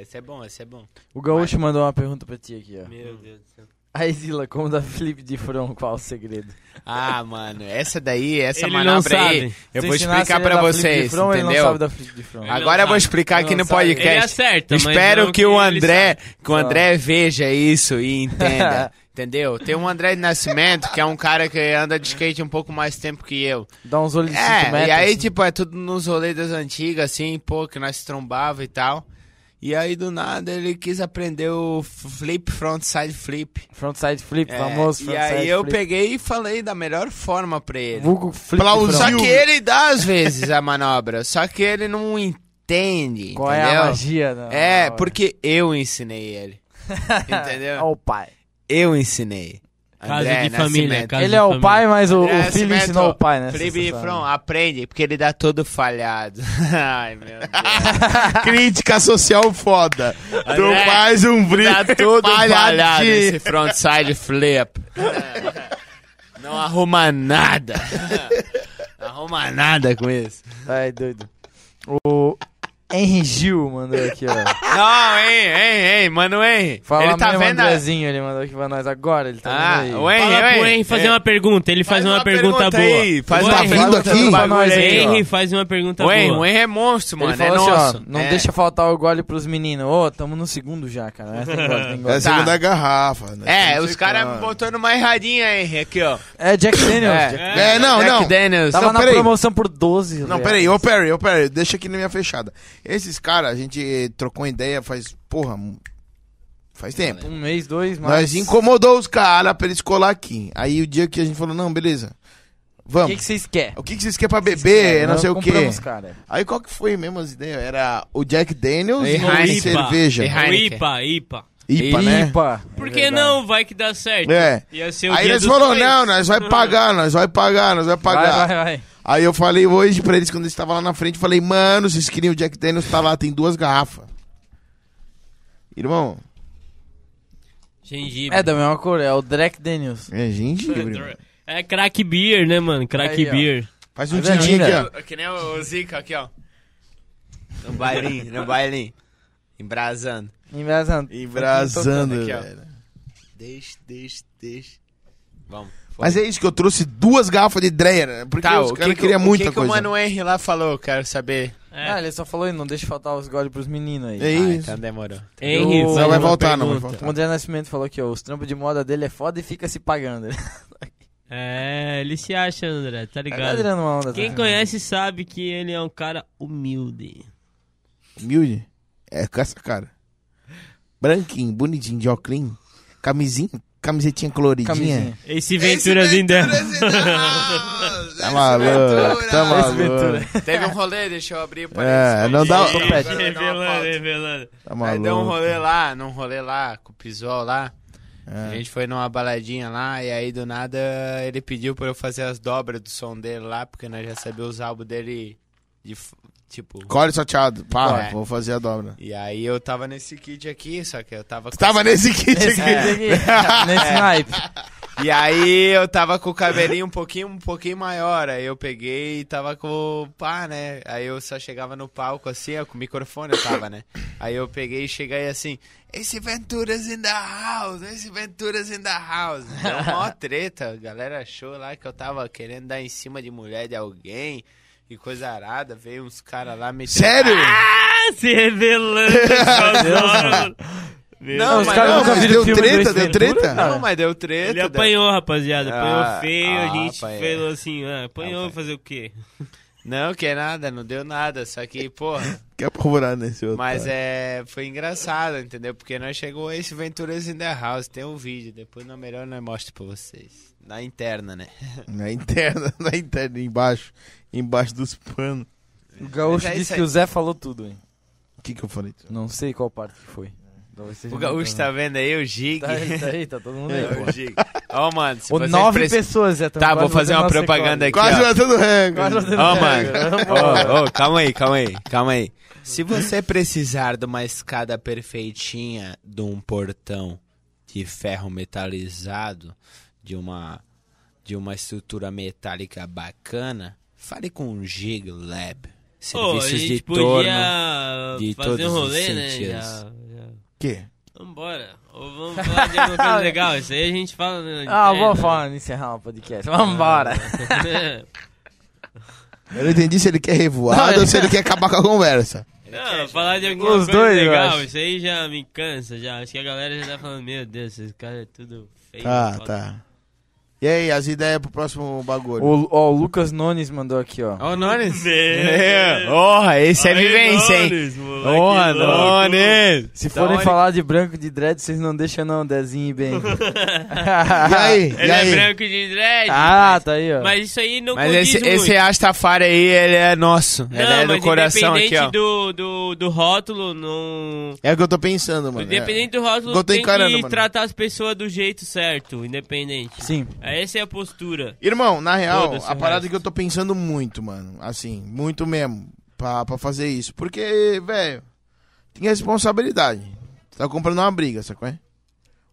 [SPEAKER 5] Esse é bom, esse é bom.
[SPEAKER 3] O Gaúcho mandou uma pergunta pra ti aqui, ó.
[SPEAKER 4] Meu Deus do céu.
[SPEAKER 3] A Isila, como da Felipe de Fron, qual o segredo?
[SPEAKER 5] Ah, mano, essa daí, essa
[SPEAKER 4] Ele não
[SPEAKER 5] manobra aí,
[SPEAKER 4] sabe.
[SPEAKER 5] eu
[SPEAKER 3] Se
[SPEAKER 5] vou
[SPEAKER 3] ensinasse
[SPEAKER 5] explicar
[SPEAKER 3] ele
[SPEAKER 5] pra
[SPEAKER 3] da Felipe de
[SPEAKER 5] vocês,
[SPEAKER 3] Fron, Ele não
[SPEAKER 5] entendeu?
[SPEAKER 3] sabe da Felipe de Fron.
[SPEAKER 4] Ele não
[SPEAKER 5] Agora eu vou
[SPEAKER 4] sabe.
[SPEAKER 5] explicar
[SPEAKER 3] Ele
[SPEAKER 5] aqui
[SPEAKER 3] não
[SPEAKER 5] no
[SPEAKER 3] sabe.
[SPEAKER 4] Ele
[SPEAKER 5] podcast.
[SPEAKER 4] acerta, mas
[SPEAKER 5] Espero
[SPEAKER 4] não
[SPEAKER 5] que o
[SPEAKER 4] ele
[SPEAKER 5] André, que o
[SPEAKER 3] Tá.
[SPEAKER 5] André veja isso e entenda. Entendeu? Tem um André de Nascimento, que é um cara que anda de skate um pouco mais tempo que eu.
[SPEAKER 3] Dá uns olhos de 5 metros.
[SPEAKER 5] É, e aí,
[SPEAKER 3] assim.
[SPEAKER 5] tipo, é tudo nos rolês das antigas, assim, pô, que nós trombava e tal. E aí, do nada, ele quis aprender o flip, frontside flip.
[SPEAKER 3] Frontside flip,
[SPEAKER 5] É,
[SPEAKER 3] famoso
[SPEAKER 5] e
[SPEAKER 3] frontside flip.
[SPEAKER 5] aí eu peguei e falei da melhor forma pra ele.
[SPEAKER 3] Vulgo flip
[SPEAKER 1] Plausível.
[SPEAKER 5] Só
[SPEAKER 3] de Fron.
[SPEAKER 5] que ele dá às vezes a manobra, só que ele não entende,
[SPEAKER 3] Qual é
[SPEAKER 5] entendeu?
[SPEAKER 3] a magia? da-
[SPEAKER 5] É,
[SPEAKER 3] da-
[SPEAKER 5] porque eu ensinei ele.
[SPEAKER 3] Ó
[SPEAKER 5] Entendeu?
[SPEAKER 3] É o pai.
[SPEAKER 5] Eu ensinei.
[SPEAKER 4] Casa
[SPEAKER 5] André
[SPEAKER 4] de família.
[SPEAKER 5] Nascimento.
[SPEAKER 4] Casa
[SPEAKER 3] Ele
[SPEAKER 4] de
[SPEAKER 3] é o
[SPEAKER 4] família.
[SPEAKER 3] pai, mas o,
[SPEAKER 5] André
[SPEAKER 3] o filho
[SPEAKER 5] Nascimento,
[SPEAKER 3] ensinou o pai, né?
[SPEAKER 5] Felipe
[SPEAKER 3] Sensacional.
[SPEAKER 5] Fron, aprende, porque ele dá todo falhado. Ai, meu Deus.
[SPEAKER 1] Crítica social foda.
[SPEAKER 5] André,
[SPEAKER 1] tu faz um
[SPEAKER 5] Tá
[SPEAKER 1] brinco
[SPEAKER 5] todo falhado
[SPEAKER 1] palhadinho.
[SPEAKER 5] esse frontside flip. Não arruma nada. Não arruma nada com isso.
[SPEAKER 3] Ai, doido. O Henry Gil mandou aqui, ó.
[SPEAKER 5] Não, hein, hein, hein, mano, hein.
[SPEAKER 3] Fala
[SPEAKER 5] ele tá
[SPEAKER 3] mesmo,
[SPEAKER 5] vendo a-
[SPEAKER 3] Andrezinho, ele mandou aqui pra nós agora, ele tá
[SPEAKER 5] Ah,
[SPEAKER 3] vendo aí.
[SPEAKER 5] o Henry,
[SPEAKER 4] Fala pro
[SPEAKER 5] Henry,
[SPEAKER 4] Henry fazer
[SPEAKER 5] Henry.
[SPEAKER 4] uma pergunta. Ele faz, uma, pergunta, boa.
[SPEAKER 5] Aí, faz
[SPEAKER 4] Ô,
[SPEAKER 5] uma
[SPEAKER 1] Tá
[SPEAKER 4] Henry,
[SPEAKER 1] vindo
[SPEAKER 5] pergunta
[SPEAKER 1] aqui?
[SPEAKER 5] do
[SPEAKER 3] Pra nós
[SPEAKER 5] bagulho
[SPEAKER 3] aí,
[SPEAKER 5] aí.
[SPEAKER 4] Henry faz uma pergunta
[SPEAKER 5] O Henry,
[SPEAKER 4] boa.
[SPEAKER 5] o Henry é monstro, mano.
[SPEAKER 3] Ele falou
[SPEAKER 5] é
[SPEAKER 3] assim,
[SPEAKER 5] nosso.
[SPEAKER 3] ó, não
[SPEAKER 5] É.
[SPEAKER 3] deixa faltar o gole pros meninos. Ô, tamo no segundo já, cara. né? Tem gole, tem
[SPEAKER 1] É
[SPEAKER 3] gole.
[SPEAKER 1] a segunda garrafa. né?
[SPEAKER 5] É,
[SPEAKER 1] Não
[SPEAKER 5] os
[SPEAKER 1] sei
[SPEAKER 5] caras
[SPEAKER 1] quando.
[SPEAKER 5] botando uma erradinha, Henry, aqui, ó.
[SPEAKER 3] É Jack Daniels.
[SPEAKER 5] É.
[SPEAKER 3] Jack-
[SPEAKER 1] É, não,
[SPEAKER 5] Jack
[SPEAKER 1] não.
[SPEAKER 5] Daniels.
[SPEAKER 3] Tava
[SPEAKER 1] Não,
[SPEAKER 3] na
[SPEAKER 1] peraí.
[SPEAKER 3] promoção por 12
[SPEAKER 1] Não,
[SPEAKER 3] reais.
[SPEAKER 1] peraí, ô Perry, ô Perry, deixa aqui na minha fechada. Esses caras, a gente trocou ideia faz, porra, mu- faz tempo.
[SPEAKER 3] Um mês, dois, mais.
[SPEAKER 1] Nós incomodou os caras pra eles colar aqui. Aí o dia que a gente falou, não, beleza,
[SPEAKER 3] O que
[SPEAKER 1] vamos.
[SPEAKER 3] que vocês querem? É,
[SPEAKER 1] O que, que vocês querem pra beber, É, não sei o quê.
[SPEAKER 3] Compramos, cara.
[SPEAKER 1] Aí qual que foi mesmo as ideias? Era o Jack Daniels
[SPEAKER 5] E
[SPEAKER 1] e,
[SPEAKER 5] Heineken.
[SPEAKER 1] cerveja.
[SPEAKER 5] E Heineken.
[SPEAKER 4] O IPA, IPA.
[SPEAKER 1] IPA, né?
[SPEAKER 3] Ipa,
[SPEAKER 4] Por
[SPEAKER 3] é
[SPEAKER 4] que
[SPEAKER 3] verdade.
[SPEAKER 4] não? Vai que dá certo.
[SPEAKER 1] É.
[SPEAKER 4] Ia ser o
[SPEAKER 1] Aí
[SPEAKER 4] dia
[SPEAKER 1] eles
[SPEAKER 4] dos
[SPEAKER 1] falaram,
[SPEAKER 4] pais.
[SPEAKER 1] não, nós vai pagar, nós vai pagar, nós vai pagar.
[SPEAKER 3] Vai, vai, vai.
[SPEAKER 1] Aí eu falei hoje pra eles, quando eles estavam lá na frente, eu falei, mano, vocês queriam o Jack Daniels, tá lá, tem duas garrafas. Irmão,
[SPEAKER 4] Gengibre.
[SPEAKER 3] É da mesma cor, é o Drake Daniels.
[SPEAKER 1] é gengibre. mano.
[SPEAKER 4] É, crack beer, né, mano? Crack
[SPEAKER 3] Aí, ó.
[SPEAKER 4] beer.
[SPEAKER 1] Faz um
[SPEAKER 3] Tá vendo
[SPEAKER 1] tintim aqui,
[SPEAKER 3] ainda?
[SPEAKER 1] ó.
[SPEAKER 5] Que nem o Zica aqui, ó. No bailinho, no bailinho. Embrasando.
[SPEAKER 3] Embrazando.
[SPEAKER 1] Embrasando,
[SPEAKER 5] Aqui, ó.
[SPEAKER 1] velho.
[SPEAKER 5] Deixa, deixa, deixa. Vamos.
[SPEAKER 1] Mas é isso que eu trouxe duas garrafas de Dreyer, né? porque
[SPEAKER 5] Tá,
[SPEAKER 1] os
[SPEAKER 5] o que,
[SPEAKER 1] caras
[SPEAKER 5] que, o
[SPEAKER 1] queriam
[SPEAKER 5] que,
[SPEAKER 1] muita
[SPEAKER 5] que o
[SPEAKER 1] coisa.
[SPEAKER 5] Mano Henry lá falou? Quero saber.
[SPEAKER 4] É.
[SPEAKER 3] Ah, ele só falou aí, não deixa faltar os goles pros meninos aí.
[SPEAKER 1] É isso.
[SPEAKER 5] Então demorou.
[SPEAKER 4] Henry,
[SPEAKER 3] Eu-
[SPEAKER 4] faz
[SPEAKER 1] Não vai
[SPEAKER 4] uma
[SPEAKER 1] voltar, não vai
[SPEAKER 4] pergunta.
[SPEAKER 3] O
[SPEAKER 1] voltar.
[SPEAKER 3] André Nascimento falou que ó, os trampos de moda dele é foda e fica se pagando.
[SPEAKER 4] É, ele se acha, André, tá
[SPEAKER 3] É
[SPEAKER 4] ligado?
[SPEAKER 3] Adriano uma onda,
[SPEAKER 4] Quem
[SPEAKER 3] tá?
[SPEAKER 4] conhece sabe que ele é um cara humilde.
[SPEAKER 1] Humilde. É, com essa cara. Branquinho, bonitinho, de óculos, camisinha, camisetinha coloridinha.
[SPEAKER 3] Camisinha.
[SPEAKER 4] Esse Venturazinho dela.
[SPEAKER 1] Tá
[SPEAKER 5] né?
[SPEAKER 1] maluco, tá
[SPEAKER 3] Esse Ventura.
[SPEAKER 1] maluco.
[SPEAKER 5] Teve um rolê, deixa eu abrir o
[SPEAKER 1] É, não dá...
[SPEAKER 5] Sim.
[SPEAKER 4] Ih,
[SPEAKER 5] Topete.
[SPEAKER 4] Tá Revelando, revelando.
[SPEAKER 1] Tá
[SPEAKER 5] Aí deu um
[SPEAKER 1] maluco.
[SPEAKER 5] rolê lá, num rolê lá, com o Pisol lá.
[SPEAKER 1] É.
[SPEAKER 5] A gente foi numa baladinha lá, e aí do nada ele pediu pra eu fazer as dobras do som dele lá, porque nós recebemos os álbuns dele de, f- tipo...
[SPEAKER 1] Core sorteado. Pá,
[SPEAKER 5] É.
[SPEAKER 1] vou fazer a dobra.
[SPEAKER 5] E aí eu tava nesse kit aqui, só que eu tava...
[SPEAKER 1] Tu tava nesse kit
[SPEAKER 3] Esse
[SPEAKER 1] aqui.
[SPEAKER 3] aqui, É. Nesse naipe.
[SPEAKER 5] E aí eu tava com o cabelinho um pouquinho, um pouquinho maior, aí eu peguei e tava com o pá, né? Aí eu só chegava no palco assim, ó, com o microfone eu tava, né? Aí eu peguei e cheguei assim, esse Venturas in the house, esse Venturas in the house. Deu mó treta, a galera achou lá que eu tava querendo dar em cima de mulher de alguém e coisa arada, veio uns caras lá me...
[SPEAKER 1] Sério?
[SPEAKER 4] Ah, se revelando. só
[SPEAKER 5] Não,
[SPEAKER 3] os
[SPEAKER 5] mas
[SPEAKER 3] caras
[SPEAKER 5] não,
[SPEAKER 3] nunca
[SPEAKER 5] mas
[SPEAKER 3] viram
[SPEAKER 1] deu
[SPEAKER 3] é o filme do
[SPEAKER 1] treta,
[SPEAKER 3] Ace
[SPEAKER 1] deu
[SPEAKER 3] Ventura,
[SPEAKER 1] treta?
[SPEAKER 3] cara?
[SPEAKER 5] Não, mas deu treta.
[SPEAKER 4] Ele
[SPEAKER 5] deu-
[SPEAKER 4] apanhou, rapaziada. Apanhou
[SPEAKER 5] Ah,
[SPEAKER 4] feio, a
[SPEAKER 5] ah,
[SPEAKER 4] gente
[SPEAKER 5] apanhei.
[SPEAKER 4] falou assim, ah, apanhou,
[SPEAKER 5] Apanhei.
[SPEAKER 4] fazer o quê?
[SPEAKER 5] Não, que nada, não deu nada, só que, porra...
[SPEAKER 1] Quer né, apavorar nesse outro.
[SPEAKER 5] Mas é, foi engraçado, entendeu? Porque nós chegou esse Venturas in the House, tem um vídeo, depois na melhor nós mostro pra vocês. Na interna, né?
[SPEAKER 1] Na interna, na interna, embaixo. Embaixo dos panos.
[SPEAKER 3] O Gaúcho
[SPEAKER 5] Mas é isso
[SPEAKER 3] disse
[SPEAKER 5] aí.
[SPEAKER 3] que o Zé falou tudo, hein?
[SPEAKER 1] O que que eu falei?
[SPEAKER 3] Não sei qual parte que foi.
[SPEAKER 5] O Gaúcho tá vendo aí, o Gig.
[SPEAKER 3] Tá aí, tá aí, tá todo mundo aí.
[SPEAKER 5] o Gig. Ó, mano, se
[SPEAKER 3] Ô,
[SPEAKER 5] vocês
[SPEAKER 3] nove
[SPEAKER 5] precis-
[SPEAKER 3] pessoas, Zé. tamo
[SPEAKER 5] Tá,
[SPEAKER 3] quase
[SPEAKER 5] vou fazer
[SPEAKER 3] batendo
[SPEAKER 5] uma
[SPEAKER 3] nosso
[SPEAKER 5] propaganda aqui,
[SPEAKER 1] Quase
[SPEAKER 5] ó.
[SPEAKER 1] batendo
[SPEAKER 3] Quase
[SPEAKER 1] recorde.
[SPEAKER 3] batendo
[SPEAKER 5] Ó,
[SPEAKER 3] recorde.
[SPEAKER 5] mano. Ô, ô, calma aí, calma aí, calma aí. Se você precisar de uma escada perfeitinha, de um portão de ferro metalizado, de uma de uma estrutura metálica bacana, fale com o Gig Lab.
[SPEAKER 4] Pô, a
[SPEAKER 5] Serviços de
[SPEAKER 4] gente
[SPEAKER 5] torno.
[SPEAKER 4] podia
[SPEAKER 5] de
[SPEAKER 4] fazer um
[SPEAKER 5] todos os
[SPEAKER 4] rolê, né?
[SPEAKER 5] sentidos.
[SPEAKER 4] Já, já.
[SPEAKER 1] quê?
[SPEAKER 4] Vambora. Ou vamos falar de alguma coisa legal. Isso aí a gente fala... né,
[SPEAKER 3] Ah,
[SPEAKER 4] de-
[SPEAKER 3] vou falar, encerrar o podcast. Vambora.
[SPEAKER 1] Eu não entendi se ele quer revoar
[SPEAKER 3] Não,
[SPEAKER 1] ou
[SPEAKER 3] ele-
[SPEAKER 1] se ele quer acabar com a conversa.
[SPEAKER 4] Não, falar de alguma
[SPEAKER 3] Os
[SPEAKER 4] coisa
[SPEAKER 3] dois, eu
[SPEAKER 4] legal,
[SPEAKER 3] acho.
[SPEAKER 4] isso aí já me cansa, já. Acho que a galera já tá falando, meu Deus, esses caras é tudo feio.
[SPEAKER 1] Tá,
[SPEAKER 4] foda."
[SPEAKER 1] tá. E aí, as ideias pro próximo bagulho?
[SPEAKER 3] O, ó, o Lucas Nunes mandou aqui, ó.
[SPEAKER 5] Ô, Nones.
[SPEAKER 4] Meu Deus.
[SPEAKER 5] Porra, esse é
[SPEAKER 4] Aí,
[SPEAKER 5] vivência, hein?
[SPEAKER 4] Nunes,
[SPEAKER 3] Ô,
[SPEAKER 4] aqui,
[SPEAKER 3] Androne!
[SPEAKER 4] louco. Tá
[SPEAKER 3] Se
[SPEAKER 4] Da
[SPEAKER 3] forem
[SPEAKER 4] hora-
[SPEAKER 3] falar de branco de dread, vocês não deixam não, Dezinho e bem.
[SPEAKER 1] E aí?
[SPEAKER 4] Ele
[SPEAKER 1] e aí?
[SPEAKER 4] é branco de dread.
[SPEAKER 3] ah,
[SPEAKER 4] mas-
[SPEAKER 3] tá aí, ó.
[SPEAKER 4] Mas isso aí não
[SPEAKER 5] Mas
[SPEAKER 4] condiz
[SPEAKER 5] esse,
[SPEAKER 4] muito.
[SPEAKER 5] esse Rastafari aí, ele é nosso.
[SPEAKER 4] Não,
[SPEAKER 5] ele é do
[SPEAKER 4] mas
[SPEAKER 5] coração aqui,
[SPEAKER 4] independente
[SPEAKER 5] ó.
[SPEAKER 4] Do, do, do rótulo, não...
[SPEAKER 1] É o que eu tô pensando, mano.
[SPEAKER 4] Independente do rótulo,
[SPEAKER 1] Gol tá
[SPEAKER 4] tem
[SPEAKER 1] encarando,
[SPEAKER 4] que
[SPEAKER 1] mano.
[SPEAKER 4] tratar as pessoas do jeito certo, independente.
[SPEAKER 3] Sim.
[SPEAKER 4] Essa é a postura.
[SPEAKER 1] Irmão, na real,
[SPEAKER 4] Foda-se né?
[SPEAKER 1] a
[SPEAKER 4] o
[SPEAKER 1] parada
[SPEAKER 4] resto.
[SPEAKER 1] que eu tô pensando muito, mano. Assim, muito mesmo. Pra, pra fazer isso. Porque, velho, tem responsabilidade. Você tá comprando uma briga, sacou? é?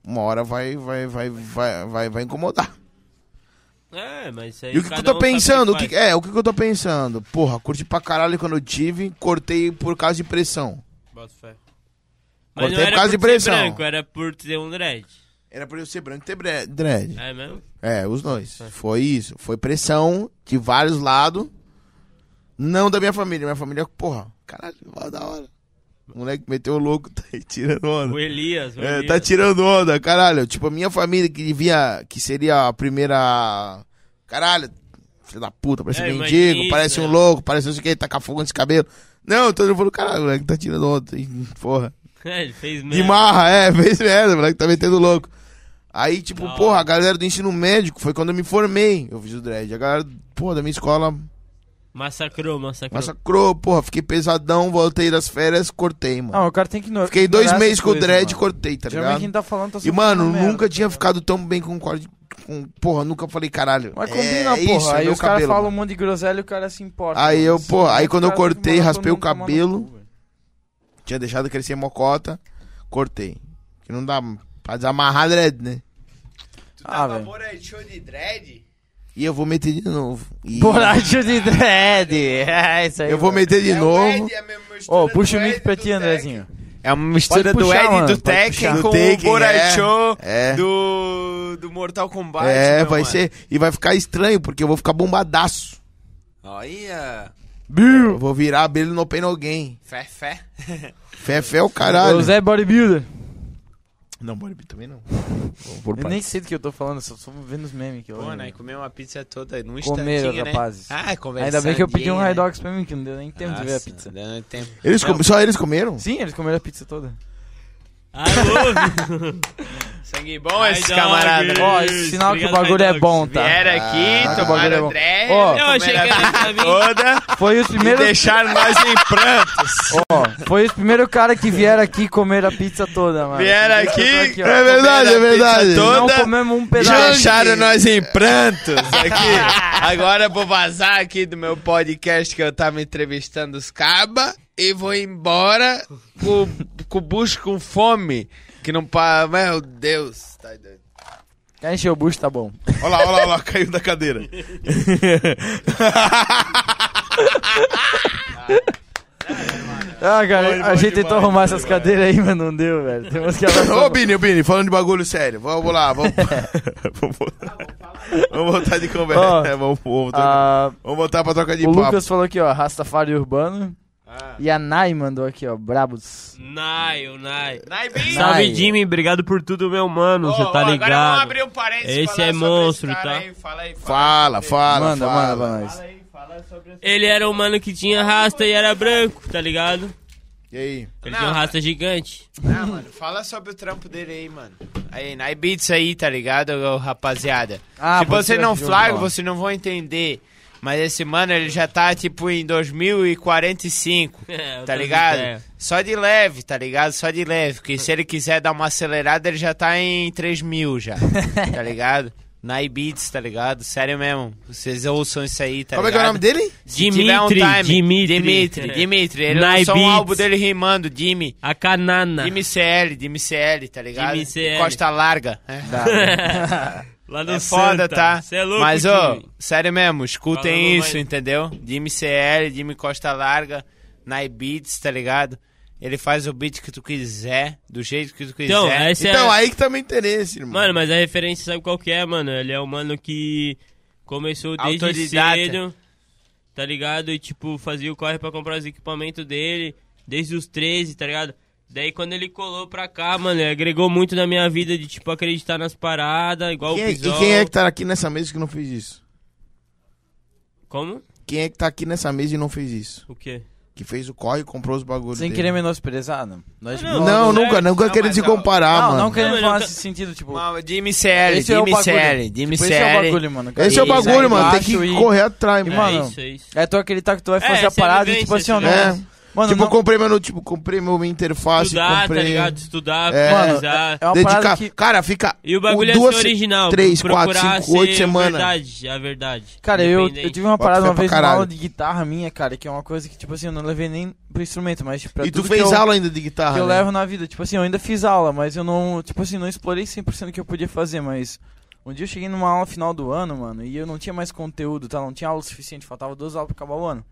[SPEAKER 1] Uma hora vai, vai, vai, vai, vai, vai incomodar.
[SPEAKER 4] É, mas isso aí
[SPEAKER 1] E o que, que eu
[SPEAKER 4] cada
[SPEAKER 1] tô
[SPEAKER 4] um sabe
[SPEAKER 1] pensando? O
[SPEAKER 4] faz.
[SPEAKER 1] que, é, o que, que eu tô pensando? Porra, curti pra caralho quando eu tive, cortei por causa de pressão.
[SPEAKER 4] Bota fé.
[SPEAKER 1] Cortei
[SPEAKER 4] Mas não
[SPEAKER 1] por
[SPEAKER 4] era
[SPEAKER 1] causa de
[SPEAKER 4] por ser
[SPEAKER 1] pressão.
[SPEAKER 4] branco, era por ter um dread.
[SPEAKER 1] Era pra eu ser branco e ter bre- dread.
[SPEAKER 4] É mesmo?
[SPEAKER 1] É, os dois. Foi isso. Foi pressão de vários lados. Não da minha família. Minha família, porra, caralho, ó, da hora. O moleque meteu o louco, tá aí tirando onda.
[SPEAKER 4] O Elias, o
[SPEAKER 1] É,
[SPEAKER 4] Elias.
[SPEAKER 1] tá tirando onda, caralho. Tipo, a minha família que via que seria a primeira. Caralho, filho da puta, parece
[SPEAKER 4] É,
[SPEAKER 1] um
[SPEAKER 4] imagina
[SPEAKER 1] mendigo,
[SPEAKER 4] isso,
[SPEAKER 1] parece um
[SPEAKER 4] né?
[SPEAKER 1] louco, parece não sei o que, tacar fogo nesse cabelo. Não, todo mundo falou, caralho, o moleque tá tirando onda. e, Porra.
[SPEAKER 4] É, ele fez
[SPEAKER 1] De
[SPEAKER 4] mesmo.
[SPEAKER 1] marra, é, fez merda, o moleque tá metendo louco. Aí, tipo,
[SPEAKER 4] Da
[SPEAKER 1] porra,
[SPEAKER 4] hora.
[SPEAKER 1] a galera do ensino médico foi quando eu me formei. Eu fiz o dread. A galera, porra, da minha escola
[SPEAKER 4] Massacrou, massacrou.
[SPEAKER 1] massacrou, porra. Fiquei pesadão, voltei das férias, cortei, mano.
[SPEAKER 3] Não, o cara tem que... igno-
[SPEAKER 1] Fiquei dois
[SPEAKER 3] ignorar
[SPEAKER 1] meses
[SPEAKER 3] essas
[SPEAKER 1] com o
[SPEAKER 3] coisas,
[SPEAKER 1] dread,
[SPEAKER 3] mano.
[SPEAKER 1] cortei, tá
[SPEAKER 3] Geralmente
[SPEAKER 1] ligado?
[SPEAKER 3] quem tá falando tá
[SPEAKER 1] E,
[SPEAKER 3] só
[SPEAKER 1] mano,
[SPEAKER 3] falando merda.
[SPEAKER 1] nunca tinha ficado tão bem com corte. Com, porra, nunca falei caralho.
[SPEAKER 3] Mas
[SPEAKER 1] é
[SPEAKER 3] combina, porra.
[SPEAKER 1] Isso, é
[SPEAKER 3] aí
[SPEAKER 1] meu
[SPEAKER 3] os caras
[SPEAKER 1] cabelo,
[SPEAKER 3] falam um
[SPEAKER 1] mano.
[SPEAKER 3] monte de groselha e o cara se importa.
[SPEAKER 1] Aí
[SPEAKER 3] mano.
[SPEAKER 1] eu,
[SPEAKER 3] Esse
[SPEAKER 1] porra, aí
[SPEAKER 3] moleque,
[SPEAKER 1] quando eu
[SPEAKER 3] cara, fica
[SPEAKER 1] cortei,
[SPEAKER 3] mandando
[SPEAKER 1] raspei o
[SPEAKER 3] todo mundo tomar no
[SPEAKER 1] cabelo.
[SPEAKER 3] cu, velho.
[SPEAKER 1] Tinha deixado crescer mocota, cortei. Que não dá pra desamarrar dread, né?
[SPEAKER 3] Ah, velho.
[SPEAKER 5] é show de dread?
[SPEAKER 1] E eu vou meter de novo. E
[SPEAKER 3] Borracha de dread. É isso aí.
[SPEAKER 1] eu vou
[SPEAKER 3] mano.
[SPEAKER 1] meter de novo.
[SPEAKER 3] Ô, puxa o mic pra ti, Andrezinho.
[SPEAKER 5] É uma mistura
[SPEAKER 3] Pode
[SPEAKER 5] do
[SPEAKER 3] puxar,
[SPEAKER 5] Ed
[SPEAKER 3] mano,
[SPEAKER 5] do
[SPEAKER 3] pode puxar.
[SPEAKER 5] Tekken
[SPEAKER 1] Do
[SPEAKER 5] com
[SPEAKER 1] Tekken,
[SPEAKER 5] o Borat
[SPEAKER 1] é.
[SPEAKER 5] Show
[SPEAKER 1] É.
[SPEAKER 5] do, do Mortal Kombat.
[SPEAKER 1] é,
[SPEAKER 5] meu
[SPEAKER 1] vai
[SPEAKER 5] mano.
[SPEAKER 1] ser. E vai ficar estranho, porque eu vou ficar bombadaço.
[SPEAKER 5] Olha.
[SPEAKER 1] Eu vou virar abelha no Pain Alguém.
[SPEAKER 5] Fé, fé.
[SPEAKER 1] Fé, fé é o
[SPEAKER 3] O
[SPEAKER 1] caralho.
[SPEAKER 3] Zé Bodybuilder.
[SPEAKER 1] Não, Boribi também não.
[SPEAKER 3] Eu nem sei do que eu tô falando, só tô vendo os memes que eu
[SPEAKER 5] Pô, né? Comer uma pizza toda num
[SPEAKER 3] Comeram,
[SPEAKER 5] instantinho, né?
[SPEAKER 3] rapazes.
[SPEAKER 5] Ah, conversando.
[SPEAKER 3] Ainda bem que eu pedi um
[SPEAKER 5] né?
[SPEAKER 3] high dogs pra mim, que não deu nem tempo de ver a
[SPEAKER 5] Nossa,
[SPEAKER 3] pizza.
[SPEAKER 5] dando tempo.
[SPEAKER 1] Eles com- Só eles comeram?
[SPEAKER 3] Sim, eles comeram a pizza toda.
[SPEAKER 4] Ah, Alô,
[SPEAKER 5] Sangue bom esses
[SPEAKER 4] High dog.
[SPEAKER 5] camaradas.
[SPEAKER 4] Isso,
[SPEAKER 3] Ó, esse sinal que o
[SPEAKER 4] obrigado,
[SPEAKER 3] bagulho
[SPEAKER 4] high
[SPEAKER 3] é
[SPEAKER 4] dogs.
[SPEAKER 3] bom, tá?
[SPEAKER 5] Vieram aqui,
[SPEAKER 1] Ah,
[SPEAKER 3] bagulho é
[SPEAKER 5] tomaram
[SPEAKER 3] bom.
[SPEAKER 5] André.
[SPEAKER 3] Ó.
[SPEAKER 4] Eu achei que era pra mim.
[SPEAKER 5] toda
[SPEAKER 3] Foi os
[SPEAKER 5] e
[SPEAKER 3] primeiros.
[SPEAKER 5] deixaram nós em prantos.
[SPEAKER 3] Ó, foi os primeiros cara que vieram aqui comer a pizza toda, mano.
[SPEAKER 5] Vieram
[SPEAKER 3] Eu tô
[SPEAKER 5] aqui,
[SPEAKER 3] ó.
[SPEAKER 1] É verdade, é
[SPEAKER 5] Comeram a pizza
[SPEAKER 1] verdade.
[SPEAKER 5] toda.
[SPEAKER 3] Não comemos um
[SPEAKER 5] Já
[SPEAKER 3] pedaço.
[SPEAKER 5] deixaram nós em prantos aqui. Agora eu vou vazar aqui do meu podcast que eu tava entrevistando os caba e vou embora com, com o bucho com fome. Que não pa... Meu Deus. Tá doido.
[SPEAKER 3] Quer encher o bucho, tá bom.
[SPEAKER 1] Olha lá, olha lá, olha lá, caiu da cadeira.
[SPEAKER 3] Ah, cara, a gente tentou arrumar essas cadeiras aí, mas não deu, velho. Temos que avançar.
[SPEAKER 1] né, Ô, Bini, ô, Bini, falando de bagulho sério. Vamos lá, vamos. vamos voltar- vamos voltar de conversa.
[SPEAKER 3] Ó,
[SPEAKER 1] É, vamos, vamos,
[SPEAKER 3] Ah,
[SPEAKER 1] vamos voltar pra troca de
[SPEAKER 3] o
[SPEAKER 1] papo. Ah.
[SPEAKER 3] Lucas falou aqui, ó, Rastafari Urbano. E a Nai mandou aqui, ó, brabos.
[SPEAKER 4] Nai, o Nai.
[SPEAKER 3] Nai.
[SPEAKER 4] Salve, Jimmy. Obrigado por tudo, meu mano. Você tá ligado.
[SPEAKER 5] um parênteses.
[SPEAKER 4] Esse falar é sobre monstro, esse cara tá? aí.
[SPEAKER 5] Fala aí,
[SPEAKER 1] Fala, fala.
[SPEAKER 3] Manda,
[SPEAKER 1] fala.
[SPEAKER 3] manda pra nós.
[SPEAKER 4] Ele era um mano que tinha rasta e era branco, tá ligado?
[SPEAKER 1] E aí?
[SPEAKER 5] Não,
[SPEAKER 4] Ele tinha um
[SPEAKER 5] mas-
[SPEAKER 4] rasta gigante.
[SPEAKER 5] Ah, mano, fala sobre o trampo dele aí, mano. Aí, na Ibiza aí, tá ligado, ô, rapaziada?
[SPEAKER 3] Ah,
[SPEAKER 5] Se
[SPEAKER 3] pode
[SPEAKER 5] você
[SPEAKER 3] tirar
[SPEAKER 5] não
[SPEAKER 3] esse jogo,
[SPEAKER 5] flagra,
[SPEAKER 3] ó.
[SPEAKER 5] você não vai entender. Mas esse mano, ele já tá, tipo, em 2045,
[SPEAKER 4] É, eu
[SPEAKER 5] tá
[SPEAKER 4] tô
[SPEAKER 5] ligado?
[SPEAKER 4] com ideia.
[SPEAKER 5] Só de leve, tá ligado? Só de leve. Porque se ele quiser dar uma acelerada, ele já tá em 3 mil já, tá ligado? Na Ibiza, tá ligado? Sério mesmo. Vocês ouçam isso aí, tá
[SPEAKER 1] Como é que é o
[SPEAKER 5] ligado?
[SPEAKER 1] nome dele?
[SPEAKER 5] Se tiver um
[SPEAKER 4] Dimitri,
[SPEAKER 5] time-
[SPEAKER 4] Dimitri.
[SPEAKER 5] Dimitri, Dimitri. Ele
[SPEAKER 4] Na
[SPEAKER 5] lançou um
[SPEAKER 4] Ibiza.
[SPEAKER 5] álbum dele rimando, Jimmy.
[SPEAKER 4] A canana.
[SPEAKER 5] Dime CL, Dime CL, tá ligado?
[SPEAKER 4] Dime CL.
[SPEAKER 5] Costa larga. É,
[SPEAKER 3] Tá.
[SPEAKER 4] Lá no
[SPEAKER 5] É foda,
[SPEAKER 4] Santa.
[SPEAKER 5] tá?
[SPEAKER 4] Cê é louco,
[SPEAKER 5] Mas, ô,
[SPEAKER 4] Jimmy.
[SPEAKER 5] sério mesmo, escutem
[SPEAKER 4] Falando
[SPEAKER 5] isso,
[SPEAKER 4] mais-
[SPEAKER 5] entendeu? Dime CL, Dime Costa larga, Night Beats, tá ligado? Ele faz o beat que tu quiser, do jeito que tu quiser.
[SPEAKER 4] Então, essa é...
[SPEAKER 1] Então, aí que tá meu interesse, irmão.
[SPEAKER 4] Mano, mas a referência sabe qual que é, mano? Ele é um mano que começou desde
[SPEAKER 5] Autodidata.
[SPEAKER 4] cedo, tá ligado? E, tipo, fazia o corre pra comprar os equipamentos dele, desde os 13, tá ligado? Daí, quando ele colou pra cá, mano, ele agregou muito na minha vida de, tipo, acreditar nas paradas, igual
[SPEAKER 1] Quem
[SPEAKER 4] o
[SPEAKER 1] é-
[SPEAKER 4] Pisol.
[SPEAKER 1] e quem é que tá aqui nessa mesa que não fez isso?
[SPEAKER 4] Como?
[SPEAKER 1] Quem é que tá aqui nessa mesa e não fez isso?
[SPEAKER 4] O quê?
[SPEAKER 1] que fez o corre e comprou os bagulhos.
[SPEAKER 3] Sem
[SPEAKER 1] dele.
[SPEAKER 3] querer menosprezar, não. Nós,
[SPEAKER 1] Não,
[SPEAKER 4] Não, Não,
[SPEAKER 1] nunca,
[SPEAKER 5] não,
[SPEAKER 1] nunca
[SPEAKER 5] mas
[SPEAKER 1] querendo se
[SPEAKER 5] ó,
[SPEAKER 1] comparar,
[SPEAKER 3] não,
[SPEAKER 1] Ah, mano.
[SPEAKER 3] não querendo
[SPEAKER 4] Não,
[SPEAKER 3] falar
[SPEAKER 4] eu tô-
[SPEAKER 3] nesse sentido, tipo.
[SPEAKER 5] Mas de MCL,
[SPEAKER 3] esse é
[SPEAKER 5] de
[SPEAKER 3] o bagulho.
[SPEAKER 5] MCL, de
[SPEAKER 3] Tipo, Esse é o
[SPEAKER 5] MCL.
[SPEAKER 3] bagulho, mano. cara.
[SPEAKER 1] Esse é o
[SPEAKER 5] Isso aí,
[SPEAKER 1] bagulho, mano. Tem
[SPEAKER 3] baixo
[SPEAKER 1] que
[SPEAKER 3] e-
[SPEAKER 1] correr atrás,
[SPEAKER 3] E,
[SPEAKER 1] mano.
[SPEAKER 3] mano,
[SPEAKER 4] é isso, é isso.
[SPEAKER 3] É tu aquele tá que tu vai fazer a
[SPEAKER 4] essa é
[SPEAKER 3] parada e
[SPEAKER 4] vivência,
[SPEAKER 3] tipo assim, ó.
[SPEAKER 4] tá
[SPEAKER 3] não-
[SPEAKER 1] É.
[SPEAKER 3] Mano,
[SPEAKER 1] tipo,
[SPEAKER 3] não-
[SPEAKER 1] eu comprei meu, tipo, comprei meu interface,
[SPEAKER 4] Estudar, tá
[SPEAKER 1] comprei.
[SPEAKER 4] ligado? Estudar,
[SPEAKER 1] É.
[SPEAKER 4] pesquisar.
[SPEAKER 3] é uma
[SPEAKER 1] dedicar.
[SPEAKER 3] parada que.
[SPEAKER 1] Cara, fica.
[SPEAKER 4] E o bagulho
[SPEAKER 1] duas,
[SPEAKER 4] é ser original.
[SPEAKER 1] três,
[SPEAKER 4] procurar
[SPEAKER 1] quatro, cinco, oito
[SPEAKER 4] ser
[SPEAKER 1] semanas.
[SPEAKER 4] A verdade, a verdade.
[SPEAKER 3] Cara, eu, eu
[SPEAKER 4] Independente.
[SPEAKER 3] tive uma
[SPEAKER 1] Bota
[SPEAKER 3] parada
[SPEAKER 1] fé
[SPEAKER 3] uma
[SPEAKER 1] pra
[SPEAKER 3] vez numa
[SPEAKER 1] caralho.
[SPEAKER 3] aula de guitarra minha, cara, que é uma coisa que, tipo assim, eu não levei nem pro instrumento, mas tipo, pra
[SPEAKER 1] E tu
[SPEAKER 3] tudo
[SPEAKER 1] fez
[SPEAKER 3] que eu,
[SPEAKER 1] aula ainda de guitarra?
[SPEAKER 3] que eu
[SPEAKER 1] né?
[SPEAKER 3] levo na vida. Tipo assim, eu ainda fiz aula, mas eu não, tipo assim, não explorei 100% o que eu podia fazer, mas um dia eu cheguei numa aula final do ano, mano, e eu não tinha mais conteúdo, tá? Não tinha aula suficiente, faltava duas aulas pra acabar o ano.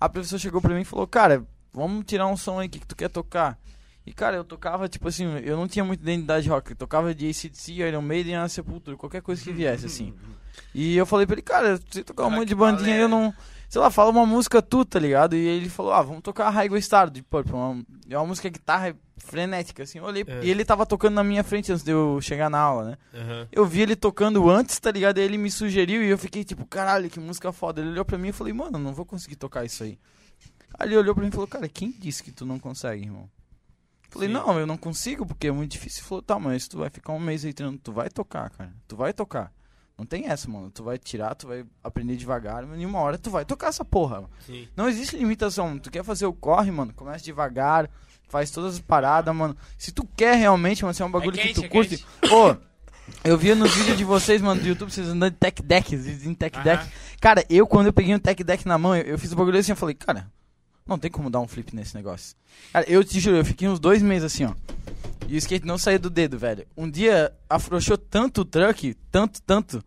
[SPEAKER 3] A professora chegou pra mim e falou: "Cara, vamos tirar um som aí que que tu quer tocar?" E cara, eu tocava, tipo assim, eu não tinha muita identidade rock, eu tocava de ACDC, Iron Maiden, a Sepultura, qualquer coisa que viesse assim. E eu falei pra ele: "Cara, eu sei tocar um monte de bandinha, eu não sei lá, fala uma música tu, tá ligado? E ele falou, ah, vamos tocar Highway Star do Deep Purple. Uma, é uma música guitarra frenética, assim. Eu olhei,
[SPEAKER 4] É.
[SPEAKER 3] e ele tava tocando na minha frente antes de eu chegar na aula, né?
[SPEAKER 4] Aham.
[SPEAKER 3] Eu vi ele tocando antes, tá ligado? Aí ele me sugeriu e eu fiquei tipo, caralho, que música foda. Ele olhou pra mim e falei, mano, não vou conseguir tocar isso aí. Aí ele olhou pra mim e falou, cara, quem disse que tu não consegue, irmão? Eu Falei,
[SPEAKER 4] Sim.
[SPEAKER 3] não, eu não consigo porque é muito difícil. Ele falou, tá, mas tu vai ficar um mês aí treinando, tu vai tocar, cara. Tu vai tocar. Não tem essa, mano. Tu vai tirar, tu vai aprender devagar, mas em uma hora tu vai tocar essa porra.
[SPEAKER 4] Sim.
[SPEAKER 3] Não existe limitação. Tu quer fazer o corre, mano, começa devagar, faz todas as paradas, mano. Se tu quer realmente, mano, se é um bagulho
[SPEAKER 5] quente,
[SPEAKER 3] que tu
[SPEAKER 5] é
[SPEAKER 3] curte. Ô, eu via nos vídeos de vocês, mano, do YouTube, vocês andando de tech deck, vocês dizem tech deck. Cara, eu quando eu peguei um tech deck na mão, eu, eu fiz o bagulho assim, eu falei, cara, não tem como dar um flip nesse negócio. Cara, eu te juro, eu fiquei uns dois meses assim, ó. E o skate não saía do dedo, velho. Um dia afrouxou tanto o truck, tanto, tanto,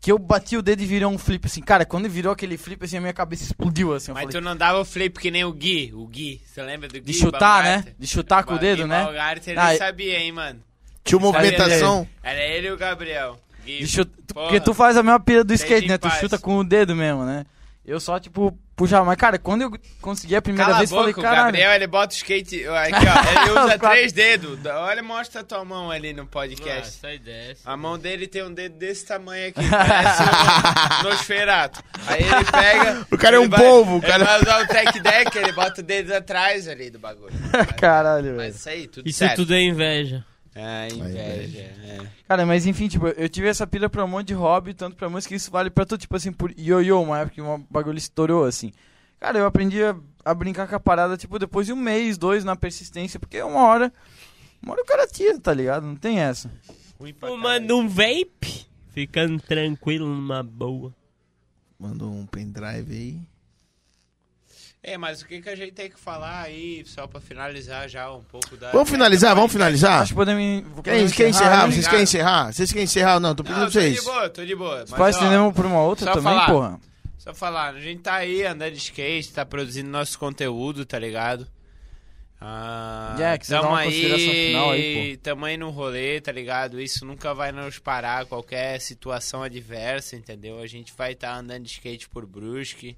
[SPEAKER 3] que eu bati o dedo e virou um flip assim. Cara, quando virou aquele flip assim, a minha cabeça explodiu assim. Eu
[SPEAKER 5] Mas
[SPEAKER 3] falei,
[SPEAKER 5] tu não dava o flip que nem o Gui, o Gui. Você lembra do Gui?
[SPEAKER 3] de chutar, né?
[SPEAKER 5] Baumgartner?
[SPEAKER 3] De chutar com o dedo,
[SPEAKER 5] Gui
[SPEAKER 3] né?
[SPEAKER 5] Baumgartner,
[SPEAKER 3] Ah,
[SPEAKER 5] ele sabia, hein, mano.
[SPEAKER 1] Tinha uma
[SPEAKER 5] Sabia,
[SPEAKER 1] movimentação.
[SPEAKER 5] né? Era ele e o Gabriel. Gui,
[SPEAKER 3] De chut- tu-
[SPEAKER 5] porra.
[SPEAKER 3] Porque tu faz a mesma pira do
[SPEAKER 5] Deixa
[SPEAKER 3] skate,
[SPEAKER 5] em
[SPEAKER 3] né? Tu
[SPEAKER 5] paz.
[SPEAKER 3] chuta com o dedo mesmo, né? Eu só, tipo, puxava. Mas, cara, quando eu consegui a primeira
[SPEAKER 5] Cala
[SPEAKER 3] vez,
[SPEAKER 5] a boca,
[SPEAKER 3] falei,
[SPEAKER 5] o
[SPEAKER 3] caralho.
[SPEAKER 5] Gabriel, ele bota o skate... ó, Aqui, ó, ele usa
[SPEAKER 3] Os quatro.
[SPEAKER 5] três dedos. Olha, mostra a tua mão ali no
[SPEAKER 4] Ah,
[SPEAKER 5] podcast.
[SPEAKER 4] sai dessa.
[SPEAKER 5] A mão dele tem um dedo desse tamanho aqui, parece um Nosferato. Aí ele pega.
[SPEAKER 1] O cara é
[SPEAKER 5] ele
[SPEAKER 1] um
[SPEAKER 5] vai-
[SPEAKER 1] polvo, o
[SPEAKER 5] ele
[SPEAKER 1] cara-
[SPEAKER 5] vai usar o tech deck, ele bota o dedo atrás ali do bagulho. Mas
[SPEAKER 3] Caralho, velho.
[SPEAKER 5] isso aí, tudo
[SPEAKER 4] Isso
[SPEAKER 5] certo.
[SPEAKER 4] tudo é inveja.
[SPEAKER 5] É, inveja. é.
[SPEAKER 3] Cara, mas enfim, tipo, eu tive essa pira pra um monte de hobby, tanto pra música, isso vale pra tudo, tipo assim, por yo-yo, uma época que um bagulho estourou, assim. Cara, eu aprendi a, a brincar com a parada, tipo, depois de um mês, dois, na persistência, porque uma hora, uma hora o cara tira, tá ligado? Não tem essa.
[SPEAKER 4] Pô, manda um vape. Ficando tranquilo numa boa.
[SPEAKER 1] Mandou um pendrive aí.
[SPEAKER 5] É, mas o que, que a gente tem que falar aí, só pra finalizar já um pouco da.
[SPEAKER 1] Vamos finalizar, vamos
[SPEAKER 5] Ah.
[SPEAKER 1] finalizar?
[SPEAKER 3] Acho que podemos... vou
[SPEAKER 5] É
[SPEAKER 1] Quem
[SPEAKER 3] poder
[SPEAKER 1] quer encerrar?
[SPEAKER 3] né?
[SPEAKER 1] Vocês querem encerrar? Vocês querem encerrar? ou Não, tô pedindo
[SPEAKER 5] Não,
[SPEAKER 1] pra
[SPEAKER 5] tô de
[SPEAKER 1] vocês.
[SPEAKER 5] boa, tô de boa.
[SPEAKER 3] Os
[SPEAKER 5] Mas,
[SPEAKER 3] pais
[SPEAKER 5] ó,
[SPEAKER 3] treinam por uma outra
[SPEAKER 5] só
[SPEAKER 3] também,
[SPEAKER 5] falar.
[SPEAKER 3] porra.
[SPEAKER 5] Só falar, a gente tá aí andando de skate, tá produzindo nosso conteúdo, tá ligado? Ah,
[SPEAKER 3] Jack, você dá
[SPEAKER 5] tamo
[SPEAKER 3] uma consideração final aí,
[SPEAKER 5] Tamo aí no rolê, tá ligado? Isso nunca vai nos parar, qualquer situação adversa, entendeu? A gente vai estar andando de skate por Brusque,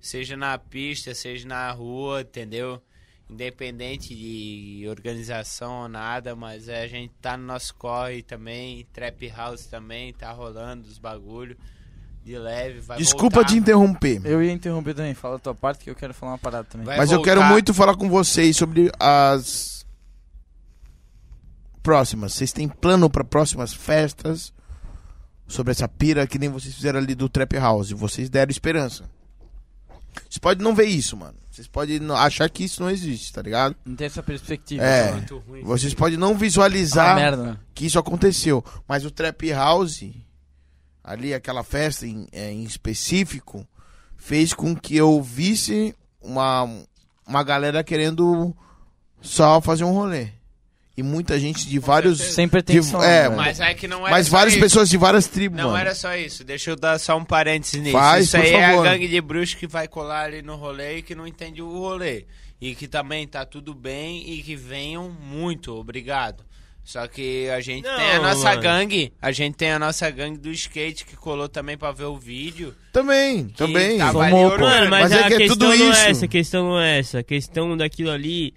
[SPEAKER 5] seja na pista, seja na rua, entendeu? Independente de organização ou nada, mas é, a gente tá no nosso corre também, trap house também, tá rolando os bagulho de leve. Vai
[SPEAKER 1] Desculpa
[SPEAKER 5] voltar.
[SPEAKER 1] te interromper.
[SPEAKER 3] Eu ia interromper também, fala a tua parte que eu quero falar uma parada também.
[SPEAKER 5] Vai
[SPEAKER 1] Mas eu
[SPEAKER 5] voltar.
[SPEAKER 1] quero muito falar com vocês sobre as próximas. Vocês têm plano para próximas festas? Sobre essa pira que nem vocês fizeram ali do Trap House. Vocês deram esperança. Vocês podem não ver isso, mano. Vocês podem não- achar que isso não existe, tá ligado?
[SPEAKER 3] Não tem essa perspectiva.
[SPEAKER 1] É.
[SPEAKER 3] né?
[SPEAKER 5] Muito ruim.
[SPEAKER 1] Vocês podem não
[SPEAKER 3] É uma
[SPEAKER 5] Tá.
[SPEAKER 1] visualizar
[SPEAKER 3] merda. né?
[SPEAKER 1] que isso aconteceu. Mas o Trap House, ali, aquela festa em, eh, em específico, fez com que eu visse uma, uma galera querendo só fazer um rolê. E muita gente de vários.
[SPEAKER 3] Sem pretensão.
[SPEAKER 1] é,
[SPEAKER 3] né, velho?
[SPEAKER 5] Mas é que não era
[SPEAKER 1] Mas
[SPEAKER 5] só
[SPEAKER 1] várias
[SPEAKER 5] isso.
[SPEAKER 1] pessoas de várias tribos,
[SPEAKER 5] Não
[SPEAKER 1] mano.
[SPEAKER 5] era só isso. Deixa eu dar só um parênteses nisso.
[SPEAKER 1] Faz,
[SPEAKER 5] isso
[SPEAKER 1] por
[SPEAKER 5] aí
[SPEAKER 1] favor.
[SPEAKER 5] é a gangue de bruxos que vai colar ali no rolê e que não entende o rolê. E que também tá tudo bem e que venham muito, obrigado. Só que a gente tem a
[SPEAKER 4] Não,
[SPEAKER 5] nossa
[SPEAKER 4] mano.
[SPEAKER 5] gangue. A gente tem a nossa gangue do skate que colou também pra ver o vídeo. Tá
[SPEAKER 1] Também, também.
[SPEAKER 5] tava ali
[SPEAKER 3] Somou, pô.
[SPEAKER 5] organizando.
[SPEAKER 4] Mano, mas,
[SPEAKER 1] Mas é
[SPEAKER 4] a
[SPEAKER 1] que é
[SPEAKER 4] questão
[SPEAKER 1] tudo
[SPEAKER 4] não
[SPEAKER 1] isso.
[SPEAKER 4] é essa, a questão não é essa. A questão daquilo ali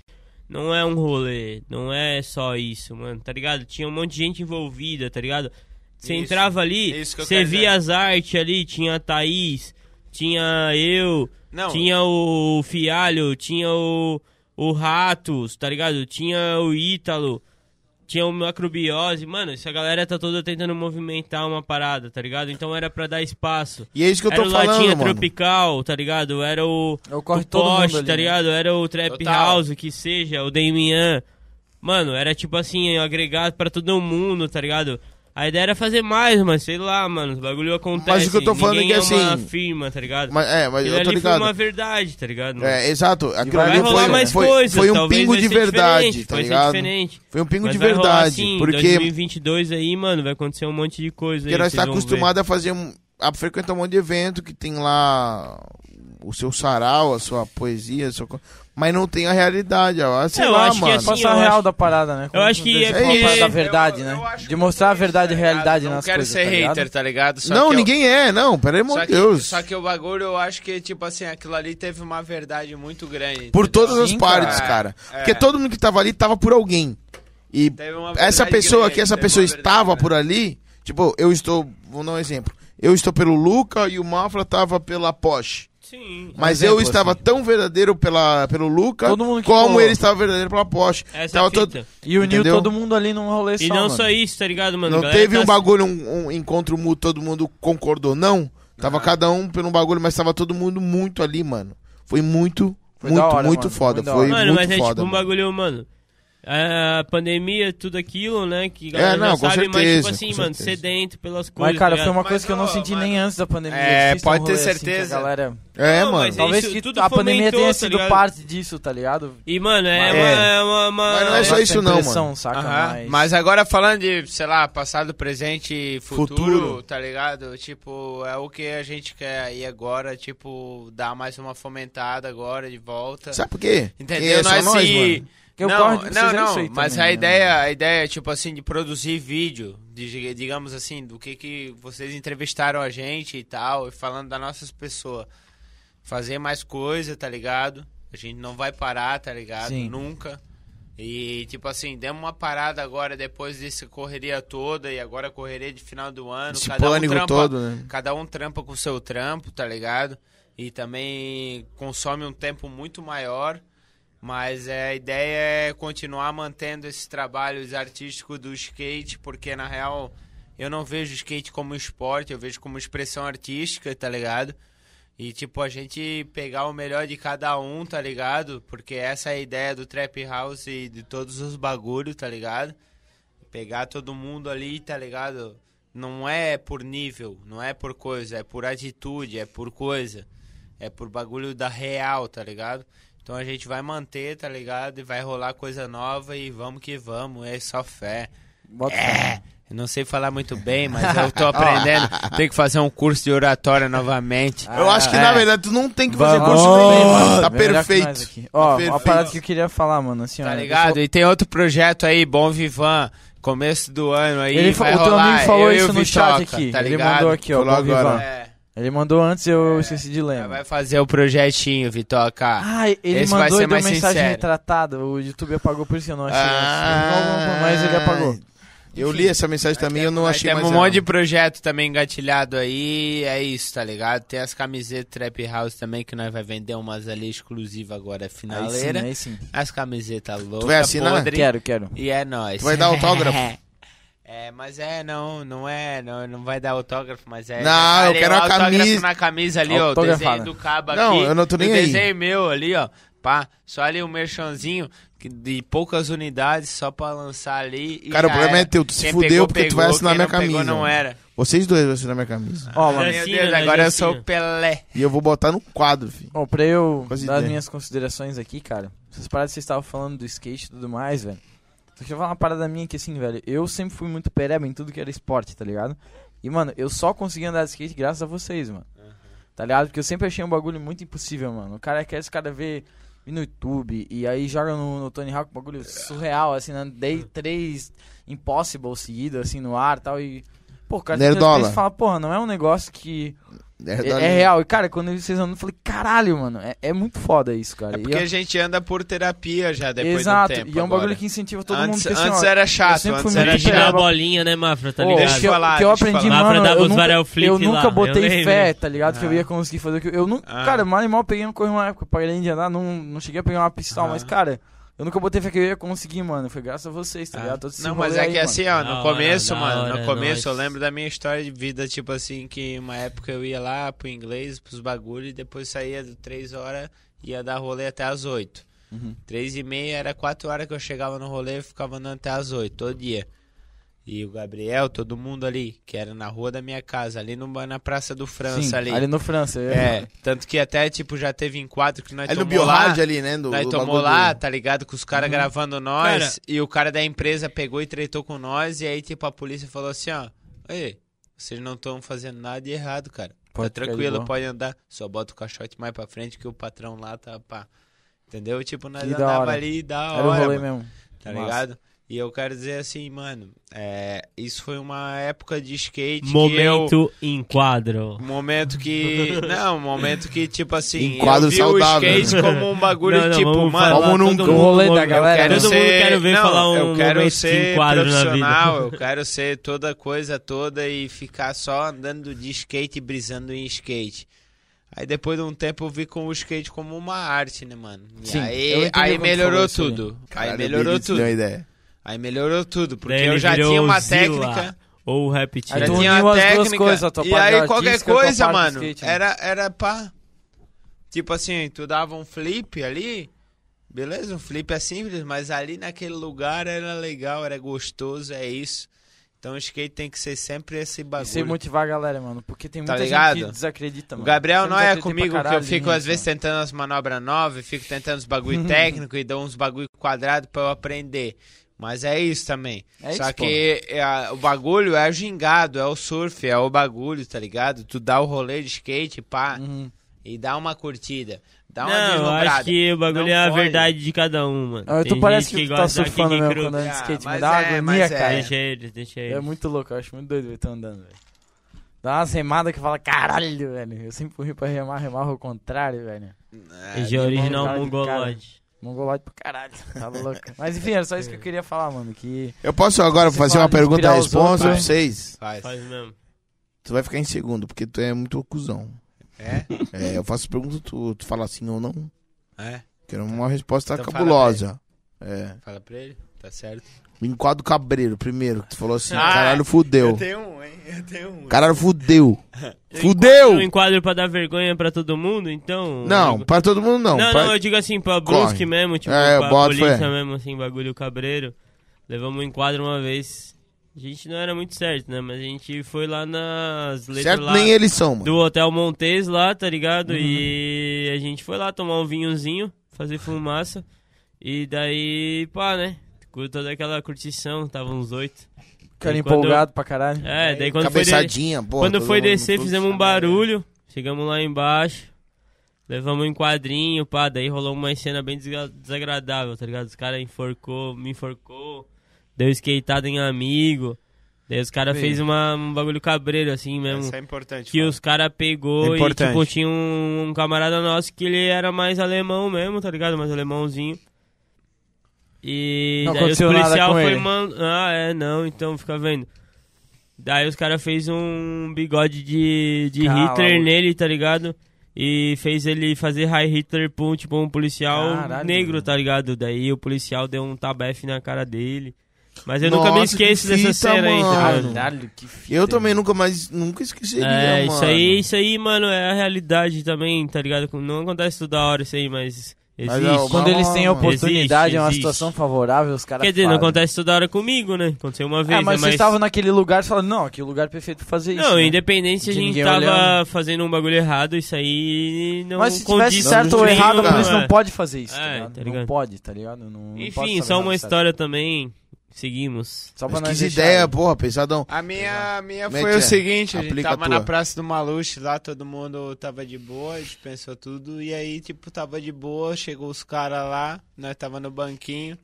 [SPEAKER 4] não é um rolê, não é só isso, mano, tá ligado? Tinha um monte de gente envolvida, tá ligado? Você
[SPEAKER 5] Isso,
[SPEAKER 4] entrava ali,
[SPEAKER 5] isso que eu
[SPEAKER 4] você
[SPEAKER 5] quero
[SPEAKER 4] via
[SPEAKER 5] dizer.
[SPEAKER 4] as artes ali, tinha a Thaís, tinha eu,
[SPEAKER 5] Não,
[SPEAKER 4] Tinha o Fialho, tinha o, o Ratos, tá ligado? Tinha o Ítalo, tinha o Macrobiose. Mano, essa galera tá toda tentando movimentar uma parada, tá ligado? Então era pra dar espaço.
[SPEAKER 1] E é isso que eu
[SPEAKER 4] Era
[SPEAKER 1] tô
[SPEAKER 4] o
[SPEAKER 1] falando,
[SPEAKER 4] Latinha
[SPEAKER 1] mano.
[SPEAKER 4] Tropical, tá ligado? Era o,
[SPEAKER 3] Eu corre
[SPEAKER 4] o
[SPEAKER 3] todo mundo
[SPEAKER 4] Post,
[SPEAKER 3] ali,
[SPEAKER 4] tá
[SPEAKER 3] né?
[SPEAKER 4] ligado? Era o Trap
[SPEAKER 5] Total.
[SPEAKER 4] House, que seja, o Damian. Mano, era tipo assim, agregado pra todo mundo, tá ligado? A ideia era fazer mais, mas sei lá, mano, os bagulho acontece.
[SPEAKER 1] Mas o que eu tô falando é
[SPEAKER 4] Ninguém
[SPEAKER 1] que,
[SPEAKER 4] é uma
[SPEAKER 1] assim,
[SPEAKER 4] firma, tá ligado?
[SPEAKER 1] Mas, é, mas
[SPEAKER 4] Aquilo
[SPEAKER 1] eu tô
[SPEAKER 4] ali
[SPEAKER 1] ligado.
[SPEAKER 4] foi uma verdade, tá ligado? mano?
[SPEAKER 1] É, exato. Aquilo
[SPEAKER 3] vai
[SPEAKER 1] ali
[SPEAKER 4] rolar
[SPEAKER 1] foi,
[SPEAKER 4] mais
[SPEAKER 1] foi,
[SPEAKER 4] coisas,
[SPEAKER 1] foi um
[SPEAKER 4] talvez
[SPEAKER 1] pingo
[SPEAKER 4] vai
[SPEAKER 1] de
[SPEAKER 4] ser
[SPEAKER 1] verdade,
[SPEAKER 4] diferente,
[SPEAKER 1] tá
[SPEAKER 4] vai ser
[SPEAKER 1] ligado?
[SPEAKER 4] diferente.
[SPEAKER 1] Foi um pingo
[SPEAKER 4] Mas
[SPEAKER 1] de
[SPEAKER 4] vai rolar,
[SPEAKER 1] verdade,
[SPEAKER 4] assim, sim,
[SPEAKER 1] porque,
[SPEAKER 4] 2022 aí, mano, vai acontecer um monte de coisa
[SPEAKER 1] porque
[SPEAKER 4] aí.
[SPEAKER 1] nós tá
[SPEAKER 4] vocês
[SPEAKER 1] está
[SPEAKER 4] vão ver.
[SPEAKER 1] acostumado a fazer um, a frequentar um monte de evento que tem lá o seu sarau, a sua poesia, a sua co- mas não tem a realidade, ó.
[SPEAKER 5] É,
[SPEAKER 1] Sei
[SPEAKER 4] Eu
[SPEAKER 1] lá,
[SPEAKER 4] acho que
[SPEAKER 1] mano.
[SPEAKER 4] assim,
[SPEAKER 3] Passar a
[SPEAKER 4] eu
[SPEAKER 3] real
[SPEAKER 4] acho-
[SPEAKER 3] da parada, né?
[SPEAKER 4] eu acho que é
[SPEAKER 3] Como
[SPEAKER 1] porque-
[SPEAKER 3] uma parada da verdade, né?
[SPEAKER 5] Eu- eu acho
[SPEAKER 3] de mostrar a verdade e a
[SPEAKER 5] tá ligado?
[SPEAKER 3] realidade
[SPEAKER 5] Não
[SPEAKER 3] nas
[SPEAKER 5] quero
[SPEAKER 3] coisas,
[SPEAKER 5] ser
[SPEAKER 3] tá ligado?
[SPEAKER 5] hater, tá ligado? Só
[SPEAKER 1] não,
[SPEAKER 5] que eu-
[SPEAKER 1] ninguém é, não, pelo amor
[SPEAKER 5] Só
[SPEAKER 1] de
[SPEAKER 5] que,
[SPEAKER 1] Deus.
[SPEAKER 5] só que o bagulho, eu acho que, tipo assim, aquilo ali teve uma verdade muito grande.
[SPEAKER 1] Por
[SPEAKER 5] entendeu?
[SPEAKER 1] todas as
[SPEAKER 3] Sim,
[SPEAKER 1] partes,
[SPEAKER 5] cara.
[SPEAKER 1] cara.
[SPEAKER 5] É,
[SPEAKER 1] Porque
[SPEAKER 5] é.
[SPEAKER 1] todo mundo que tava ali tava por alguém. E
[SPEAKER 5] Teve uma
[SPEAKER 1] essa
[SPEAKER 5] verdade
[SPEAKER 1] pessoa
[SPEAKER 5] grande,
[SPEAKER 1] que essa
[SPEAKER 5] teve
[SPEAKER 1] pessoa
[SPEAKER 5] uma verdade
[SPEAKER 1] estava
[SPEAKER 5] grande.
[SPEAKER 1] por ali, tipo, eu estou, vou dar um exemplo. Eu estou pelo Luca e o Mafra tava pela Porsche.
[SPEAKER 4] Sim.
[SPEAKER 1] Um Mas
[SPEAKER 3] exemplo,
[SPEAKER 1] eu estava tão verdadeiro pela, pelo Luca
[SPEAKER 3] Todo mundo que
[SPEAKER 1] como
[SPEAKER 3] colou.
[SPEAKER 1] ele estava verdadeiro pela Porsche.
[SPEAKER 4] Essa é
[SPEAKER 1] Tava
[SPEAKER 4] a
[SPEAKER 1] todo-
[SPEAKER 4] fita.
[SPEAKER 3] E uniu
[SPEAKER 1] Entendeu?
[SPEAKER 3] todo mundo ali num rolê só,
[SPEAKER 4] E não
[SPEAKER 3] mano.
[SPEAKER 4] só isso, tá ligado, mano?
[SPEAKER 1] Não
[SPEAKER 4] A galera
[SPEAKER 1] teve
[SPEAKER 4] tá
[SPEAKER 1] um bagulho, um, um encontro mútuo, todo mundo concordou, não. Tava
[SPEAKER 4] Ah.
[SPEAKER 1] cada um pelo bagulho, mas tava todo mundo muito ali, mano. Foi muito,
[SPEAKER 3] Foi
[SPEAKER 1] muito,
[SPEAKER 3] da hora,
[SPEAKER 1] muito
[SPEAKER 3] mano.
[SPEAKER 1] foda.
[SPEAKER 3] Foi da
[SPEAKER 1] Foi
[SPEAKER 3] hora.
[SPEAKER 4] Mano,
[SPEAKER 1] muito
[SPEAKER 4] mas é
[SPEAKER 1] foda.
[SPEAKER 4] tipo um
[SPEAKER 1] mano.
[SPEAKER 4] bagulho, mano. A pandemia, tudo aquilo, né? Que a galera
[SPEAKER 1] não,
[SPEAKER 4] já
[SPEAKER 1] com
[SPEAKER 4] sabe, mas
[SPEAKER 1] certeza,
[SPEAKER 4] tipo assim,
[SPEAKER 1] com
[SPEAKER 4] mano,
[SPEAKER 1] certeza.
[SPEAKER 4] sedento pelas coisas.
[SPEAKER 3] Mas, cara,
[SPEAKER 4] tá
[SPEAKER 3] foi uma
[SPEAKER 4] ligado?
[SPEAKER 3] coisa que eu não
[SPEAKER 5] Mas, ô,
[SPEAKER 3] senti
[SPEAKER 5] mano,
[SPEAKER 3] nem antes da pandemia.
[SPEAKER 5] é,
[SPEAKER 3] Assista um
[SPEAKER 5] pode ter
[SPEAKER 3] rolê assim que a
[SPEAKER 5] certeza.
[SPEAKER 3] galera...
[SPEAKER 1] É,
[SPEAKER 4] Não,
[SPEAKER 1] mano.
[SPEAKER 4] mas é
[SPEAKER 3] Talvez
[SPEAKER 4] isso,
[SPEAKER 3] que
[SPEAKER 4] tudo
[SPEAKER 3] a pandemia
[SPEAKER 4] fomentou,
[SPEAKER 3] tenha
[SPEAKER 4] tá
[SPEAKER 3] sido
[SPEAKER 4] ligado?
[SPEAKER 3] parte disso, tá ligado?
[SPEAKER 4] E, mano, é,
[SPEAKER 3] É.
[SPEAKER 4] uma. É uma, uma-
[SPEAKER 1] Mas não é só
[SPEAKER 3] Essa
[SPEAKER 1] isso não, mano.
[SPEAKER 3] impressão, Saca,
[SPEAKER 5] Aham.
[SPEAKER 3] mas...
[SPEAKER 5] Mas... agora falando de, sei lá, passado, presente e futuro,
[SPEAKER 1] Futuro.
[SPEAKER 5] tá ligado? Tipo, é o que a gente quer aí agora, tipo, dar mais uma fomentada agora de
[SPEAKER 4] é-
[SPEAKER 5] volta.
[SPEAKER 1] Sabe por quê? Porque
[SPEAKER 5] Entendeu?
[SPEAKER 1] é só
[SPEAKER 5] Nós
[SPEAKER 1] nós,
[SPEAKER 5] se...
[SPEAKER 1] mano.
[SPEAKER 3] Porque o
[SPEAKER 5] não,
[SPEAKER 3] corre de
[SPEAKER 5] não,
[SPEAKER 3] vocês é
[SPEAKER 5] não,
[SPEAKER 3] isso aí
[SPEAKER 5] mas
[SPEAKER 3] também,
[SPEAKER 5] a
[SPEAKER 3] né,
[SPEAKER 5] ideia, a ideia é tipo assim de produzir vídeo, de- digamos assim, do que que vocês entrevistaram a gente e tal, e falando das nossas pessoas. Fazer mais coisa, tá ligado? A gente não vai parar, tá ligado?
[SPEAKER 3] Sim.
[SPEAKER 5] Nunca. E tipo assim, demos uma parada agora depois dessa correria toda e agora é correria de final do ano,
[SPEAKER 1] Esse
[SPEAKER 5] cada um
[SPEAKER 1] pânico
[SPEAKER 5] trampa,
[SPEAKER 1] todo, né?
[SPEAKER 5] cada um trampa com o seu trampo, tá ligado? E também consome um tempo muito maior. Mas é, a ideia é continuar mantendo esses trabalhos artísticos do skate, porque na real eu não vejo skate como esporte, eu vejo como expressão artística, tá ligado? E tipo, a gente pegar o melhor de cada um, tá ligado? Porque essa é a ideia do Trap House e de todos os bagulhos, tá ligado? Pegar todo mundo ali, tá ligado? Não é por nível, não é por coisa, é por atitude, é por coisa. É por bagulho da real, tá ligado? Então a gente vai manter, tá ligado? E vai rolar coisa nova e vamos que vamos, é só fé.
[SPEAKER 3] Bota
[SPEAKER 5] É. Eu não sei falar muito bem, mas eu tô aprendendo. Tenho que fazer um curso de oratória novamente.
[SPEAKER 1] Eu acho que, na
[SPEAKER 5] é.
[SPEAKER 1] verdade, tu não tem que fazer
[SPEAKER 3] Vamos.
[SPEAKER 1] curso nenhum, mano. Tá
[SPEAKER 3] Melhor que nós
[SPEAKER 1] perfeito.
[SPEAKER 3] aqui. Ó, uma
[SPEAKER 1] perfeito.
[SPEAKER 3] parada que eu queria falar, mano, assim, ó,
[SPEAKER 5] Tá
[SPEAKER 3] eu
[SPEAKER 5] ligado?
[SPEAKER 3] sou-
[SPEAKER 5] E tem outro projeto aí, Bom Vivan. Começo do ano aí.
[SPEAKER 3] Ele fa-
[SPEAKER 5] vai
[SPEAKER 3] o teu
[SPEAKER 5] rolar.
[SPEAKER 3] amigo
[SPEAKER 5] eu
[SPEAKER 3] falou
[SPEAKER 5] e o
[SPEAKER 3] isso no chat
[SPEAKER 5] Vichoca,
[SPEAKER 3] aqui.
[SPEAKER 5] Tá
[SPEAKER 3] ele
[SPEAKER 5] ligado?
[SPEAKER 3] mandou aqui, ó,
[SPEAKER 1] Falou
[SPEAKER 3] pro
[SPEAKER 1] agora.
[SPEAKER 3] Vivan.
[SPEAKER 5] É,
[SPEAKER 3] Ele mandou antes, eu esqueci de
[SPEAKER 5] já vai
[SPEAKER 3] ler.
[SPEAKER 5] fazer o projetinho, Vitoca.
[SPEAKER 3] Ah, ele
[SPEAKER 5] Esse vai
[SPEAKER 3] mandou
[SPEAKER 5] ser
[SPEAKER 3] e deu
[SPEAKER 5] mais
[SPEAKER 3] mensagem
[SPEAKER 5] sincero.
[SPEAKER 3] retratada. O YouTube apagou, por isso que eu não achei.
[SPEAKER 1] Ah.
[SPEAKER 3] antes. mas ele apagou.
[SPEAKER 1] Eu li essa mensagem também, eu não
[SPEAKER 5] Aí
[SPEAKER 1] achei
[SPEAKER 5] temos
[SPEAKER 1] mais
[SPEAKER 5] um
[SPEAKER 1] ela.
[SPEAKER 5] monte de projeto também engatilhado aí, é isso, tá ligado? Tem as camisetas Trap House também, que nós vai vender umas ali exclusivas agora, é
[SPEAKER 3] Aí sim,
[SPEAKER 5] finaleira.
[SPEAKER 3] aí sim.
[SPEAKER 5] As camisetas loucas,
[SPEAKER 1] vai assinar?
[SPEAKER 5] podre.
[SPEAKER 3] Quero, quero.
[SPEAKER 5] E é nóis.
[SPEAKER 1] Tu vai dar autógrafo?
[SPEAKER 5] É, mas é, não, não é, não, não vai dar autógrafo, mas
[SPEAKER 1] Não,
[SPEAKER 5] é. já
[SPEAKER 1] eu quero a
[SPEAKER 5] autógrafo
[SPEAKER 1] camisa.
[SPEAKER 5] na camisa ali, ó, o
[SPEAKER 3] Autografada.
[SPEAKER 5] desenho do cabo
[SPEAKER 1] Não,
[SPEAKER 5] aqui.
[SPEAKER 1] eu não tô nem
[SPEAKER 5] o
[SPEAKER 1] aí.
[SPEAKER 5] desenho meu ali, ó, pá, só ali um merchanzinho que- de poucas unidades, só pra lançar ali e
[SPEAKER 1] Cara, o
[SPEAKER 5] já
[SPEAKER 1] problema
[SPEAKER 5] era.
[SPEAKER 1] é teu, tu se
[SPEAKER 5] Quem
[SPEAKER 1] fudeu
[SPEAKER 5] pegou,
[SPEAKER 1] porque tu
[SPEAKER 5] pegou,
[SPEAKER 1] vai assinar
[SPEAKER 5] quem
[SPEAKER 1] minha
[SPEAKER 5] não pegou,
[SPEAKER 1] camisa.
[SPEAKER 5] não era.
[SPEAKER 1] Vocês dois vão assinar minha camisa.
[SPEAKER 3] Ó, mano,
[SPEAKER 5] Meu
[SPEAKER 4] Assina,
[SPEAKER 5] Deus,
[SPEAKER 4] né,
[SPEAKER 5] agora eu sou
[SPEAKER 4] Jacina?
[SPEAKER 5] o Pelé.
[SPEAKER 1] E eu vou botar no quadro, filho.
[SPEAKER 3] Bom, pra eu
[SPEAKER 1] Quase
[SPEAKER 3] dar as
[SPEAKER 1] ideia.
[SPEAKER 3] minhas considerações aqui, cara, essas paradas que vocês estavam falando do skate e tudo mais, velho. Só que eu vou falar uma parada minha que assim, velho, eu sempre fui muito pereba em tudo que era esporte, tá ligado? E, mano, eu só consegui andar de skate graças a vocês, mano. Tá ligado? Porque eu sempre achei um bagulho muito impossível, mano. O cara quer esse cara ver no YouTube e aí joga no, no Tony Hawk um bagulho surreal, assim, né? Dei três impossible seguido, assim, no ar e tal, e Pô, cara,
[SPEAKER 1] Nerdola.
[SPEAKER 3] Nerdola. fala, porra, não é um negócio que é,
[SPEAKER 1] da-
[SPEAKER 3] é real. E, cara, quando vocês andam, eu falei, caralho, mano, é, é muito foda isso, cara.
[SPEAKER 5] É
[SPEAKER 3] E
[SPEAKER 5] porque
[SPEAKER 3] eu-
[SPEAKER 5] a gente anda por terapia já depois
[SPEAKER 3] Exato,
[SPEAKER 5] do tempo.
[SPEAKER 3] e é um bagulho
[SPEAKER 5] agora.
[SPEAKER 3] que incentiva todo
[SPEAKER 5] antes,
[SPEAKER 3] mundo. porque, assim,
[SPEAKER 5] antes
[SPEAKER 3] ó,
[SPEAKER 5] era
[SPEAKER 3] eu
[SPEAKER 5] chato,
[SPEAKER 3] sempre fui
[SPEAKER 5] antes
[SPEAKER 3] muito
[SPEAKER 5] era
[SPEAKER 4] Dirigir
[SPEAKER 3] pegava-
[SPEAKER 4] na
[SPEAKER 5] chato.
[SPEAKER 4] bolinha, né, Mafra, tá
[SPEAKER 3] Pô,
[SPEAKER 4] ligado?
[SPEAKER 5] né, deixa
[SPEAKER 3] que eu,
[SPEAKER 5] falar,
[SPEAKER 3] que eu
[SPEAKER 5] deixa eu
[SPEAKER 3] aprendi,
[SPEAKER 4] falar. Lá pra
[SPEAKER 3] mano,
[SPEAKER 4] dar
[SPEAKER 3] eu
[SPEAKER 4] os
[SPEAKER 3] nunca,
[SPEAKER 4] Varel Flip
[SPEAKER 3] eu nunca
[SPEAKER 4] lá,
[SPEAKER 3] botei
[SPEAKER 4] eu lembro.
[SPEAKER 3] fé, tá ligado? Que eu
[SPEAKER 5] Ah.
[SPEAKER 3] ia conseguir fazer o que eu... eu não,
[SPEAKER 5] Ah.
[SPEAKER 3] Cara, mal e mal peguei uma corrida uma época, parei de andar, não, não cheguei a pegar uma pistola,
[SPEAKER 5] Ah.
[SPEAKER 3] mas, cara, eu nunca botei fé que eu ia conseguir, mano. Foi graças a vocês, tá
[SPEAKER 5] Ah.
[SPEAKER 3] ligado? Todo esse
[SPEAKER 5] Não, mas
[SPEAKER 3] rolê
[SPEAKER 5] é
[SPEAKER 3] aí,
[SPEAKER 5] que
[SPEAKER 3] mano.
[SPEAKER 5] assim, ó, no
[SPEAKER 4] Da hora,
[SPEAKER 5] começo,
[SPEAKER 4] da
[SPEAKER 5] mano,
[SPEAKER 4] hora,
[SPEAKER 5] no começo eu
[SPEAKER 4] nós.
[SPEAKER 5] lembro da minha história de vida, tipo assim, que uma época eu ia lá pro inglês, pros bagulho, e depois saía de 3 horas e ia dar rolê até as 8.
[SPEAKER 3] Uhum.
[SPEAKER 5] Três e meia era 4 horas que eu chegava no rolê e ficava andando até as 8, todo dia. E o Gabriel, todo mundo ali, que era na rua da minha casa, ali no, na Praça do França
[SPEAKER 3] Sim,
[SPEAKER 5] ali.
[SPEAKER 3] ali no França. eu-
[SPEAKER 5] É, tanto que até, tipo, já teve enquadro que nós
[SPEAKER 1] É no
[SPEAKER 5] tomou lá.
[SPEAKER 1] Biohard ali, né? Do,
[SPEAKER 5] Nós
[SPEAKER 1] do
[SPEAKER 5] tomou
[SPEAKER 1] bagulho
[SPEAKER 5] lá,
[SPEAKER 1] do-
[SPEAKER 5] tá ligado? Com os caras gravando nós.
[SPEAKER 4] Uhum. Cara.
[SPEAKER 5] E o cara da empresa pegou e tretou com nós. E aí, tipo, a polícia falou assim: ó, ei, vocês não estão fazendo nada de errado, cara.
[SPEAKER 3] Pode
[SPEAKER 5] tá
[SPEAKER 3] ficar de
[SPEAKER 5] tranquilo,
[SPEAKER 3] boa."
[SPEAKER 5] pode andar. Só bota o caixote mais pra frente que o patrão lá tá pá. Entendeu? Tipo, nós
[SPEAKER 3] Que da
[SPEAKER 5] andava
[SPEAKER 3] hora.
[SPEAKER 5] ali da
[SPEAKER 3] Era o
[SPEAKER 5] hora.
[SPEAKER 3] rolê
[SPEAKER 5] mano,
[SPEAKER 3] mesmo.
[SPEAKER 5] tá
[SPEAKER 3] Massa.
[SPEAKER 5] ligado? E eu quero dizer assim, mano, é, isso foi uma época de skate que eu.
[SPEAKER 4] Momento em quadro.
[SPEAKER 5] Um momento que. Não, um momento que, tipo assim.
[SPEAKER 1] Enquadro
[SPEAKER 5] eu vi
[SPEAKER 1] saudável.
[SPEAKER 5] o skate como um bagulho,
[SPEAKER 4] Não, não,
[SPEAKER 5] tipo,
[SPEAKER 4] vamos
[SPEAKER 5] mano.
[SPEAKER 4] falar,
[SPEAKER 1] como
[SPEAKER 4] todo
[SPEAKER 1] nunca.
[SPEAKER 4] mundo-
[SPEAKER 3] O rolê da
[SPEAKER 5] Eu
[SPEAKER 3] galera.
[SPEAKER 5] quero
[SPEAKER 4] Todo
[SPEAKER 5] ser,
[SPEAKER 4] mundo quero ver
[SPEAKER 5] não,
[SPEAKER 4] falar um
[SPEAKER 5] eu quero
[SPEAKER 4] momento que
[SPEAKER 5] ser
[SPEAKER 4] enquadra na vida.
[SPEAKER 5] profissional, eu quero ser toda coisa toda e ficar só andando de skate e brisando em skate. Aí depois de um tempo eu vi com o skate como uma arte, né, mano? E
[SPEAKER 3] Sim, eu
[SPEAKER 5] aí
[SPEAKER 3] entendi
[SPEAKER 5] aí
[SPEAKER 3] quando
[SPEAKER 5] melhorou
[SPEAKER 3] falou isso aí.
[SPEAKER 5] tudo.
[SPEAKER 1] Caralho,
[SPEAKER 5] aí melhorou
[SPEAKER 1] David deu uma
[SPEAKER 5] tudo.
[SPEAKER 1] ideia.
[SPEAKER 5] Aí melhorou tudo, porque
[SPEAKER 4] Daí
[SPEAKER 5] eu
[SPEAKER 4] ele
[SPEAKER 5] já
[SPEAKER 4] virou
[SPEAKER 5] tinha uma
[SPEAKER 4] Zilla.
[SPEAKER 5] técnica.
[SPEAKER 4] Ou o rap
[SPEAKER 3] Aí
[SPEAKER 5] Já
[SPEAKER 3] tu
[SPEAKER 4] team.
[SPEAKER 5] tinha
[SPEAKER 3] uniu
[SPEAKER 5] uma
[SPEAKER 3] as duas
[SPEAKER 5] técnica.
[SPEAKER 3] coisas, a tua
[SPEAKER 5] e
[SPEAKER 3] parte
[SPEAKER 5] aí
[SPEAKER 3] artística, a
[SPEAKER 5] qualquer
[SPEAKER 3] tua
[SPEAKER 5] coisa,
[SPEAKER 3] parte do
[SPEAKER 5] mano,
[SPEAKER 3] skate, né?
[SPEAKER 5] era, era pá. Tipo assim, tu dava um flip ali, beleza? Um flip é simples, mas ali naquele lugar era legal, era gostoso, é isso. Então o skate tem que ser sempre esse
[SPEAKER 3] E sem
[SPEAKER 5] bagulho.
[SPEAKER 3] motivar a galera, mano. Porque tem
[SPEAKER 5] Tá
[SPEAKER 3] muita gente que
[SPEAKER 5] ligado?
[SPEAKER 3] desacredita,
[SPEAKER 5] O
[SPEAKER 3] mano.
[SPEAKER 5] Gabriel
[SPEAKER 3] Eu
[SPEAKER 5] não é
[SPEAKER 3] desacreditei pra
[SPEAKER 5] comigo, que eu
[SPEAKER 3] caralho
[SPEAKER 5] fico
[SPEAKER 3] nisso,
[SPEAKER 5] às vezes
[SPEAKER 3] mano.
[SPEAKER 5] tentando as manobras novas, fico tentando os bagulho técnico e dou uns bagulho quadrado pra eu aprender. Mas é isso também.
[SPEAKER 3] É
[SPEAKER 5] Só
[SPEAKER 3] isso,
[SPEAKER 5] que é a- o bagulho é o gingado, é o surf, é o bagulho, tá ligado? Tu dá o rolê de skate, pá,
[SPEAKER 3] Uhum.
[SPEAKER 5] e dá uma curtida. Dá uma
[SPEAKER 4] Não, eu
[SPEAKER 5] deslumbrada.
[SPEAKER 4] acho que o bagulho
[SPEAKER 5] Não
[SPEAKER 4] é a
[SPEAKER 5] pode.
[SPEAKER 4] verdade de cada um, mano.
[SPEAKER 3] Ah,
[SPEAKER 4] Tem
[SPEAKER 3] tu parece
[SPEAKER 4] gente
[SPEAKER 3] que tu tá
[SPEAKER 4] gosta daquele
[SPEAKER 3] surfando mesmo
[SPEAKER 4] cru. Ah,
[SPEAKER 3] quando anda de
[SPEAKER 5] Ah,
[SPEAKER 3] skate. Me
[SPEAKER 5] mas
[SPEAKER 3] dá uma
[SPEAKER 5] é,
[SPEAKER 3] agonia,
[SPEAKER 5] mas é.
[SPEAKER 3] cara.
[SPEAKER 4] Deixa eles, deixa eles.
[SPEAKER 3] É muito louco, eu acho muito doido ver tu andando, velho. Dá umas remadas que fala, caralho, velho. Eu sempre fui pra remar, remava ao contrário, velho.
[SPEAKER 4] Região É, original
[SPEAKER 3] vontade,
[SPEAKER 4] mongoloide.
[SPEAKER 3] Mongoloide pra caralho, tá louco. Mas enfim, era só isso que eu queria falar, mano. Que
[SPEAKER 1] Eu posso agora
[SPEAKER 3] Você
[SPEAKER 1] fazer uma
[SPEAKER 3] fala de
[SPEAKER 1] pergunta
[SPEAKER 3] inspirar
[SPEAKER 1] e
[SPEAKER 3] os outros,
[SPEAKER 1] resposta pra
[SPEAKER 5] vai.
[SPEAKER 1] vocês?
[SPEAKER 5] Faz.
[SPEAKER 4] Faz mesmo.
[SPEAKER 1] Tu vai ficar em segundo, porque tu é muito cuzão.
[SPEAKER 5] É?
[SPEAKER 1] É, eu faço pergunta, tu, tu fala sim ou não.
[SPEAKER 5] É?
[SPEAKER 1] Quero uma resposta
[SPEAKER 5] Então fala
[SPEAKER 1] cabulosa. É.
[SPEAKER 5] Fala pra ele, tá certo.
[SPEAKER 1] Enquadro Cabreiro, primeiro. que Tu falou assim,
[SPEAKER 5] Ah,
[SPEAKER 1] caralho, fudeu.
[SPEAKER 5] tenho um, hein? Eu tenho um.
[SPEAKER 1] Caralho, fudeu.
[SPEAKER 4] Um
[SPEAKER 1] Fudeu!
[SPEAKER 4] enquadro pra dar vergonha pra todo mundo, então.
[SPEAKER 1] Não, pra todo mundo não.
[SPEAKER 4] Não,
[SPEAKER 1] pra-
[SPEAKER 4] não, eu digo assim, pra Brusque
[SPEAKER 1] Corre.
[SPEAKER 4] mesmo, tipo,
[SPEAKER 1] É, eu
[SPEAKER 4] pra
[SPEAKER 1] boto
[SPEAKER 4] polícia
[SPEAKER 1] fé.
[SPEAKER 4] mesmo, assim, bagulho cabreiro. Levamos um enquadro uma vez. A gente não era muito certo, né? Mas a gente foi lá nas letras
[SPEAKER 1] certo,
[SPEAKER 4] lá
[SPEAKER 1] nem eles são, mano.
[SPEAKER 4] do Hotel Montes lá, tá ligado? E a gente foi lá tomar um vinhozinho, fazer fumaça. E daí, pá, né? Com Toda aquela curtição, tava uns oito.
[SPEAKER 3] cara
[SPEAKER 4] E quando-
[SPEAKER 3] empolgado pra caralho.
[SPEAKER 4] É, daí quando foi, de-
[SPEAKER 1] Cabeçadinha, pô.
[SPEAKER 4] quando foi descer, fizemos um barulho. Chegamos lá embaixo. Levamos um quadrinho, pá. Daí rolou uma cena bem desgra- desagradável, tá ligado? Os caras enforcou, me enforcou. Deu skateado em amigo. Daí os caras fez uma, um bagulho cabreiro, assim mesmo.
[SPEAKER 5] Isso é importante.
[SPEAKER 4] Que
[SPEAKER 5] fala.
[SPEAKER 4] os caras
[SPEAKER 3] É
[SPEAKER 4] pegou e,
[SPEAKER 5] Importante.
[SPEAKER 4] tipo, tinha um, um camarada nosso que ele era mais alemão mesmo, tá ligado? Mais alemãozinho. E
[SPEAKER 3] Não
[SPEAKER 4] daí os
[SPEAKER 3] aconteceu nada
[SPEAKER 4] policial
[SPEAKER 3] com
[SPEAKER 4] foi
[SPEAKER 3] ele.
[SPEAKER 4] man... Ah, é, não, então fica vendo. Daí os caras fez um bigode de, de
[SPEAKER 3] Cala
[SPEAKER 4] Hitler
[SPEAKER 3] o-
[SPEAKER 4] nele, tá ligado? E fez ele fazer high Hitler pra um, tipo, um policial
[SPEAKER 3] Caralho,
[SPEAKER 4] negro,
[SPEAKER 3] mano.
[SPEAKER 4] tá ligado? Daí o policial deu um tabefe na cara dele. Mas eu nunca me
[SPEAKER 1] Nossa, que
[SPEAKER 4] esqueço dessa
[SPEAKER 1] fita,
[SPEAKER 4] cena aí, tá
[SPEAKER 1] mano.
[SPEAKER 4] ligado?
[SPEAKER 3] Caralho, que fita.
[SPEAKER 1] Eu também nunca mais, nunca esqueceria,
[SPEAKER 4] É,
[SPEAKER 1] mano.
[SPEAKER 4] isso aí, isso aí, mano, é a realidade também, tá ligado? Não acontece toda hora isso aí, mas
[SPEAKER 1] Mas é
[SPEAKER 4] existe.
[SPEAKER 1] uma-
[SPEAKER 3] Quando eles têm a
[SPEAKER 1] Existe,
[SPEAKER 3] oportunidade, é uma
[SPEAKER 4] existe.
[SPEAKER 3] situação favorável, os caras
[SPEAKER 4] Quer dizer, não
[SPEAKER 3] fazem.
[SPEAKER 4] acontece toda hora comigo, né? Aconteceu uma vez,
[SPEAKER 3] É, mas
[SPEAKER 4] né?
[SPEAKER 3] vocês estavam naquele lugar e falaram, não, aqui é o lugar perfeito pra fazer isso.
[SPEAKER 4] Não,
[SPEAKER 3] né?
[SPEAKER 4] independente se a
[SPEAKER 3] Que
[SPEAKER 4] gente
[SPEAKER 3] ninguém
[SPEAKER 4] tava
[SPEAKER 3] olhando.
[SPEAKER 4] fazendo um bagulho errado, isso aí não
[SPEAKER 3] Mas se
[SPEAKER 4] condiz
[SPEAKER 3] tivesse
[SPEAKER 4] com
[SPEAKER 3] certo ou
[SPEAKER 4] ninguém,
[SPEAKER 3] errado, a
[SPEAKER 1] cara.
[SPEAKER 3] polícia
[SPEAKER 4] é.
[SPEAKER 3] não pode fazer isso,
[SPEAKER 4] É,
[SPEAKER 3] tá, ligado?
[SPEAKER 4] tá ligado?
[SPEAKER 3] Não pode, tá ligado? Não- não pode
[SPEAKER 4] Enfim,
[SPEAKER 3] saber
[SPEAKER 4] só
[SPEAKER 3] nada,
[SPEAKER 4] uma
[SPEAKER 3] sabe?
[SPEAKER 4] história também. Seguimos.
[SPEAKER 3] Só pra
[SPEAKER 1] Mas
[SPEAKER 3] nós
[SPEAKER 1] que
[SPEAKER 3] deixar
[SPEAKER 1] ideia,
[SPEAKER 3] aí.
[SPEAKER 1] porra, pesadão.
[SPEAKER 5] A minha, a minha
[SPEAKER 1] Mete
[SPEAKER 5] foi o
[SPEAKER 1] a-
[SPEAKER 5] seguinte, a gente
[SPEAKER 1] é aplica
[SPEAKER 5] tava
[SPEAKER 1] a
[SPEAKER 5] na
[SPEAKER 1] tua.
[SPEAKER 5] Praça do Maluche lá, todo mundo tava de boa, a gente pensou tudo, e aí, tipo, tava de boa, chegou os caras lá, nós tava no banquinho,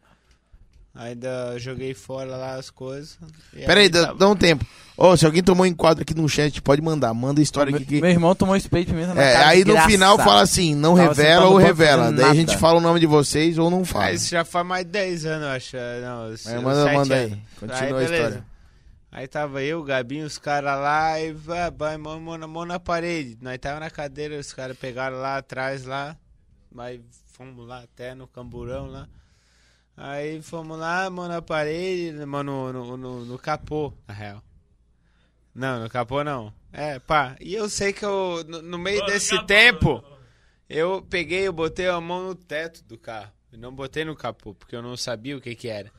[SPEAKER 5] Ainda joguei fora lá as coisas. E
[SPEAKER 1] Pera aí, dá,
[SPEAKER 5] tava-
[SPEAKER 1] dá um tempo. Ô, se alguém tomou um enquadro aqui no chat, pode mandar. Manda a história aqui que.
[SPEAKER 3] Meu irmão tomou spray de pimenta na
[SPEAKER 1] É,
[SPEAKER 3] cara.
[SPEAKER 1] aí
[SPEAKER 3] de
[SPEAKER 1] no
[SPEAKER 3] graça.
[SPEAKER 1] final fala assim, não
[SPEAKER 3] Tava
[SPEAKER 1] revela
[SPEAKER 3] sentado
[SPEAKER 1] ou
[SPEAKER 3] no banco
[SPEAKER 1] revela.
[SPEAKER 3] fazendo
[SPEAKER 1] Daí a gente
[SPEAKER 3] nada.
[SPEAKER 1] fala o nome de vocês ou não fala. né?
[SPEAKER 5] Ah, isso já faz mais de 10 anos, eu acho. É, Não, uns-
[SPEAKER 1] Mas
[SPEAKER 5] uns
[SPEAKER 1] manda,
[SPEAKER 5] sete
[SPEAKER 1] manda aí.
[SPEAKER 5] anos.
[SPEAKER 1] Continua a
[SPEAKER 5] beleza.
[SPEAKER 1] história.
[SPEAKER 5] Aí tava eu, o Gabinho, os caras lá, e vai, vai, mão, mão, na- mão na parede. Nós tava na cadeira, os caras pegaram lá atrás, lá. Aí fomos lá até no camburão lá. Aí fomos lá, mão na parede, mão no, no, no- no capô, na real. Não, no capô não. É, pá. E eu sei que eu, no, no meio desse tempo, eu peguei, eu botei a mão no teto do carro. Eu não botei no capô, porque eu não sabia o que que era.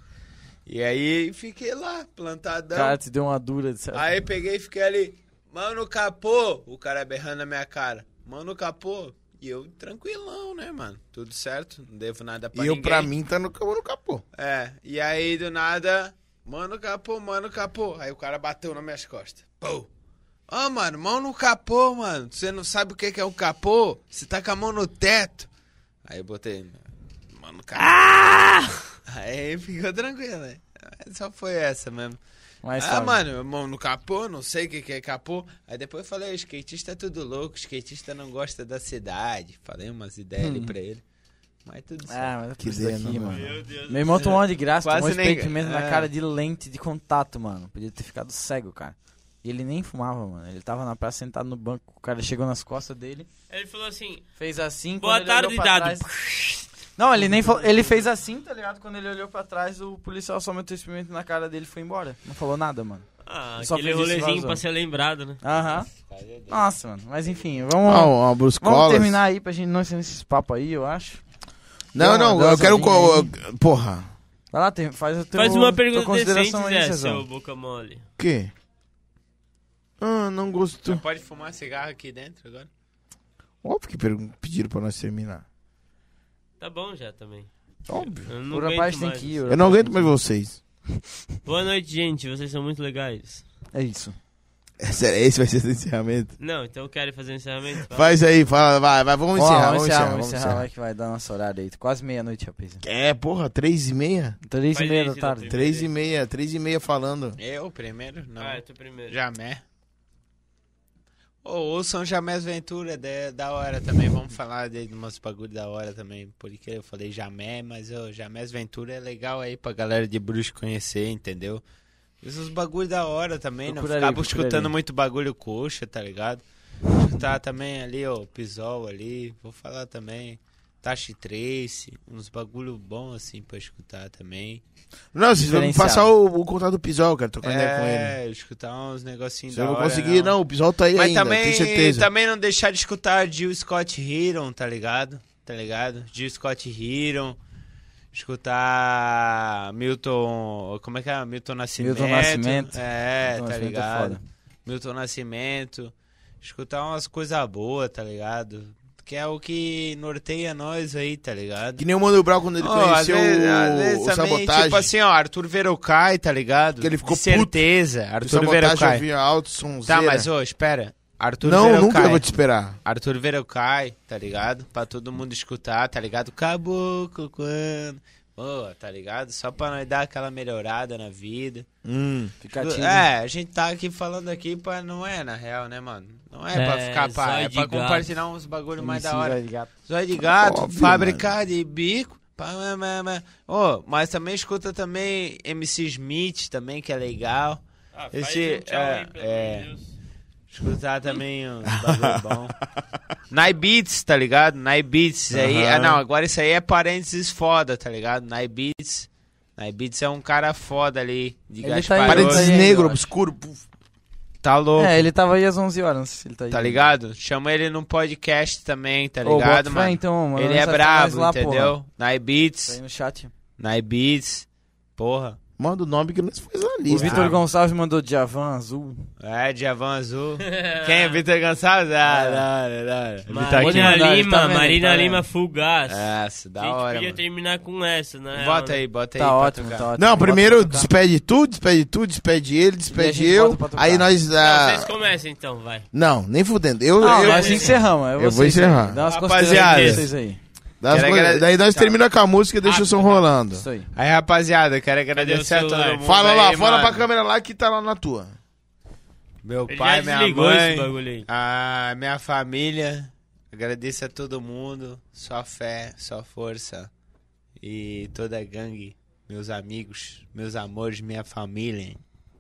[SPEAKER 5] E aí fiquei lá, plantadão.
[SPEAKER 3] Cara, te deu uma dura de certo.
[SPEAKER 5] Aí peguei e fiquei ali, mão no capô, o cara berrando na minha cara, mão no capô. E eu tranquilão, né, mano? Tudo certo, não devo nada pra
[SPEAKER 1] E eu,
[SPEAKER 5] ninguém.
[SPEAKER 1] pra mim, tá no, no capô.
[SPEAKER 5] É, e aí do nada, mão no capô, mão no capô. Aí o cara bateu nas minhas costas. Pô! Ó, mano, mão no capô, mano. Você não sabe o que que é um capô? Você tá com a mão no teto. Aí eu botei, mão no capô. Aí ficou tranquilo, né? Só foi essa mesmo.
[SPEAKER 3] Mas,
[SPEAKER 5] Ah,
[SPEAKER 3] sabe.
[SPEAKER 5] mano, mão no capô, não sei o que, que é capô. Aí depois eu falei, o skatista é tudo louco, o skatista não gosta da cidade. Falei umas ideias ali pra ele. Mas tudo certo.
[SPEAKER 3] Ah, mas eu
[SPEAKER 1] Que
[SPEAKER 3] fiz isso
[SPEAKER 1] dena,
[SPEAKER 3] aqui,
[SPEAKER 1] mano.
[SPEAKER 3] mano. Meu irmão tomou uma de graça,
[SPEAKER 5] Quase
[SPEAKER 3] tomou um spray
[SPEAKER 5] nem-
[SPEAKER 3] de pimenta
[SPEAKER 5] é.
[SPEAKER 3] na cara de lente de contato, mano. Podia ter ficado cego, cara. E ele nem fumava, mano. Ele tava na praça sentado no banco, o cara chegou nas costas dele,
[SPEAKER 4] Ele falou assim,
[SPEAKER 3] fez assim,
[SPEAKER 4] boa
[SPEAKER 3] quando ele olhou
[SPEAKER 4] tarde,
[SPEAKER 3] pra
[SPEAKER 4] dado.
[SPEAKER 3] trás- Não, ele nem falou, ele fez assim, tá ligado? Quando ele olhou pra trás, o policial só meteu esse pimenta na cara dele e foi embora. Não falou nada, mano.
[SPEAKER 4] Ah,
[SPEAKER 3] Só
[SPEAKER 4] aquele
[SPEAKER 3] fez isso e
[SPEAKER 4] rolezinho
[SPEAKER 3] vazou.
[SPEAKER 4] pra ser lembrado, né?
[SPEAKER 3] Aham. Nossa, mano. Mas enfim, vamos,
[SPEAKER 1] Ah, uma
[SPEAKER 3] vamos
[SPEAKER 1] bruscola.
[SPEAKER 3] terminar aí pra gente não ser nesses papos aí, eu acho.
[SPEAKER 1] Não,
[SPEAKER 3] Dá
[SPEAKER 1] não,
[SPEAKER 3] uma
[SPEAKER 1] eu quero. co-
[SPEAKER 3] dançadinha
[SPEAKER 1] Porra,
[SPEAKER 3] Vai lá, tem- faz o teu,
[SPEAKER 4] Faz
[SPEAKER 3] tua
[SPEAKER 4] uma pergunta decente,
[SPEAKER 3] Então, consideração aí,
[SPEAKER 4] Zé,
[SPEAKER 3] Cezão.
[SPEAKER 4] seu boca mole.
[SPEAKER 1] o quê? Ah, não gosto.
[SPEAKER 5] Pode fumar cigarro aqui dentro agora?
[SPEAKER 1] Óbvio que pergun- pediram pra nós terminar.
[SPEAKER 4] Tá bom já também.
[SPEAKER 1] Óbvio.
[SPEAKER 4] Eu não
[SPEAKER 3] O rapaz
[SPEAKER 4] aguento
[SPEAKER 3] tem
[SPEAKER 4] mais.
[SPEAKER 3] que ir. o
[SPEAKER 1] Eu não
[SPEAKER 3] rapaz
[SPEAKER 1] aguento
[SPEAKER 3] tem
[SPEAKER 1] mais vocês.
[SPEAKER 4] Boa noite, gente. Vocês são muito legais.
[SPEAKER 3] que ir. É isso.
[SPEAKER 1] É sério, esse vai ser o encerramento.
[SPEAKER 4] Não, então querem fazer um encerramento? Fala.
[SPEAKER 1] Faz aí, fala, vai, vai, vamos encerrar, vamos encerrar, vamos encerrar.
[SPEAKER 3] Vai que vai dar nosso horário aí. Quase meia-noite, rapaz.
[SPEAKER 1] É, porra, três e meia?
[SPEAKER 3] Três e
[SPEAKER 4] Faz
[SPEAKER 3] meia
[SPEAKER 4] isso,
[SPEAKER 3] da tarde.
[SPEAKER 4] doutor.
[SPEAKER 1] Três e meia, três e meia falando.
[SPEAKER 5] Eu primeiro? Não.
[SPEAKER 4] Ah, eu tô primeiro.
[SPEAKER 5] Jamé. Ô, ouçam Jamés Ventura, da, da hora também. Vamos falar de umas bagulho da hora também. Porque eu falei Jamé, mas o Jamés Ventura é legal aí pra galera de bruxo conhecer, entendeu? Esses bagulho da hora também. Não
[SPEAKER 3] Procura
[SPEAKER 5] ficava
[SPEAKER 3] ali, procura
[SPEAKER 5] escutando
[SPEAKER 3] ali.
[SPEAKER 5] muito bagulho coxa, tá ligado? Escutar também ali, ó, Pisol ali. Vou falar também. Tashi Trace, uns bagulho bom assim pra escutar também.
[SPEAKER 1] Não, vocês vão me
[SPEAKER 3] Diferenciado.
[SPEAKER 1] passar o, o contato do Pisol, cara, trocar ideia com ele.
[SPEAKER 5] é, escutar uns negocinhos
[SPEAKER 1] Se
[SPEAKER 5] da
[SPEAKER 1] eu vou
[SPEAKER 5] hora,
[SPEAKER 1] conseguir, não. o Pisol tá aí
[SPEAKER 5] Mas
[SPEAKER 1] ainda,
[SPEAKER 5] também,
[SPEAKER 1] tenho certeza.
[SPEAKER 5] também não deixar de escutar Jill Scott Heron, tá ligado? Tá ligado? Jill Scott Heron. Escutar Milton. Como é que é? Milton Nascimento.
[SPEAKER 3] Milton Nascimento.
[SPEAKER 5] É, tá
[SPEAKER 3] Milton Nascimento é
[SPEAKER 5] ligado?
[SPEAKER 3] foda.
[SPEAKER 5] Milton Nascimento. Escutar umas coisas boas, tá ligado? Que é o que norteia nós aí, tá ligado?
[SPEAKER 1] Que nem o Mano Brown quando ele
[SPEAKER 5] Ó, às
[SPEAKER 1] conheceu
[SPEAKER 5] vezes- às vezes
[SPEAKER 1] o, o
[SPEAKER 5] também,
[SPEAKER 1] Sabotagem.
[SPEAKER 5] Tipo assim, ó, Arthur Verocai, tá ligado?
[SPEAKER 1] Que ele ficou
[SPEAKER 5] De certeza,
[SPEAKER 1] o
[SPEAKER 5] Arthur
[SPEAKER 1] Sabotagem
[SPEAKER 5] Verocai.
[SPEAKER 1] ouvia alto, sonzeira.
[SPEAKER 5] Tá, mas ô, espera. Arthur
[SPEAKER 1] Não,
[SPEAKER 5] Verocai.
[SPEAKER 1] nunca vou te esperar.
[SPEAKER 5] Arthur Verocai, tá ligado? Pra todo mundo escutar, tá ligado? Caboclo quando. Boa, tá ligado? Só pra nós dar aquela melhorada na vida.
[SPEAKER 1] Hum.
[SPEAKER 3] Fica ativo.
[SPEAKER 5] É, a gente tá aqui falando aqui pra. Não é, na real, né, mano? Não é, pra
[SPEAKER 4] É,
[SPEAKER 5] ficar pá.
[SPEAKER 4] zóio
[SPEAKER 5] É
[SPEAKER 4] de
[SPEAKER 5] pra
[SPEAKER 4] gato.
[SPEAKER 5] compartilhar uns bagulho mais
[SPEAKER 3] MC
[SPEAKER 5] da hora.
[SPEAKER 1] é
[SPEAKER 3] vai de gato.
[SPEAKER 5] Zóio de gato,
[SPEAKER 1] Óbvio,
[SPEAKER 5] fabricar de bico. Pá, má, má, má. Ô, mas também escuta também MC Smith também, que é legal.
[SPEAKER 4] Ah,
[SPEAKER 5] faz Esse- um tchau é, aí, pelo é. amor Escutar também uns bagulho bom. Naibeats, tá ligado? Naibeats aí.
[SPEAKER 1] Aham.
[SPEAKER 5] Ah, não, agora isso aí é parênteses foda, tá ligado? Naibeats. Naibeats é um cara foda ali, de
[SPEAKER 3] Ele tá
[SPEAKER 5] Gaspar.
[SPEAKER 3] aí,
[SPEAKER 5] Tá,
[SPEAKER 3] Parou.
[SPEAKER 1] Parênteses
[SPEAKER 3] Tá aí,
[SPEAKER 1] negro,
[SPEAKER 3] eu acho.
[SPEAKER 1] obscuro. puf.
[SPEAKER 5] tá louco,
[SPEAKER 3] É, ele tava aí às 11 horas, não sei se ele tá aí.
[SPEAKER 5] tá ligado? Chama ele num podcast também, tá
[SPEAKER 3] Ô, bota
[SPEAKER 5] ligado,
[SPEAKER 3] fé,
[SPEAKER 5] mano?
[SPEAKER 3] então, manda
[SPEAKER 5] ele é
[SPEAKER 3] mensagem pra nós
[SPEAKER 5] brabo,
[SPEAKER 3] lá, porra.
[SPEAKER 5] entendeu?
[SPEAKER 3] Tá aí
[SPEAKER 5] Naibeats,
[SPEAKER 3] no chat.
[SPEAKER 5] Naibeats. Porra.
[SPEAKER 1] Manda o nome que nós faz a
[SPEAKER 3] O
[SPEAKER 1] lista.
[SPEAKER 3] Vitor Gonçalves mandou Javan azul.
[SPEAKER 5] É, Djavan Azul.
[SPEAKER 4] Ah.
[SPEAKER 5] Quem é Vitor Gonçalves? Ah,
[SPEAKER 3] É.
[SPEAKER 5] da hora, da hora. Vitor aqui.
[SPEAKER 4] Marina
[SPEAKER 3] Tá vendo,
[SPEAKER 4] Lima,
[SPEAKER 3] tá vendo?
[SPEAKER 4] Marina
[SPEAKER 3] Tá vendo.
[SPEAKER 4] Lima Fugaz.
[SPEAKER 5] Nossa, da
[SPEAKER 4] a gente
[SPEAKER 5] hora,
[SPEAKER 4] podia
[SPEAKER 5] mano.
[SPEAKER 4] terminar com essa, né?
[SPEAKER 5] Bota aí, bota aí.
[SPEAKER 3] Tá
[SPEAKER 5] pra
[SPEAKER 3] ótimo,
[SPEAKER 5] tocar.
[SPEAKER 3] tá ótimo.
[SPEAKER 1] Não,
[SPEAKER 3] Bota
[SPEAKER 1] primeiro
[SPEAKER 3] pra tocar.
[SPEAKER 1] despede tu, despede tu, despede ele, despede
[SPEAKER 3] gente
[SPEAKER 1] eu.
[SPEAKER 3] bota pra tocar.
[SPEAKER 1] Aí nós. ah,
[SPEAKER 4] Não, vocês começam então, vai.
[SPEAKER 1] Não, nem fudendo. Eu,
[SPEAKER 3] Não,
[SPEAKER 1] eu-
[SPEAKER 3] é assim que encerramos. é
[SPEAKER 1] Eu vou
[SPEAKER 3] vocês aí.
[SPEAKER 1] encerrar.
[SPEAKER 3] Dá umas
[SPEAKER 5] Rapaziada.
[SPEAKER 3] considerações pra vocês aí.
[SPEAKER 1] Das
[SPEAKER 5] Quero Ah, tá.
[SPEAKER 1] coisas-
[SPEAKER 5] agrade-
[SPEAKER 1] Daí nós terminamos com a música e deixa o som rolando.
[SPEAKER 3] Isso aí.
[SPEAKER 5] Aí, rapaziada, quero agradecer a
[SPEAKER 4] o
[SPEAKER 5] todo
[SPEAKER 4] celular?
[SPEAKER 5] mundo.
[SPEAKER 1] Fala
[SPEAKER 5] aí,
[SPEAKER 1] lá, fala
[SPEAKER 5] mano.
[SPEAKER 1] pra câmera lá que tá lá na tua.
[SPEAKER 5] Meu
[SPEAKER 4] Ele
[SPEAKER 5] pai,
[SPEAKER 4] já
[SPEAKER 5] minha
[SPEAKER 4] desligou
[SPEAKER 5] mãe,
[SPEAKER 4] esse bagulho aí.
[SPEAKER 5] a minha família. Agradeço a todo mundo. Só fé, só força. E toda a gangue. Meus amigos, meus amores, minha família.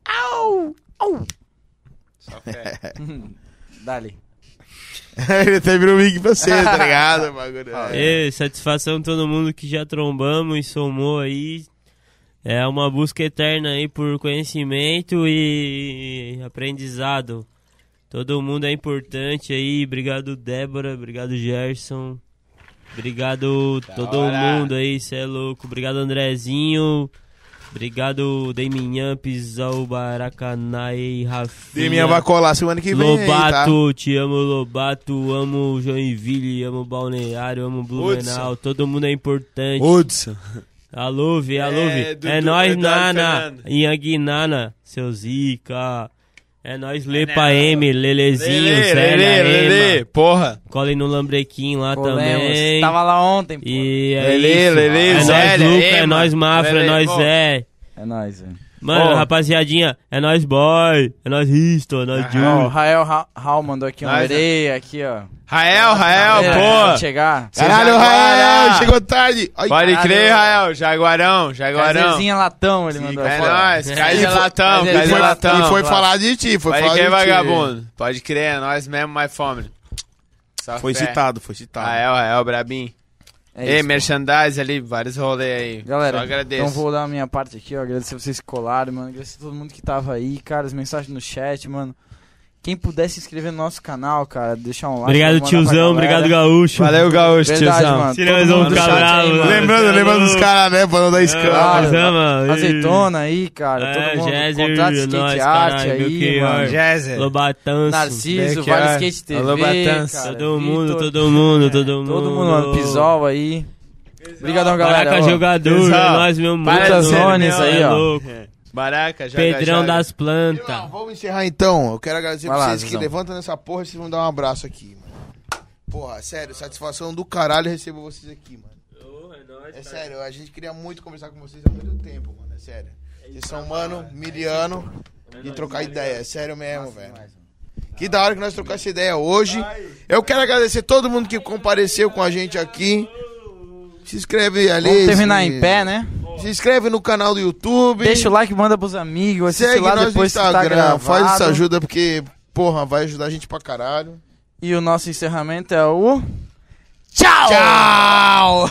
[SPEAKER 5] Au! Au! Só fé.
[SPEAKER 3] Dali.
[SPEAKER 1] Ele terminou o mic pra você, tá ligado? O
[SPEAKER 5] Ah,
[SPEAKER 1] bagulho.
[SPEAKER 4] Ê, satisfação a todo mundo que já trombamos e somou aí. É uma busca eterna aí por conhecimento e aprendizado. Todo mundo é importante aí. Obrigado, Débora. Obrigado, Gerson. Obrigado todo
[SPEAKER 5] hora.
[SPEAKER 4] mundo aí, cê é louco. Obrigado, Andrezinho. Obrigado, Damian, Pizal, Baracanai,
[SPEAKER 5] né?
[SPEAKER 4] Rafinha.
[SPEAKER 1] Deminha vai colar semana que vem. aí, tá?
[SPEAKER 4] Lobato, te amo Lobato, amo Joinville, amo Balneário, amo Blumenau, todo mundo é importante.
[SPEAKER 5] Hudson.
[SPEAKER 4] Alô, Vi, alô, Vi.
[SPEAKER 5] É,
[SPEAKER 4] É,
[SPEAKER 5] Dudu,
[SPEAKER 4] nóis,
[SPEAKER 5] Eduardo
[SPEAKER 4] Nana,
[SPEAKER 5] Fernando.
[SPEAKER 4] Inhaguinana, seu Zica. É nóis,
[SPEAKER 5] não.
[SPEAKER 4] Lepa M, Lelezinho,
[SPEAKER 5] Lele,
[SPEAKER 4] Célia
[SPEAKER 5] Lele, Lele,
[SPEAKER 4] Ema.
[SPEAKER 5] porra.
[SPEAKER 4] Colhem no Lambrequim lá também.
[SPEAKER 3] Colemos. Tava lá ontem, pô.
[SPEAKER 4] E é
[SPEAKER 5] Lele,
[SPEAKER 4] isso.
[SPEAKER 5] Lele,
[SPEAKER 4] é nóis,
[SPEAKER 5] Zélia,
[SPEAKER 4] Luca,
[SPEAKER 5] Ema.
[SPEAKER 4] é nóis, Mafra,
[SPEAKER 5] Lele,
[SPEAKER 4] é nóis,
[SPEAKER 5] bom.
[SPEAKER 4] Zé.
[SPEAKER 3] É nóis, velho.
[SPEAKER 4] Mano,
[SPEAKER 5] Bom.
[SPEAKER 4] rapaziadinha, é nóis, boy. É nóis, Risto, é nóis,
[SPEAKER 1] Hum.
[SPEAKER 5] Ah,
[SPEAKER 4] Júlio.
[SPEAKER 3] Ó, o Rael Ra- Raul mandou aqui um
[SPEAKER 5] Nós,
[SPEAKER 1] né?
[SPEAKER 3] orei, aqui, ó.
[SPEAKER 5] Rael, Rael,
[SPEAKER 3] Galera, pode
[SPEAKER 5] porra.
[SPEAKER 3] chegar.
[SPEAKER 1] Caralho,
[SPEAKER 5] Jaguara.
[SPEAKER 1] Rael, chegou tarde. Ai,
[SPEAKER 5] Pode
[SPEAKER 3] Caralho.
[SPEAKER 5] crer, Rael. Jaguarão,
[SPEAKER 1] é
[SPEAKER 5] Jaguarão.
[SPEAKER 1] um.
[SPEAKER 3] Cazerzinha Latão, ele mandou
[SPEAKER 5] É
[SPEAKER 3] aqui.
[SPEAKER 5] nóis, cai de
[SPEAKER 3] Cazerzinha-
[SPEAKER 5] latão,
[SPEAKER 3] Cazerzinha
[SPEAKER 5] cai de
[SPEAKER 1] foi,
[SPEAKER 5] latão.
[SPEAKER 1] e foi
[SPEAKER 3] claro.
[SPEAKER 1] falar de ti, foi
[SPEAKER 5] tá, um Pode
[SPEAKER 1] falar de
[SPEAKER 5] crer,
[SPEAKER 1] ti.
[SPEAKER 5] vagabundo. Pode crer, é nós mesmo, mais fome. Só
[SPEAKER 1] Foi
[SPEAKER 5] fé.
[SPEAKER 1] citado, tá. foi citado.
[SPEAKER 5] Rael, Rael, brabinho.
[SPEAKER 3] É
[SPEAKER 5] Ei,
[SPEAKER 3] isso, pô.
[SPEAKER 5] merchandise ali, vários rolês aí.
[SPEAKER 3] Galera,
[SPEAKER 5] Só agradeço.
[SPEAKER 3] então vou dar a minha parte aqui, ó. Agradecer vocês que colaram, mano. Agradecer todo mundo que tava aí, cara. As mensagens no chat, mano. Quem puder se inscrever no nosso canal, cara, deixar um like.
[SPEAKER 4] Obrigado,
[SPEAKER 3] vamos mandar pra
[SPEAKER 4] tiozão.
[SPEAKER 3] galera.
[SPEAKER 4] Obrigado, gaúcho.
[SPEAKER 5] Valeu, Gaúcho,
[SPEAKER 3] Verdade,
[SPEAKER 5] tiozão.
[SPEAKER 3] mano.
[SPEAKER 4] Senão eles
[SPEAKER 3] Todo
[SPEAKER 4] vão
[SPEAKER 3] mundo
[SPEAKER 4] ficar
[SPEAKER 3] no chat
[SPEAKER 4] bravos,
[SPEAKER 3] aí,
[SPEAKER 4] né?
[SPEAKER 3] mano.
[SPEAKER 1] Lembrando, lembrando dos caras, né? Pra não dar escala.
[SPEAKER 3] Claro.
[SPEAKER 4] Zama,
[SPEAKER 3] Azeitona aí, cara.
[SPEAKER 4] É,
[SPEAKER 3] todo mundo.
[SPEAKER 4] Jézer,
[SPEAKER 3] Contrato de skate
[SPEAKER 4] nós,
[SPEAKER 3] art
[SPEAKER 4] caralho,
[SPEAKER 3] aí,
[SPEAKER 4] Belchior.
[SPEAKER 3] mano.
[SPEAKER 5] Jazzer.
[SPEAKER 4] Lobatanço.
[SPEAKER 1] é
[SPEAKER 3] Narciso,
[SPEAKER 5] Belchior.
[SPEAKER 3] Vale Skate TV.
[SPEAKER 5] Alô, Batança.
[SPEAKER 3] cara,
[SPEAKER 4] todo mundo,
[SPEAKER 3] Vitor,
[SPEAKER 4] todo mundo, todo mundo.
[SPEAKER 3] Todo mundo, mano. Pisol aí. Obrigadão, galera.
[SPEAKER 4] Caraca,
[SPEAKER 3] ó.
[SPEAKER 4] jogador,
[SPEAKER 5] Pisol.
[SPEAKER 4] é nós, meu mano.
[SPEAKER 5] Para de ser
[SPEAKER 3] zones
[SPEAKER 4] Cê
[SPEAKER 3] aí,
[SPEAKER 4] é
[SPEAKER 3] ó.
[SPEAKER 4] louco.
[SPEAKER 5] Baraca, joga,
[SPEAKER 4] Pedrão
[SPEAKER 5] joga.
[SPEAKER 4] das plantas.
[SPEAKER 1] Não, vamos encerrar então. Eu quero agradecer
[SPEAKER 3] Vai
[SPEAKER 1] pra
[SPEAKER 3] lá,
[SPEAKER 1] vocês que
[SPEAKER 3] Zezão.
[SPEAKER 1] levantam nessa porra e vocês vão dar um abraço aqui, mano. Porra, sério, satisfação do caralho recebo vocês aqui, mano. É sério, a gente queria muito conversar com vocês há muito tempo, mano. É sério. Vocês são mano, É miliano e trocar ideia. É sério mesmo, velho. Que da hora que nós trocamos essa ideia hoje. Eu quero agradecer todo mundo que compareceu com a gente aqui. Se inscreve ali.
[SPEAKER 3] Vamos terminar
[SPEAKER 1] se-
[SPEAKER 3] em pé, né?
[SPEAKER 1] Se inscreve no canal do YouTube.
[SPEAKER 3] Deixa o like, manda pros amigos. Assiste
[SPEAKER 1] Segue
[SPEAKER 3] lá
[SPEAKER 1] nós no
[SPEAKER 3] depois que tá
[SPEAKER 1] Instagram,
[SPEAKER 3] gravado.
[SPEAKER 1] faz essa ajuda porque, porra, vai ajudar a gente pra caralho.
[SPEAKER 3] E o nosso encerramento é o.
[SPEAKER 1] Tchau!